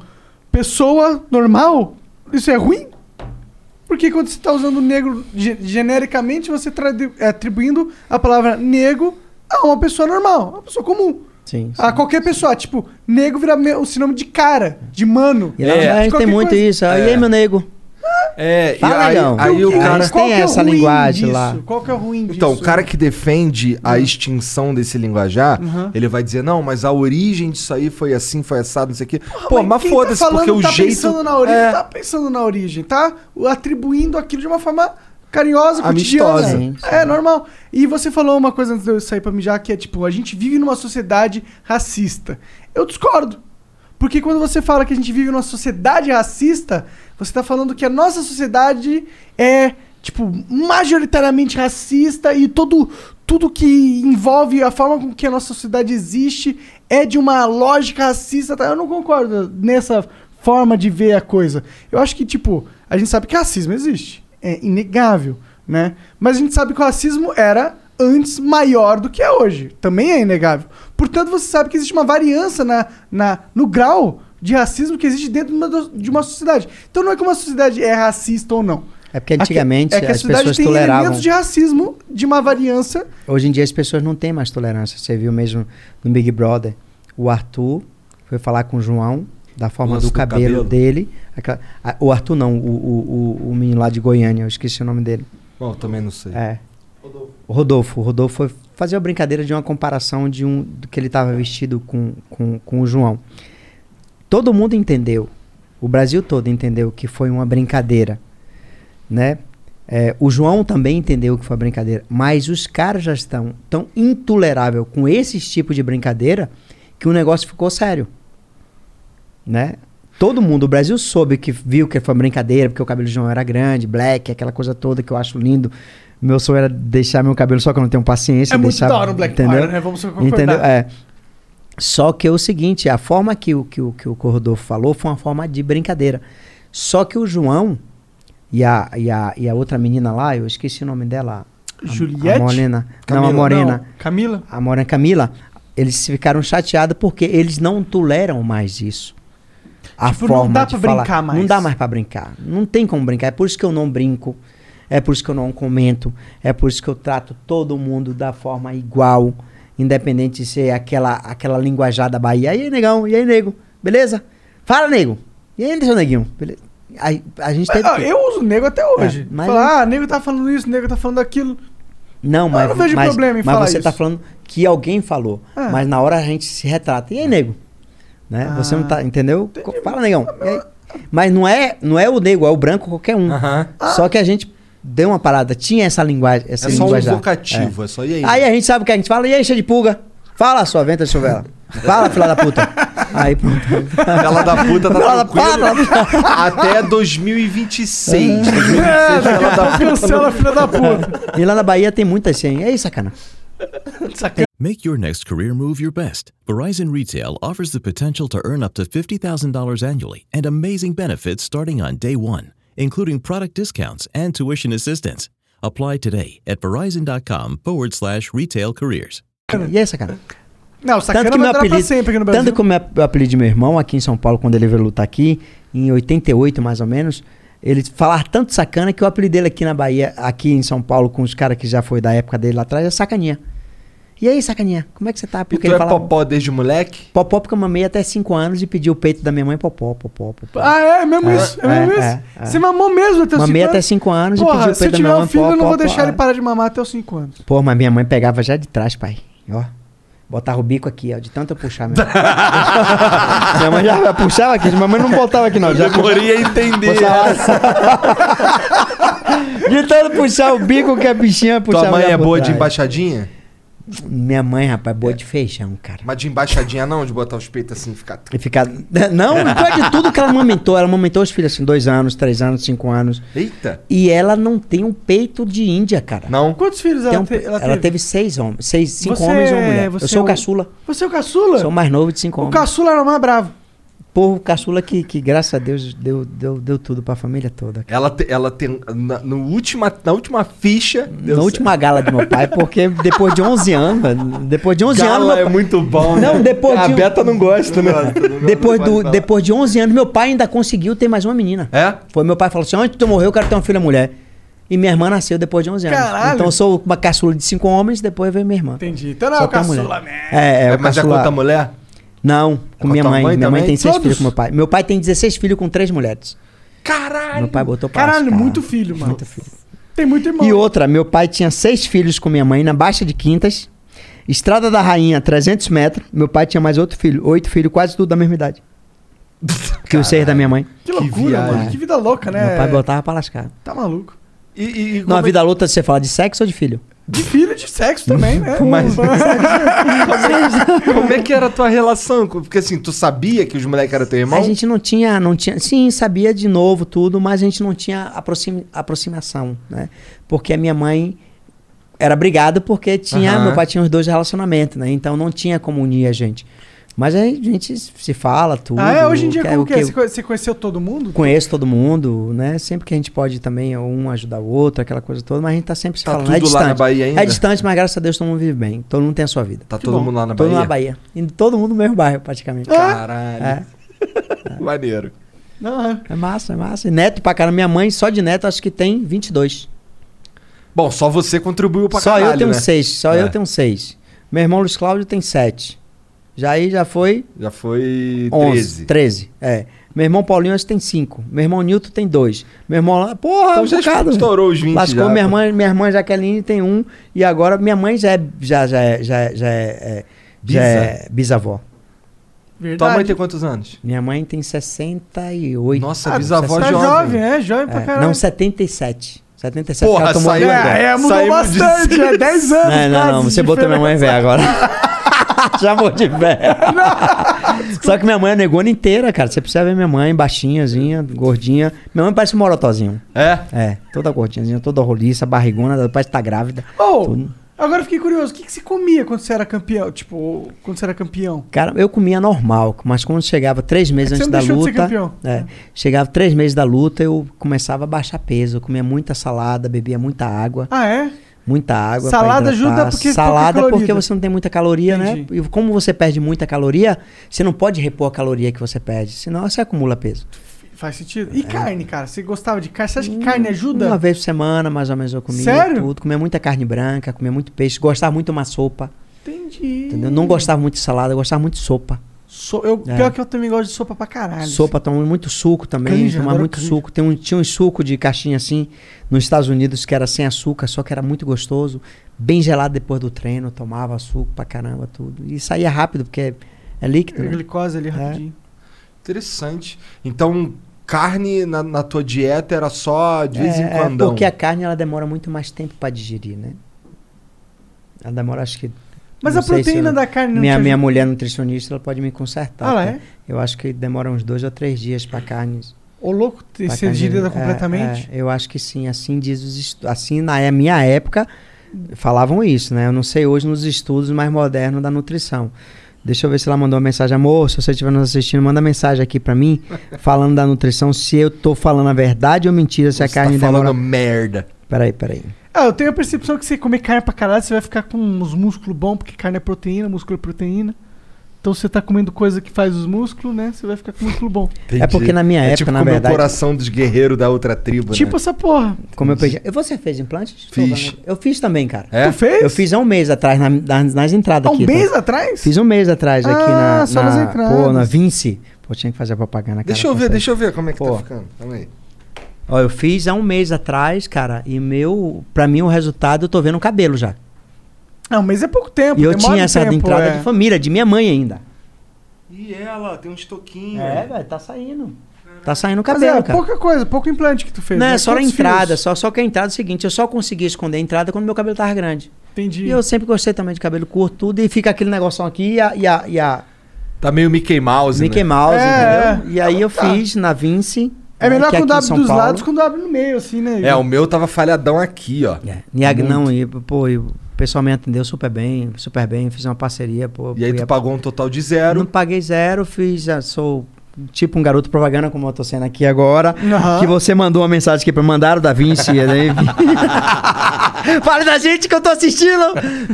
Speaker 3: pessoa normal, isso é ruim? Porque quando você está usando negro ge- genericamente, você está é, atribuindo a palavra negro a uma pessoa normal, uma pessoa comum.
Speaker 4: Sim, sim.
Speaker 3: A qualquer pessoa. Tipo, negro vira me- o sinônimo de cara, de mano.
Speaker 4: E lá
Speaker 2: É.
Speaker 4: na Bahia a gente
Speaker 3: Qualquer
Speaker 4: tem muito
Speaker 3: coisa.
Speaker 4: isso. E aí, meu nego?
Speaker 2: É, e
Speaker 4: Fala,
Speaker 2: aí,
Speaker 4: negão.
Speaker 2: aí o
Speaker 4: Então,
Speaker 2: cara.
Speaker 4: eles têm
Speaker 3: que é o
Speaker 4: essa
Speaker 3: ruim
Speaker 4: linguagem
Speaker 3: disso?
Speaker 4: lá.
Speaker 3: Qual que é o ruim disso?
Speaker 2: Então, o cara que defende
Speaker 4: Hum.
Speaker 2: a extinção desse linguajar,
Speaker 4: Uhum.
Speaker 2: ele vai dizer, não, mas a origem disso aí foi assim, foi assado, não sei o quê. Pô, mas
Speaker 3: quem
Speaker 2: foda-se,
Speaker 3: tá
Speaker 2: porque
Speaker 3: falando
Speaker 2: o
Speaker 3: tá
Speaker 2: jeito.
Speaker 3: Pensando na origem,
Speaker 2: é,
Speaker 3: Tá pensando na origem, tá atribuindo aquilo de uma forma carinhosa, cotidiana.
Speaker 2: Amistosa.
Speaker 4: Sim, sim.
Speaker 3: É, normal. E você falou uma coisa antes de eu sair pra mijar, que é tipo, a gente vive numa sociedade racista. Eu discordo. Porque quando você fala que a gente vive numa sociedade racista, você tá falando que a nossa sociedade é, tipo, majoritariamente racista e todo, tudo que envolve a forma com que a nossa sociedade existe é de uma lógica racista. tá? Eu não concordo nessa forma de ver a coisa. Eu acho que, tipo, a gente sabe que racismo existe. É inegável, né? Mas a gente sabe que o racismo era antes maior do que é hoje. Também é inegável. Portanto, você sabe que existe uma variância na, na, no grau de racismo que existe dentro de uma, do- de uma sociedade. Então não é que uma sociedade é racista ou não.
Speaker 4: É porque antigamente
Speaker 3: é que a
Speaker 4: as
Speaker 3: sociedade
Speaker 4: pessoas
Speaker 3: tem
Speaker 4: toleravam.
Speaker 3: elementos de racismo de uma variância.
Speaker 4: Hoje em dia as pessoas não têm mais tolerância. Você viu mesmo no Big Brother, o Arthur foi falar com o João da forma
Speaker 2: Lance
Speaker 4: do
Speaker 2: do
Speaker 4: cabelo,
Speaker 2: cabelo.
Speaker 4: dele. Aquela- a- o Arthur não, o, o, o, o menino lá de Goiânia, eu esqueci o nome dele.
Speaker 2: Bom, eu também não sei.
Speaker 4: É. O Rodolfo. O Rodolfo foi fazer uma brincadeira de uma comparação de um do que ele estava vestido com, com, com o João. Todo mundo entendeu. O Brasil todo entendeu que foi uma brincadeira. Né? É, o João também entendeu que foi uma brincadeira. Mas os caras já estão tão intolerável com esses tipos de brincadeira que o negócio ficou sério. Né? Todo mundo, o Brasil soube que viu que foi uma brincadeira, porque o cabelo do João era grande, black, aquela coisa toda que eu acho lindo. Meu sonho era deixar meu cabelo, só que eu não tenho paciência.
Speaker 3: É muito
Speaker 4: deixar,
Speaker 3: da hora o Black
Speaker 4: entendeu?
Speaker 3: Power, né? Vamos concordar.
Speaker 4: Entendeu? É. Só que é o seguinte, a forma que o, que o, que o Rodolfo falou foi uma forma de brincadeira. Só que o João e a, e a, e a outra menina lá, eu esqueci o nome dela,
Speaker 3: Juliette?
Speaker 4: A Morena.
Speaker 2: Camila,
Speaker 4: não, a Morena.
Speaker 3: Não, Camila?
Speaker 4: A Morena Camila. Eles ficaram chateados porque eles não toleram mais isso. A
Speaker 3: Tipo, não
Speaker 4: forma
Speaker 3: dá
Speaker 4: de
Speaker 3: pra
Speaker 4: falar.
Speaker 3: brincar mais.
Speaker 4: Não dá mais pra brincar. Não tem como brincar. É por isso que eu não brinco. É por isso que eu não comento. É por isso que eu trato todo mundo da forma igual. Independente de ser aquela, aquela linguajada Bahia. E aí, negão? E aí, nego? Beleza? Fala, nego. E aí, seu neguinho? Beleza? Aí, A, gente teve.
Speaker 3: Ah,
Speaker 4: que-
Speaker 3: eu uso nego até hoje.
Speaker 4: É, mas-
Speaker 3: Falar, ah, nego tá falando isso, nego tá falando aquilo.
Speaker 4: Não, mas,
Speaker 3: não vejo
Speaker 4: mas,
Speaker 3: problema em
Speaker 4: mas
Speaker 3: falar
Speaker 4: você está
Speaker 3: isso.
Speaker 4: falando que alguém falou.
Speaker 3: É.
Speaker 4: Mas na hora a gente se retrata. E aí, nego? Né?
Speaker 3: Ah,
Speaker 4: você não tá, entendeu? Co- Fala, negão.
Speaker 3: tá
Speaker 4: E aí? Mas não é, não é o nego, é o branco qualquer um.
Speaker 12: Aham.
Speaker 4: Só que a gente deu uma parada, tinha essa linguagem, essa
Speaker 2: É só um
Speaker 4: linguajar.
Speaker 2: vocativo, é, só e aí?
Speaker 4: Aí a gente sabe o que a gente fala. E aí, cheia de pulga? Fala, sua venta de chuvela. Fala, filha da puta. Aí pronto.
Speaker 2: Ela da puta tá
Speaker 4: Fala,
Speaker 2: tranquila.
Speaker 4: fala, fala.
Speaker 2: Até 2026. 2026
Speaker 4: É.
Speaker 2: ela da puta.
Speaker 3: Cancela, filha da puta.
Speaker 4: E lá na Bahia tem muitas senhas. É isso, sacana.
Speaker 1: Make your next career move your best. Verizon Retail offers the potential to earn up to $50,000 annually and amazing benefits starting on day one, including product discounts and tuition assistance. Apply today at verizon.com forward slash retail careers.
Speaker 4: E aí, sacana.
Speaker 3: Não, sacana
Speaker 4: tanto que
Speaker 3: vai
Speaker 4: meu
Speaker 3: durar
Speaker 4: apelido,
Speaker 3: Tá pra sempre aqui no Brasil.
Speaker 4: tanto que o meu ap- apelido de meu irmão aqui em São Paulo, quando ele veio lutar aqui, em 88 mais ou menos, ele falava tanto sacana que o apelido dele aqui na Bahia, aqui em São Paulo, com os caras que já foi da época dele lá atrás, é sacaninha. E aí, sacaninha, como é que você tá?
Speaker 2: E tu é popó desde moleque?
Speaker 4: popó porque eu mamei até 5 anos e pedi o peito da minha mãe popó, popó, popó.
Speaker 3: Ah, é mesmo
Speaker 4: É,
Speaker 3: isso? É mesmo
Speaker 4: é,
Speaker 3: isso?
Speaker 4: é, é.
Speaker 3: Você mamou mesmo até os
Speaker 4: mamei
Speaker 3: cinco
Speaker 4: até
Speaker 3: anos?
Speaker 4: 5 anos e pedi
Speaker 3: Porra,
Speaker 4: o
Speaker 3: se eu
Speaker 4: peito da
Speaker 3: tiver um
Speaker 4: minha mãe
Speaker 3: filho,
Speaker 4: popó.
Speaker 3: eu não vou
Speaker 4: popó.
Speaker 3: deixar ele parar de mamar até os 5 anos.
Speaker 4: Pô, mas minha mãe pegava já de trás, pai. Ó. Botava o bico aqui, ó, de tanto eu puxar mesmo. minha mãe já puxava aqui, minha mãe não botava aqui não. Já
Speaker 2: Demorei a entender.
Speaker 4: puxava assim. de tanto puxar o bico que a bichinha puxava.
Speaker 2: Tua mãe
Speaker 4: já
Speaker 2: é
Speaker 4: por
Speaker 2: boa de
Speaker 4: trás.
Speaker 2: embaixadinha?
Speaker 4: Minha mãe, rapaz, boa de feijão, cara.
Speaker 2: Mas de embaixadinha não, de botar os peitos assim e ficar.
Speaker 4: E ficar. Não, o pior de tudo é que ela amamentou. Ela amamentou os filhos assim, dois anos, três anos, cinco anos.
Speaker 2: Eita!
Speaker 4: E ela não tem um peito de índia, cara.
Speaker 2: Não.
Speaker 3: Quantos filhos
Speaker 4: Tem
Speaker 3: ela,
Speaker 4: um
Speaker 3: te-
Speaker 4: pe- ela, teve... seis homens, seis, cinco
Speaker 3: Você-
Speaker 4: homens e uma mulher.
Speaker 3: você
Speaker 4: Eu sou
Speaker 3: é
Speaker 4: o
Speaker 3: o-
Speaker 4: caçula.
Speaker 3: Você é o caçula?
Speaker 4: Sou o mais novo de cinco
Speaker 3: O
Speaker 4: homens.
Speaker 3: caçula era o mais bravo.
Speaker 4: Povo caçula que, que graças a Deus deu, deu, deu tudo pra família toda. cara.
Speaker 2: Ela, te- ela tem. Na, no última, na última ficha.
Speaker 4: Na última gala de meu pai, porque depois de 11 anos, velho, depois de 11 anos,
Speaker 2: Gala
Speaker 4: meu
Speaker 2: é
Speaker 4: pai-
Speaker 2: muito bom, né?
Speaker 4: Não, depois
Speaker 2: A
Speaker 4: de- um-
Speaker 2: Beta não gosta, né?
Speaker 4: depois, do, depois de 11 anos, meu pai ainda conseguiu ter mais uma menina.
Speaker 2: É?
Speaker 4: Foi meu pai falou assim: antes de tu morrer, eu quero ter uma filha mulher. E minha irmã nasceu depois de 11 anos.
Speaker 3: Caralho.
Speaker 4: Então eu sou uma caçula de cinco homens, depois veio minha irmã.
Speaker 3: Entendi. Então não é
Speaker 4: Só
Speaker 3: o
Speaker 4: tem
Speaker 3: caçula
Speaker 2: né?
Speaker 4: mulher.
Speaker 3: mesmo.
Speaker 4: É, é, o
Speaker 2: Mas já
Speaker 4: caçula-
Speaker 2: conta a mulher?
Speaker 4: Não, com
Speaker 2: Com
Speaker 4: minha
Speaker 2: tua
Speaker 4: mãe.
Speaker 2: mãe
Speaker 4: minha mãe
Speaker 2: também?
Speaker 4: tem seis
Speaker 2: Todos?
Speaker 4: filhos com meu pai. Meu pai tem 16 filhos com três mulheres.
Speaker 2: Caralho!
Speaker 4: Meu pai botou pra
Speaker 3: Caralho,
Speaker 4: lascar.
Speaker 3: muito filho, mano.
Speaker 4: Muito filho.
Speaker 3: Tem muito irmão.
Speaker 4: E outra, meu pai tinha seis filhos com minha mãe na Baixa de Quintas, Estrada da Rainha, 300 metros. Meu pai tinha mais outro filho, oito filhos, quase tudo da mesma idade. que os seis da minha mãe.
Speaker 3: Que loucura,
Speaker 2: viagem.
Speaker 3: mano. Que vida louca, né?
Speaker 4: Meu pai botava pra lascar.
Speaker 3: Tá maluco.
Speaker 2: E, e, e
Speaker 4: Não,
Speaker 2: como
Speaker 4: a
Speaker 2: é-
Speaker 4: vida luta, você fala de sexo ou de filho?
Speaker 3: De filho e de sexo também, né?
Speaker 2: Mas-
Speaker 3: Mas-
Speaker 2: Como é que era a tua relação? com- Porque assim, tu sabia que os moleques eram teu irmão?
Speaker 4: A gente não tinha, não tinha. Sim, sabia de novo tudo, mas a gente não tinha aproximi- aproximação, né? Porque a minha mãe era brigada porque tinha.
Speaker 2: Aham.
Speaker 4: Meu pai tinha os dois relacionamentos, né? Então não tinha como unir a gente. Mas aí a gente se fala tudo.
Speaker 3: ah, é? Hoje em dia,
Speaker 4: que-
Speaker 3: como
Speaker 4: o
Speaker 3: que é?
Speaker 4: que-
Speaker 3: Você conhe- Você conheceu todo mundo?
Speaker 4: Conheço todo mundo, né? Sempre que a gente pode também, um ajudar o outro, aquela coisa toda, mas a gente tá sempre se
Speaker 2: Tá
Speaker 4: falando.
Speaker 2: tudo
Speaker 4: é distante.
Speaker 2: lá na Bahia ainda?
Speaker 4: É distante, mas graças a Deus todo mundo vive bem. Todo mundo tem a sua vida.
Speaker 2: Tá todo mundo lá na
Speaker 4: todo mundo na
Speaker 2: Bahia? Ah!
Speaker 4: Bahia. E todo mundo no mesmo bairro, praticamente.
Speaker 2: Caralho. Maneiro.
Speaker 3: Não,
Speaker 4: É massa, é massa. E neto pra caramba. Minha mãe, só de neto, acho que tem 22.
Speaker 2: Bom, só você contribuiu pra
Speaker 4: só
Speaker 2: caralho,
Speaker 4: eu tenho
Speaker 2: né?
Speaker 4: seis. Só
Speaker 2: É.
Speaker 4: eu tenho seis. Meu irmão Luiz Cláudio tem sete. Já aí já foi
Speaker 2: Já foi
Speaker 4: 11.
Speaker 2: 13.
Speaker 4: 13. É. Meu irmão Paulinho acho que tem cinco. Meu irmão Nilton tem dois. Meu irmão lá. Porra,
Speaker 2: Então
Speaker 4: um
Speaker 2: já
Speaker 4: bocado.
Speaker 2: estourou os 20
Speaker 4: Lascou
Speaker 2: já. tá.
Speaker 4: minha irmã, minha irmã Jaqueline tem um. E agora minha mãe já é. Já, já, é- já, é- já, é, é, já é bisavó. é
Speaker 2: Tua mãe
Speaker 3: verdade.
Speaker 2: tem quantos anos?
Speaker 4: Minha mãe tem 68.
Speaker 2: Nossa,
Speaker 4: Ah,
Speaker 2: bisavó
Speaker 3: Tá
Speaker 2: jovem.
Speaker 3: jovem, é? Jovem pra
Speaker 4: É,
Speaker 3: caralho.
Speaker 4: não, 77. 77
Speaker 2: Porra,
Speaker 4: ela tomou
Speaker 2: saiu-
Speaker 4: duas doses.
Speaker 3: É, é, mudou
Speaker 2: Saímos de
Speaker 3: bastante. É 10 anos
Speaker 4: Não, não,
Speaker 2: tá
Speaker 3: quase
Speaker 4: não.
Speaker 3: de
Speaker 4: Você botou minha
Speaker 3: diferença.
Speaker 4: mãe velha agora. Chamou de velha. Só que minha mãe é negona inteira, cara. Você precisa ver minha mãe, baixinhazinha, gordinha. Minha mãe parece um morotozinho.
Speaker 2: É?
Speaker 4: É, toda gordinhazinha, toda roliça, barrigona, parece que tá grávida.
Speaker 3: Ô, agora eu fiquei curioso. O que, que você comia quando você era campeão? Tipo, quando você era campeão?
Speaker 4: Cara, eu comia normal, mas quando chegava três meses
Speaker 3: É que
Speaker 4: antes
Speaker 3: você
Speaker 4: da
Speaker 3: não deixou de ser
Speaker 4: luta.
Speaker 3: campeão.
Speaker 4: é, chegava três meses da luta, eu começava a baixar peso. Eu comia muita salada, bebia muita água.
Speaker 3: Ah, é?
Speaker 4: Muita água. pra
Speaker 3: Salada
Speaker 4: hidratar.
Speaker 3: ajuda porque fica
Speaker 4: Salada porque
Speaker 3: colorida.
Speaker 4: você não tem muita caloria, né?
Speaker 3: Entendi.
Speaker 4: E como você perde muita caloria, você não pode repor a caloria que você perde, senão você acumula peso.
Speaker 3: Faz sentido. E
Speaker 4: É.
Speaker 3: carne, cara? Você gostava de carne? Você acha que carne
Speaker 4: Uma
Speaker 3: ajuda?
Speaker 4: vez por semana, mais ou menos, eu comia
Speaker 3: Sério?
Speaker 4: tudo. Comia muita carne branca, comia muito peixe, gostava muito de uma sopa.
Speaker 3: Entendi.
Speaker 4: Entendeu? Não gostava muito de salada, eu gostava muito de sopa.
Speaker 3: So- eu,
Speaker 4: É.
Speaker 3: Pior que eu também gosto de sopa pra caralho.
Speaker 4: Sopa, tomava muito suco também,
Speaker 3: Canja,
Speaker 4: tomava
Speaker 3: adoro
Speaker 4: muito
Speaker 3: canja.
Speaker 4: suco. Tem um, tinha um suco de caixinha assim, nos Estados Unidos, que era sem açúcar, só que era muito gostoso. Bem gelado depois do treino, tomava suco pra caramba, tudo. E saía rápido, porque é, é líquido,
Speaker 3: assim.
Speaker 4: né?
Speaker 3: Glicose ali rapidinho.
Speaker 2: Interessante. Então, carne na, na tua dieta era só de vez
Speaker 4: é,
Speaker 2: em
Speaker 4: é
Speaker 2: quando.
Speaker 4: porque a carne, ela demora muito mais tempo pra digerir, né? Ela demora, acho que...
Speaker 3: Mas
Speaker 4: não
Speaker 3: a
Speaker 4: sei se
Speaker 3: proteína
Speaker 4: eu-
Speaker 3: da carne não
Speaker 4: Minha,
Speaker 3: te
Speaker 4: minha
Speaker 3: ajuda?
Speaker 4: mulher nutricionista, ela pode me consertar.
Speaker 3: Ah, ela
Speaker 4: tá?
Speaker 3: é?
Speaker 4: Eu acho que demora uns dois ou três dias pra carne...
Speaker 3: Ô, louco,
Speaker 4: pra
Speaker 3: você
Speaker 4: carne-
Speaker 3: direita
Speaker 4: é,
Speaker 3: completamente?
Speaker 4: é, eu acho que sim, assim diz os estudos. Assim, na é- minha época, falavam isso, né? Eu não sei hoje nos estudos mais modernos da nutrição. Deixa eu ver se ela mandou uma mensagem. Amor, se você estiver nos assistindo, manda mensagem aqui pra mim, falando da nutrição, se eu tô falando a verdade ou mentira, se a
Speaker 2: Você
Speaker 4: carne
Speaker 2: tá falando
Speaker 4: demora...
Speaker 2: merda.
Speaker 4: Peraí, peraí.
Speaker 3: Ah, eu tenho a percepção que você comer carne pra caralho, você vai ficar com uns músculos bons, porque carne é proteína, músculo é proteína. Então você tá comendo coisa que faz os músculos, né? Você vai ficar com músculo bom.
Speaker 4: É porque na minha
Speaker 2: É
Speaker 4: época,
Speaker 2: tipo
Speaker 4: na
Speaker 2: comer
Speaker 4: verdade...
Speaker 2: o coração dos guerreiros da outra tribo,
Speaker 3: tipo
Speaker 2: né?
Speaker 3: essa porra.
Speaker 4: Como eu perdi... Você fez implantes?
Speaker 2: Fiz.
Speaker 4: Eu fiz também, cara.
Speaker 2: É?
Speaker 3: Tu fez?
Speaker 4: Eu fiz há um mês atrás, na- nas, nas entradas
Speaker 3: Há um
Speaker 4: aqui. tá?
Speaker 3: mês atrás?
Speaker 4: Fiz um mês atrás aqui
Speaker 3: Ah,
Speaker 4: na.
Speaker 3: só
Speaker 4: na-
Speaker 3: nas entradas.
Speaker 4: Pô, na Vinci. Pô, tinha que fazer a propaganda. Cara,
Speaker 2: Deixa eu ver, deixa eu ver como é que
Speaker 4: Pô.
Speaker 2: tá ficando. Calma aí.
Speaker 4: Ó, eu fiz há um mês atrás, cara, e meu. Pra mim o resultado eu tô vendo o cabelo já.
Speaker 3: Ah, um mês é pouco tempo.
Speaker 4: E eu
Speaker 3: demora
Speaker 4: tinha
Speaker 3: um
Speaker 4: essa
Speaker 3: tempo,
Speaker 4: entrada
Speaker 3: é.
Speaker 4: de família, de minha mãe ainda.
Speaker 2: E ela, tem um estoquinho.
Speaker 4: velho, tá saindo. Tá saindo o
Speaker 3: É. Mas
Speaker 4: cabelo,
Speaker 3: é,
Speaker 4: cara.
Speaker 3: pouca coisa, pouco implante que tu fez.
Speaker 4: Não,
Speaker 3: né?
Speaker 4: é só na
Speaker 3: Quantos
Speaker 4: entrada,
Speaker 3: fios?
Speaker 4: só, só que a entrada é o seguinte, eu só consegui esconder a entrada quando meu cabelo tava grande.
Speaker 3: Entendi.
Speaker 4: E eu sempre gostei também de cabelo curto, tudo, e fica aquele negócio aqui e a, e a, e a
Speaker 2: Tá meio Mickey Mouse,
Speaker 4: Mickey
Speaker 2: né?
Speaker 4: Mouse,
Speaker 3: É,
Speaker 4: entendeu? E aí eu fiz na Vinci. né,
Speaker 3: É melhor
Speaker 4: que
Speaker 3: quando
Speaker 4: aqui em
Speaker 3: abre
Speaker 4: São
Speaker 3: dos
Speaker 4: Paulo.
Speaker 3: lados quando abre no meio, assim, né?
Speaker 2: É, o meu tava falhadão aqui, ó.
Speaker 4: É. Niag não, e, pô, e o pessoal me atendeu super bem, super bem, fiz uma parceria, pô.
Speaker 2: E aí
Speaker 4: fui
Speaker 2: tu
Speaker 4: a-
Speaker 2: pagou um total de
Speaker 4: Não
Speaker 2: zero.
Speaker 4: paguei zero, fiz, ah, sou tipo um garoto propaganda, como eu tô sendo aqui agora.
Speaker 3: Aham.
Speaker 4: Que você mandou uma mensagem aqui pra mandar o da Vinci, né? Fala da gente que eu tô assistindo!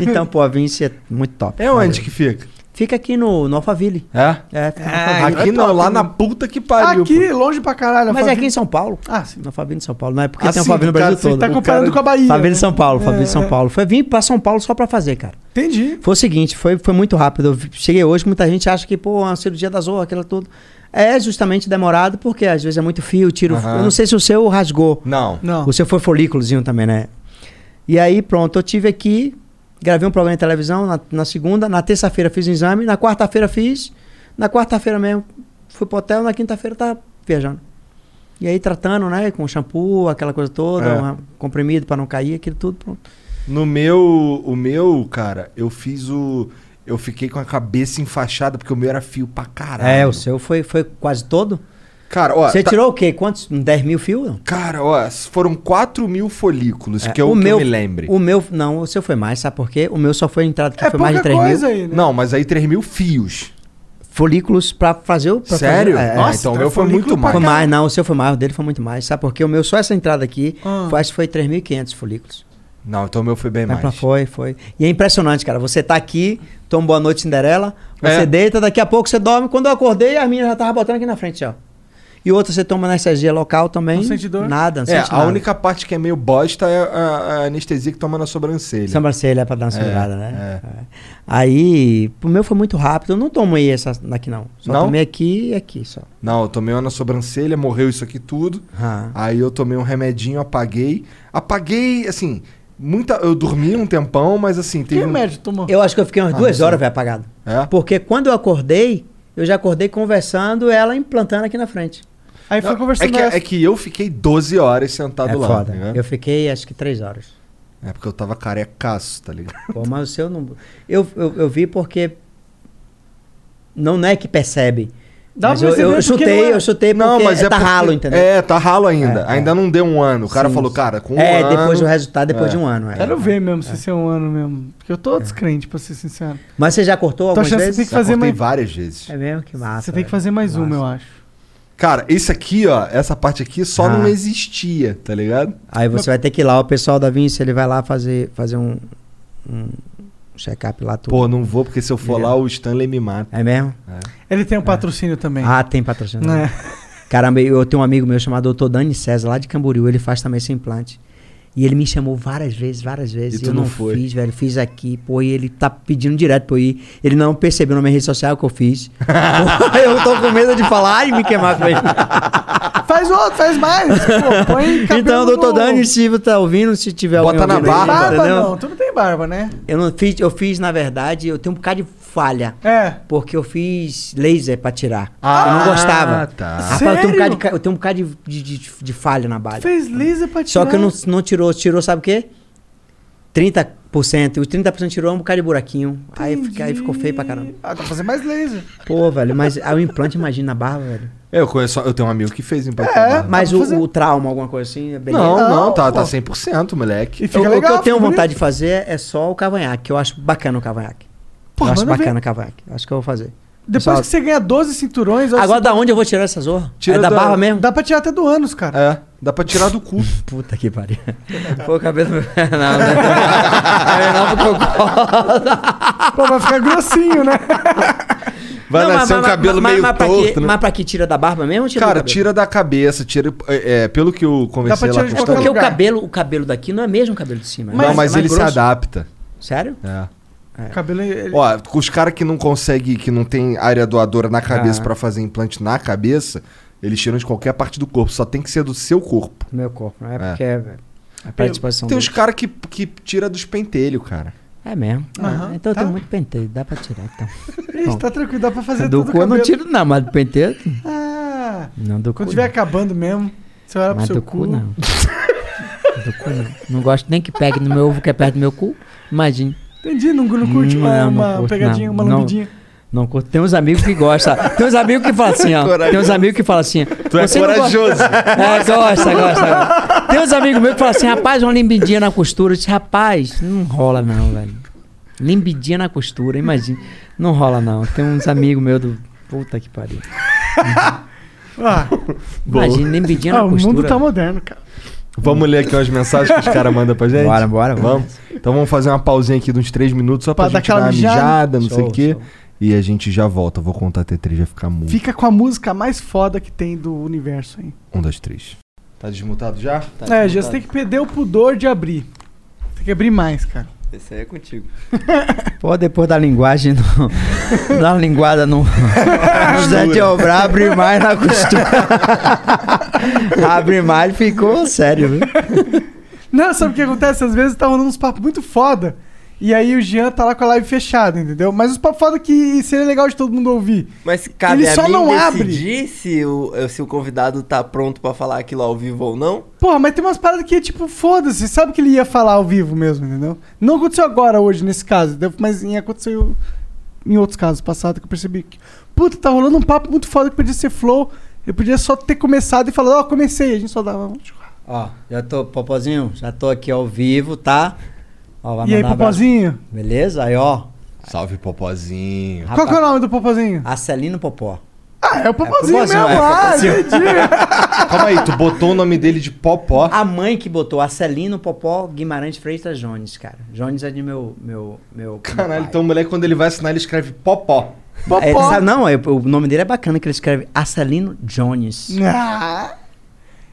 Speaker 4: Então, pô, a Vinci é muito top.
Speaker 2: É onde que fica?
Speaker 4: Fica aqui no, no Alphaville.
Speaker 2: É?
Speaker 4: É, fica no
Speaker 3: Ah,
Speaker 4: Alphaville.
Speaker 2: aqui
Speaker 3: é
Speaker 2: não,
Speaker 3: top,
Speaker 2: lá
Speaker 3: né?
Speaker 2: na puta que pariu.
Speaker 3: Aqui, longe pra caralho.
Speaker 4: Mas é
Speaker 3: Fabi-
Speaker 4: aqui em São Paulo.
Speaker 3: Ah, sim.
Speaker 4: No Alphaville de São Paulo, não é porque
Speaker 2: Ah,
Speaker 4: tem
Speaker 2: sim,
Speaker 4: Alphaville no
Speaker 2: cara,
Speaker 4: Brasil
Speaker 2: você
Speaker 4: todo.
Speaker 3: Tá
Speaker 2: O
Speaker 3: comparando
Speaker 2: cara-
Speaker 3: com a Bahia.
Speaker 4: Alphaville
Speaker 3: né?
Speaker 4: de São Paulo,
Speaker 3: É,
Speaker 4: Alphaville de São Paulo. Foi vir pra São Paulo só pra fazer, cara.
Speaker 3: Entendi.
Speaker 4: Foi o seguinte, foi, foi muito rápido. Eu vi- cheguei hoje, muita gente acha que, pô, a cirurgia da zoa, aquela tudo. É justamente demorado, porque às vezes é muito fio, tiro.
Speaker 2: Aham.
Speaker 4: Eu não sei se o seu rasgou.
Speaker 2: Não.
Speaker 3: Não.
Speaker 4: O seu foi folículozinho também, né? E aí, pronto, eu tive aqui, gravei um programa de televisão na, na segunda, na terça-feira fiz o exame, na quarta-feira fiz, na quarta-feira mesmo fui pro hotel, na quinta-feira tá viajando. E aí tratando, né, com shampoo, aquela coisa toda,
Speaker 2: É.
Speaker 4: uma- comprimido pra não cair, aquilo tudo, pronto.
Speaker 2: No meu, o meu, cara, eu fiz o. Eu fiquei com a cabeça enfaixada, porque o meu era fio pra caralho.
Speaker 4: É, o seu foi, foi quase todo?
Speaker 2: Cara, ó.
Speaker 4: Você
Speaker 2: tá-
Speaker 4: tirou o quê? Quantos? 10 mil fios? Não?
Speaker 2: Cara, ó, foram 4 mil folículos,
Speaker 4: É,
Speaker 2: que é o, que eu me lembre.
Speaker 4: O meu, não, o seu foi mais, sabe por quê? O meu só foi entrada que
Speaker 3: É
Speaker 4: foi mais de
Speaker 3: pouca
Speaker 4: 3
Speaker 3: coisa
Speaker 4: mil.
Speaker 3: aí, né?
Speaker 2: Não, mas aí 3 mil fios.
Speaker 4: Folículos pra fazer o. Pra
Speaker 2: Sério?
Speaker 4: Fazer, é,
Speaker 2: Nossa,
Speaker 4: é,
Speaker 2: então o
Speaker 3: então
Speaker 2: meu foi
Speaker 3: folículo
Speaker 2: muito
Speaker 3: pra
Speaker 2: mais.
Speaker 4: foi mais, não, o seu foi mais, o dele foi muito mais. Sabe por quê? O meu, só essa entrada aqui,
Speaker 3: Ah.
Speaker 4: foi, acho que foi 3.500 folículos.
Speaker 2: Não, então o meu foi bem
Speaker 4: Mas pra-
Speaker 2: mais.
Speaker 4: Foi, foi. E é impressionante, cara. Você tá aqui, toma boa noite, Cinderela. Você
Speaker 2: É.
Speaker 4: deita, daqui a pouco você dorme. Quando eu acordei, a minha já tava botando aqui na frente, ó. E outra, você toma anestesia local também.
Speaker 3: Não sente dor?
Speaker 4: Nada, não
Speaker 2: É,
Speaker 4: sente
Speaker 2: a
Speaker 4: nada.
Speaker 2: única parte que é meio bosta é a, a anestesia que toma na sobrancelha.
Speaker 4: Sobrancelha é pra dar uma segurada, né? É. Aí, o meu foi muito rápido. Eu não tomei essa daqui, não. Só
Speaker 2: Não?
Speaker 4: tomei aqui e aqui só.
Speaker 2: Não, eu tomei uma na sobrancelha, morreu isso aqui tudo.
Speaker 4: Ah.
Speaker 2: Aí eu tomei um remedinho, apaguei. Apaguei, assim, muita. Eu dormi um tempão, mas assim,
Speaker 3: Que
Speaker 2: teve. um-
Speaker 3: remédio tomou?
Speaker 4: Eu acho que eu fiquei umas
Speaker 2: Ah,
Speaker 4: duas
Speaker 2: sim.
Speaker 4: horas, velho, apagado.
Speaker 2: É?
Speaker 4: Porque quando eu acordei, eu já acordei conversando, ela implantando aqui na frente.
Speaker 3: Aí foi
Speaker 2: Não,
Speaker 3: conversando. né?
Speaker 2: é, que,
Speaker 3: essa.
Speaker 2: é que eu fiquei 12 horas sentado
Speaker 4: é
Speaker 2: lá.
Speaker 4: foda.
Speaker 2: tá ligado?
Speaker 4: Eu fiquei, acho que três horas.
Speaker 2: É porque eu tava carecaço, tá ligado?
Speaker 4: Pô, mas o seu não... Eu, eu, eu vi porque... Não, não é que percebe.
Speaker 3: Dá
Speaker 4: mas
Speaker 3: pra
Speaker 4: eu, eu,
Speaker 3: perceber porque
Speaker 4: chutei,
Speaker 3: não é.
Speaker 4: eu chutei porque tá
Speaker 2: porque-
Speaker 4: ralo, entendeu? é.
Speaker 2: É, tá ralo ainda. ainda não deu um ano. O cara
Speaker 4: Sim,
Speaker 2: falou,
Speaker 4: sim.
Speaker 2: cara, com um
Speaker 4: é,
Speaker 2: ano.
Speaker 4: depois o resultado, depois
Speaker 2: É.
Speaker 4: de um ano. é.
Speaker 3: Quero ver mesmo se isso é um ano mesmo. Porque eu tô descrente, pra ser sincero.
Speaker 4: Mas você já cortou
Speaker 3: Tô
Speaker 4: algumas
Speaker 3: achando que
Speaker 4: vezes?
Speaker 3: você tem que
Speaker 2: Já
Speaker 3: fazer
Speaker 2: cortei
Speaker 3: mais.
Speaker 2: várias vezes.
Speaker 4: É mesmo? Que massa.
Speaker 3: Você tem que
Speaker 4: velho.
Speaker 3: fazer mais
Speaker 4: Massa.
Speaker 3: uma, eu acho.
Speaker 2: Cara, esse aqui, ó, essa parte aqui só
Speaker 4: Ah.
Speaker 2: não existia, tá ligado?
Speaker 4: Aí você vai ter que ir lá, o pessoal da Vinci, ele vai lá fazer, fazer um, um check-up lá. Tudo.
Speaker 2: Pô, não vou, porque se eu for lá, o Stanley me mata.
Speaker 4: É mesmo?
Speaker 3: Ele tem um patrocínio também.
Speaker 4: É. Ah, tem patrocínio.
Speaker 3: né?
Speaker 4: Caramba, eu tenho um amigo meu chamado Dr. Dani César, lá de Camboriú, ele faz também esse implante. E ele me chamou várias vezes, várias vezes.
Speaker 2: E tu
Speaker 4: eu
Speaker 2: não foi.
Speaker 4: fiz, velho. Fiz aqui, pô, e ele tá pedindo direto pra eu ir. Ele não percebeu na minha rede social que eu fiz. eu tô com medo de falar e me queimar com ele.
Speaker 3: Faz outro, faz mais. Pô, põe cabelo
Speaker 4: Então, doutor
Speaker 3: no-
Speaker 4: Dani, se você tá ouvindo, se tiver
Speaker 2: Bota
Speaker 4: alguém
Speaker 2: na
Speaker 4: ouvindo aí,
Speaker 2: barba.
Speaker 3: Barba
Speaker 4: entendeu?
Speaker 3: não, tu não tem barba, né?
Speaker 4: Eu não fiz, eu fiz, na verdade, eu tenho um bocado de falha.
Speaker 3: É.
Speaker 4: Porque eu fiz laser pra tirar. eu
Speaker 2: Ah,
Speaker 4: não gostava.
Speaker 2: tá.
Speaker 4: Rapaz, eu tenho um
Speaker 3: Sério?
Speaker 4: bocado de, ca- eu tenho um bocado de, de- de- de falha na
Speaker 3: Tu
Speaker 4: barba.
Speaker 3: Fez laser pra tirar.
Speaker 4: Só que eu não, não tirou. Tirou, sabe o quê? 30%. Os 30% tirou um bocado de buraquinho. Aí, fica- aí ficou feio pra caramba.
Speaker 3: Ah, tá fazendo mais laser.
Speaker 4: Pô, velho, mas aí o implante, imagina na barba, velho.
Speaker 2: É, Eu conheço, eu tenho um amigo que fez impacto.
Speaker 3: É,
Speaker 2: É,
Speaker 4: Mas
Speaker 3: pra
Speaker 4: o,
Speaker 3: fazer.
Speaker 4: o trauma, alguma coisa assim, é beleza.
Speaker 2: não, não,
Speaker 3: Não,
Speaker 2: tá, tá
Speaker 3: pô.
Speaker 2: 100%, moleque.
Speaker 3: E fica
Speaker 4: o, o
Speaker 3: legal.
Speaker 4: que eu tenho
Speaker 3: fica
Speaker 4: vontade
Speaker 3: bonito.
Speaker 4: de fazer é só o cavanhaque, que eu acho bacana o cavanhaque.
Speaker 3: Pô,
Speaker 4: eu acho
Speaker 3: manda ver.
Speaker 4: bacana o cavanhaque. Acho que eu vou fazer.
Speaker 3: Depois
Speaker 4: Só-
Speaker 3: que você ganha 12 cinturões, eu acho
Speaker 4: Agora da onde eu vou tirar essa zorra?
Speaker 2: Tira
Speaker 4: é da,
Speaker 2: da-
Speaker 4: barba
Speaker 3: que
Speaker 4: mesmo?
Speaker 3: dá pra tirar até do ânus, cara.
Speaker 2: É, dá pra tirar do cu.
Speaker 4: Puta que pariu. Pô, o cabelo. Não, não. É não porque eu corto. É.
Speaker 3: Pô, vai ficar grossinho, né?
Speaker 2: Vai
Speaker 4: Não, mas-
Speaker 2: nascer um
Speaker 4: mas-
Speaker 2: cabelo
Speaker 4: mas-
Speaker 2: meio
Speaker 4: mas pra que-
Speaker 2: torto, né?
Speaker 4: Mas pra que tira da barba mesmo ou tira do
Speaker 2: Cara,
Speaker 4: cabelo?
Speaker 2: tira da cabeça, tira. é, é, pelo que eu conversei
Speaker 3: Dá pra
Speaker 2: lá
Speaker 3: tirar
Speaker 2: com
Speaker 3: de
Speaker 2: o
Speaker 3: qualquer
Speaker 4: É Porque
Speaker 2: Stanley.
Speaker 4: o cabelo, o cabelo daqui não é mesmo o cabelo de cima.
Speaker 2: Não,
Speaker 4: né?
Speaker 2: mas
Speaker 4: É mais
Speaker 2: ele se
Speaker 4: grosso.
Speaker 2: adapta.
Speaker 4: Sério?
Speaker 2: É.
Speaker 3: O cabelo. Ele...
Speaker 2: Ó, os caras que não conseguem, que não tem área doadora na cabeça
Speaker 4: Ah.
Speaker 2: pra fazer implante na cabeça, eles tiram de qualquer parte do corpo, só tem que ser do seu corpo.
Speaker 4: Do meu corpo, não é,
Speaker 2: É.
Speaker 4: porque é, velho. A predisposição
Speaker 2: Tem uns
Speaker 4: dele.
Speaker 2: caras que, que tira dos pentelhos, cara.
Speaker 4: É mesmo.
Speaker 3: Aham,
Speaker 4: Ah, então eu
Speaker 3: tá.
Speaker 4: tenho muito penteio, dá pra tirar então.
Speaker 3: Ixi, tá tranquilo, dá pra
Speaker 2: é
Speaker 3: fazer
Speaker 4: Do
Speaker 3: tudo.
Speaker 4: cu eu não tiro não, mas do penteio.
Speaker 3: Ah,
Speaker 4: Não, do
Speaker 3: quando
Speaker 4: cu.
Speaker 3: tiver
Speaker 4: não.
Speaker 3: acabando mesmo, você olha pro
Speaker 4: Mas
Speaker 3: seu
Speaker 4: do
Speaker 3: cu.
Speaker 4: cu não. do cu não. Não gosto nem que pegue no meu ovo que é perto do meu cu. Imagina.
Speaker 3: Entendi, não, não curte
Speaker 4: Não,
Speaker 3: uma,
Speaker 4: não
Speaker 3: uma
Speaker 4: curto,
Speaker 3: pegadinha,
Speaker 4: não.
Speaker 3: uma
Speaker 4: Não.
Speaker 3: lambidinha.
Speaker 4: Não curto. Tem uns amigos que gostam. Tem uns amigos que falam assim, ó. Tem uns amigos que falam assim. Tu
Speaker 2: é corajoso."
Speaker 4: É, gosta, gosta, gosta. Tem uns amigos meus que falam assim, rapaz, uma limbidinha na costura. Eu disse, rapaz, não rola não, velho. Limbidinha na costura, imagina. Não rola não. Tem uns amigos meus do. Puta que pariu.
Speaker 3: Ah,
Speaker 4: Imagina, limbidinha
Speaker 3: ah,
Speaker 4: na
Speaker 3: o
Speaker 4: costura.
Speaker 3: mundo tá moderno, cara.
Speaker 2: Vamos ler aqui umas mensagens que os caras mandam pra gente?
Speaker 4: Bora, bora, bora.
Speaker 2: Vamos. Então vamos fazer uma pausinha aqui de uns 3 minutos só pra,
Speaker 3: Pra dar
Speaker 2: gente dar uma
Speaker 3: aquela mijada.
Speaker 2: mijada, não sei
Speaker 4: Show,
Speaker 2: o quê.
Speaker 4: show.
Speaker 2: E a gente já volta. Eu Vou contar até 3, vai ficar muito.
Speaker 3: Fica com a música mais foda que tem do universo aí.
Speaker 2: Um, dois, três. Tá desmutado já?
Speaker 3: é, já você tem que perder o pudor de abrir. Tem que abrir mais, cara.
Speaker 13: Esse aí é contigo.
Speaker 4: Pô, depois da linguagem, no, da linguada no José de Obrar, abre mais na costura. abre mais ficou sério, viu?
Speaker 3: Não, sabe o que acontece? Às vezes tá rolando uns papos muito foda. E aí o Jean tá lá com a live fechada, entendeu? Mas os papos foda que seria legal de todo mundo ouvir.
Speaker 13: Mas cabe
Speaker 3: Ele
Speaker 13: a
Speaker 3: só
Speaker 13: mim
Speaker 3: não
Speaker 13: decidir se o, eh, se o convidado tá pronto pra falar aquilo ao vivo ou não?
Speaker 3: Porra, mas tem umas paradas que é tipo, foda-se, sabe que ele ia falar ao vivo mesmo, entendeu? Não aconteceu agora, hoje, nesse caso, deu- mas em- aconteceu em outros casos passados que eu percebi que. Puta, tá rolando um papo muito foda que podia ser flow. Eu podia só ter começado e falado, ó, comecei, a gente só dava. um-
Speaker 4: Ó, já tô, Popozinho, já tô aqui ao vivo, tá? Ó, vai
Speaker 3: E aí,
Speaker 4: mandar um abraço.
Speaker 3: Popozinho?
Speaker 4: Beleza? Aí, ó.
Speaker 2: Salve, Popozinho.
Speaker 4: rapaz,
Speaker 3: Qual que é o nome do Popozinho?
Speaker 4: Acelino Popó.
Speaker 3: Ah, é o Popozinho
Speaker 4: Popozinho,
Speaker 3: mesmo,
Speaker 4: é,
Speaker 3: ah, entendi.
Speaker 2: Ah, Calma aí, tu botou o nome dele de Popó.
Speaker 4: A mãe que botou Acelino Popó Guimarães Freitas Jones, cara. Jones é de meu. meu, meu
Speaker 2: Caralho,
Speaker 4: meu pai.
Speaker 2: então o moleque, quando ele vai assinar, ele escreve Popó.
Speaker 4: É, ele
Speaker 3: Popó.
Speaker 4: sabe- não, é- o nome dele é bacana que ele escreve Acelino Jones.
Speaker 3: Ah,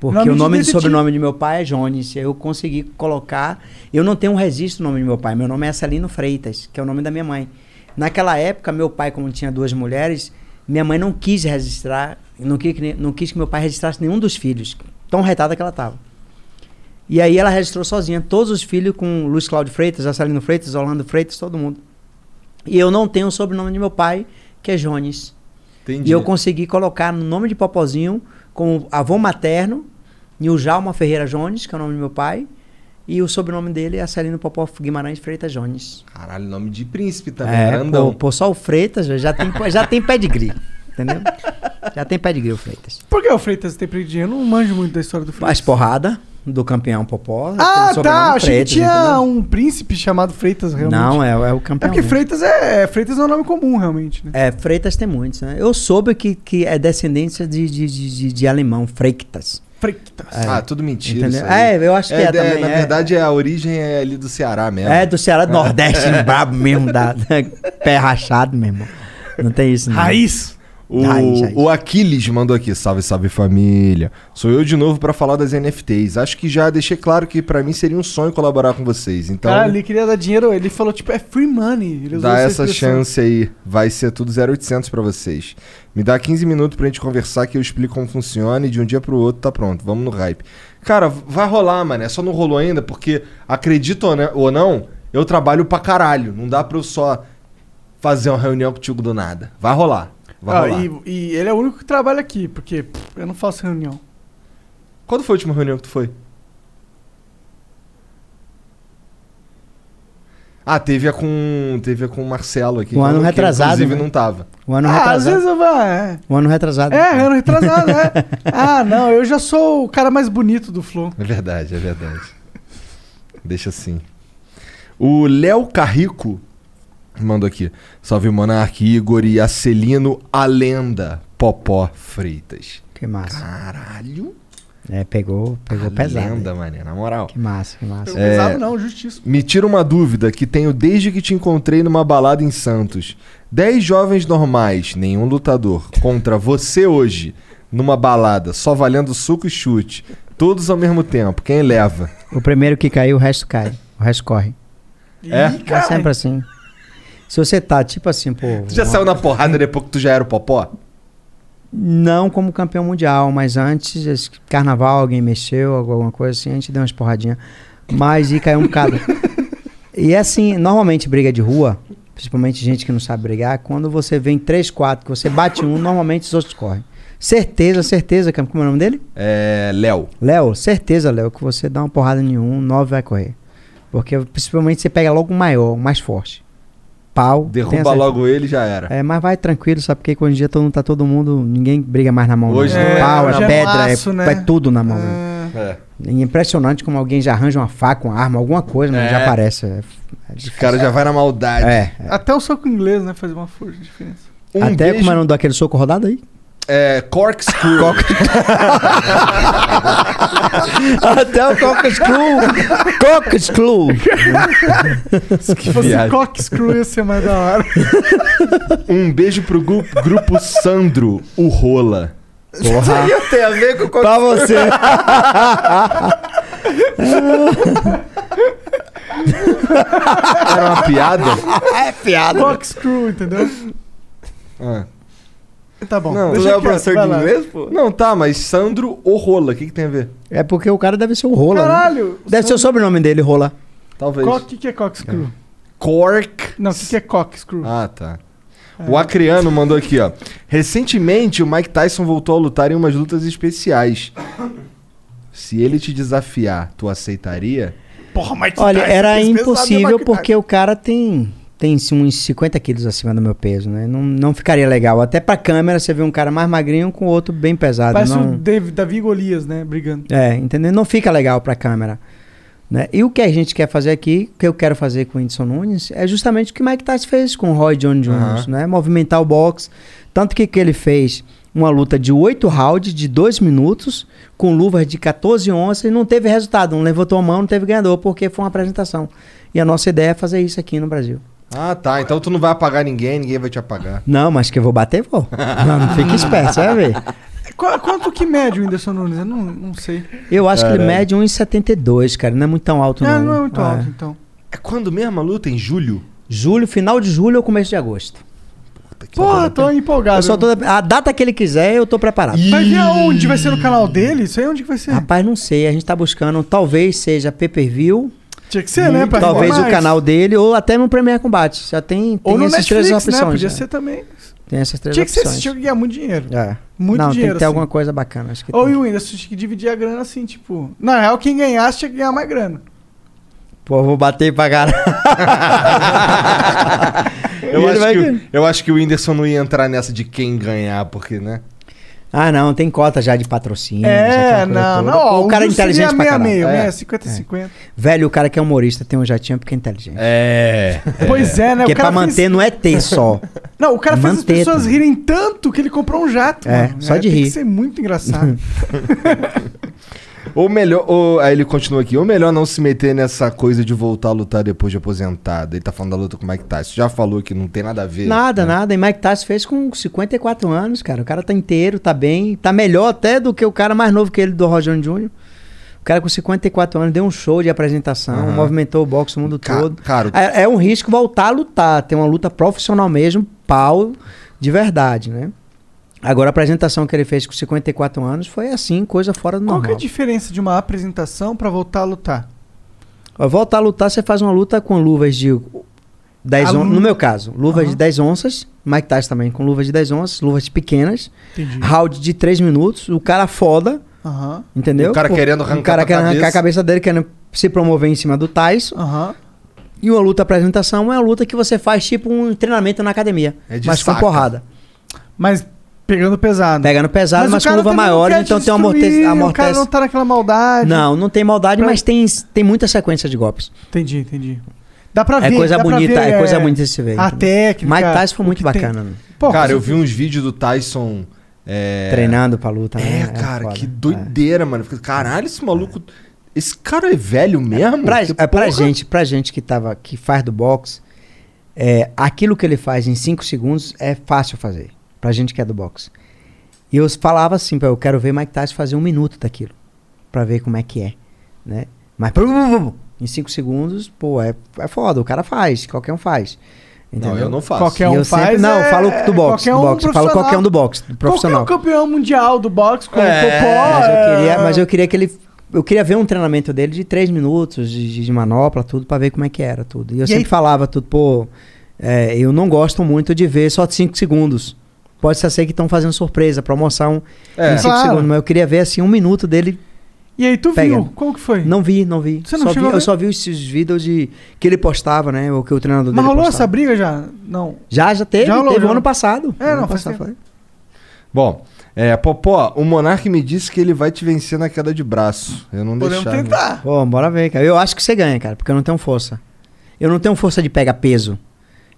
Speaker 4: Porque
Speaker 3: Nome
Speaker 4: o
Speaker 3: de
Speaker 4: nome e
Speaker 3: detetive.
Speaker 4: sobrenome de meu pai é Jones. Eu consegui colocar. Eu não tenho um registro do nome do meu pai. Meu nome é Celino Freitas, que é o nome da minha mãe. Naquela época, meu pai, como tinha duas mulheres, minha mãe não quis registrar, não quis, que ne- não quis que meu pai registrasse nenhum dos filhos, tão retada que ela estava. E aí ela registrou sozinha todos os filhos com Luiz Cláudio Freitas, Acelino Freitas, Orlando Freitas, todo mundo. E eu não tenho o sobrenome de meu pai, que é Jones.
Speaker 2: Entendi.
Speaker 4: E eu consegui colocar no nome de Popozinho como avô materno, Niljalma Ferreira Jones, que é o nome do meu pai, e o sobrenome dele é Celino Popó Guimarães Freitas Jones.
Speaker 2: Caralho, nome de príncipe também,
Speaker 4: É,
Speaker 2: grandão.
Speaker 4: pô, pô, só o Freitas já tem, já tem pedigree, entendeu? Já tem pedigree o Freitas.
Speaker 3: Por que o Freitas tem perdido? Eu não manjo muito da história do Freitas.
Speaker 4: Faz porrada, do campeão Popó.
Speaker 3: Ah,
Speaker 4: tem um sobrenome
Speaker 3: tá. Achei
Speaker 4: Freitas,
Speaker 3: que tinha
Speaker 4: entendeu?
Speaker 3: um príncipe chamado Freitas, realmente.
Speaker 4: Não, é, é o
Speaker 3: É
Speaker 4: campeão.
Speaker 3: porque
Speaker 4: né?
Speaker 3: Freitas é, é- Freitas é um nome comum, realmente, né?
Speaker 4: É, Freitas tem muitos, né? Eu soube que, que é descendência de, de, de, de- de alemão, Freitas. então.
Speaker 3: Freitas.
Speaker 2: Ah, tudo mentira.
Speaker 4: é. Entendeu?
Speaker 2: Isso aí.
Speaker 4: É, eu acho que é também,
Speaker 2: Na
Speaker 4: é.
Speaker 2: verdade, a origem é ali do Ceará mesmo.
Speaker 4: É, do Ceará do Nordeste, um brabo mesmo, da, da- pé rachado mesmo. Não tem isso, não.
Speaker 3: Raiz.
Speaker 2: O,
Speaker 4: Raiz, raiz.
Speaker 2: o Aquiles mandou aqui, salve, salve família. Sou eu de novo pra falar das NFTs. Acho que já deixei claro que pra mim seria um sonho colaborar com vocês. Então,
Speaker 3: Cara, Ah, ele queria dar dinheiro, ele falou, tipo, é free money. Ele usou
Speaker 2: dá
Speaker 3: essa
Speaker 2: essa
Speaker 3: expressão.
Speaker 2: chance aí. Vai ser tudo 0800 pra vocês. Me dá 15 minutos pra gente conversar que eu explico como funciona e de um dia pro outro tá pronto. Vamos no hype. Cara, vai rolar, mano. É só não rolou ainda porque, acredito ou né- ou não, eu trabalho pra caralho. Não dá pra eu só fazer uma reunião contigo do nada. Vai rolar. Vai
Speaker 3: Ah,
Speaker 2: rolar.
Speaker 3: e, e ele é o único que trabalha aqui, porque pff, eu não faço reunião.
Speaker 2: Quando foi a última reunião que tu foi? Ah, teve a com. Teve a com o Marcelo aqui.
Speaker 4: Um ano
Speaker 2: que
Speaker 4: retrasado,
Speaker 2: Inclusive
Speaker 4: né?
Speaker 2: não tava.
Speaker 4: Um ano
Speaker 3: ah, às
Speaker 4: retrasado.
Speaker 3: vezes eu vou. É,
Speaker 4: Um ano retrasado.
Speaker 3: é ano retrasado, é. Ah, não, eu já sou o cara mais bonito do Flow.
Speaker 2: É verdade, é verdade. Deixa assim. O Léo Carrico mandou aqui. Salve Monark, Igor e Acelino, a lenda Popó Freitas.
Speaker 4: Que massa.
Speaker 2: Caralho.
Speaker 4: É, pegou,
Speaker 3: Ah,
Speaker 4: pegou pesado.
Speaker 2: Lenda, mané, na moral.
Speaker 4: Que massa, que massa.
Speaker 3: Eu Pesado não, justiça.
Speaker 2: Me tira uma dúvida que tenho desde que te encontrei numa balada em Santos. Dez jovens normais, nenhum lutador, contra você hoje, numa balada, só valendo suco e chute. Todos ao mesmo tempo, quem leva?
Speaker 4: O primeiro que cai, o resto cai. O resto corre.
Speaker 2: É?
Speaker 3: Ih,
Speaker 4: É
Speaker 3: cara.
Speaker 4: sempre assim. Se você tá, tipo assim, pô.
Speaker 2: Tu já saiu na porrada depois que tu já era o popó?
Speaker 4: Não como campeão mundial, mas antes, esse carnaval, alguém mexeu, alguma coisa assim, a gente deu umas porradinhas. Mas e caiu um bocado. e assim, normalmente briga de rua, principalmente gente que não sabe brigar, quando você vem três, quatro, que você bate um, normalmente os outros correm. Certeza, certeza, que- como é o nome dele?
Speaker 2: É. Léo.
Speaker 4: Léo, certeza, Léo, que você dá uma porrada em um, nove vai correr. Porque principalmente você pega logo o maior, o mais forte. Pau. tenha
Speaker 2: Derruba
Speaker 4: certeza.
Speaker 2: logo ele já era.
Speaker 4: É, mas vai tranquilo, sabe? Porque hoje em dia todo mundo tá todo mundo. Ninguém briga mais na mão.
Speaker 2: Hoje
Speaker 4: não.
Speaker 2: não é,
Speaker 4: é pau,
Speaker 2: hoje
Speaker 4: é
Speaker 2: é
Speaker 4: pedra,
Speaker 3: né? laço,
Speaker 4: é,
Speaker 3: né?
Speaker 4: é tudo na mão. né?
Speaker 3: Ah,
Speaker 2: É.
Speaker 4: É impressionante como alguém já arranja uma faca, uma arma, alguma coisa, mas
Speaker 2: É.
Speaker 4: já aparece. É, é
Speaker 2: Os
Speaker 4: difícil.
Speaker 2: caras já vai na maldade.
Speaker 4: É.
Speaker 3: Até o soco inglês, né? Faz uma força de diferença.
Speaker 2: Um
Speaker 4: Até
Speaker 2: beijo-
Speaker 4: como é o nome daquele soco rodado aí?
Speaker 2: É. Corkscrew.
Speaker 4: Até o Cockscrew! Cockscrew!
Speaker 3: Se fosse
Speaker 2: viagem.
Speaker 3: cockscrew assim, ia ser mais da hora.
Speaker 2: um beijo pro gru- grupo Sandro, o Rola.
Speaker 4: Porra!
Speaker 14: Tem a ver com...
Speaker 4: pra você!
Speaker 2: Era uma piada?
Speaker 4: é piada!
Speaker 3: Cockscrew, entendeu?
Speaker 2: Ah.
Speaker 3: Tá bom.
Speaker 2: Não,
Speaker 14: Tu
Speaker 3: deixa
Speaker 14: não é o
Speaker 3: quieto,
Speaker 14: professor de
Speaker 3: vai lá.
Speaker 14: inglês, pô?
Speaker 2: Não, tá, mas Sandro, o Rola. O que, que tem a ver?
Speaker 4: É porque o cara deve ser o Rola. né?
Speaker 3: Caralho!
Speaker 4: Deve ser o sobrenome dele, Rola.
Speaker 2: Talvez.
Speaker 3: O que, que é cockscrew?
Speaker 2: Cork.
Speaker 3: Não, o que, que é cockscrew?
Speaker 2: Ah, tá. O
Speaker 3: É.
Speaker 2: Acriano mandou aqui, ó. Recentemente, o Mike Tyson voltou a lutar em umas lutas especiais. Se ele te desafiar, tu aceitaria?
Speaker 3: Porra, mas
Speaker 4: Olha, era impossível porque o cara tem tem assim, uns 50 quilos acima do meu peso, né? Não, não ficaria legal. Até pra câmera você vê um cara mais magrinho com outro bem pesado.
Speaker 3: Parece um
Speaker 4: não...
Speaker 3: o Davi, Davi Golias, né? Brigando.
Speaker 4: É, entendeu? Não fica legal pra câmera. Né? E o que a gente quer fazer aqui, o que eu quero fazer com o Whindersson Nunes, é justamente o que o Mike Tyson fez com o Roy John Jones, né? Movimentar o box. Tanto que, que ele fez uma luta de 8 rounds, de 2 minutos, com luvas de 14 onças e não teve resultado. Não levantou a mão, não teve ganhador, porque foi uma apresentação. E a nossa ideia é fazer isso aqui no Brasil.
Speaker 2: Ah, tá. Então tu não vai apagar ninguém, ninguém vai te apagar.
Speaker 4: Não, mas que eu vou bater, vou. Não, não fica esperto, você vai ver.
Speaker 3: Qu- É, quanto que mede o Whindersson Nunes? Eu não, não sei.
Speaker 4: Eu acho que ele mede 1,72, cara. Não é muito tão alto, não.
Speaker 3: Ah, não é muito alto, então.
Speaker 2: É quando mesmo a luta? Em julho?
Speaker 4: Julho, final de julho ou começo de agosto.
Speaker 3: Porra, tô empolgado.
Speaker 4: é. Eu só tô, a data que ele quiser, eu tô preparado.
Speaker 3: Vai ver aonde? Vai ser no canal dele? Isso aí é onde que vai ser?
Speaker 4: Rapaz, não sei. A gente tá buscando, talvez seja pay-per-view,
Speaker 3: Tinha que ser, né? Pra
Speaker 4: talvez
Speaker 3: render
Speaker 4: o
Speaker 3: mais.
Speaker 4: canal dele, ou até no Premier Combate. Já tem, tem
Speaker 3: Ou no
Speaker 4: essas
Speaker 3: Netflix,
Speaker 4: três
Speaker 3: né?
Speaker 4: opções.
Speaker 3: Podia
Speaker 4: já.
Speaker 3: ser também.
Speaker 4: Tem essas três
Speaker 3: Tinha que ser,
Speaker 4: opções.
Speaker 3: tinha que ganhar muito dinheiro.
Speaker 4: É.
Speaker 3: Muito
Speaker 4: não, tem
Speaker 3: dinheiro,
Speaker 4: que ter
Speaker 3: assim.
Speaker 4: alguma coisa bacana. Acho que
Speaker 3: Ou
Speaker 4: tem.
Speaker 3: e o Whindersson tinha que dividir a grana assim, tipo... Na real, quem ganhasse tinha que ganhar mais grana.
Speaker 4: Pô, vou bater pra caralho.
Speaker 2: Eu,
Speaker 4: Ele
Speaker 2: acho
Speaker 4: vai
Speaker 2: que,
Speaker 4: ganhar.
Speaker 2: o- eu acho que o Whindersson não ia entrar nessa de quem ganhar, porque, né?
Speaker 4: Ah, não, tem cota já de patrocínio.
Speaker 3: É,
Speaker 4: aquela coisa
Speaker 3: não,
Speaker 4: toda.
Speaker 3: não. ó,
Speaker 4: o cara é
Speaker 3: Augusto
Speaker 4: inteligente pra
Speaker 3: seria
Speaker 4: caralho.
Speaker 3: meia, meia,
Speaker 2: É.
Speaker 3: 50, 50.
Speaker 4: Velho, o cara que é humorista tem um jatinho porque é inteligente.
Speaker 2: É.
Speaker 3: Pois é, né?
Speaker 4: Porque
Speaker 3: o cara
Speaker 4: pra manter
Speaker 3: fez...
Speaker 4: não é ter só.
Speaker 3: Não, o cara fez as
Speaker 4: manter,
Speaker 3: pessoas
Speaker 4: tá?
Speaker 3: rirem tanto que ele comprou um jato,
Speaker 4: É,
Speaker 3: mano.
Speaker 4: só de
Speaker 3: Tem
Speaker 4: rir.
Speaker 3: que ser muito engraçado.
Speaker 2: Ou melhor, ou, aí ele continua aqui, ou melhor é não se meter nessa coisa de voltar a lutar depois de aposentado. Ele tá falando da luta com o Mike Tyson. Já falou que não tem nada a ver. Né?
Speaker 4: nada, nada. E Mike Tyson fez com 54 anos, cara. O cara tá inteiro, tá bem. Tá melhor até do que o cara mais novo que ele, do Roger Jr. O cara com 54 anos deu um show de apresentação,
Speaker 2: Aham.
Speaker 4: movimentou o boxe o mundo
Speaker 2: Ca-
Speaker 4: todo.
Speaker 2: cara,
Speaker 4: É, é um risco voltar a lutar, ter uma luta profissional mesmo, pau de verdade, né? Agora, a apresentação que ele fez com 54 anos foi assim, coisa fora do
Speaker 3: Qual que é
Speaker 4: normal.
Speaker 3: a diferença de uma apresentação pra voltar a lutar?
Speaker 4: Ó, Voltar a lutar, você faz uma luta com luvas de 10
Speaker 3: Ah,
Speaker 4: onças.
Speaker 3: lu-
Speaker 4: No meu caso, luvas
Speaker 3: Aham.
Speaker 4: de 10 onças. Mike Tyson também, com luvas de 10 onças, luvas pequenas.
Speaker 3: Entendi.
Speaker 4: Round de 3 minutos. O cara foda,
Speaker 3: Aham.
Speaker 4: entendeu?
Speaker 2: O cara
Speaker 4: Pô,
Speaker 2: querendo arrancar
Speaker 4: O cara
Speaker 2: tua
Speaker 4: querendo arrancar a
Speaker 2: cabeça.
Speaker 4: cabeça dele, querendo se promover em cima do Tyson.
Speaker 3: Aham.
Speaker 4: E uma luta apresentação é uma luta que você faz tipo um treinamento na academia.
Speaker 2: É de
Speaker 4: mas
Speaker 2: saca.
Speaker 4: com porrada.
Speaker 3: Mas pegando pesado.
Speaker 4: Pegando pesado, mas, com luva maior, então tem uma amortece.
Speaker 3: O cara não tá naquela maldade.
Speaker 4: Não, não tem maldade,
Speaker 3: Pra-
Speaker 4: mas tem, tem muita sequência de golpes.
Speaker 3: Entendi, entendi. Dá pra ver.
Speaker 4: é coisa
Speaker 3: dá pra
Speaker 4: bonita,
Speaker 3: ver,
Speaker 4: é coisa bonita de se ver.
Speaker 3: A
Speaker 4: entendeu?
Speaker 3: técnica.
Speaker 4: Mike Tyson foi
Speaker 3: o
Speaker 4: muito
Speaker 3: que tem.
Speaker 4: bacana. né?
Speaker 3: Pô,
Speaker 2: cara,
Speaker 3: com
Speaker 2: eu vi um uns vídeos do Tyson. É...
Speaker 4: Treinando pra luta, né?
Speaker 2: É, cara,
Speaker 4: foda.
Speaker 2: que doideira, mano. Fica, Caralho, esse maluco. Esse cara é velho
Speaker 4: É.
Speaker 2: mesmo? Tipo,
Speaker 4: Pra,
Speaker 2: Que
Speaker 4: é, pra
Speaker 2: porra?
Speaker 4: gente, pra gente que, tava, que faz do boxe, é, aquilo que ele faz em 5 segundos é fácil fazer. Pra gente que é do boxe. E eu falava assim, pô, eu quero ver Mike Tyson fazer um minuto daquilo. Pra ver como é que é, né? Mas em 5 segundos, pô, é, é foda. O cara faz, qualquer um faz. Entendeu?
Speaker 2: Não, eu não faço.
Speaker 3: Qualquer
Speaker 4: E
Speaker 3: um
Speaker 4: eu sempre-
Speaker 3: faz,
Speaker 4: não,
Speaker 3: é-
Speaker 4: eu falo
Speaker 3: qualquer
Speaker 4: do boxe, do
Speaker 3: um
Speaker 4: boxe. Eu falo
Speaker 3: profissional.
Speaker 4: qualquer um do boxe, do
Speaker 3: Qualquer
Speaker 4: profissional.
Speaker 3: um campeão mundial do boxe, como
Speaker 2: É,
Speaker 3: Popó.
Speaker 4: Mas eu
Speaker 3: é-
Speaker 4: queria, mas eu queria que ele. Eu queria ver um treinamento dele de três minutos de, de- de manopla, tudo, pra ver como é que era tudo. E eu
Speaker 3: E
Speaker 4: sempre
Speaker 3: aí-
Speaker 4: falava tudo, pô, é, eu não gosto muito de ver só cinco segundos. Pode ser que estão fazendo surpresa, promoção
Speaker 2: É.
Speaker 4: em cinco
Speaker 3: Claro.
Speaker 4: segundos, mas eu queria ver assim um minuto dele.
Speaker 3: E aí, tu
Speaker 4: Pega.
Speaker 3: viu? Como que foi?
Speaker 4: Não vi, não vi.
Speaker 3: Você não
Speaker 4: só vi
Speaker 3: chegou a
Speaker 4: eu
Speaker 3: ver?
Speaker 4: só vi os os vídeos de que ele postava, né? O que o treinador
Speaker 3: Mas
Speaker 4: dele
Speaker 3: rolou
Speaker 4: postava.
Speaker 3: essa briga já? Não.
Speaker 4: Já, já teve,
Speaker 3: Já rolou,
Speaker 4: teve
Speaker 3: já.
Speaker 4: o ano passado.
Speaker 3: É,
Speaker 4: Ano
Speaker 3: não, faz
Speaker 4: passado,
Speaker 3: tempo.
Speaker 2: Bom, é, Popó, o Monark me disse que ele vai te vencer na queda de braço. Eu não
Speaker 3: Podemos
Speaker 2: deixar. né?
Speaker 3: tentar.
Speaker 4: Pô, bora ver, cara. Eu acho que você ganha, cara, porque eu não tenho força. Eu não tenho força de pegar peso.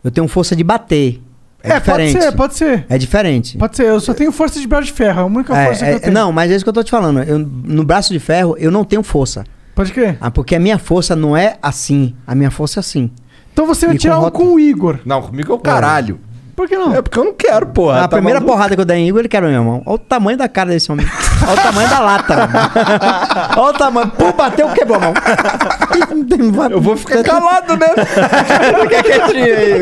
Speaker 4: Eu tenho força de bater. É,
Speaker 3: pode
Speaker 4: diferente.
Speaker 3: ser, pode ser.
Speaker 4: É diferente.
Speaker 3: Pode ser, eu só tenho força de braço de ferro, é a única
Speaker 4: É,
Speaker 3: força
Speaker 4: é,
Speaker 3: que eu tenho.
Speaker 4: Não, mas é isso que eu tô te falando. Eu- no braço de ferro, eu não tenho força.
Speaker 3: Pode crer.
Speaker 4: Ah, porque a minha força não é assim. A minha força é assim.
Speaker 3: Então você vai
Speaker 4: E
Speaker 3: tirar
Speaker 4: com
Speaker 3: um
Speaker 4: rota-
Speaker 3: com o Igor.
Speaker 2: Não, comigo é o caralho.
Speaker 3: Por que não?
Speaker 2: É porque eu não quero, porra.
Speaker 4: Ah, a
Speaker 2: tá
Speaker 4: primeira
Speaker 2: maluco?
Speaker 4: porrada que eu dei em Igor, ele quebra minha mão. Olha o tamanho da cara desse homem. Olha o tamanho da lata. mano. Olha o tamanho. Pum, bateu, quebrou a mão.
Speaker 2: Eu vou ficar calado, né?
Speaker 4: Fica quietinho aí.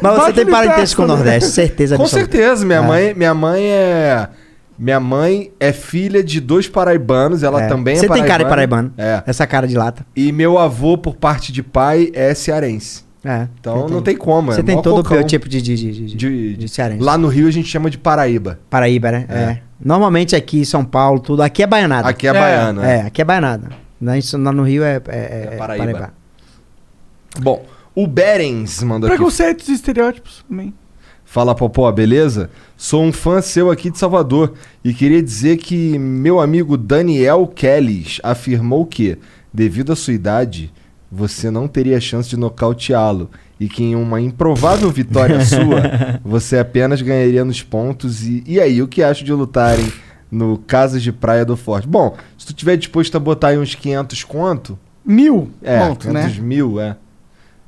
Speaker 4: Mas você tem parentesco com o Nordeste, certeza
Speaker 2: né? Com
Speaker 4: absoluta.
Speaker 2: certeza, minha mãe, minha mãe é minha mãe é filha de dois paraibanos, ela
Speaker 4: É.
Speaker 2: também
Speaker 4: Você
Speaker 2: é
Speaker 4: tem cara de paraibano.
Speaker 2: É.
Speaker 4: Essa cara de lata.
Speaker 2: E meu avô por parte de pai é cearense.
Speaker 4: É.
Speaker 2: Então não tem como, é
Speaker 4: Você tem
Speaker 2: mó
Speaker 4: todo o
Speaker 2: cocão
Speaker 4: teu tipo de, de, de, de,
Speaker 2: de,
Speaker 4: de cearense.
Speaker 2: Lá no Rio a gente chama de Paraíba.
Speaker 4: Paraíba, né?
Speaker 2: É.
Speaker 4: É. Normalmente aqui em São Paulo, tudo. Aqui é baianada.
Speaker 2: Aqui é,
Speaker 3: É,
Speaker 2: baiano.
Speaker 4: É, aqui é baianada. Lá, em- lá no Rio é, é,
Speaker 2: É
Speaker 4: é
Speaker 2: Paraíba. Bom, o Berens mandou aqui.
Speaker 3: Preconceitos e estereótipos também.
Speaker 2: Fala Popó, beleza? Sou um fã seu aqui de Salvador e queria dizer que meu amigo Daniel Kellys afirmou que, devido à sua idade, você não teria chance de nocauteá-lo e que em uma improvável vitória sua, você apenas ganharia nos pontos. E, e aí, o que acho de lutarem no Casas de Praia do Forte? Bom, se tu tiver disposto a botar aí uns 500 conto,
Speaker 3: Mil
Speaker 2: é,
Speaker 3: pontos,
Speaker 2: 500
Speaker 3: né?
Speaker 2: mil, é.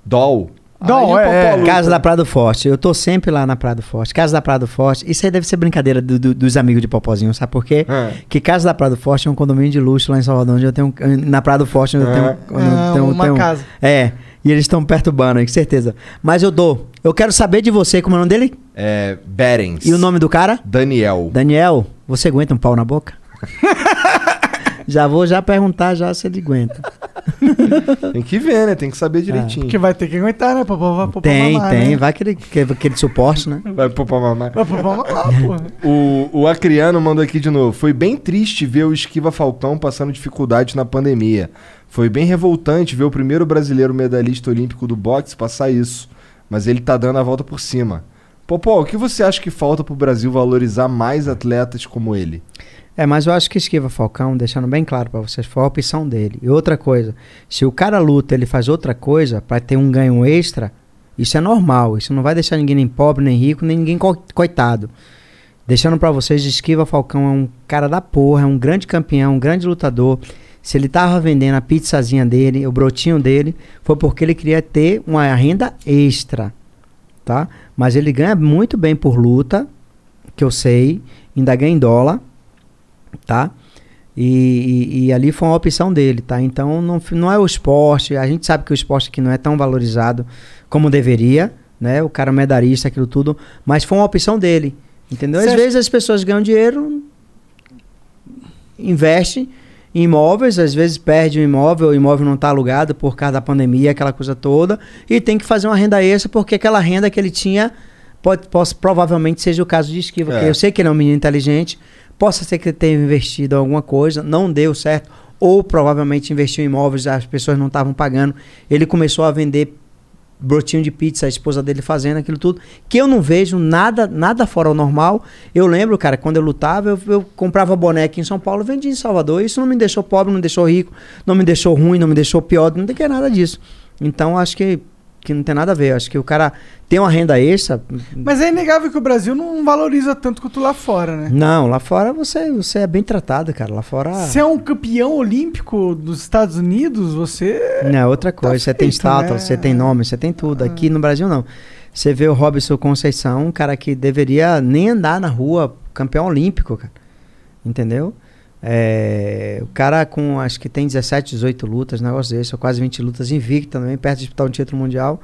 Speaker 2: Doll.
Speaker 3: Dol,
Speaker 2: Aí o
Speaker 3: é,
Speaker 2: Popó luta.
Speaker 4: Casa da Praia do Forte. Eu tô sempre lá na Praia do Forte. Casa da Praia do Forte. Isso aí deve ser brincadeira do- do- dos amigos de Popozinho, sabe por quê?
Speaker 2: É.
Speaker 4: Que Casa da Praia do Forte é um condomínio de luxo lá em Salvador, onde eu tenho. um, Na Praia do Forte, onde eu tenho. um,
Speaker 2: É.
Speaker 4: onde eu
Speaker 3: Ah,
Speaker 4: tenho-
Speaker 3: uma
Speaker 4: tenho-
Speaker 3: casa.
Speaker 4: É. E eles estão perturbando, com certeza. Mas eu dou. Eu quero saber de você, como é o nome dele?
Speaker 2: É, Berens.
Speaker 4: E o nome do cara?
Speaker 2: Daniel.
Speaker 4: Daniel, você aguenta um pau na boca? já vou já perguntar já se ele aguenta.
Speaker 2: Tem que ver, né? Tem que
Speaker 4: Ah,
Speaker 2: saber direitinho.
Speaker 3: Porque vai ter que aguentar, né? Pra, pra, pra,
Speaker 4: tem,
Speaker 3: pra mamar,
Speaker 4: tem.
Speaker 3: Né?
Speaker 4: Vai que ele, que, que ele suporte, né?
Speaker 2: Vai pro mamar.
Speaker 3: Vai pra mamar lá, porra.
Speaker 2: O, o Acriano mandou aqui de novo. Foi bem triste ver o Esquiva Falcão passando dificuldade na pandemia. Foi bem revoltante ver o primeiro brasileiro medalhista olímpico do boxe passar isso. Mas ele tá dando a volta por cima. Popó, o que você acha que falta pro Brasil valorizar mais atletas como ele?
Speaker 4: É, mas eu acho que esquiva Falcão, deixando bem claro pra vocês, foi a opção dele. E outra coisa, se o cara luta, ele faz outra coisa pra ter um ganho extra, isso é normal. Isso não vai deixar ninguém nem pobre, nem rico, nem ninguém co- coitado. Deixando pra vocês, esquiva Falcão é um cara da porra, é um grande campeão, um grande lutador. Se ele tava vendendo a pizzazinha dele, o brotinho dele, foi porque ele queria ter uma renda extra, tá? Mas ele ganha muito bem por luta, que eu sei, ainda ganha em dólar tá? E, e- e ali foi uma opção dele, tá? Então não, f- não é o esporte, a gente sabe que o esporte aqui não é tão valorizado como deveria, né? O cara é medalhista, aquilo tudo, mas foi uma opção dele, entendeu?
Speaker 3: Você
Speaker 4: Às
Speaker 3: acha-
Speaker 4: vezes as pessoas ganham dinheiro, investem em imóveis, às vezes perde o imóvel, o imóvel não está alugado por causa da pandemia, aquela coisa toda, e tem que fazer uma renda extra porque aquela renda que ele tinha pode, possa- provavelmente seja o caso de esquiva,
Speaker 2: É.
Speaker 4: que eu sei que ele é um menino inteligente, possa ser que ele tenha investido em alguma coisa, não deu certo, ou provavelmente investiu em imóveis, as pessoas não estavam pagando, ele começou a vender brotinho de pizza, a esposa dele fazendo aquilo tudo, que eu não vejo nada nada fora do normal. Eu lembro, cara, quando eu lutava, eu, eu comprava boneco em São Paulo, vendia em Salvador. Isso não me deixou pobre, não me deixou rico, não me deixou ruim, não me deixou pior, não tem que é nada disso. Então acho que, que não tem nada a ver. Acho que o cara tem uma renda extra.
Speaker 3: Mas é inegável que o Brasil não valoriza tanto quanto lá fora, né?
Speaker 4: Não, lá fora você, você é bem tratado, cara. Lá fora.
Speaker 3: Você é um campeão olímpico dos Estados Unidos, você.
Speaker 4: Não, é outra coisa. Você tem
Speaker 3: feito,
Speaker 4: estátua,
Speaker 3: né?
Speaker 4: você tem nome, você tem tudo. Aqui no Brasil, não. Você vê o Robson Conceição, um cara que deveria nem andar na rua, campeão olímpico, cara. Entendeu? É, o cara com, acho que tem 17, 18 lutas, um negócio desse, ou quase 20 lutas invicta também, perto de disputar um título mundial.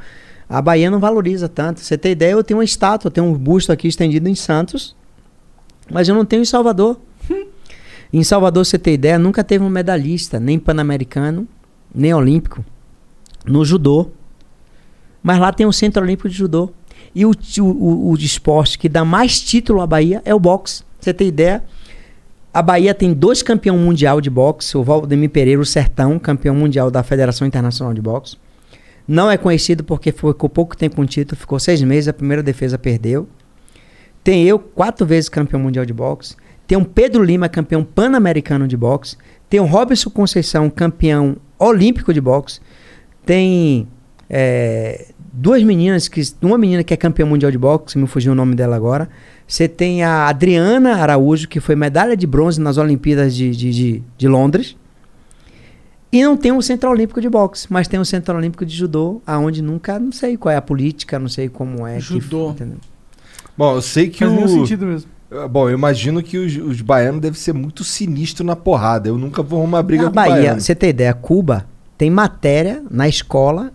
Speaker 4: A Bahia não valoriza tanto. Você tem ideia, eu tenho uma estátua, eu tenho um busto aqui estendido em Santos, mas eu não tenho em Salvador. Em Salvador, você tem ideia, nunca teve um medalhista, nem pan-americano, nem olímpico, no judô. Mas lá tem o Centro Olímpico de Judô. E o, ti- o, o- o de esporte que dá mais título à Bahia é o boxe. Você tem ideia? A Bahia tem dois campeão mundial de boxe, o Valdemir Pereira, o Sertão, campeão mundial da Federação Internacional de Boxe. Não é conhecido porque ficou pouco tempo com o título, ficou seis meses, a primeira defesa perdeu. Tem eu, quatro vezes campeão mundial de boxe. Tem um Pedro Lima, campeão pan-americano de boxe. Tem o Robson Conceição, campeão olímpico de boxe. Tem é, duas meninas, que uma menina que é campeã mundial de boxe, me fugiu o nome dela agora. Você tem a Adriana Araújo, que foi medalha de bronze nas Olimpíadas de, de, de- de Londres. E não tem um Centro Olímpico de Boxe, mas tem um Centro Olímpico de Judô, aonde nunca, não sei qual é a política, não sei como é. que-
Speaker 3: Judô.
Speaker 4: entendeu?
Speaker 2: Bom, eu sei que
Speaker 3: Faz nenhum
Speaker 2: o.
Speaker 3: sentido mesmo.
Speaker 2: Eh, Bom, eu imagino que os, os baianos devem ser muito sinistros na porrada. Eu nunca vou arrumar briga
Speaker 4: na
Speaker 2: com
Speaker 4: Bahia,
Speaker 2: baiano.
Speaker 4: você tem ideia, Cuba tem matéria na escola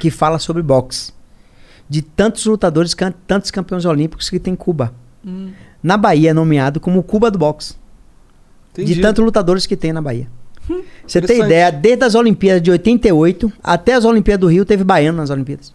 Speaker 4: que fala sobre boxe. De tantos lutadores, can- tantos campeões olímpicos que tem em Cuba. Na Bahia é nomeado como Cuba do boxe.
Speaker 2: Entendi.
Speaker 4: De tantos lutadores que tem na Bahia. Você tem
Speaker 2: interessante.
Speaker 4: ideia, desde as Olimpíadas de 88 até as Olimpíadas do Rio, teve baiano nas Olimpíadas.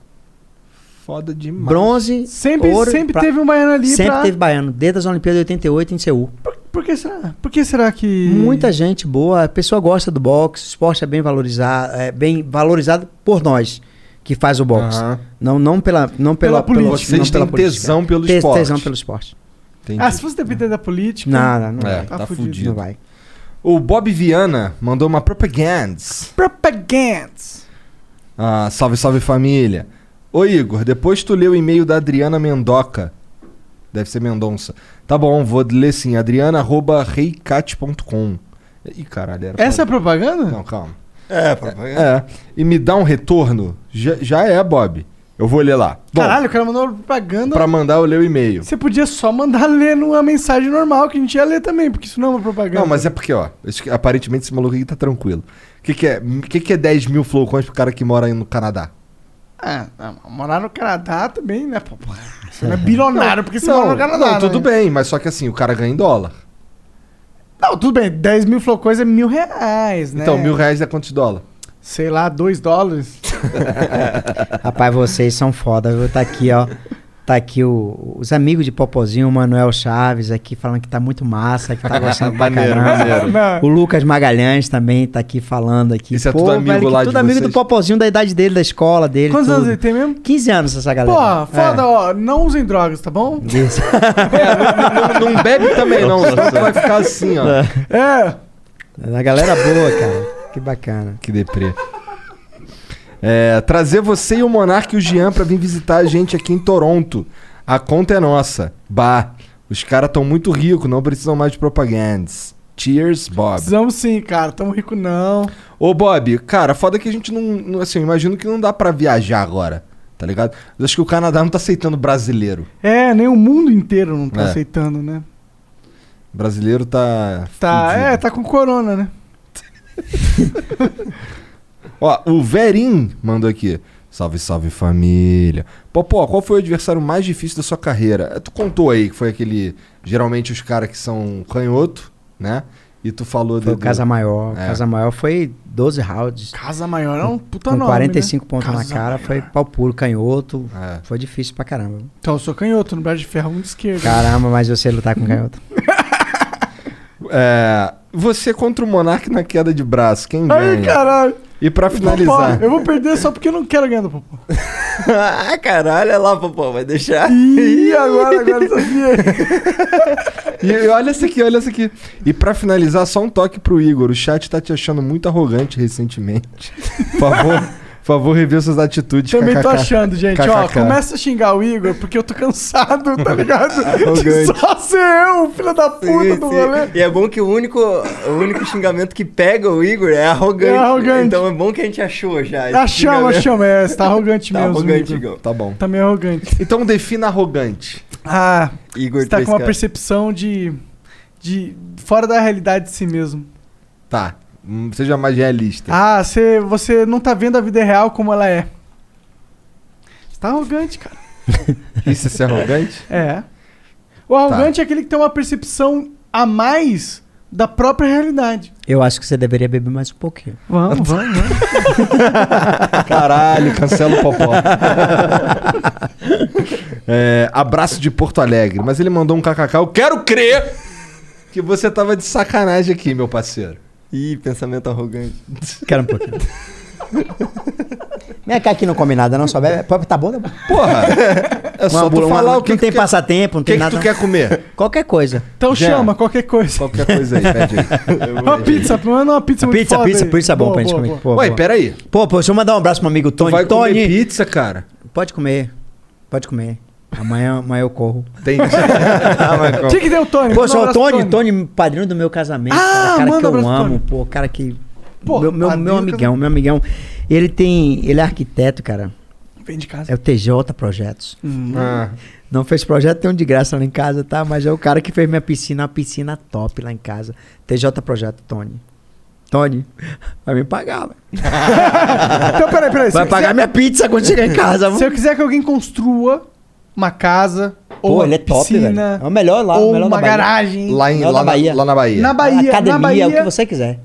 Speaker 2: Foda demais.
Speaker 4: Bronze,
Speaker 3: Sempre,
Speaker 4: ouro,
Speaker 3: sempre
Speaker 4: pra-
Speaker 3: teve um baiano ali
Speaker 4: Sempre
Speaker 3: pra.
Speaker 4: teve baiano, desde as Olimpíadas de 88 em Seul.
Speaker 3: Por que será? Por que será que.
Speaker 4: Muita gente boa, a pessoa gosta do boxe, o esporte é bem valorizado, é bem valorizado por nós que faz o boxe.
Speaker 2: Aham.
Speaker 4: Não, não pela, não
Speaker 3: Pela
Speaker 4: pela,
Speaker 3: política.
Speaker 4: pelo- não
Speaker 2: Vocês
Speaker 4: pela
Speaker 2: têm tesão pelo
Speaker 4: Te-
Speaker 2: esporte.
Speaker 4: Tesão pelo esporte.
Speaker 2: Entendi.
Speaker 3: Ah, se fosse depender da política.
Speaker 4: Nada, não,
Speaker 2: É,
Speaker 4: vai.
Speaker 2: tá,
Speaker 3: Tá fudido.
Speaker 2: fudido.
Speaker 4: não vai.
Speaker 2: O Bob Viana mandou uma propaganda.
Speaker 3: Propagandas.
Speaker 2: Ah, salve, salve família. Ô Igor, depois tu lê o e-mail da Adriana Mendoca. Deve ser Mendonça. Tá bom, vou ler sim. Adriana.reicat.com. Ih, caralho, era.
Speaker 3: Essa é
Speaker 2: pra-
Speaker 3: propaganda?
Speaker 2: Não, calma. É, e me dá um retorno. Já, já é, Bob. Eu vou ler lá. Bom,
Speaker 3: Caralho, o cara mandou uma propaganda.
Speaker 2: pra mandar eu ler o e-mail.
Speaker 3: Você podia só mandar ler numa mensagem normal que a gente ia ler também, porque isso não é uma propaganda.
Speaker 2: Não, mas é porque, ó, esse- aparentemente esse maluco aqui tá tranquilo. O que, que é? O que, que é 10 mil flowcoins pro cara que mora aí no Canadá?
Speaker 3: Ah, não, morar no Canadá também, né? pô, pô, Você não é bilionário porque você mora no Canadá.
Speaker 2: não,
Speaker 3: né?
Speaker 2: tudo bem, mas só que assim, o cara ganha em dólar.
Speaker 3: Não, tudo bem. 10 mil flocões é mil reais, né?
Speaker 2: Então, mil reais é quantos dólar?
Speaker 3: Sei lá, dois dólares.
Speaker 4: Rapaz, vocês são foda, viu? Tá aqui, ó. Tá aqui o- os amigos de Popozinho, o Manuel Chaves aqui falando que tá muito massa, que tá gostando pra
Speaker 2: Maneiro,
Speaker 4: caramba.
Speaker 2: maneiro.
Speaker 4: O Lucas Magalhães também tá aqui falando aqui.
Speaker 2: Esse é tudo amigo
Speaker 4: que
Speaker 2: lá de
Speaker 4: Tudo amigo
Speaker 2: vocês.
Speaker 4: do Popozinho, da idade dele, da escola dele.
Speaker 3: Quantos anos
Speaker 4: tudo.
Speaker 3: ele tem mesmo?
Speaker 4: 15 anos essa galera.
Speaker 3: Porra,
Speaker 2: É.
Speaker 3: foda, ó. Não usem drogas, tá bom?
Speaker 4: É. Isso.
Speaker 2: Não, não bebe também, não. senão tu vai ficar assim, ó.
Speaker 3: É.
Speaker 4: É uma galera boa, cara. Que bacana.
Speaker 2: Que deprê. É, trazer você e o Monark e o Jean pra vir visitar a gente aqui em Toronto. A conta é nossa. Bah, os caras tão muito ricos, não precisam mais de propagandas. Cheers, Bob.
Speaker 3: Precisamos sim, cara. Tamo rico, não.
Speaker 2: Ô, Bob, cara, foda que a gente não. não- Assim, eu imagino que não dá pra viajar agora, tá ligado? Eu acho que o Canadá não tá aceitando brasileiro.
Speaker 3: É, nem o mundo inteiro não tá
Speaker 2: É.
Speaker 3: aceitando, né?
Speaker 2: Brasileiro tá.
Speaker 3: Tá,
Speaker 2: fudido.
Speaker 3: é, tá com corona, né?
Speaker 2: Ó, o Verim mandou aqui. Salve, salve família. Popó, qual foi o adversário mais difícil da sua carreira? Eh, Tu contou aí que foi aquele. Geralmente os caras que são canhoto, né? E tu falou
Speaker 4: Foi o
Speaker 2: do-
Speaker 4: Casa Maior. O
Speaker 2: É.
Speaker 4: Casa Maior foi 12 rounds.
Speaker 3: Casa Maior é um puta
Speaker 4: com
Speaker 3: nome,
Speaker 4: 45
Speaker 3: né?
Speaker 4: pontos na
Speaker 3: Casa
Speaker 4: cara,
Speaker 3: Maior.
Speaker 4: foi pau puro, canhoto.
Speaker 2: É.
Speaker 4: Foi difícil pra caramba.
Speaker 3: Então eu sou canhoto, no braço de ferro, um de esquerda.
Speaker 4: Caramba, mas eu sei lutar
Speaker 2: Uhum.
Speaker 4: com canhoto.
Speaker 2: É, Você contra o Monark na queda de braço, quem
Speaker 3: Ai,
Speaker 2: ganha?
Speaker 3: caralho.
Speaker 2: E pra
Speaker 3: Popó,
Speaker 2: finalizar.
Speaker 3: eu vou perder só porque eu não quero ganhar do Popó.
Speaker 15: ah, caralho, olha lá, Popó, vai deixar.
Speaker 3: Ih, agora, agora eu sabia.
Speaker 2: E, e olha essa aqui, olha essa aqui. E pra finalizar, só um toque pro Igor. O chat tá te achando muito arrogante recentemente. Por favor, por favor, rever suas atitudes.
Speaker 3: Também tô
Speaker 2: kkk.
Speaker 3: achando, gente. Ó,
Speaker 2: KKK.
Speaker 15: é
Speaker 3: começa a xingar o Igor porque eu tô cansado, tá ligado? De
Speaker 2: Arrogante.
Speaker 3: só ser eu, filho da puta do rolê.
Speaker 15: E é bom que o único, o único xingamento que pega o Igor é arrogante.
Speaker 3: É arrogante.
Speaker 15: Então é bom que a gente achou já. esse
Speaker 3: Achamos,
Speaker 15: xingamento.
Speaker 3: achamos. É, você tá arrogante
Speaker 15: né? Tá
Speaker 3: mesmo.
Speaker 15: arrogante,
Speaker 3: Igor.
Speaker 15: Igor.
Speaker 2: Tá bom.
Speaker 3: Tá meio arrogante.
Speaker 2: Então defina arrogante.
Speaker 3: Ah,
Speaker 15: Igor
Speaker 3: você tá com uma
Speaker 15: 3K.
Speaker 3: percepção de. de. fora da realidade de si mesmo.
Speaker 2: Tá. Hum, Seja mais realista.
Speaker 3: Ah, você, você não tá vendo a vida real como ela é. Você tá arrogante, cara.
Speaker 2: Isso é ser arrogante?
Speaker 3: É. O
Speaker 4: Tá.
Speaker 3: arrogante é aquele que tem uma percepção a mais da própria realidade.
Speaker 4: Eu acho que você deveria beber mais um pouquinho.
Speaker 3: Vamos, vamos, vamos.
Speaker 2: Caralho, cancela o popó. É, abraço de Porto Alegre. Mas ele mandou um kkk. Eu quero crer que você tava de sacanagem aqui, meu parceiro.
Speaker 15: Ih, pensamento arrogante.
Speaker 4: Quero um pouquinho. Minha cá aqui não come nada, não só bebe. Pô, Tá bom, tá bom.
Speaker 2: Porra, é só tu
Speaker 4: bula-
Speaker 2: falar
Speaker 4: uma-
Speaker 2: o que,
Speaker 4: não
Speaker 2: que
Speaker 4: tem
Speaker 2: tu quer-
Speaker 4: passatempo, não
Speaker 2: o que,
Speaker 4: tem
Speaker 2: que
Speaker 4: nada.
Speaker 2: tu quer comer.
Speaker 4: Qualquer coisa.
Speaker 3: Então
Speaker 2: Já.
Speaker 3: chama, qualquer coisa.
Speaker 2: Qualquer coisa aí, pede aí.
Speaker 3: Uma pizza, manda uma pizza muito
Speaker 4: é? Pizza,
Speaker 3: foda
Speaker 4: pizza,
Speaker 3: aí.
Speaker 4: pizza é bom
Speaker 3: Boa,
Speaker 4: pra gente
Speaker 3: boa, boa.
Speaker 4: comer. Pô,
Speaker 2: Ué,
Speaker 4: boa.
Speaker 2: peraí.
Speaker 4: Pô, pô, deixa eu mandar um abraço pro amigo
Speaker 2: Tu
Speaker 4: Tony.
Speaker 2: vai
Speaker 4: Tony,
Speaker 2: comer pizza, cara?
Speaker 4: pode comer. Pode comer. Amanhã, amanhã eu corro.
Speaker 2: Tem.
Speaker 3: Tinha que ter o Tony.
Speaker 4: Pô,
Speaker 3: manda um
Speaker 4: sou o
Speaker 3: abraço pro
Speaker 4: Tony, Tony, padrinho do meu casamento.
Speaker 3: Ah,
Speaker 4: cara, cara
Speaker 3: manda
Speaker 4: que eu
Speaker 3: abraço pro
Speaker 4: amo,
Speaker 3: Tony.
Speaker 4: pô, cara que.
Speaker 3: Pô,
Speaker 4: meu, meu,
Speaker 3: padrinho
Speaker 4: meu
Speaker 3: do
Speaker 4: amigão,
Speaker 3: casamento.
Speaker 4: meu amigão. Ele tem. Ele é arquiteto, cara.
Speaker 3: Vem de casa. Hum.
Speaker 4: É o TJ Projetos.
Speaker 2: Ah,
Speaker 4: Não fez projeto tem um de graça lá em casa, tá? Mas é o cara que fez minha piscina, uma piscina top lá em casa. TJ Projeto, Tony. Tony, vai me pagar, velho.
Speaker 3: Então, peraí, peraí.
Speaker 4: Vai
Speaker 3: se,
Speaker 4: pagar minha pizza quando chegar em casa,
Speaker 3: se, se eu quiser que alguém construa uma casa ou
Speaker 4: Pô,
Speaker 3: uma
Speaker 4: ele é top,
Speaker 3: piscina,
Speaker 4: velho. É o melhor lá,
Speaker 3: ou
Speaker 4: o melhor
Speaker 3: uma
Speaker 4: da Bahia.
Speaker 3: garagem.
Speaker 2: lá, em,
Speaker 4: Não,
Speaker 2: lá,
Speaker 4: na
Speaker 2: na-
Speaker 4: Bahia.
Speaker 2: lá na Bahia.
Speaker 3: Na Bahia,
Speaker 4: academia,
Speaker 3: na Bahia.
Speaker 4: o que você quiser.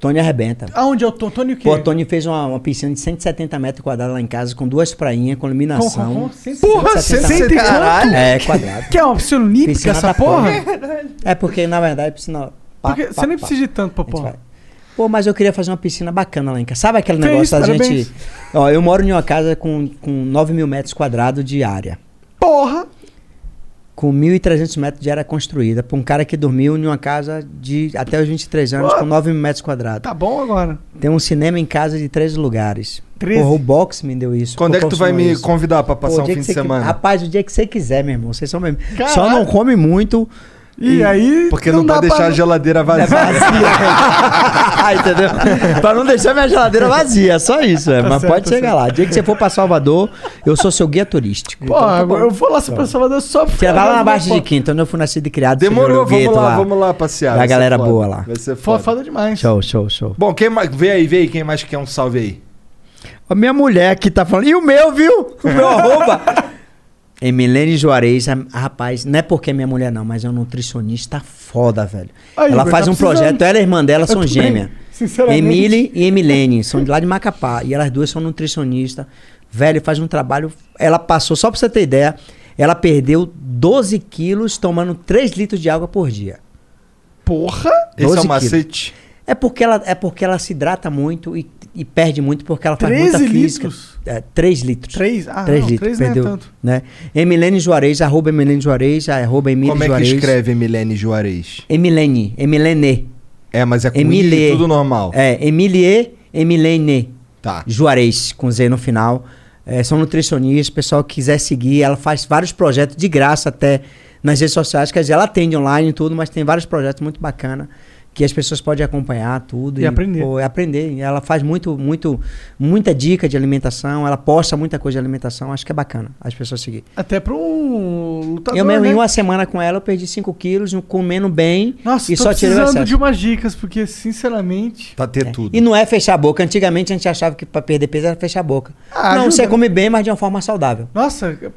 Speaker 4: Tony arrebenta.
Speaker 3: Aonde é o Tony? Tony o quê?
Speaker 4: Pô, Tony fez uma, uma piscina de 170 metros quadrados lá em casa, com duas prainhas, com
Speaker 3: Com- com- com-
Speaker 4: iluminação.
Speaker 3: cento-
Speaker 2: Porra,
Speaker 4: 170.
Speaker 2: cento e-
Speaker 4: Caralho! É, quadrado.
Speaker 3: Que é uma piscina olímpica
Speaker 4: Piscina
Speaker 3: essa
Speaker 4: da
Speaker 3: porra?
Speaker 4: É porque, na verdade, piscina. pá,
Speaker 3: Porque
Speaker 4: pá,
Speaker 3: você nem
Speaker 4: pá.
Speaker 3: precisa de tanto,
Speaker 4: A gente
Speaker 3: popó.
Speaker 4: vai. Pô, mas eu queria fazer uma piscina bacana lá em casa. Sabe aquele
Speaker 3: Que
Speaker 4: negócio
Speaker 3: isso,
Speaker 4: da
Speaker 3: parabéns.
Speaker 4: gente. Ó, eu moro em uma casa com, com 9 mil metros quadrados de área.
Speaker 3: Porra!
Speaker 4: Com 1.300 metros de área construída. Pra um cara que dormiu em uma casa de até os 23 anos,
Speaker 3: Pô.
Speaker 4: com 9 mil metros quadrados.
Speaker 3: Tá bom agora.
Speaker 4: Tem um cinema em casa de 13 lugares.
Speaker 3: 13?
Speaker 4: Porra, o box me deu isso.
Speaker 2: Quando é que tu
Speaker 4: Popó
Speaker 2: vai
Speaker 4: ensinou
Speaker 2: me
Speaker 4: isso.
Speaker 2: convidar pra
Speaker 4: Pô,
Speaker 2: passar
Speaker 4: o
Speaker 2: um
Speaker 4: dia
Speaker 2: fim de
Speaker 4: que você que-
Speaker 2: semana?
Speaker 4: Rapaz, o dia que você quiser, meu irmão. Vocês são mesmo. Só
Speaker 3: Caralho.
Speaker 4: não come muito.
Speaker 3: E, aí.
Speaker 2: Porque não, pode deixar a geladeira vazia.
Speaker 4: Ah, entendeu? pra não deixar minha geladeira vazia, só isso. é. Mas
Speaker 3: certo,
Speaker 4: pode
Speaker 3: tá
Speaker 4: chegar lá. dia que você for pra Salvador, eu sou seu guia turístico.
Speaker 2: então
Speaker 3: Pô,
Speaker 2: tá
Speaker 3: eu vou lá pra Salvador só pra.
Speaker 4: Então, tá Você vai lá na Baixa de Quinta, onde eu fui nascido e criado. você vê
Speaker 2: Demorou,
Speaker 4: o gueto
Speaker 2: vamos lá, vamos lá passear.
Speaker 4: Da
Speaker 2: vai ser
Speaker 4: galera
Speaker 2: foda.
Speaker 4: boa lá.
Speaker 2: Vai ser foda.
Speaker 3: Foda, foda demais.
Speaker 4: Show, show, show.
Speaker 2: Bom, quem mais. Vê aí, vê aí quem mais quer um salve aí.
Speaker 4: A minha mulher que tá falando. E o meu, viu? O meu arroba. Emilene Juarez, a- a rapaz, não é porque é minha mulher não, mas é um nutricionista foda, velho.
Speaker 3: Aí,
Speaker 4: ela
Speaker 3: Igor,
Speaker 4: faz
Speaker 3: tá
Speaker 4: um
Speaker 3: precisando.
Speaker 4: projeto, ela e a irmã dela são
Speaker 3: também,
Speaker 4: gêmeas.
Speaker 3: sinceramente.
Speaker 4: Emile e Emilene, são de lá de Macapá, e elas duas são nutricionistas. Velho, faz um trabalho ela passou, só pra você ter ideia, ela perdeu 12 quilos tomando 3 litros de água por dia.
Speaker 2: Porra! Esse é
Speaker 4: 12
Speaker 2: o
Speaker 4: quilos.
Speaker 2: macete.
Speaker 4: É porque ela, é porque ela se hidrata muito e, e perde muito porque ela faz
Speaker 3: 13
Speaker 4: muita física.
Speaker 3: litros?
Speaker 4: É, 3 litros.
Speaker 3: Três? Ah,
Speaker 4: 3
Speaker 3: não,
Speaker 4: litros,
Speaker 3: três não é
Speaker 4: perdeu.
Speaker 3: tanto.
Speaker 4: Né? Emilene Juarez, arroba Emilene Juarez, arroba Emilene
Speaker 2: Como é que
Speaker 4: Juarez.
Speaker 2: escreve Emilene Juarez?
Speaker 4: Emilene, Emilene.
Speaker 2: É, mas é com I,
Speaker 4: Emile.
Speaker 2: tudo normal.
Speaker 4: É, Emilie, Emilene.
Speaker 2: Tá.
Speaker 4: Juarez, com Z no final. É, são nutricionistas, o pessoal que quiser seguir, ela faz vários projetos de graça até nas redes sociais. Quer dizer, ela atende online e tudo, mas tem vários projetos muito bacana que as pessoas podem acompanhar tudo.
Speaker 3: E aprender.
Speaker 4: pô, e aprender. E Ela faz muito, muito, muita dica de alimentação, ela posta muita coisa de alimentação. Acho que é bacana as pessoas seguir.
Speaker 3: Até pra um lutador,
Speaker 4: eu mesmo,
Speaker 3: né?
Speaker 4: em uma semana com ela, eu perdi 5 quilos, um comendo bem
Speaker 3: Nossa,
Speaker 4: e
Speaker 3: tô
Speaker 4: só tirei o
Speaker 3: precisando de
Speaker 4: excesso.
Speaker 3: umas dicas, porque, sinceramente...
Speaker 2: Pra ter tudo.
Speaker 4: E não é fechar a boca. Antigamente a gente achava que pra perder peso era fechar a boca.
Speaker 3: Ah,
Speaker 4: não,
Speaker 3: ajuda,
Speaker 4: você
Speaker 3: né?
Speaker 4: come bem, mas de uma forma saudável.
Speaker 3: Nossa, eu-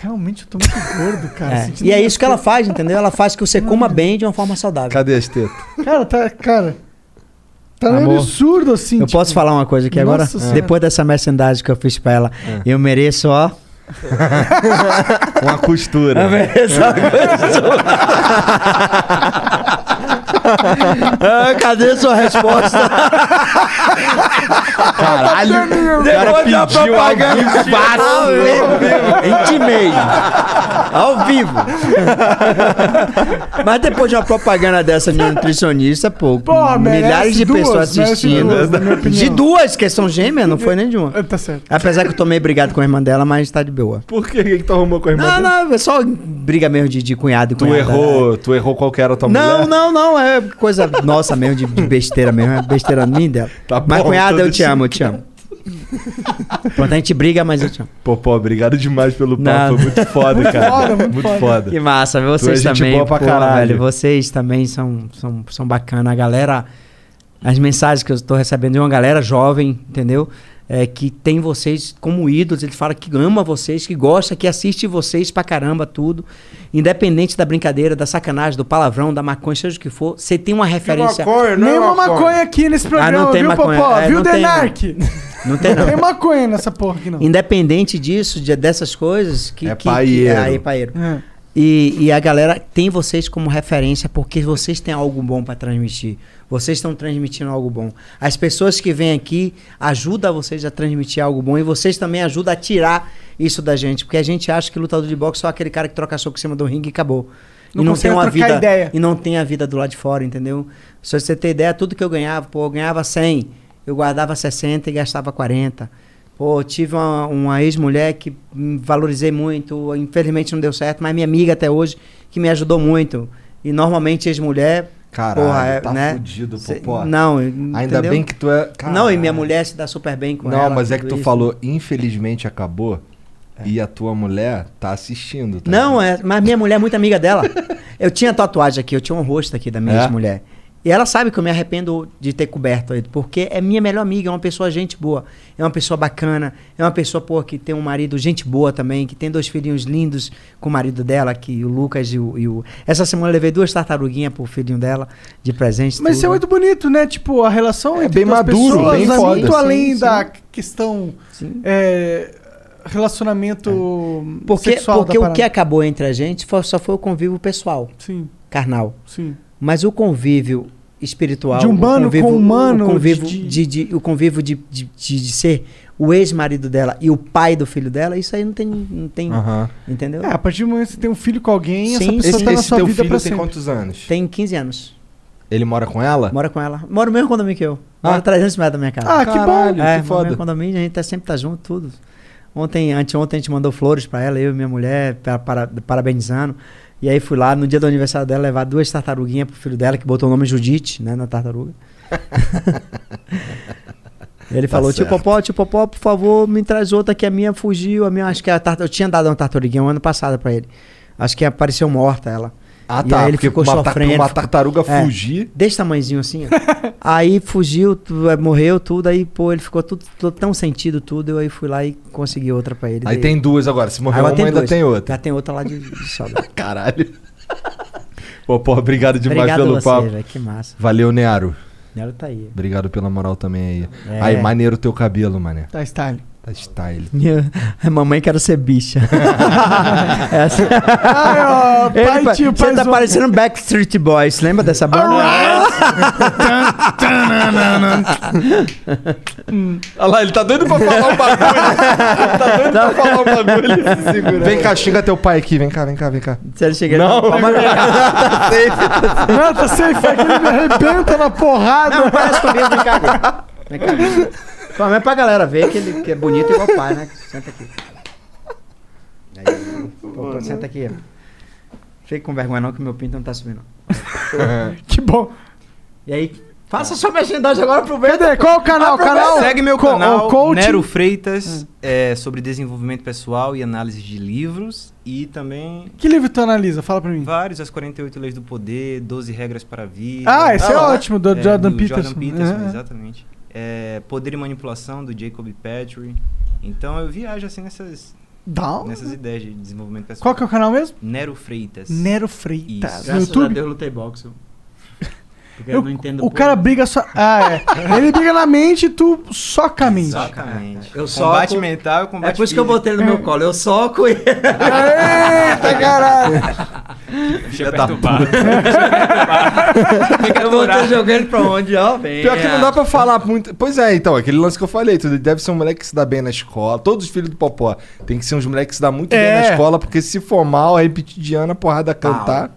Speaker 3: realmente eu tô muito gordo, cara.
Speaker 4: É.
Speaker 3: sentindo
Speaker 4: E é
Speaker 3: minha
Speaker 4: isso que ela faz, entendeu? Ela faz que você
Speaker 3: né?
Speaker 4: coma bem de uma forma saudável.
Speaker 2: Cadê as tetas?
Speaker 3: Cara, tá. Cara. Tá um
Speaker 4: Amor,
Speaker 3: absurdo assim.
Speaker 4: Eu
Speaker 3: tipo,
Speaker 4: posso falar uma coisa aqui agora?
Speaker 3: Nossa Senhora.
Speaker 4: Depois dessa merchandising que eu fiz pra ela, eu mereço, ó.
Speaker 2: Uma costura.
Speaker 4: Eu mereço uma coisa. Ah, Cadê a sua resposta?
Speaker 3: Tá
Speaker 2: Caralho. O cara
Speaker 4: Depois
Speaker 2: pediu
Speaker 4: da propaganda.
Speaker 2: ao vivo, fácil.
Speaker 4: Intimei. Ao vivo. Mas depois de uma propaganda dessa minha nutricionista, pô,
Speaker 3: Porra, merece
Speaker 4: milhares de
Speaker 3: duas,
Speaker 4: pessoas
Speaker 3: merece
Speaker 4: assistindo.
Speaker 3: duas, na minha opinião.
Speaker 4: de duas, que são gêmeas, não foi nem de uma.
Speaker 3: Ah, Tá certo.
Speaker 4: Apesar que eu tomei brigado com a irmã dela, mas tá de boa.
Speaker 2: Por que que tu arrumou com a irmã?
Speaker 4: Não,
Speaker 2: dele?
Speaker 4: não, é só briga mesmo de, de cunhado e
Speaker 2: Tu
Speaker 4: cunhada. né?
Speaker 2: errou, tu errou qual que era a tua mulher?
Speaker 4: Não, não, não, é coisa nossa mesmo, de, de besteira mesmo, é besteira minha e dela.
Speaker 2: Tá
Speaker 4: mas
Speaker 2: bom,
Speaker 4: cunhada,
Speaker 2: tô
Speaker 4: eu te
Speaker 2: deixando
Speaker 4: amo, eu te amo. Pronto, a gente briga, mas eu te amo.
Speaker 2: Pô, pô, obrigado demais pelo papo.
Speaker 4: Não.
Speaker 2: Foi muito foda, cara.
Speaker 3: foda, muito
Speaker 2: muito
Speaker 3: foda.
Speaker 2: foda.
Speaker 4: Que massa, vocês
Speaker 2: Tu é gente
Speaker 4: também.
Speaker 2: boa pra caralho.
Speaker 4: velho, vocês também são, são, são bacana. A galera, as mensagens que eu tô recebendo de uma galera jovem, entendeu? É, que tem vocês como ídolos, ele fala que ama vocês, que gosta, que assiste vocês pra caramba, tudo. Independente da brincadeira, da sacanagem, do palavrão, da maconha, seja o que for, você tem uma referência.
Speaker 2: é
Speaker 3: Nenhuma maconha. aqui nesse programa,
Speaker 4: Ah, não tem
Speaker 3: viu,
Speaker 4: maconha.
Speaker 3: Popó?
Speaker 4: É,
Speaker 3: viu,
Speaker 4: não tem,
Speaker 3: Denark?
Speaker 4: Não tem,
Speaker 3: Tem
Speaker 4: não.
Speaker 3: maconha nessa porra aqui, não.
Speaker 4: Independente disso, de, dessas coisas, que.
Speaker 2: É
Speaker 4: que, Que,
Speaker 2: paieiro.
Speaker 4: é, aí, paieiro.
Speaker 3: É.
Speaker 4: E, e a galera tem vocês como referência porque vocês têm algo bom para transmitir. Vocês estão transmitindo algo bom. As pessoas que vêm aqui ajudam vocês a transmitir algo bom e vocês também ajudam a tirar isso da gente. Porque a gente acha que lutador de boxe é só aquele cara que troca soco em cima do ringue e acabou.
Speaker 3: Não
Speaker 4: e não
Speaker 3: consegue
Speaker 4: tem uma
Speaker 3: trocar
Speaker 4: vida
Speaker 3: ideia.
Speaker 4: E não tem a vida do lado de fora, entendeu? Se você ter ideia, tudo que eu ganhava, pô, eu ganhava 100, eu guardava 60 e gastava 40. Pô, eu tive uma, uma ex-mulher que me valorizei muito, infelizmente não deu certo, mas minha amiga até hoje, que me ajudou muito. E normalmente ex-mulher.
Speaker 2: Caralho,
Speaker 4: porra, é,
Speaker 2: tá
Speaker 4: né?
Speaker 2: fudido,
Speaker 4: Cê-
Speaker 2: Popó.
Speaker 4: Não,
Speaker 2: Ainda bem que tu é...
Speaker 4: Não, e
Speaker 2: Caralho.
Speaker 4: minha mulher se dá super bem com
Speaker 2: Não,
Speaker 4: ela.
Speaker 2: mas é que
Speaker 4: tudo
Speaker 2: tu
Speaker 4: isso. né? É.
Speaker 2: falou, infelizmente acabou. E a tua mulher tá assistindo. Tá
Speaker 4: Não, é, mas minha mulher é muito amiga dela. eu tinha tatuagem aqui, eu tinha um rosto aqui da minha
Speaker 2: É?
Speaker 4: ex-mulher. E ela sabe que eu me arrependo de ter coberto ele, porque é minha melhor amiga, é uma pessoa gente boa, é uma pessoa bacana, é uma pessoa, pô, que tem um marido gente boa também, que tem dois filhinhos lindos com o marido dela, que o Lucas e o. e o- Essa semana eu levei duas tartaruguinhas pro filhinho dela de presente.
Speaker 3: Mas isso é
Speaker 4: tudo.
Speaker 3: muito bonito, né? Tipo, a relação
Speaker 2: É
Speaker 3: entre
Speaker 2: bem
Speaker 3: duas
Speaker 2: maduro,
Speaker 3: pessoas
Speaker 2: bem
Speaker 3: vai
Speaker 2: foda.
Speaker 3: muito
Speaker 2: Sim,
Speaker 3: além
Speaker 4: sim.
Speaker 3: da questão é, relacionamento
Speaker 4: É. Porque,
Speaker 3: sexual da
Speaker 4: porque o que é-
Speaker 3: parada.
Speaker 4: acabou entre a gente foi- só foi o convívio pessoal,
Speaker 3: Sim,
Speaker 4: carnal.
Speaker 3: sim.
Speaker 4: Mas o convívio espiritual.
Speaker 3: De humano
Speaker 4: o convívio,
Speaker 3: com humano,
Speaker 4: O convívio,
Speaker 3: de-
Speaker 4: de, de- o convívio de, de, de- de ser o ex-marido dela e o pai do filho dela, isso aí não tem. Não tem
Speaker 2: Aham.
Speaker 4: Entendeu?
Speaker 3: É, a partir do momento que você tem um filho com alguém, essa
Speaker 4: Sim,
Speaker 3: pessoa
Speaker 2: Esse,
Speaker 3: tá na
Speaker 2: esse
Speaker 3: sua
Speaker 2: teu
Speaker 3: vida
Speaker 2: filho
Speaker 3: pra
Speaker 2: tem
Speaker 3: sempre.
Speaker 2: quantos anos?
Speaker 4: Tem 15 anos.
Speaker 2: Ele mora com ela?
Speaker 4: Mora com ela. Mora no mesmo condomínio que eu. Mora
Speaker 2: Tá. Ah.
Speaker 4: 300 metros da minha casa.
Speaker 3: Ah, que bom.
Speaker 2: Caralho, que
Speaker 4: é, mora no mesmo
Speaker 2: foda.
Speaker 4: condomínio, a gente tá, sempre tá junto, tudo. Ontem, anteontem, a gente mandou flores pra ela, eu e minha mulher, pra- para- parabenizando. E aí fui lá, no dia do aniversário dela, levar duas tartaruguinhas pro filho dela, que botou o nome Judite, né, na tartaruga. Ele falou, tio
Speaker 2: certo.
Speaker 4: Popó, tio Popó, por favor, me traz outra que a minha fugiu, a minha, acho que é a tarta, eu tinha dado uma tartaruguinha um ano passado pra ele. Acho que apareceu morta ela.
Speaker 2: Ah,
Speaker 4: E
Speaker 2: tá.
Speaker 4: aí ele
Speaker 2: porque
Speaker 4: ficou
Speaker 2: uma, tar-
Speaker 4: sofrendo,
Speaker 2: uma
Speaker 4: ficou-
Speaker 2: tartaruga
Speaker 4: É.
Speaker 2: fugir.
Speaker 4: desse tamanhozinho assim, ó. aí fugiu, tu- é, morreu tudo, aí, pô, ele ficou tudo, tudo tão sentido, tudo, eu aí fui lá e consegui outra pra ele.
Speaker 2: Aí
Speaker 4: Daí-
Speaker 2: tem duas agora. Se morrer
Speaker 4: Agora
Speaker 2: uma, ainda
Speaker 4: dois.
Speaker 2: tem outra.
Speaker 4: Já tem outra lá de, de saudade.
Speaker 2: Caralho. Pô, pô, obrigado demais
Speaker 4: Obrigado
Speaker 2: pelo
Speaker 4: a
Speaker 2: papo.
Speaker 4: você, velho, que massa.
Speaker 2: Valeu, Nearo.
Speaker 4: Ela tá aí.
Speaker 2: Obrigado pela moral também aí.
Speaker 4: É.
Speaker 2: Aí, maneiro o teu cabelo, mané.
Speaker 3: Tá, style.
Speaker 2: Tá style.
Speaker 5: A mamãe quer ser bicha. Essa...
Speaker 3: Ai, ó,
Speaker 5: Ele
Speaker 3: pai,
Speaker 5: pa-
Speaker 3: tio,
Speaker 5: você
Speaker 3: pai
Speaker 5: tá
Speaker 3: zo-
Speaker 5: parecendo Backstreet Boys, lembra dessa banda?
Speaker 2: Ah,
Speaker 16: Olha lá, ele tá doido pra falar um bagulho. tá doido pra falar um bagulho. Ele se segura.
Speaker 2: Vem cá, xinga teu pai aqui. Vem cá, vem cá, vem cá.
Speaker 5: Se ele chega não,
Speaker 4: tá
Speaker 3: Não, tá safe, aqui ele me arrebenta na porrada.
Speaker 5: não, parece comigo, vem cá. Vem cá. Pelo menos pra galera ver que ele que é bonito igual o pai, né? Senta aqui. Aí, pô, pô, senta aqui. ó. Fica com vergonha não que meu pinto não tá subindo.
Speaker 3: Que bom.
Speaker 5: E aí, faça sua merchandising agora pro bem.
Speaker 3: Cadê? Qual o canal? canal?
Speaker 17: É. Segue meu
Speaker 3: Co-
Speaker 17: canal,
Speaker 3: o coaching.
Speaker 17: Nero Freitas,
Speaker 5: Hum.
Speaker 17: é, sobre desenvolvimento pessoal e análise de livros. E também
Speaker 3: Que livro tu analisa? Fala pra mim.
Speaker 17: vários, As 48 Leis do Poder, 12 Regras para a Vida.
Speaker 3: Ah, esse
Speaker 17: Ah,
Speaker 3: é
Speaker 17: lá.
Speaker 3: ótimo, do
Speaker 17: É,
Speaker 3: Jordan Peterson.
Speaker 17: Jordan Peterson,
Speaker 3: É.
Speaker 17: exatamente. É, Poder e Manipulação, do Jacob Petrie. Então eu viajo assim nessas,
Speaker 3: Down?
Speaker 17: nessas ideias de desenvolvimento pessoal.
Speaker 3: um? Qual que é o canal mesmo?
Speaker 17: Nero Freitas.
Speaker 3: Nero Freitas.
Speaker 17: Isso.
Speaker 3: No
Speaker 4: Graças a
Speaker 3: YouTube?
Speaker 4: Deus lutei boxe. Porque eu,
Speaker 3: Eu-
Speaker 4: não entendo
Speaker 3: o cara briga só. Ah, é. Ele briga na mente e tu soca a mente.
Speaker 17: Exatamente.
Speaker 4: Eu soco-
Speaker 17: combate mental e combate
Speaker 4: É por isso que eu
Speaker 17: físico.
Speaker 4: botei ele no meu colo. Eu soco e.
Speaker 3: Eita, caralho!
Speaker 16: Filha da puta.
Speaker 4: eu botei jogando ele pra onde, ó? Vem.
Speaker 2: Pior que não dá pra falar muito. Pois é, então, aquele lance que eu falei, tu deve ser um moleque que se dá bem na escola. Todos os filhos do Popó tem que ser uns moleques que se dá muito bem na
Speaker 3: É.
Speaker 2: escola, porque se for mal, é repetidiana, porrada cantar.
Speaker 3: É.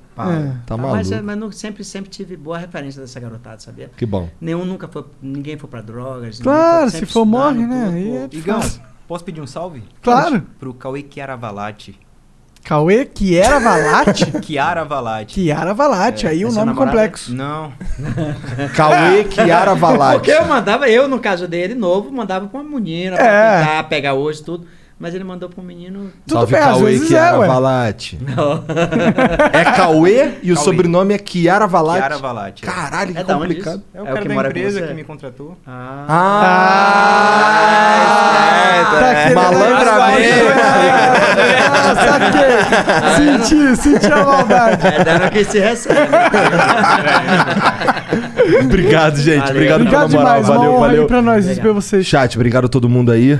Speaker 2: Tá maluco.
Speaker 4: Mas, é, mas não- sempre, sempre tive boa referência dessa garotada,
Speaker 3: é-
Speaker 4: sabia?
Speaker 2: Que bom.
Speaker 4: Nenhum nunca foi. Ninguém foi pra drogas.
Speaker 3: Claro,
Speaker 4: ninguém foi-
Speaker 3: se
Speaker 4: sempre
Speaker 3: for morre,
Speaker 4: estudando,
Speaker 3: né?
Speaker 4: tudo,
Speaker 3: Aí
Speaker 4: pô.
Speaker 3: é
Speaker 17: Igão,
Speaker 3: fácil.
Speaker 17: posso pedir um salve?
Speaker 3: Claro.
Speaker 17: Pro Cauê Chiaravalati.
Speaker 3: Cauê, que era Valate?
Speaker 17: Chiaravalati.
Speaker 3: Kiara Valate, aí um
Speaker 4: é seu
Speaker 3: nome
Speaker 4: namorado,
Speaker 3: complexo.
Speaker 17: Não.
Speaker 2: Cauê Kiara Valade.
Speaker 4: Porque eu mandava, eu no caso dele, novo, mandava pra uma menina, pra
Speaker 3: É.
Speaker 4: tentar pegar hoje tudo. Mas ele mandou pra um menino.
Speaker 3: Tudo bem, às
Speaker 2: Cauê
Speaker 3: vezes é,
Speaker 2: Kiara
Speaker 3: ué.
Speaker 2: Valate. É Cauê e o
Speaker 17: Cauê.
Speaker 2: sobrenome é Kiara Valate.
Speaker 17: Chiaravalati. é.
Speaker 2: Caralho, que
Speaker 4: É da onde
Speaker 2: complicado.
Speaker 4: isso?
Speaker 17: É
Speaker 4: Ah,
Speaker 17: o
Speaker 4: É o
Speaker 17: cara
Speaker 4: que
Speaker 17: da
Speaker 4: mora com
Speaker 17: empresa
Speaker 4: você?
Speaker 17: que me contratou.
Speaker 3: Ah, tá
Speaker 2: Ah,
Speaker 3: querendo- Ah, saquei. Senti, senti a maldade.
Speaker 4: É dando que se recebe.
Speaker 2: Obrigado, gente.
Speaker 4: Valeu.
Speaker 2: Obrigado, pela
Speaker 3: Obrigado
Speaker 2: moral.
Speaker 3: demais, uma
Speaker 2: Valeu,
Speaker 3: honra aí
Speaker 2: valeu.
Speaker 3: pra nós, isso
Speaker 4: Obrigado.
Speaker 3: pra vocês.
Speaker 2: Chat, obrigado a todo mundo aí.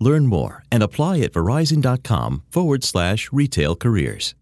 Speaker 1: Learn more and apply at verizon.com forward slash retail careers.